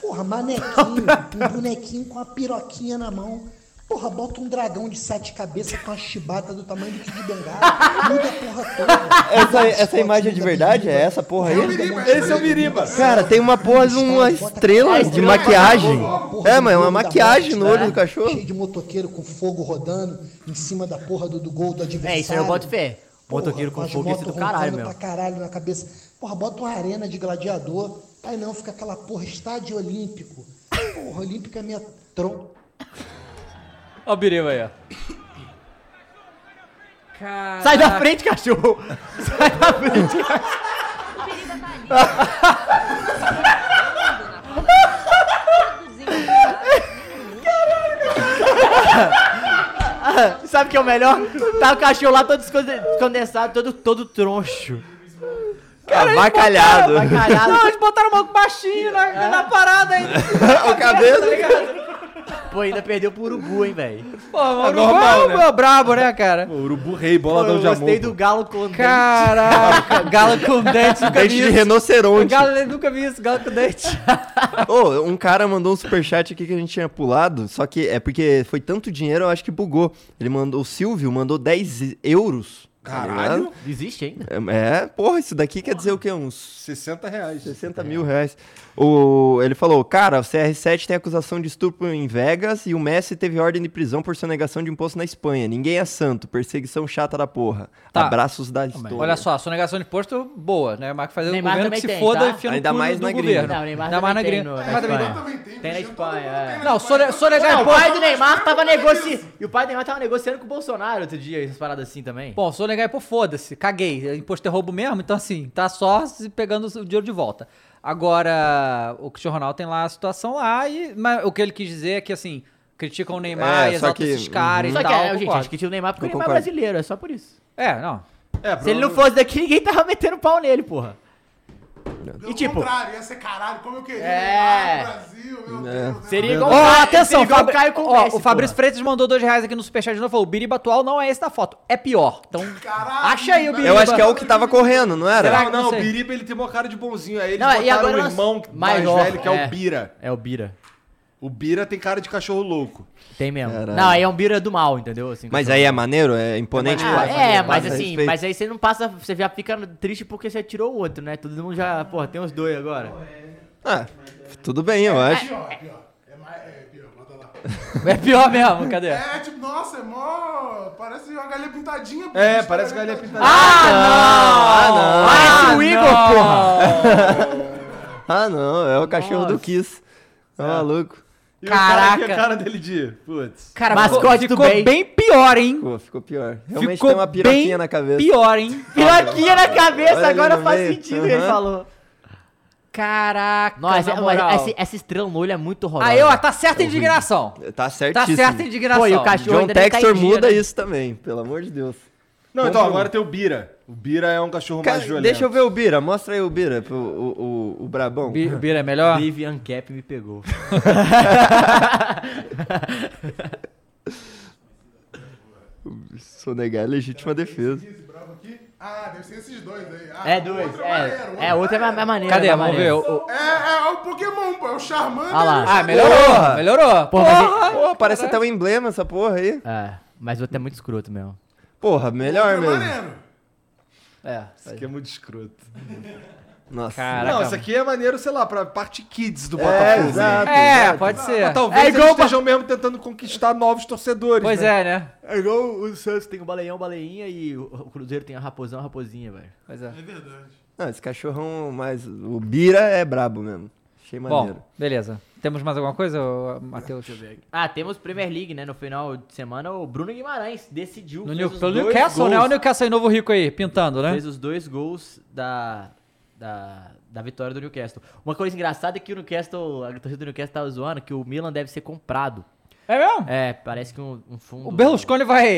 Speaker 9: Porra, manequinho, um bonequinho com a piroquinha na mão. Porra, bota um dragão de sete cabeças com uma chibata do tamanho do Kid Bengala. Muda a porra toda.
Speaker 7: Essa, essa imagem é de verdade? É essa porra aí?
Speaker 3: Esse é o Miriba.
Speaker 7: Cara, tem uma porra de uma estrela de maquiagem. É, mas é uma maquiagem no olho do cachorro.
Speaker 9: Cheio de motoqueiro com fogo rodando em cima da porra do, do gol do adversário.
Speaker 2: É, isso aí eu boto fé.
Speaker 9: Porra,
Speaker 2: Motoqueiro com
Speaker 9: as
Speaker 2: fogo, esse
Speaker 9: motos
Speaker 2: do caralho
Speaker 9: roncando
Speaker 2: mesmo.
Speaker 9: pra caralho na cabeça. Porra, bota uma arena de gladiador. Aí não, fica aquela porra, estádio olímpico. Porra, olímpico é minha tronca.
Speaker 1: Ó o Biriba aí, ó.
Speaker 2: Sai da frente, cachorro! Sai da frente, cachorro! Sabe o que é o melhor? Tá o cachorro lá todo desconde- descondensado, todo, todo troncho.
Speaker 7: é
Speaker 2: é
Speaker 7: Avacalhado.
Speaker 2: Avacalhado.
Speaker 1: Não, Ah, eles botaram o maluco baixinho na,
Speaker 2: É.
Speaker 1: na parada aí.
Speaker 7: O cabelo.
Speaker 2: Pô, ainda perdeu pro Urubu, hein, velho.
Speaker 1: Pô, mano,
Speaker 2: É
Speaker 1: é
Speaker 2: normal, né?
Speaker 1: brabo, né, cara?
Speaker 3: urubu rei, boladão
Speaker 2: Eu
Speaker 3: de amor.
Speaker 2: gostei do galo com dente.
Speaker 1: Caraca, galo com dente, nunca vi
Speaker 7: Dente de
Speaker 1: isso.
Speaker 7: rinoceronte.
Speaker 1: Galo, nunca vi isso, galo com dente.
Speaker 7: Ô, um cara mandou um superchat aqui que a gente tinha pulado, só que é porque foi tanto dinheiro, eu acho que bugou. Ele mandou, o Silvio mandou 10 euros. tá ligado?
Speaker 2: Existe ainda.
Speaker 7: É, é, porra, isso daqui quer dizer o quê? Uns
Speaker 3: 60 reais.
Speaker 2: É.
Speaker 7: 60 mil reais. O, ele falou, cara, o CR7 tem acusação de estupro em Vegas e o Messi teve ordem de prisão por sonegação de imposto na Espanha. Ninguém é santo, perseguição chata da porra.
Speaker 1: Tá.
Speaker 7: Abraços da história.
Speaker 1: Olha só, sonegação de imposto, boa, né? Mas fazer o
Speaker 2: Neymar
Speaker 1: governo que
Speaker 2: também
Speaker 1: se
Speaker 2: tem,
Speaker 1: foda
Speaker 2: tá?
Speaker 1: e enfia no
Speaker 7: Ainda
Speaker 1: cu
Speaker 7: mais
Speaker 1: do
Speaker 7: na
Speaker 1: governo.
Speaker 7: gringa.
Speaker 2: Não, o Neymar
Speaker 1: Ainda mais na
Speaker 2: também tem
Speaker 1: gringa.
Speaker 2: no- na
Speaker 1: Neymar também
Speaker 2: Espanha.
Speaker 1: tem.
Speaker 2: Tem na Espanha, é.
Speaker 1: Não, sone- sonegar
Speaker 2: Não, o pai do
Speaker 1: imposto...
Speaker 2: Neymar tava negociando. E o pai do Neymar tava negociando com o Bolsonaro outro dia, essas paradas assim também.
Speaker 1: Bom, sonegar imposto, foda-se, caguei. Imposto é roubo mesmo, então assim, tá só se pegando o dinheiro de volta. Agora, o Cristiano Ronaldo tem lá a situação lá e... Mas o que ele quis dizer é que, assim, criticam o Neymar e
Speaker 7: É, só
Speaker 1: exaltam
Speaker 7: que-
Speaker 1: esses caras
Speaker 2: Só
Speaker 1: e
Speaker 2: que,
Speaker 1: tal.
Speaker 2: é, gente,
Speaker 1: concordo.
Speaker 2: acho que tinha o Neymar porque
Speaker 7: Eu
Speaker 2: o Neymar é
Speaker 7: concordo.
Speaker 2: brasileiro, é só por isso.
Speaker 1: É, não.
Speaker 3: É,
Speaker 2: Se ele não fosse daqui, ninguém tava metendo pau nele, porra.
Speaker 8: Pelo
Speaker 2: E tipo,
Speaker 8: contrário, ia ser caralho, como eu queria.
Speaker 2: É.
Speaker 8: Ah, Brasil, meu Deus.
Speaker 7: É.
Speaker 2: seria
Speaker 1: Ó,
Speaker 2: igual o Caio-
Speaker 1: atenção,
Speaker 2: seria igual
Speaker 1: Fabri-
Speaker 2: o Caio com
Speaker 1: ó,
Speaker 2: Messi,
Speaker 1: o Fabrício
Speaker 2: porra.
Speaker 1: Freitas mandou dois reais aqui no superchat de novo. Falou, o Biriba atual não é esse da foto, é pior. Então,
Speaker 3: Ah,
Speaker 8: Caralho,
Speaker 1: acha aí o
Speaker 8: velho.
Speaker 1: Biriba.
Speaker 7: Eu acho que é o que tava correndo, não era?
Speaker 1: Será que
Speaker 3: Não, não,
Speaker 1: não
Speaker 3: o
Speaker 1: sei?
Speaker 3: Biriba ele tem uma cara de bonzinho. Aí eles
Speaker 2: Não, e
Speaker 3: botaram
Speaker 2: agora
Speaker 3: o
Speaker 2: nós-
Speaker 3: irmão mais
Speaker 2: maior,
Speaker 3: velho, que é,
Speaker 2: é.
Speaker 3: o Bira.
Speaker 2: É o Bira.
Speaker 3: O Bira tem cara de cachorro louco.
Speaker 2: Tem mesmo.
Speaker 7: Caralho.
Speaker 2: Não, aí é um Bira do mal, entendeu? Assim,
Speaker 7: Mas
Speaker 2: com-
Speaker 7: aí é maneiro, é imponente.
Speaker 2: Ah,
Speaker 7: passa-
Speaker 2: é, mas
Speaker 7: passa
Speaker 2: assim,
Speaker 7: respeito.
Speaker 2: mas aí você não passa, você já fica triste porque você tirou o outro, né? Todo mundo já, porra, tem os dois agora.
Speaker 7: Ah, tudo bem, eu acho.
Speaker 8: Pior, pior. É mais. É pior, bota lá.
Speaker 1: É pior mesmo, cadê?
Speaker 8: É tipo, nossa, é mó. Parece uma galinha pintadinha. tá pô.
Speaker 3: É,
Speaker 8: Isso,
Speaker 3: parece
Speaker 8: galinha
Speaker 3: galinha pintada.
Speaker 7: Ah,
Speaker 2: Ah, o Igor, porra!
Speaker 7: não! Ah, não, é o cachorro do Kiss.
Speaker 2: É.
Speaker 7: Tá maluco.
Speaker 3: E o cara que é
Speaker 1: Caraca.
Speaker 3: a cara dele de. Putz.
Speaker 1: Cara,
Speaker 2: Mascote do
Speaker 1: ficou, ficou
Speaker 2: bem.
Speaker 1: bem pior, hein?
Speaker 7: Pô, ficou pior. Realmente
Speaker 1: ficou
Speaker 7: Então, tem uma piroquinha
Speaker 1: bem
Speaker 7: na cabeça.
Speaker 1: Pior, hein?
Speaker 2: Piroquinha na cabeça,
Speaker 7: Olha
Speaker 2: agora
Speaker 7: no
Speaker 2: faz
Speaker 7: meio.
Speaker 2: sentido o que ele
Speaker 7: Aham.
Speaker 2: falou.
Speaker 1: Caraca,
Speaker 2: Nossa,
Speaker 1: na
Speaker 2: mas
Speaker 1: moral.
Speaker 2: essa, essa estrela no olho é muito horrorosa.
Speaker 1: Aí, ó, tá certa a indignação.
Speaker 7: Tá
Speaker 1: Tá
Speaker 7: certíssimo.
Speaker 1: certa a indignação.
Speaker 2: Pô, e o cachorro
Speaker 7: John
Speaker 2: ainda nem tá em
Speaker 7: Textor
Speaker 2: dia,
Speaker 7: muda
Speaker 2: né?
Speaker 7: isso também, pelo amor de Deus.
Speaker 3: Não, então
Speaker 7: Compra um.
Speaker 3: agora tem o Bira. O Bira é um cachorro
Speaker 7: Cara,
Speaker 3: mais violento.
Speaker 7: deixa eu ver o Bira, mostra aí o Bira, pro- o, o, o Brabão.
Speaker 1: Bi- Bira é melhor?
Speaker 2: Dave Ancap me pegou.
Speaker 7: Sonegar é legítima defesa.
Speaker 8: Esse bravo aqui. Ah, deve ser esses dois aí. Ah,
Speaker 2: É
Speaker 8: o
Speaker 2: dois.
Speaker 8: outro
Speaker 2: é,
Speaker 8: maneiro, o outro
Speaker 2: é, outro é mais mais maneiro.
Speaker 1: Cadê?
Speaker 2: mais
Speaker 1: Vamos ver.
Speaker 2: maneiro.
Speaker 1: o- o-
Speaker 8: É, é, é o Pokémon, pô. É o Charmander.
Speaker 2: Ah lá.
Speaker 8: e o Charmander.
Speaker 1: Ah, melhorou.
Speaker 2: Porra.
Speaker 1: Melhorou.
Speaker 2: Porra, mas ele-
Speaker 7: Pô, parece até um emblema essa porra aí.
Speaker 2: É, mas o outro é muito escroto mesmo.
Speaker 7: Porra, melhor
Speaker 8: Outro é
Speaker 7: mesmo.
Speaker 8: maneiro.
Speaker 2: É.
Speaker 3: Isso aqui é muito escroto.
Speaker 7: Nossa.
Speaker 1: Caraca.
Speaker 3: Não, isso aqui é maneiro, sei lá, pra parte kids do
Speaker 7: É,
Speaker 3: Botafogo.
Speaker 7: exato.
Speaker 1: É,
Speaker 7: Exato.
Speaker 1: pode ser.
Speaker 3: Mas talvez
Speaker 1: é igual
Speaker 3: eles estejam mesmo tentando conquistar novos torcedores.
Speaker 1: Pois
Speaker 3: né?
Speaker 1: é, né?
Speaker 2: É igual o Santos tem o Baleião, Baleinha e o- o Cruzeiro tem a Raposão, a Raposinha, velho.
Speaker 1: Pois é.
Speaker 8: É verdade.
Speaker 7: Não, esse cachorrão, mas o Bira é brabo mesmo. Achei maneiro.
Speaker 1: Bom, beleza. Temos mais alguma coisa, ô, Matheus?
Speaker 2: Ah, temos Premier League, né? No final de semana, o Bruno Guimarães decidiu.
Speaker 1: No
Speaker 2: fez
Speaker 1: New-
Speaker 2: os
Speaker 1: pelo
Speaker 2: dois
Speaker 1: Newcastle, né?
Speaker 2: gols.
Speaker 1: Olha o Newcastle aí, novo rico aí, pintando, né?
Speaker 2: Fez os dois gols da, da, da vitória do Newcastle. Uma coisa engraçada é que o Newcastle, a torcida do Newcastle tava zoando que o Milan deve ser comprado.
Speaker 1: É mesmo?
Speaker 2: É, parece que um, um fundo.
Speaker 1: O Berlusconi vai,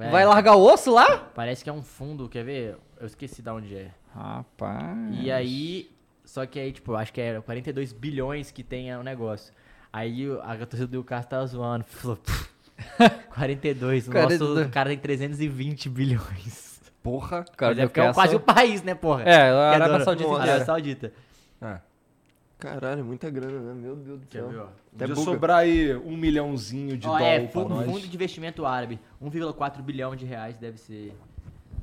Speaker 2: É.
Speaker 1: vai largar o osso lá?
Speaker 2: Parece que é um fundo, quer ver? Eu esqueci de onde é.
Speaker 1: Rapaz.
Speaker 2: E aí. Só que aí, tipo, acho que era 42 bilhões que tem é o negócio. Aí o- a torcida do Newcastle tava zoando. Falou, "Pff, 42, o nosso
Speaker 1: 42.
Speaker 2: cara tem 320 bilhões.
Speaker 3: Porra.
Speaker 1: Cara,
Speaker 2: Mas é porque é quase o país, né, porra?
Speaker 1: É, a
Speaker 2: Que
Speaker 1: Arábia
Speaker 2: adora-
Speaker 1: Saudita
Speaker 2: Arábia
Speaker 1: inteira.
Speaker 2: Saudita.
Speaker 7: Caralho, muita grana, né? Meu Deus do
Speaker 2: Quer ver,
Speaker 7: céu.
Speaker 2: ó?
Speaker 7: Até
Speaker 3: Podia
Speaker 7: buga.
Speaker 3: sobrar aí um milhãozinho de
Speaker 2: Ó,
Speaker 3: dólar
Speaker 2: é,
Speaker 3: pra
Speaker 2: fundo,
Speaker 3: nós.
Speaker 2: fundo de investimento árabe. 1,4 bilhão de reais deve ser.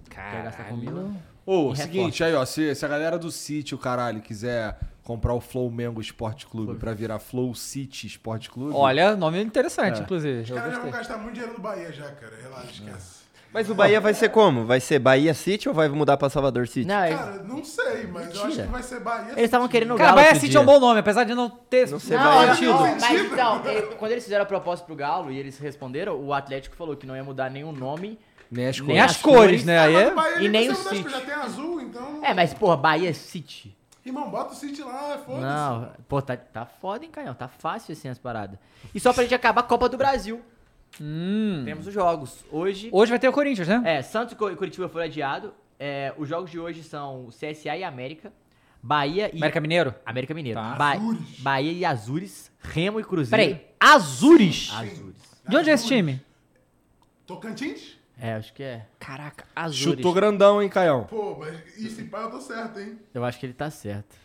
Speaker 2: Quer gastar com Milan?
Speaker 3: Ô,
Speaker 2: E
Speaker 3: seguinte, aí, ó, se, se a galera do City, o caralho, quiser comprar o Flamengo Esporte Clube pra virar Flow City Esporte Clube.
Speaker 1: Olha, nome interessante,
Speaker 3: É.
Speaker 1: inclusive.
Speaker 8: Os
Speaker 1: Eu
Speaker 8: caras já vão
Speaker 1: gostei.
Speaker 8: gastar muito dinheiro no Bahia já, cara. Relaxa, esquece.
Speaker 7: Mas o Bahia vai ser como? Vai ser Bahia City ou vai mudar pra Salvador City?
Speaker 1: é
Speaker 2: Não, eles
Speaker 8: Cara, não sei, mas eu acho
Speaker 2: Mentira.
Speaker 8: que vai ser Bahia.
Speaker 2: eles estavam querendo o
Speaker 1: Cara,
Speaker 2: Galo.
Speaker 1: Bahia
Speaker 2: outro
Speaker 1: City
Speaker 2: dia.
Speaker 1: é um bom nome, apesar de não é ter
Speaker 7: Não sei,
Speaker 2: Não, é
Speaker 7: Bahia.
Speaker 2: não,
Speaker 8: Não,
Speaker 2: não, mas
Speaker 8: sentido.
Speaker 2: então, eh, quando eles fizeram a proposta pro Galo e eles responderam, o Atlético falou que não ia mudar nenhum nome.
Speaker 3: Nem as
Speaker 1: nem
Speaker 3: coisas.
Speaker 1: as cores,
Speaker 2: cores,
Speaker 1: né? Aí
Speaker 8: Mas
Speaker 1: é...
Speaker 8: o Bahia
Speaker 2: e
Speaker 8: já
Speaker 2: nem o
Speaker 8: precisa mudar,
Speaker 2: City.
Speaker 8: Já tem azul, então.
Speaker 2: É, mas, porra, Bahia City.
Speaker 8: Irmão, bota o City lá, é foda-se.
Speaker 2: Não, pô, tá, tá foda, hein, Canhão? Tá fácil assim as paradas. E só pra gente acabar, Copa do Brasil.
Speaker 1: Hum.
Speaker 2: Temos os jogos. Hoje.
Speaker 1: Hoje vai ter o Corinthians, né?
Speaker 2: É, Santos e Cu- Curitiba foi adiado. É, os jogos de hoje são CSA e América. Bahia e.
Speaker 1: América Mineiro.
Speaker 2: América Mineiro.
Speaker 1: Tá.
Speaker 2: Ba- Bahia e Azures. Remo e Cruzeiro.
Speaker 1: Peraí, Azures.
Speaker 2: Azures.
Speaker 1: De onde é esse time?
Speaker 8: Tocantins?
Speaker 2: É, acho que é.
Speaker 1: Caraca, Azures.
Speaker 3: Chutou grandão, hein, Caião?
Speaker 8: Pô, mas e se pá, eu tô certo, hein?
Speaker 2: Eu acho que ele tá certo.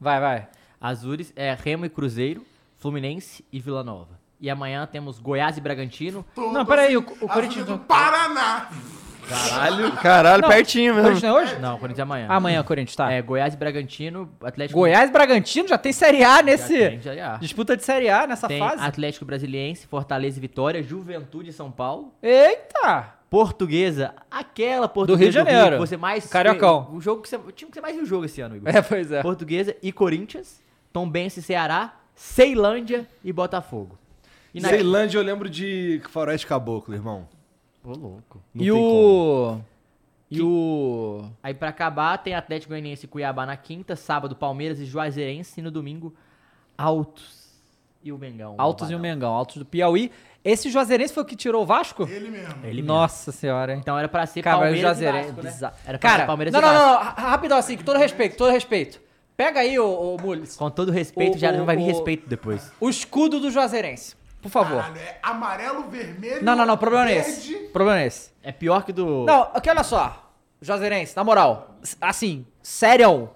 Speaker 1: Vai, vai.
Speaker 2: Azures é Remo e Cruzeiro, Fluminense e Vila Nova. E amanhã temos Goiás e Bragantino.
Speaker 8: Tô,
Speaker 1: Não,
Speaker 8: tô
Speaker 1: peraí,
Speaker 8: assim,
Speaker 1: o- o
Speaker 8: azul
Speaker 1: Corinthians
Speaker 8: do
Speaker 1: não-
Speaker 8: Paraná!
Speaker 7: Caralho, caralho, pertinho
Speaker 1: O Corinthians
Speaker 7: mesmo.
Speaker 1: não é hoje?
Speaker 2: Não, Corinthians é amanhã.
Speaker 1: Amanhã, Corinthians, tá.
Speaker 2: É Goiás e Bragantino, Atlético
Speaker 1: Goiás e Bragantino já tem Série A
Speaker 2: Já
Speaker 1: nesse.
Speaker 2: tem, já já.
Speaker 1: Disputa de Série A nessa
Speaker 2: Tem
Speaker 1: fase.
Speaker 2: Atlético Brasiliense, Fortaleza e Vitória, Juventude e São Paulo.
Speaker 1: Eita!
Speaker 2: Portuguesa, aquela portuguesa
Speaker 1: Rio de Janeiro.
Speaker 2: que você mais
Speaker 1: Cariocão.
Speaker 2: O jogo que você, o time que você mais viu jogo esse ano, Igor.
Speaker 1: É, pois é.
Speaker 2: Portuguesa e Corinthians, Tombense e Ceará, Ceilândia e Botafogo. E na-
Speaker 3: Ceilândia, eu lembro de Floresta Caboclo, irmão.
Speaker 2: Ô, louco.
Speaker 3: Não
Speaker 1: e
Speaker 3: tem
Speaker 1: o.
Speaker 3: como.
Speaker 1: E o.
Speaker 2: Aí pra acabar, tem Atlético Goianiense e Cuiabá na quinta, sábado Palmeiras e Juazeirense e no domingo Altos e o Mengão.
Speaker 1: Altos e o
Speaker 2: Babadão.
Speaker 1: Mengão, Altos do Piauí. Esse Juazeirense foi o que tirou o Vasco?
Speaker 8: Ele mesmo.
Speaker 2: Ele mesmo.
Speaker 1: Nossa senhora, hein?
Speaker 2: Então era pra ser
Speaker 1: Cara, o
Speaker 2: Palmeiras e
Speaker 1: Juazeirense.
Speaker 2: Vasco, né?
Speaker 1: bizarro.
Speaker 2: Era pra
Speaker 1: Cara,
Speaker 2: ser Palmeiras
Speaker 1: não,
Speaker 2: e
Speaker 1: não,
Speaker 2: Vasco.
Speaker 1: não, não, ra- rapidão assim, com todo respeito, todo respeito. Pega aí, ô, ô Mules,
Speaker 2: Com todo respeito,
Speaker 1: O-
Speaker 2: já não vai
Speaker 1: o-
Speaker 2: vir
Speaker 1: o-
Speaker 2: respeito depois.
Speaker 1: o escudo do Juazeirense, por favor.
Speaker 8: Caralho, é amarelo, vermelho.
Speaker 1: Não, não, não, o problema não é
Speaker 8: verde.
Speaker 1: esse. O Problema não é esse.
Speaker 2: É pior que do...
Speaker 1: Não, aqui olha só. Juazeirense, na moral, s- assim, sério.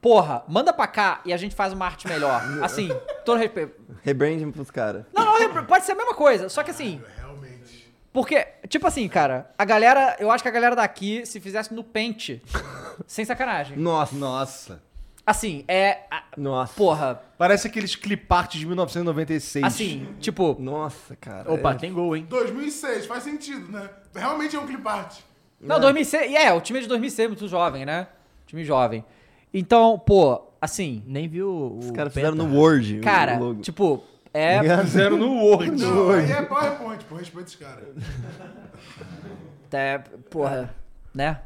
Speaker 1: Porra, manda pra cá e a gente faz uma arte melhor. Assim, todo respeito.
Speaker 7: Rebranding pros caras.
Speaker 1: Não, não, pode ser a mesma coisa, só que assim,
Speaker 8: Realmente.
Speaker 1: Porque, tipo assim, cara, a galera, eu acho que a galera daqui, se fizesse no pente, sem sacanagem.
Speaker 7: Nossa,
Speaker 3: Nossa.
Speaker 1: Assim, é. a-
Speaker 7: nossa.
Speaker 1: porra,
Speaker 3: Parece aqueles clipartes de 1996.
Speaker 1: assim, tipo.
Speaker 7: Nossa, cara.
Speaker 2: Opa,
Speaker 7: é.
Speaker 2: tem gol, hein?
Speaker 8: 2006, faz sentido, né? Realmente é um clipart.
Speaker 1: Não, 2006. E é, o time é de 2006, muito jovem, né? Time jovem. Então, pô, assim.
Speaker 2: Nem viu o...
Speaker 7: Os caras fizeram no Word. o
Speaker 1: Cara,
Speaker 7: logo.
Speaker 1: tipo, é.
Speaker 3: Fizeram no Word.
Speaker 8: Não, aí é PowerPoint, pô, respeita os caras.
Speaker 1: é porra, né?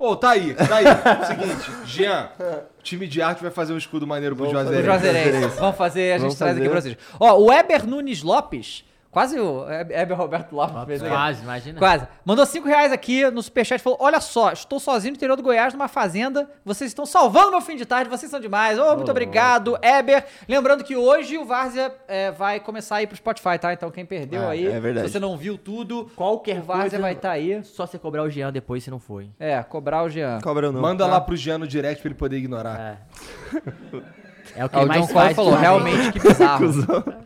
Speaker 3: Ô, tá aí, tá aí. Seguinte, Jean, o time de arte vai fazer um escudo maneiro pro
Speaker 7: Vamos fazer.
Speaker 1: O
Speaker 3: Juazeiro.
Speaker 1: Juazeirense. Vamos fazer, a gente
Speaker 7: Vamos
Speaker 1: traz aqui pra
Speaker 7: fazer.
Speaker 1: vocês. Ó, o Weber Nunes Lopes Quase o He- Heber Roberto Lopes. fez aí.
Speaker 2: Quase, imagina.
Speaker 1: Quase. Mandou 5 reais aqui no Superchat. Falou, olha só, estou sozinho no interior do Goiás, numa fazenda. Vocês estão salvando meu fim de tarde. Vocês são demais. Oh, muito
Speaker 2: Ô,
Speaker 1: obrigado, Heber. Lembrando que hoje o Várzea é, vai começar a ir pro Spotify, tá? Então quem perdeu
Speaker 2: Ah,
Speaker 1: aí,
Speaker 2: é verdade.
Speaker 1: se você não viu tudo, qualquer o Várzea
Speaker 2: coisa
Speaker 1: vai estar aí.
Speaker 2: Só você cobrar o Jean depois se não foi.
Speaker 1: É, cobrar o Jean.
Speaker 3: Manda
Speaker 1: Tá?
Speaker 3: lá pro Jean no direct pra ele poder ignorar.
Speaker 2: É o que
Speaker 1: Ah,
Speaker 2: ele
Speaker 1: o
Speaker 2: mais
Speaker 1: John Cole
Speaker 2: faz,
Speaker 1: falou,
Speaker 2: John.
Speaker 1: realmente que bizarro.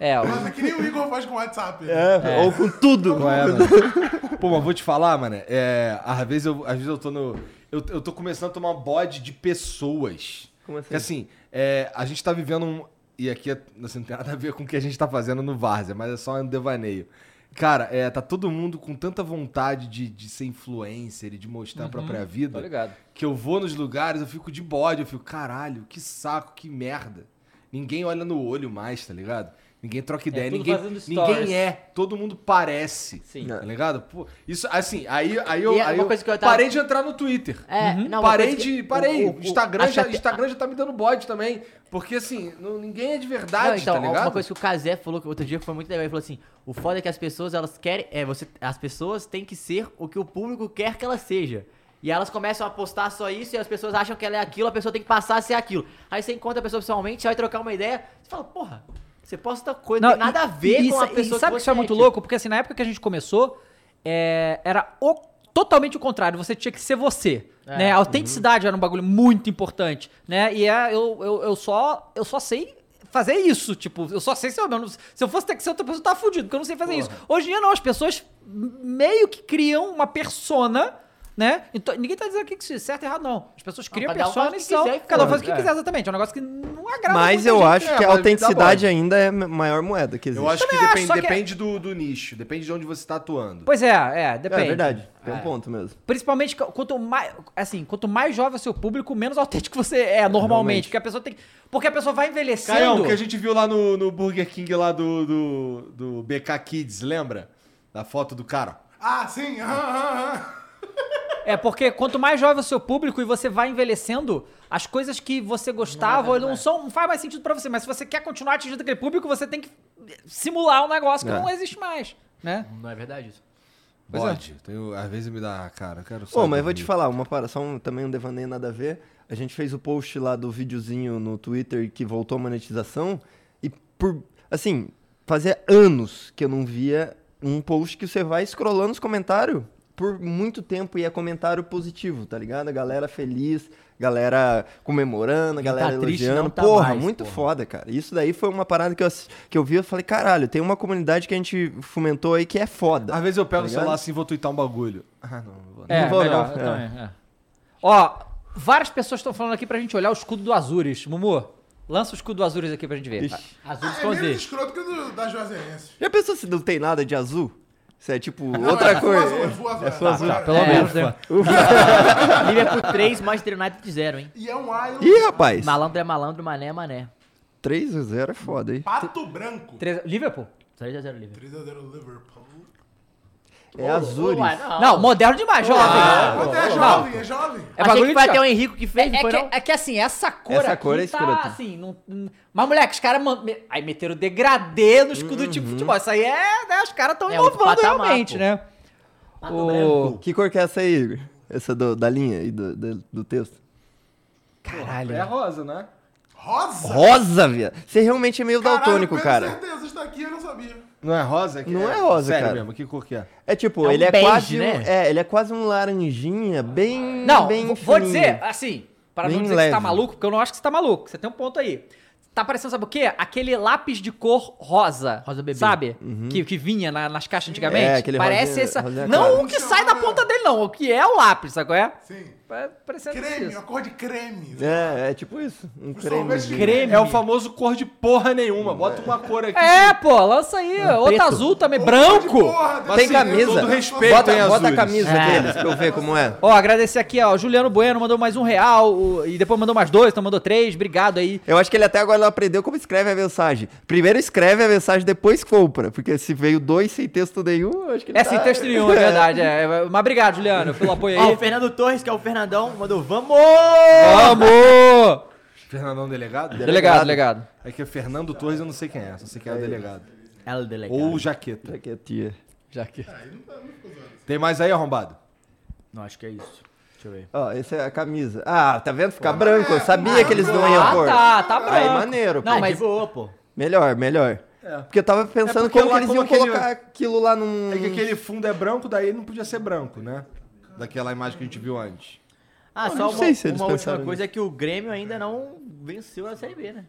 Speaker 1: é, o-
Speaker 8: Mano, é que nem o Igor faz com o WhatsApp.
Speaker 3: É,
Speaker 1: É.
Speaker 3: ou com tudo. Não é, mano. Pô, mas vou te falar, mano. É, às, vezes eu, às vezes eu tô no. Eu, eu tô começando a tomar bode de pessoas.
Speaker 7: Como assim?
Speaker 3: Porque, assim, é, a gente tá vivendo um. E aqui é- assim, não tem nada a ver com o que a gente tá fazendo no Várzea, mas é só um devaneio. Cara, é, tá todo mundo com tanta vontade de, de ser influencer e de mostrar a
Speaker 1: Uhum,
Speaker 3: própria vida.
Speaker 1: tô ligado.
Speaker 3: Que eu vou nos lugares, eu fico de bode, eu fico, caralho, que saco, que merda. Ninguém olha no olho mais, tá ligado? Ninguém troca ideia,
Speaker 2: tudo
Speaker 3: ninguém,
Speaker 2: fazendo stories.
Speaker 3: ninguém é, todo mundo parece.
Speaker 2: Sim.
Speaker 3: Tá ligado? Pô, isso, assim, aí, aí eu,
Speaker 2: E é
Speaker 3: aí
Speaker 2: uma
Speaker 3: eu
Speaker 2: coisa que eu tava-
Speaker 3: parei de entrar no Twitter.
Speaker 2: É, não, uma
Speaker 3: parei
Speaker 2: coisa que-
Speaker 3: de. Parei.
Speaker 2: o- o- o-
Speaker 3: Instagram,
Speaker 2: acho
Speaker 3: já,
Speaker 2: que até-
Speaker 3: Instagram já tá me dando bode também. Porque assim, não- ninguém é de verdade,
Speaker 2: Não, então,
Speaker 3: tá ligado?
Speaker 2: uma coisa que o Kazé falou que outro dia foi muito legal. Ele falou assim: o foda é que as pessoas, elas querem. É, você, as pessoas têm que ser o que o público quer que ela seja. E elas começam a postar só isso e as pessoas acham que ela é aquilo, a pessoa tem que passar a ser aquilo. Aí você encontra a pessoa pessoalmente, você vai trocar uma ideia, você fala, porra, você posta coisa, não,
Speaker 1: Não,
Speaker 2: tem nada
Speaker 1: e-
Speaker 2: a ver
Speaker 1: e
Speaker 2: com
Speaker 1: sa-
Speaker 2: a pessoa
Speaker 1: e sabe que,
Speaker 2: que tipo
Speaker 1: isso é muito louco? Porque assim, na época que a gente começou, é, era o- totalmente o contrário. Você tinha que ser você.
Speaker 2: É.
Speaker 1: né? A autenticidade era um bagulho muito importante. Né? E é, eu, eu, eu, só, eu só sei fazer isso. Tipo, eu só sei ser eu mesmo. Se eu fosse ter que ser outra pessoa, eu tava fudido, porque eu não sei fazer isso. Hoje em dia não, as pessoas meio que criam uma persona. Né? Então, ninguém tá dizendo aqui que isso é certo e errado, não. As pessoas criam
Speaker 2: cada um
Speaker 1: persona
Speaker 2: faz o
Speaker 1: e
Speaker 2: que
Speaker 1: são.
Speaker 2: quiser e
Speaker 1: Cada um
Speaker 2: foda-se.
Speaker 1: faz o que
Speaker 2: É.
Speaker 1: quiser, exatamente. É um negócio que não agrada
Speaker 7: Mas
Speaker 1: muita
Speaker 7: eu
Speaker 1: gente,
Speaker 7: acho
Speaker 1: né?
Speaker 7: que
Speaker 1: Mas dá
Speaker 7: a
Speaker 1: bode.
Speaker 7: autenticidade ainda é a maior moeda que existe.
Speaker 3: Eu acho que
Speaker 1: Também acho,
Speaker 3: depende,
Speaker 1: só que é-
Speaker 3: depende do, do nicho, depende de onde você tá atuando.
Speaker 1: Pois é, é, depende.
Speaker 7: É verdade. Tem
Speaker 1: É.
Speaker 7: um ponto mesmo.
Speaker 1: Principalmente qu- quanto mais, assim, quanto mais jovem é o seu público, menos autêntico você é normalmente, porque a pessoa tem, porque a pessoa vai envelhecendo.
Speaker 3: Caião, o que a gente viu lá no, no Burger King lá do, do, do BK Kids, lembra? Da foto do cara.
Speaker 8: Ah, sim. aham, aham, aham.
Speaker 1: É porque quanto mais jovem é o seu público e você vai envelhecendo, as coisas que você gostava não, não são, não faz mais sentido pra você, mas se você quer continuar atingindo aquele público, você tem que simular um negócio que
Speaker 3: É.
Speaker 1: não existe mais, né?
Speaker 2: Não é verdade isso.
Speaker 1: Pois é.
Speaker 3: Bode. Tenho- às vezes me dá, cara, eu quero só.
Speaker 7: Pô, mas vou te
Speaker 3: dormir.
Speaker 7: falar, uma para, só um, também um devaneio nada a ver. A gente fez o post lá do videozinho no Twitter que voltou a monetização e por assim, fazia anos que eu não via um post que você vai scrollando os comentários por muito tempo e é comentário positivo, tá ligado? A galera feliz, galera comemorando, a
Speaker 2: Quem tá
Speaker 7: galera
Speaker 2: triste
Speaker 7: elogiando.
Speaker 2: não tá
Speaker 7: porra,
Speaker 2: mais,
Speaker 7: muito
Speaker 2: porra.
Speaker 7: foda, cara. Isso daí foi uma parada que eu, ass- que eu vi e falei, caralho, tem uma comunidade que a gente fomentou aí que é foda.
Speaker 3: Às vezes eu pego
Speaker 7: Tá
Speaker 3: o
Speaker 7: ligado?
Speaker 3: celular assim e vou twittar um bagulho. Ah, não, não vou.
Speaker 1: É,
Speaker 7: Não vou,
Speaker 1: melhor,
Speaker 7: não.
Speaker 1: eu
Speaker 7: É.
Speaker 1: também, é. Ó, várias pessoas estão falando aqui pra gente olhar o escudo do Azures. Mumu, lança o escudo do Azures aqui pra gente ver.
Speaker 7: Ixi.
Speaker 2: Azul
Speaker 8: É menos
Speaker 2: esconder.
Speaker 8: escroto que o do, da Juazeirense.
Speaker 7: Já pensou se não tem nada de azul? Se é tipo
Speaker 8: Não,
Speaker 7: outra
Speaker 8: é full
Speaker 7: cor?
Speaker 8: azul, é full azul,
Speaker 7: É
Speaker 8: é.
Speaker 7: full azul.
Speaker 8: Tá,
Speaker 1: Pelo
Speaker 2: É,
Speaker 1: menos, né?
Speaker 2: Liverpool 3, Manchester United 0, hein?
Speaker 8: E é um A e um
Speaker 7: Ih, rapaz!
Speaker 2: Malandro é malandro, mané é mané.
Speaker 7: 3x0 é foda, hein?
Speaker 8: pato branco.
Speaker 1: Três- Liverpool?
Speaker 2: 3x0 Liverpool.
Speaker 8: 3x0 Liverpool.
Speaker 7: É
Speaker 2: Ué,
Speaker 7: azul
Speaker 8: né?
Speaker 7: isso.
Speaker 1: Não, moderno demais, jovem.
Speaker 8: Mas é jovem, é jovem.
Speaker 1: É
Speaker 2: Achei
Speaker 1: bagulho
Speaker 2: que
Speaker 1: de
Speaker 2: foi até
Speaker 1: chapa.
Speaker 2: o Henrico que fez,
Speaker 1: É,
Speaker 2: não
Speaker 1: é
Speaker 2: foi
Speaker 1: que,
Speaker 2: não?
Speaker 1: é que assim, essa cor
Speaker 7: Essa
Speaker 1: aqui
Speaker 7: cor é
Speaker 1: tá
Speaker 7: escrota.
Speaker 1: assim... Não, não- mas, moleque, os caras... man- me- Aí meteram degradê no escudo de futebol. Isso aí é... Né, os caras estão
Speaker 2: É, outro
Speaker 1: inovando
Speaker 2: patamar,
Speaker 1: realmente,
Speaker 2: pô.
Speaker 1: né? O-
Speaker 7: Que cor que é essa aí, Igor? Essa do- da linha aí do, do, do texto?
Speaker 1: Caralho.
Speaker 3: É rosa, né?
Speaker 8: Rosa?
Speaker 7: Rosa, viado! Você realmente é meio daltônico,
Speaker 8: Com
Speaker 7: cara.
Speaker 8: certeza, está aqui, eu não sabia.
Speaker 3: Não é rosa?
Speaker 7: Não é rosa,
Speaker 3: sério
Speaker 7: cara.
Speaker 3: mesmo, que cor que é?
Speaker 7: É tipo,
Speaker 2: É um
Speaker 7: ele é
Speaker 2: bege,
Speaker 7: quase um,
Speaker 2: né?
Speaker 7: é, ele é quase um laranjinha, bem
Speaker 2: Hum,
Speaker 1: Não,
Speaker 7: bem
Speaker 1: vou- vou
Speaker 7: fininho.
Speaker 1: dizer, assim, para não
Speaker 7: Bem
Speaker 1: dizer que você tá
Speaker 7: leve.
Speaker 1: maluco, porque eu não acho que você tá maluco. Você tem um ponto aí. Tá parecendo, sabe o quê? Aquele lápis de cor rosa.
Speaker 2: Rosa bebê.
Speaker 1: Sabe?
Speaker 2: Uhum.
Speaker 1: Que, que vinha na- nas caixas antigamente.
Speaker 7: É, aquele
Speaker 1: Parece
Speaker 7: rosinha-
Speaker 1: essa.
Speaker 7: rosinha
Speaker 1: não
Speaker 7: clara.
Speaker 1: o que sai da ponta dele, não. O que é o lápis, sabe qual é?
Speaker 8: Sim.
Speaker 1: Pa- Parecendo
Speaker 8: Creme, a
Speaker 1: É isso.
Speaker 8: cor de creme.
Speaker 7: É, é tipo isso, um creme.
Speaker 8: sorvete.
Speaker 1: Creme.
Speaker 3: É o famoso cor de porra nenhuma. Bota uma cor aqui.
Speaker 1: É, pô, lança aí. Outro
Speaker 2: Hum, preto.
Speaker 1: azul também,
Speaker 8: Pô, de
Speaker 1: branco.
Speaker 8: porra,
Speaker 3: Mas,
Speaker 7: Tem
Speaker 3: assim,
Speaker 7: camisa.
Speaker 3: Com todo respeito,
Speaker 7: bota,
Speaker 3: hein,
Speaker 7: bota a
Speaker 3: Azures.
Speaker 7: camisa
Speaker 1: É.
Speaker 7: deles pra eu ver como é.
Speaker 1: Ó, agradecer aqui, ó. Juliano Bueno mandou mais um real. o- E depois mandou mais dois, então mandou três. Obrigado aí.
Speaker 7: Eu acho que ele até agora não aprendeu como escreve a mensagem. Primeiro escreve a mensagem, depois compra. Porque se veio dois sem texto nenhum, eu acho que ele
Speaker 1: É
Speaker 7: tá-
Speaker 1: sem texto nenhum, é verdade. é. Mas obrigado, Juliano, pelo apoio
Speaker 2: Ó,
Speaker 1: aí.
Speaker 2: o Fernando Torres, que é o Fernandão, mandou vamos!
Speaker 1: Vamos!
Speaker 3: Fernandão Delegado?
Speaker 1: Delegado, delegado.
Speaker 3: É que é Fernando Torres, eu não sei quem é, só sei quem é o delegado.
Speaker 2: El Delegado.
Speaker 3: Ou jaqueta.
Speaker 7: Jaquetia.
Speaker 1: Jaqueta.
Speaker 7: Tem mais aí, arrombado?
Speaker 2: Não, acho que é isso. Deixa eu ver.
Speaker 7: Ó, essa é a camisa. Ah, tá vendo? Fica branco. Eu sabia que eles não iam pôr.
Speaker 1: Ah, tá, tá branco.
Speaker 7: Aí, maneiro,
Speaker 1: Não,
Speaker 7: pô.
Speaker 1: mas
Speaker 2: boa, pô.
Speaker 7: Melhor, melhor.
Speaker 3: É.
Speaker 7: Porque eu tava
Speaker 3: É
Speaker 7: pensando
Speaker 3: porque
Speaker 7: como que
Speaker 3: lá-
Speaker 7: eles
Speaker 3: como
Speaker 7: iam
Speaker 3: aquele-
Speaker 7: colocar aquilo lá num...
Speaker 3: É que aquele fundo é branco, daí não podia ser branco, né? Daquela imagem que a gente viu antes.
Speaker 2: Ah,
Speaker 7: Eu
Speaker 2: só
Speaker 7: não
Speaker 2: uma,
Speaker 7: sei se eles
Speaker 2: uma última
Speaker 7: pensaram
Speaker 2: coisa é que o Grêmio ainda não venceu na Série B, né?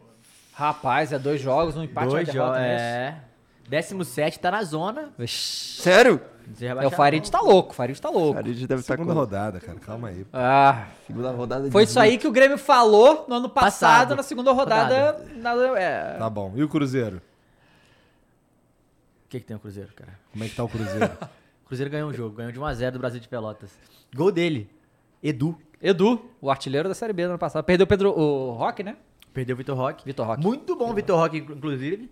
Speaker 1: Rapaz, é dois jogos, um empate
Speaker 2: Dois
Speaker 1: uma derrota, né?
Speaker 2: jogos,
Speaker 1: não isso?
Speaker 2: é. 17 tá na zona.
Speaker 7: Sério?
Speaker 2: Você já
Speaker 1: É, o Farid tá louco, o Farid tá louco.
Speaker 7: Farid deve É.
Speaker 3: Segunda rodada, cara. Calma aí.
Speaker 1: Ah,
Speaker 7: Segunda rodada de
Speaker 1: foi isso aí que o Grêmio falou no ano passado,
Speaker 2: Passado.
Speaker 1: na segunda rodada. na- é,
Speaker 3: Tá bom. E o Cruzeiro?
Speaker 2: O que, que tem o Cruzeiro, cara?
Speaker 3: Como é que tá o Cruzeiro?
Speaker 2: O Cruzeiro ganhou um jogo, ganhou de 1x0 do Brasil de Pelotas. Gol dele. Edu.
Speaker 1: Edu, o artilheiro da Série B do ano passado. Perdeu o Pedro, o Rock, né?
Speaker 2: Perdeu o Vitor Roque.
Speaker 1: Vitor Roque.
Speaker 2: Muito bom o Vitor Roque, inclusive.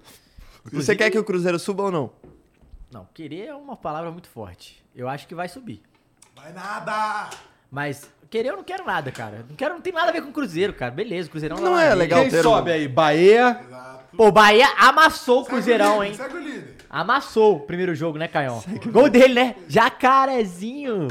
Speaker 7: Você quer que o Cruzeiro suba ou não?
Speaker 2: Não, querer é uma palavra muito forte. Eu acho que vai subir.
Speaker 8: Vai nada!
Speaker 2: Mas querer eu não quero nada, cara. Não quero, não tem nada a ver com o Cruzeiro, cara. Beleza, o Cruzeirão
Speaker 7: Não
Speaker 2: lá
Speaker 7: é
Speaker 2: na
Speaker 7: legal
Speaker 2: briga.
Speaker 3: Quem
Speaker 7: ter um-
Speaker 3: sobe aí? Bahia?
Speaker 2: Pô, o Bahia amassou o Cruzeirão,
Speaker 8: líder,
Speaker 2: hein?
Speaker 8: Segue o líder.
Speaker 2: Amassou o primeiro jogo, né, Caião? Gol dele, né? Jacarezinho.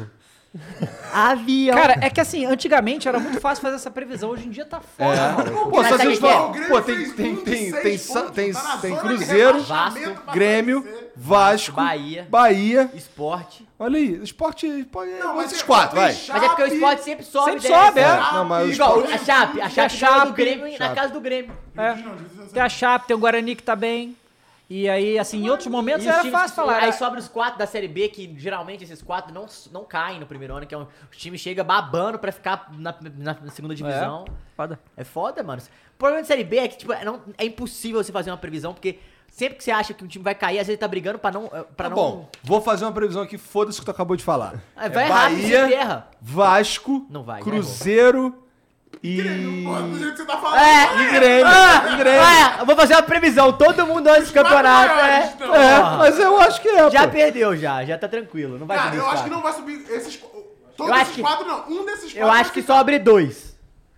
Speaker 2: Avião.
Speaker 1: Cara, é que assim, antigamente era muito fácil fazer essa previsão, hoje em dia tá foda. mano.
Speaker 3: Pô, só
Speaker 2: Mas sabe
Speaker 3: vocês
Speaker 2: o que é?
Speaker 3: falam.
Speaker 8: O Grêmio
Speaker 3: Pô, tem,
Speaker 8: fez
Speaker 3: tem,
Speaker 8: tudo,
Speaker 3: tem,
Speaker 8: seis
Speaker 3: tem, Sa-
Speaker 8: pontos,
Speaker 3: tem,
Speaker 8: tá na
Speaker 3: tem
Speaker 8: zona de
Speaker 3: Cruzeiro,
Speaker 8: rebaixamento pra
Speaker 3: Grêmio,
Speaker 8: Série C.
Speaker 3: Vasco,
Speaker 2: Bahia.
Speaker 3: Bahia.
Speaker 2: Esporte.
Speaker 3: Olha aí, esporte. esporte
Speaker 8: Não,
Speaker 3: mas
Speaker 8: mas
Speaker 3: esses
Speaker 8: é- Ah,
Speaker 3: quatro, vai.
Speaker 8: tem
Speaker 2: Mas é porque o
Speaker 8: Chape.
Speaker 2: esporte sempre sobe,
Speaker 1: Sempre
Speaker 2: né?
Speaker 1: sobe, é.
Speaker 3: Não, mas o
Speaker 2: Igual
Speaker 3: esporte.
Speaker 2: a Chape. A Chape,
Speaker 1: Chape.
Speaker 2: ganhou do Grêmio na
Speaker 1: Chape.
Speaker 2: casa do Grêmio.
Speaker 1: É.
Speaker 8: Diz não, diz não, diz
Speaker 1: Tem
Speaker 8: não.
Speaker 1: a Chape, tem o Guarani que tá bem. E aí, assim, em outros momentos
Speaker 2: E os
Speaker 1: era
Speaker 2: times-
Speaker 1: fácil falar. né?
Speaker 2: Aí
Speaker 1: era-
Speaker 2: sobra os quatro da Série B, que geralmente esses quatro não, não caem no primeiro ano, que é um, o time chega babando pra ficar na, na- na
Speaker 1: É.
Speaker 2: segunda divisão.
Speaker 1: Foda.
Speaker 2: É foda, mano. O problema de Série B é que, tipo, é não, é impossível você fazer uma previsão, porque sempre que você acha que um time vai cair, às vezes ele tá brigando pra não... eh, Pra
Speaker 3: Tá
Speaker 2: não
Speaker 3: bom, vou fazer uma previsão aqui, foda-se o que tu acabou de falar. É
Speaker 2: Ah, vai errar, você erra.
Speaker 3: Vasco,
Speaker 2: Não vai, né,
Speaker 3: Cruzeiro e...
Speaker 8: Pô, do jeito que você tá falando.
Speaker 2: É!
Speaker 3: E Grêmio.
Speaker 2: Ah,
Speaker 3: e Grêmio.
Speaker 2: ah, eu vou fazer uma previsão, todo mundo antes do campeonato,
Speaker 8: maiores,
Speaker 2: é.
Speaker 8: pelo
Speaker 3: É,
Speaker 2: Porra.
Speaker 3: mas eu acho que é,
Speaker 2: Já
Speaker 3: pô.
Speaker 2: perdeu, já. Já tá tranquilo. Não vai
Speaker 8: Cara,
Speaker 2: subir
Speaker 8: eu
Speaker 2: os
Speaker 8: acho que
Speaker 2: quatro.
Speaker 8: não vai subir esses. qu-
Speaker 2: Eu
Speaker 8: Todos
Speaker 2: acho
Speaker 8: esses
Speaker 2: que-
Speaker 8: quatro, não. Um desses quatro.
Speaker 2: Eu acho que
Speaker 8: vai-
Speaker 2: só abre dois.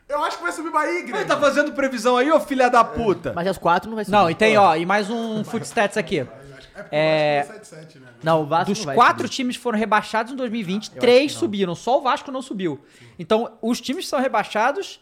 Speaker 8: Eu acho que vai subir Bahia, e
Speaker 3: Ele
Speaker 8: Grêmio.
Speaker 3: tá fazendo previsão aí, ô filha da puta.
Speaker 2: Mas as quatro não vai subir.
Speaker 1: Não, e tem, ó, e mais um footstats aqui.
Speaker 8: É porque
Speaker 1: É.
Speaker 8: eu acho que é 7 né?
Speaker 2: Não, o Vasco
Speaker 1: Dos
Speaker 2: não vai
Speaker 1: quatro
Speaker 2: subir.
Speaker 1: times que foram rebaixados em 2020, três subiram, só o Vasco não subiu. Então, os times que são rebaixados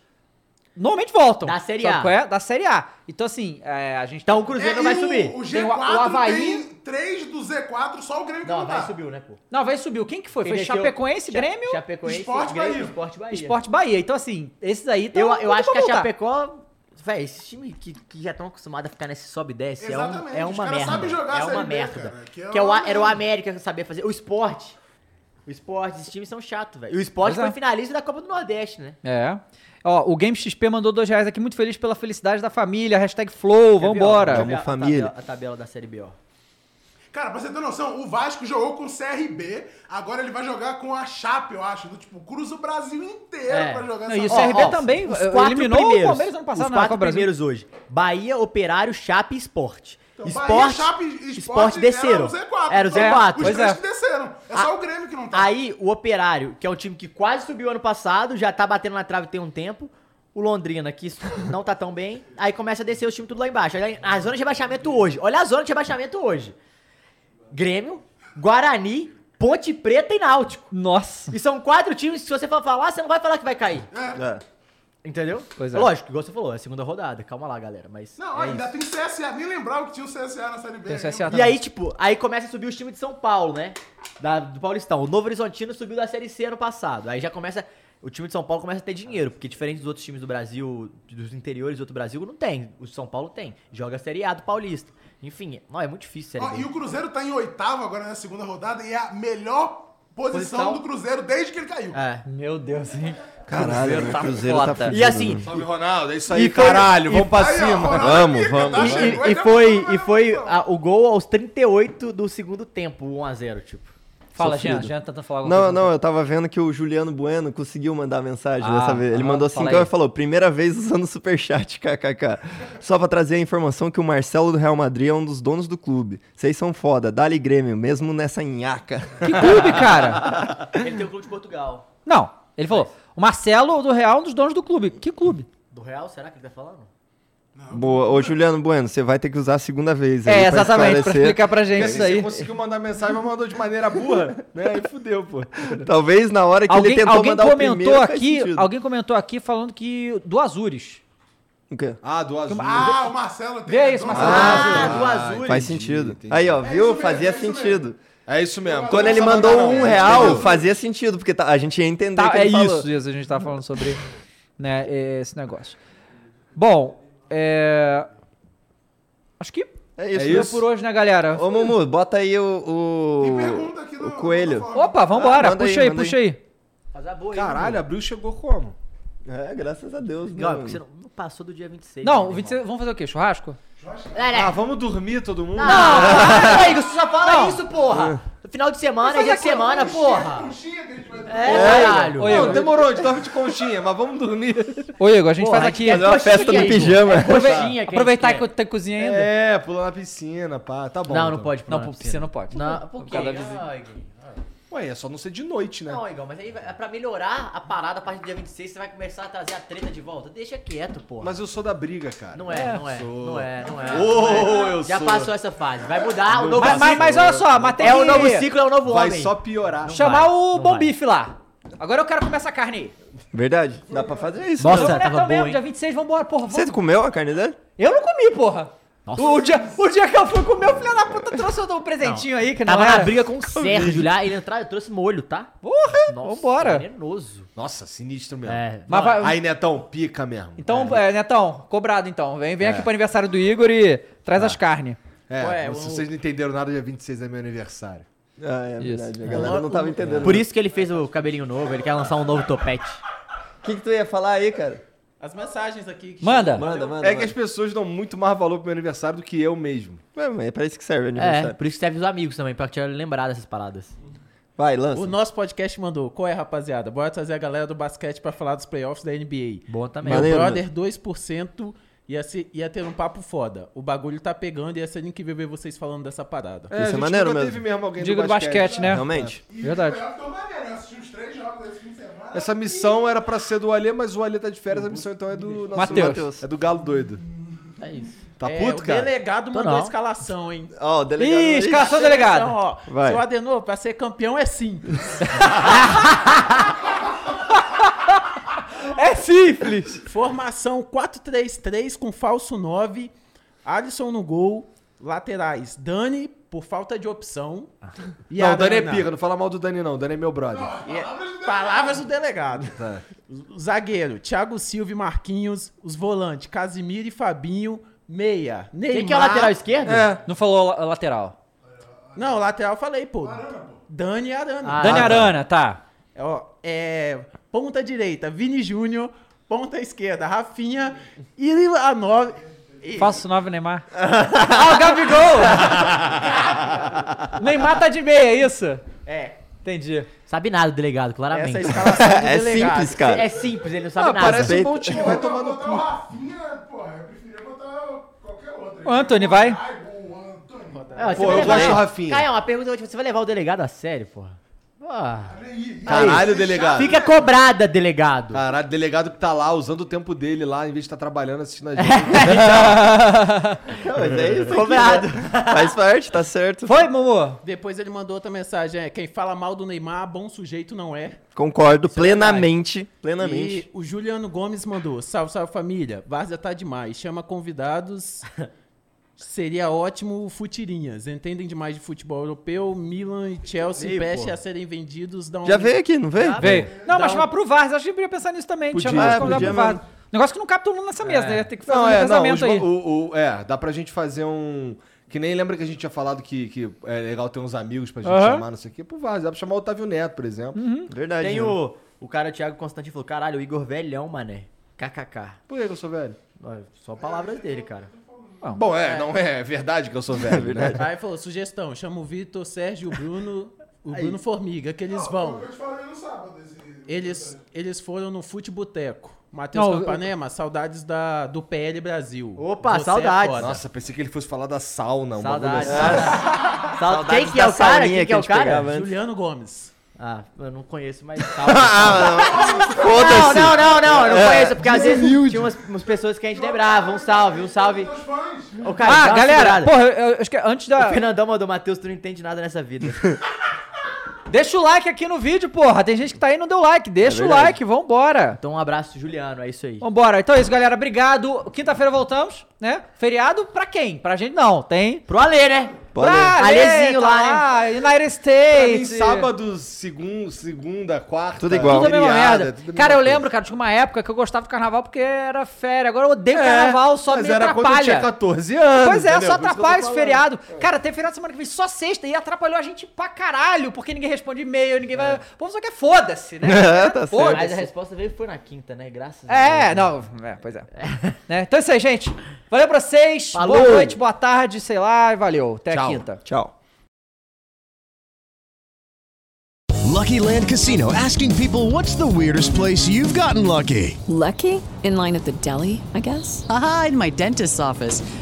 Speaker 1: normalmente voltam.
Speaker 2: Da Série
Speaker 1: Sabe
Speaker 2: A.
Speaker 1: qual é? Da Série A. Então, assim, é, a gente
Speaker 2: Então
Speaker 1: tá-
Speaker 2: o Cruzeiro
Speaker 8: É,
Speaker 2: não
Speaker 8: e
Speaker 2: vai
Speaker 8: o-
Speaker 2: subir.
Speaker 8: O
Speaker 1: Tem
Speaker 8: G4
Speaker 1: o- o Avaí.
Speaker 8: tem três do Z4, só o Grêmio que
Speaker 2: Não,
Speaker 8: não
Speaker 2: vai
Speaker 8: tá.
Speaker 2: subiu, né, pô?
Speaker 1: Não, vai subir. Quem que foi?
Speaker 2: Quem
Speaker 1: foi
Speaker 2: deixou-
Speaker 1: Chapecoense,
Speaker 2: Cha-
Speaker 1: Grêmio
Speaker 2: Chapecoense,
Speaker 8: Sport
Speaker 2: Grêmio,
Speaker 8: Bahia.
Speaker 2: Sport Bahia.
Speaker 1: e Sport Bahia. Então, assim, esses aí tão-
Speaker 2: Eu, eu
Speaker 1: tão
Speaker 2: acho
Speaker 1: pra
Speaker 2: que é a
Speaker 1: voltar.
Speaker 2: Chapecó. Véi, esses times que, que já estão acostumados a ficar nesse sobe e desce é, um-
Speaker 8: Exatamente,
Speaker 2: é
Speaker 8: os
Speaker 2: uma
Speaker 8: caras
Speaker 2: merda.
Speaker 8: sabem jogar a
Speaker 2: é
Speaker 8: Série
Speaker 2: uma
Speaker 8: B,
Speaker 2: merda.
Speaker 8: cara,
Speaker 2: que
Speaker 8: que é
Speaker 2: é o,
Speaker 8: uma
Speaker 2: A- era o
Speaker 8: merda.
Speaker 2: América que sabia fazer. O esporte. O esporte, esses times são chatos, velho. E o esporte
Speaker 1: Pois
Speaker 2: foi
Speaker 1: é.
Speaker 2: finalista da Copa do Nordeste, né?
Speaker 1: É. Ó, o Game XP mandou dois reais aqui, muito feliz pela felicidade da família, hashtag Flow, vambora.
Speaker 2: Deixa eu ver a- a
Speaker 7: família.
Speaker 2: tabela- A tabela da Série B, ó.
Speaker 8: Cara, pra você ter noção, o Vasco jogou com o CRB, agora ele vai jogar com a Chape, eu acho. Do, tipo, cruza o Brasil inteiro
Speaker 2: É.
Speaker 8: pra jogar
Speaker 1: Não,
Speaker 8: essa
Speaker 1: e o
Speaker 8: bola.
Speaker 1: CRB também
Speaker 2: os
Speaker 1: eh,
Speaker 2: quatro
Speaker 1: eliminou
Speaker 2: primeiros,
Speaker 1: o Palmeiras ano passado
Speaker 2: Os
Speaker 1: na Copa
Speaker 2: quatro
Speaker 1: do Brasil.
Speaker 2: primeiros hoje. Bahia, Operário, Chape e Esporte.
Speaker 8: Então, Bahia,
Speaker 2: esporte,
Speaker 8: Chape,
Speaker 2: esporte,
Speaker 8: era
Speaker 2: desceram.
Speaker 8: o Z4.
Speaker 2: Era o
Speaker 8: então,
Speaker 2: Z4.
Speaker 8: Os
Speaker 1: pois
Speaker 8: três
Speaker 1: é.
Speaker 8: que desceram. É
Speaker 2: A-
Speaker 8: só o Grêmio que não tá.
Speaker 2: Aí o Operário, que é um time que quase subiu ano passado, já tá batendo na trave tem um tempo. O Londrina, que isso não tá tão bem. Aí começa a descer os times tudo lá embaixo. Olha a zona de rebaixamento hoje. Olha a zona de rebaixamento hoje. Grêmio, Guarani, Ponte Preta e Náutico.
Speaker 1: Nossa.
Speaker 8: É,
Speaker 2: E são quatro times que se você for falar, você não vai falar que vai cair.
Speaker 7: É.
Speaker 2: Entendeu?
Speaker 1: Pois é.
Speaker 2: Lógico, igual você falou, é a segunda rodada. Calma lá, galera. Mas
Speaker 8: Não,
Speaker 2: é
Speaker 8: ainda
Speaker 2: isso.
Speaker 8: tem CSA. Nem lembrava que tinha o CSA na Série B.
Speaker 1: Tem o
Speaker 8: né?
Speaker 1: CSA
Speaker 2: E aí, tipo, aí começa a subir os times de São Paulo, né? Da- do Paulistão. O Novo Horizontino subiu da Série C ano passado. Aí já começa. O time de São Paulo começa a ter dinheiro, porque diferente dos outros times do Brasil, dos interiores do outro Brasil, não tem. O São Paulo tem. Joga a Série A do Paulista. Enfim, não, é muito difícil a
Speaker 8: Ó,
Speaker 2: Série
Speaker 8: e
Speaker 2: B.
Speaker 8: o Cruzeiro tá em oitavo agora na segunda rodada e é a melhor posição,
Speaker 2: Posição.
Speaker 8: do Cruzeiro desde que ele caiu.
Speaker 2: É.
Speaker 1: Meu Deus, hein?
Speaker 7: Caralho,
Speaker 2: né?
Speaker 7: o Cruzeiro tá fudido,
Speaker 2: E assim,
Speaker 7: né?
Speaker 3: Salve, Ronaldo. É isso
Speaker 2: E
Speaker 3: aí,
Speaker 2: foi-
Speaker 3: caralho.
Speaker 2: e-
Speaker 3: Vamos pra
Speaker 8: Aí, ó,
Speaker 3: cima.
Speaker 8: Ronaldo
Speaker 7: Vamos,
Speaker 8: pica,
Speaker 7: vamos.
Speaker 8: tá?
Speaker 7: E-
Speaker 8: Chegou,
Speaker 2: e, e
Speaker 8: tá
Speaker 2: foi,
Speaker 8: falando,
Speaker 2: e foi
Speaker 8: não.
Speaker 2: a- o gol aos 38 do segundo tempo, o 1x0, tipo.
Speaker 1: Fala,
Speaker 7: Sofrido.
Speaker 1: Jean, Jean tá tentando falar alguma
Speaker 7: Não,
Speaker 1: coisa.
Speaker 7: não, eu tava vendo que o Juliano Bueno conseguiu mandar mensagem
Speaker 1: Ah,
Speaker 7: dessa vez. Ele
Speaker 1: ah,
Speaker 7: mandou
Speaker 1: fala
Speaker 7: 5
Speaker 1: aí.
Speaker 7: e falou: primeira vez usando superchat, kkk. Só pra trazer a informação que o Marcelo do Real Madrid é um dos donos do clube. Vocês são foda, dá-lhe Grêmio, mesmo nessa nhaca.
Speaker 1: Que clube, cara?
Speaker 2: Ele tem o clube de Portugal.
Speaker 1: Não, ele falou, o Marcelo do Real é um dos donos do clube. Que clube?
Speaker 2: Do Real, será que ele tá falando?
Speaker 7: Boa. Ô, Juliano Bueno, você vai ter que usar a segunda vez.
Speaker 1: É,
Speaker 7: aí
Speaker 1: exatamente, pra
Speaker 7: esclarecer.
Speaker 1: explicar pra gente É isso
Speaker 3: Você
Speaker 1: aí.
Speaker 3: conseguiu mandar mensagem, mas mandou de maneira burra, né? Aí fudeu, pô.
Speaker 7: Talvez na hora que
Speaker 1: Alguém,
Speaker 7: ele tentou
Speaker 1: alguém
Speaker 7: mandar
Speaker 1: comentou
Speaker 7: o primeiro, faz
Speaker 1: aqui,
Speaker 7: sentido.
Speaker 1: alguém comentou aqui falando que do Azures.
Speaker 7: O quê?
Speaker 3: Ah, do Azul.
Speaker 1: Ah,
Speaker 3: o Marcelo
Speaker 1: Vê isso, Marcelo.
Speaker 7: Ah, Faz sentido. Aí, ó,
Speaker 3: É
Speaker 7: viu? Fazia sentido.
Speaker 3: É isso mesmo.
Speaker 7: Quando ele
Speaker 3: Não
Speaker 7: mandou
Speaker 3: precisava
Speaker 8: né?
Speaker 7: um
Speaker 3: mandar, não.
Speaker 7: real,
Speaker 3: Entendeu?
Speaker 7: fazia sentido, porque tá- a gente ia entender
Speaker 1: Tá,
Speaker 7: que
Speaker 1: é
Speaker 7: ele falou.
Speaker 1: isso, isso, a gente tá falando sobre né, esse negócio. Bom, é... acho que
Speaker 7: É isso.
Speaker 1: deu por hoje, né, galera?
Speaker 7: Ô, Mumu, bota aí o, o, o coelho.
Speaker 1: Opa, vambora,
Speaker 7: Ah, manda
Speaker 1: puxa aí,
Speaker 7: manda
Speaker 1: puxa aí.
Speaker 2: é
Speaker 3: Caralho, abril chegou como?
Speaker 7: É, graças a Deus.
Speaker 2: Não, porque você não, não passou do dia 26.
Speaker 1: Não,
Speaker 2: né,
Speaker 1: 26, vamos fazer o quê? Churrasco?
Speaker 2: Galera,
Speaker 3: Ah, vamos dormir todo mundo?
Speaker 2: Não, para, Igor, você só Ah, fala
Speaker 1: Não.
Speaker 2: isso, porra. Final de semana, é dia de semana, porra. É,
Speaker 3: É,
Speaker 2: caralho.
Speaker 3: Não,
Speaker 1: Igor.
Speaker 3: demorou, a gente dorme de conchinha, mas vamos dormir.
Speaker 1: Ô, Igor, a gente
Speaker 3: Porra,
Speaker 1: faz
Speaker 3: a gente
Speaker 1: aqui.
Speaker 3: quer Fazer uma festa
Speaker 1: coxinha,
Speaker 3: no
Speaker 1: Igor.
Speaker 3: pijama.
Speaker 2: né?
Speaker 1: É, aprove-
Speaker 3: Coxinha que a gente
Speaker 1: Aproveitar
Speaker 3: quer.
Speaker 1: que tem cozinha ainda.
Speaker 3: É, pular na piscina, pá. Tá bom.
Speaker 2: Não,
Speaker 3: então.
Speaker 2: não pode pular
Speaker 1: Não,
Speaker 2: na
Speaker 1: pô, piscina não pode.
Speaker 2: Não, por quê?
Speaker 1: causa da
Speaker 2: Ah, Igor.
Speaker 3: Ué, é só não ser de noite, né?
Speaker 2: Não, Igor, mas aí vai- é pra melhorar a parada a partir do dia 26, você vai começar a trazer a treta de volta. Deixa quieto, porra.
Speaker 3: Mas eu sou da briga, cara.
Speaker 2: Não é, não é,
Speaker 3: Sou.
Speaker 2: não é, não é.
Speaker 3: Ô,
Speaker 2: não é.
Speaker 3: eu
Speaker 2: Já
Speaker 3: sou.
Speaker 2: passou essa fase. Vai mudar o novo
Speaker 1: Mas, mas,
Speaker 2: ciclo.
Speaker 1: mas olha só, matéria.
Speaker 2: É o novo ciclo, é o novo
Speaker 3: Vai
Speaker 2: homem.
Speaker 3: só piorar.
Speaker 1: Chamar
Speaker 2: vai,
Speaker 1: o
Speaker 2: não
Speaker 1: Bom
Speaker 2: vai.
Speaker 1: Bife lá. Agora eu quero comer essa carne aí.
Speaker 7: Verdade, dá pra fazer isso.
Speaker 2: Nossa,
Speaker 7: né?
Speaker 1: Então, né,
Speaker 2: Tá, tava
Speaker 1: então mesmo,
Speaker 2: boa, hein?
Speaker 1: dia 26, vambora, porra. Vamos...
Speaker 7: Você comeu a carne dele?
Speaker 1: Eu não comi, porra. O dia, o dia que eu fui comer, o filho da puta trouxe um presentinho aí que não
Speaker 2: Tava
Speaker 1: era.
Speaker 2: na briga com o Sérgio lá, ele entrar, eu trouxe molho, tá?
Speaker 1: Porra,
Speaker 2: Nossa,
Speaker 1: vambora.
Speaker 2: venenoso.
Speaker 3: Nossa, sinistro mesmo.
Speaker 2: É,
Speaker 1: Mas vai-
Speaker 3: Aí, Netão, pica mesmo.
Speaker 1: Então, é,
Speaker 10: né,
Speaker 1: Netão, cobrado então. Vem,
Speaker 2: É.
Speaker 1: vem aqui pro aniversário do Igor e
Speaker 2: Tá.
Speaker 1: traz as carnes.
Speaker 3: É,
Speaker 2: Ué,
Speaker 3: mas
Speaker 2: o-
Speaker 3: se vocês não entenderam nada, dia 26 é meu aniversário.
Speaker 7: Ah, é
Speaker 1: Isso.
Speaker 7: verdade. A galera não tava entendendo.
Speaker 2: Por isso que ele fez o cabelinho novo, ele quer lançar um novo topete.
Speaker 7: O que, que tu ia falar aí, cara?
Speaker 10: As mensagens aqui. que
Speaker 1: Manda.
Speaker 10: chegam-
Speaker 7: Manda, manda.
Speaker 3: É que as pessoas dão muito mais valor pro meu aniversário do que eu mesmo.
Speaker 7: Ué, mas é pra isso que serve
Speaker 2: É,
Speaker 7: o aniversário.
Speaker 2: por isso que serve os amigos também, pra te lembrar dessas paradas.
Speaker 7: Vai, lança.
Speaker 10: O nosso podcast mandou. Qual é, rapaziada? Bora trazer a galera do basquete pra falar dos playoffs da NBA.
Speaker 2: Bom também.
Speaker 10: Meu
Speaker 7: Maneiro,
Speaker 10: brother 2% ia, ser- ia ter um papo foda. O bagulho tá pegando e ia ser incrível ver vocês falando dessa parada.
Speaker 7: Isso é
Speaker 3: a gente
Speaker 7: maneiro
Speaker 3: nunca
Speaker 7: mesmo.
Speaker 3: teve mesmo alguém
Speaker 1: Digo do basquete, né?
Speaker 7: Realmente.
Speaker 1: Verdade.
Speaker 2: né?
Speaker 3: Essa missão era pra ser do Alê, mas o Alê tá de férias, a missão então é do nosso
Speaker 1: Mateus.
Speaker 3: É do Galo Doido.
Speaker 2: É isso.
Speaker 3: Tá
Speaker 10: É,
Speaker 3: puto,
Speaker 10: o
Speaker 3: cara?
Speaker 10: delegado
Speaker 2: Tô
Speaker 10: mandou a
Speaker 2: não.
Speaker 10: escalação, hein?
Speaker 7: Ó, o é delegado.
Speaker 1: Ih, escalação do
Speaker 10: Então,
Speaker 1: Tá, delegado.
Speaker 10: ó,
Speaker 7: Vai.
Speaker 10: seu Adenor, pra ser campeão é simples.
Speaker 1: É simples.
Speaker 10: Formação 4-3-3 com falso 9. Alisson no gol. Laterais, Dani, por falta de opção. E
Speaker 3: Não, o Dani é
Speaker 10: Arana.
Speaker 3: pica, não fala mal do Dani não, o Dani é meu brother.
Speaker 10: E é- Palavras do delegado.
Speaker 3: Tá.
Speaker 10: Zagueiro, Thiago Silva e Marquinhos. Os volantes, Casimiro e Fabinho. Meia, Neymar.
Speaker 2: Quem que é o lateral esquerdo?
Speaker 7: É,
Speaker 1: Não falou la- lateral.
Speaker 10: Não, lateral eu falei, pô. Dani e Arana.
Speaker 2: Ah,
Speaker 1: Dani
Speaker 2: tá.
Speaker 1: Arana, tá.
Speaker 10: É, ó, é, ponta direita, Vini Júnior. Ponta esquerda, Rafinha. E a nove... e-
Speaker 1: Falso 9, Neymar. ah, o Gabigol! Neymar tá de meia, é isso?
Speaker 10: É,
Speaker 1: Entendi.
Speaker 2: Sabe nada, delegado, claramente.
Speaker 10: essa é a escalação do
Speaker 7: É
Speaker 10: delegado.
Speaker 7: simples, cara.
Speaker 2: É simples, ele não sabe
Speaker 3: Ah,
Speaker 2: nada.
Speaker 3: parece um
Speaker 7: Respeito.
Speaker 3: bom time, vai tomar no
Speaker 8: Botar o
Speaker 3: cu.
Speaker 8: Rafinha, porra, eu preferia botar qualquer outro.
Speaker 1: O Anthony, vai.
Speaker 8: Ai, o Antônio.
Speaker 2: É, você
Speaker 3: Pô,
Speaker 2: vai
Speaker 3: um eu
Speaker 2: levar-
Speaker 3: gosto
Speaker 10: né?
Speaker 3: do Rafinha.
Speaker 2: Caião, a pergunta é você vai levar o delegado a sério, porra? Ah,
Speaker 3: Caralho, delegado.
Speaker 2: Fica cobrada, delegado.
Speaker 3: Caralho, delegado que tá lá usando o tempo dele lá, em vez de estar trabalhando, assistindo a gente.
Speaker 7: Não, mas é isso.
Speaker 2: Cobrado.
Speaker 7: Faz parte, tá certo.
Speaker 1: Foi, Mumu?
Speaker 10: Depois ele mandou outra mensagem, é, quem fala mal do Neymar, bom sujeito não é.
Speaker 7: Concordo plenamente. Plenamente.
Speaker 10: E o Juliano Gomes mandou, salve, salve família, Várzea tá demais, chama convidados, seria ótimo futirinhas, entendem demais de futebol europeu, Milan e Chelsea peste a serem vendidos, dão
Speaker 7: Já veio aqui, não veio?
Speaker 1: Veio. Não,
Speaker 10: Dá um-
Speaker 1: mas chamar pro Vars, acho que podia pensar nisso também.
Speaker 3: Podia,
Speaker 1: chamar
Speaker 7: é,
Speaker 1: convidar
Speaker 7: podia
Speaker 1: pro Vars.
Speaker 7: mesmo.
Speaker 1: Negócio que não cabe todo mundo nessa mesa, né? Tem que fazer
Speaker 3: Não,
Speaker 1: um
Speaker 3: é, não, os
Speaker 1: casamento
Speaker 3: ba-
Speaker 1: aí.
Speaker 3: o- o- é, dá pra gente fazer um. Que nem lembra que a gente tinha falado que, que é legal ter uns amigos pra gente
Speaker 1: Aham. Uhum.
Speaker 3: chamar, não sei o quê. Pro Vaz, dá pra chamar o Otávio Neto, por exemplo.
Speaker 7: Verdade.
Speaker 2: Tem
Speaker 7: né?
Speaker 2: o, o cara, o Thiago Constantino, falou: caralho, o Igor velhão, mané. KKK.
Speaker 3: Por que que eu sou velho?
Speaker 2: Ó, Só palavras dele, cara.
Speaker 3: Bom, é, não é verdade que eu sou velho, né?
Speaker 10: Aí falou, sugestão, chama o Vitor, Sérgio, o Bruno, o Bruno Formiga, que eles vão.
Speaker 8: Eu te falei no sábado. Esse...
Speaker 10: Eles, eles foram no Fute Boteco. Matheus
Speaker 1: Não, eu-
Speaker 10: Campanema, saudades da, do PL Brasil.
Speaker 2: Opa,
Speaker 10: Você é
Speaker 2: saudades.
Speaker 10: foda.
Speaker 3: Nossa, pensei que ele fosse falar da sauna, um bagulho
Speaker 2: Saudades.
Speaker 3: assim.
Speaker 2: Saudades. Quem que é
Speaker 7: da
Speaker 2: o cara?
Speaker 7: sauninha
Speaker 2: Quem que é
Speaker 7: que a
Speaker 2: o
Speaker 7: gente
Speaker 2: cara?
Speaker 7: pegava.
Speaker 10: Juliano Gomes.
Speaker 2: Ah, eu não conheço, mas salve.
Speaker 3: Ah,
Speaker 2: não, não, não, não,
Speaker 3: É.
Speaker 2: eu não conheço, porque às vezes tinha umas, umas pessoas que a gente lembrava. Um salve, um salve. Ô, cara,
Speaker 1: Ah,
Speaker 2: dá uma
Speaker 1: galera,
Speaker 2: segurada.
Speaker 1: porra, eu- eu acho que antes da-
Speaker 2: O Fernandão mandou, Matheus, tu não entende nada nessa vida.
Speaker 1: Deixa o like aqui no vídeo, porra. Tem gente que tá aí e não deu like.
Speaker 3: É
Speaker 1: Deixa o
Speaker 2: verdade.
Speaker 1: like, vambora.
Speaker 2: Então um abraço, Juliano, é isso aí.
Speaker 1: Vambora. Então é isso, galera. Obrigado. Quinta-feira voltamos, né? Feriado pra quem? Pra gente não. Tem. Pro
Speaker 2: Ale, né?
Speaker 1: Pro Ale.
Speaker 2: Alezinho
Speaker 1: tá
Speaker 2: lá, né?
Speaker 1: United
Speaker 3: Pra mim,
Speaker 1: States.
Speaker 3: sábado, segun, segunda, quarta.
Speaker 7: Tudo igual.
Speaker 1: Tudo a mesma
Speaker 3: feriado,
Speaker 1: merda.
Speaker 3: tudo a mesma
Speaker 1: cara, eu
Speaker 3: coisa.
Speaker 1: lembro, cara, tinha uma época que eu gostava do carnaval porque era férias. Agora eu odeio
Speaker 3: É,
Speaker 1: carnaval, só
Speaker 3: mas
Speaker 1: me
Speaker 3: era quando eu
Speaker 1: atrapalha.
Speaker 3: tinha 14 anos,
Speaker 1: Pois é,
Speaker 3: entendeu?
Speaker 1: só
Speaker 3: Por isso que eu tô
Speaker 1: atrapalha esse
Speaker 3: falando. É.
Speaker 1: feriado. Cara, tem feriado semana que vem só sexta e atrapalhou a gente pra caralho, porque ninguém responde e-mail, ninguém vai.
Speaker 3: É.
Speaker 1: O povo só quer foda-se, né?
Speaker 7: É, tá
Speaker 1: Foda-se.
Speaker 2: Mas a resposta veio foi na quinta, né? Graças
Speaker 1: É,
Speaker 2: a Deus.
Speaker 1: não, é, pois é. Né? Então é isso aí, gente. Valeu pra vocês. Boa
Speaker 2: Falou.
Speaker 1: noite, boa tarde, sei lá, e valeu. Até
Speaker 11: Tchau.
Speaker 1: quinta.
Speaker 7: Tchau.
Speaker 11: Lucky Land Casino asking people what's the weirdest place you've gotten lucky?
Speaker 12: Lucky? In line at the deli, I guess?
Speaker 13: Haha, in my dentist's office.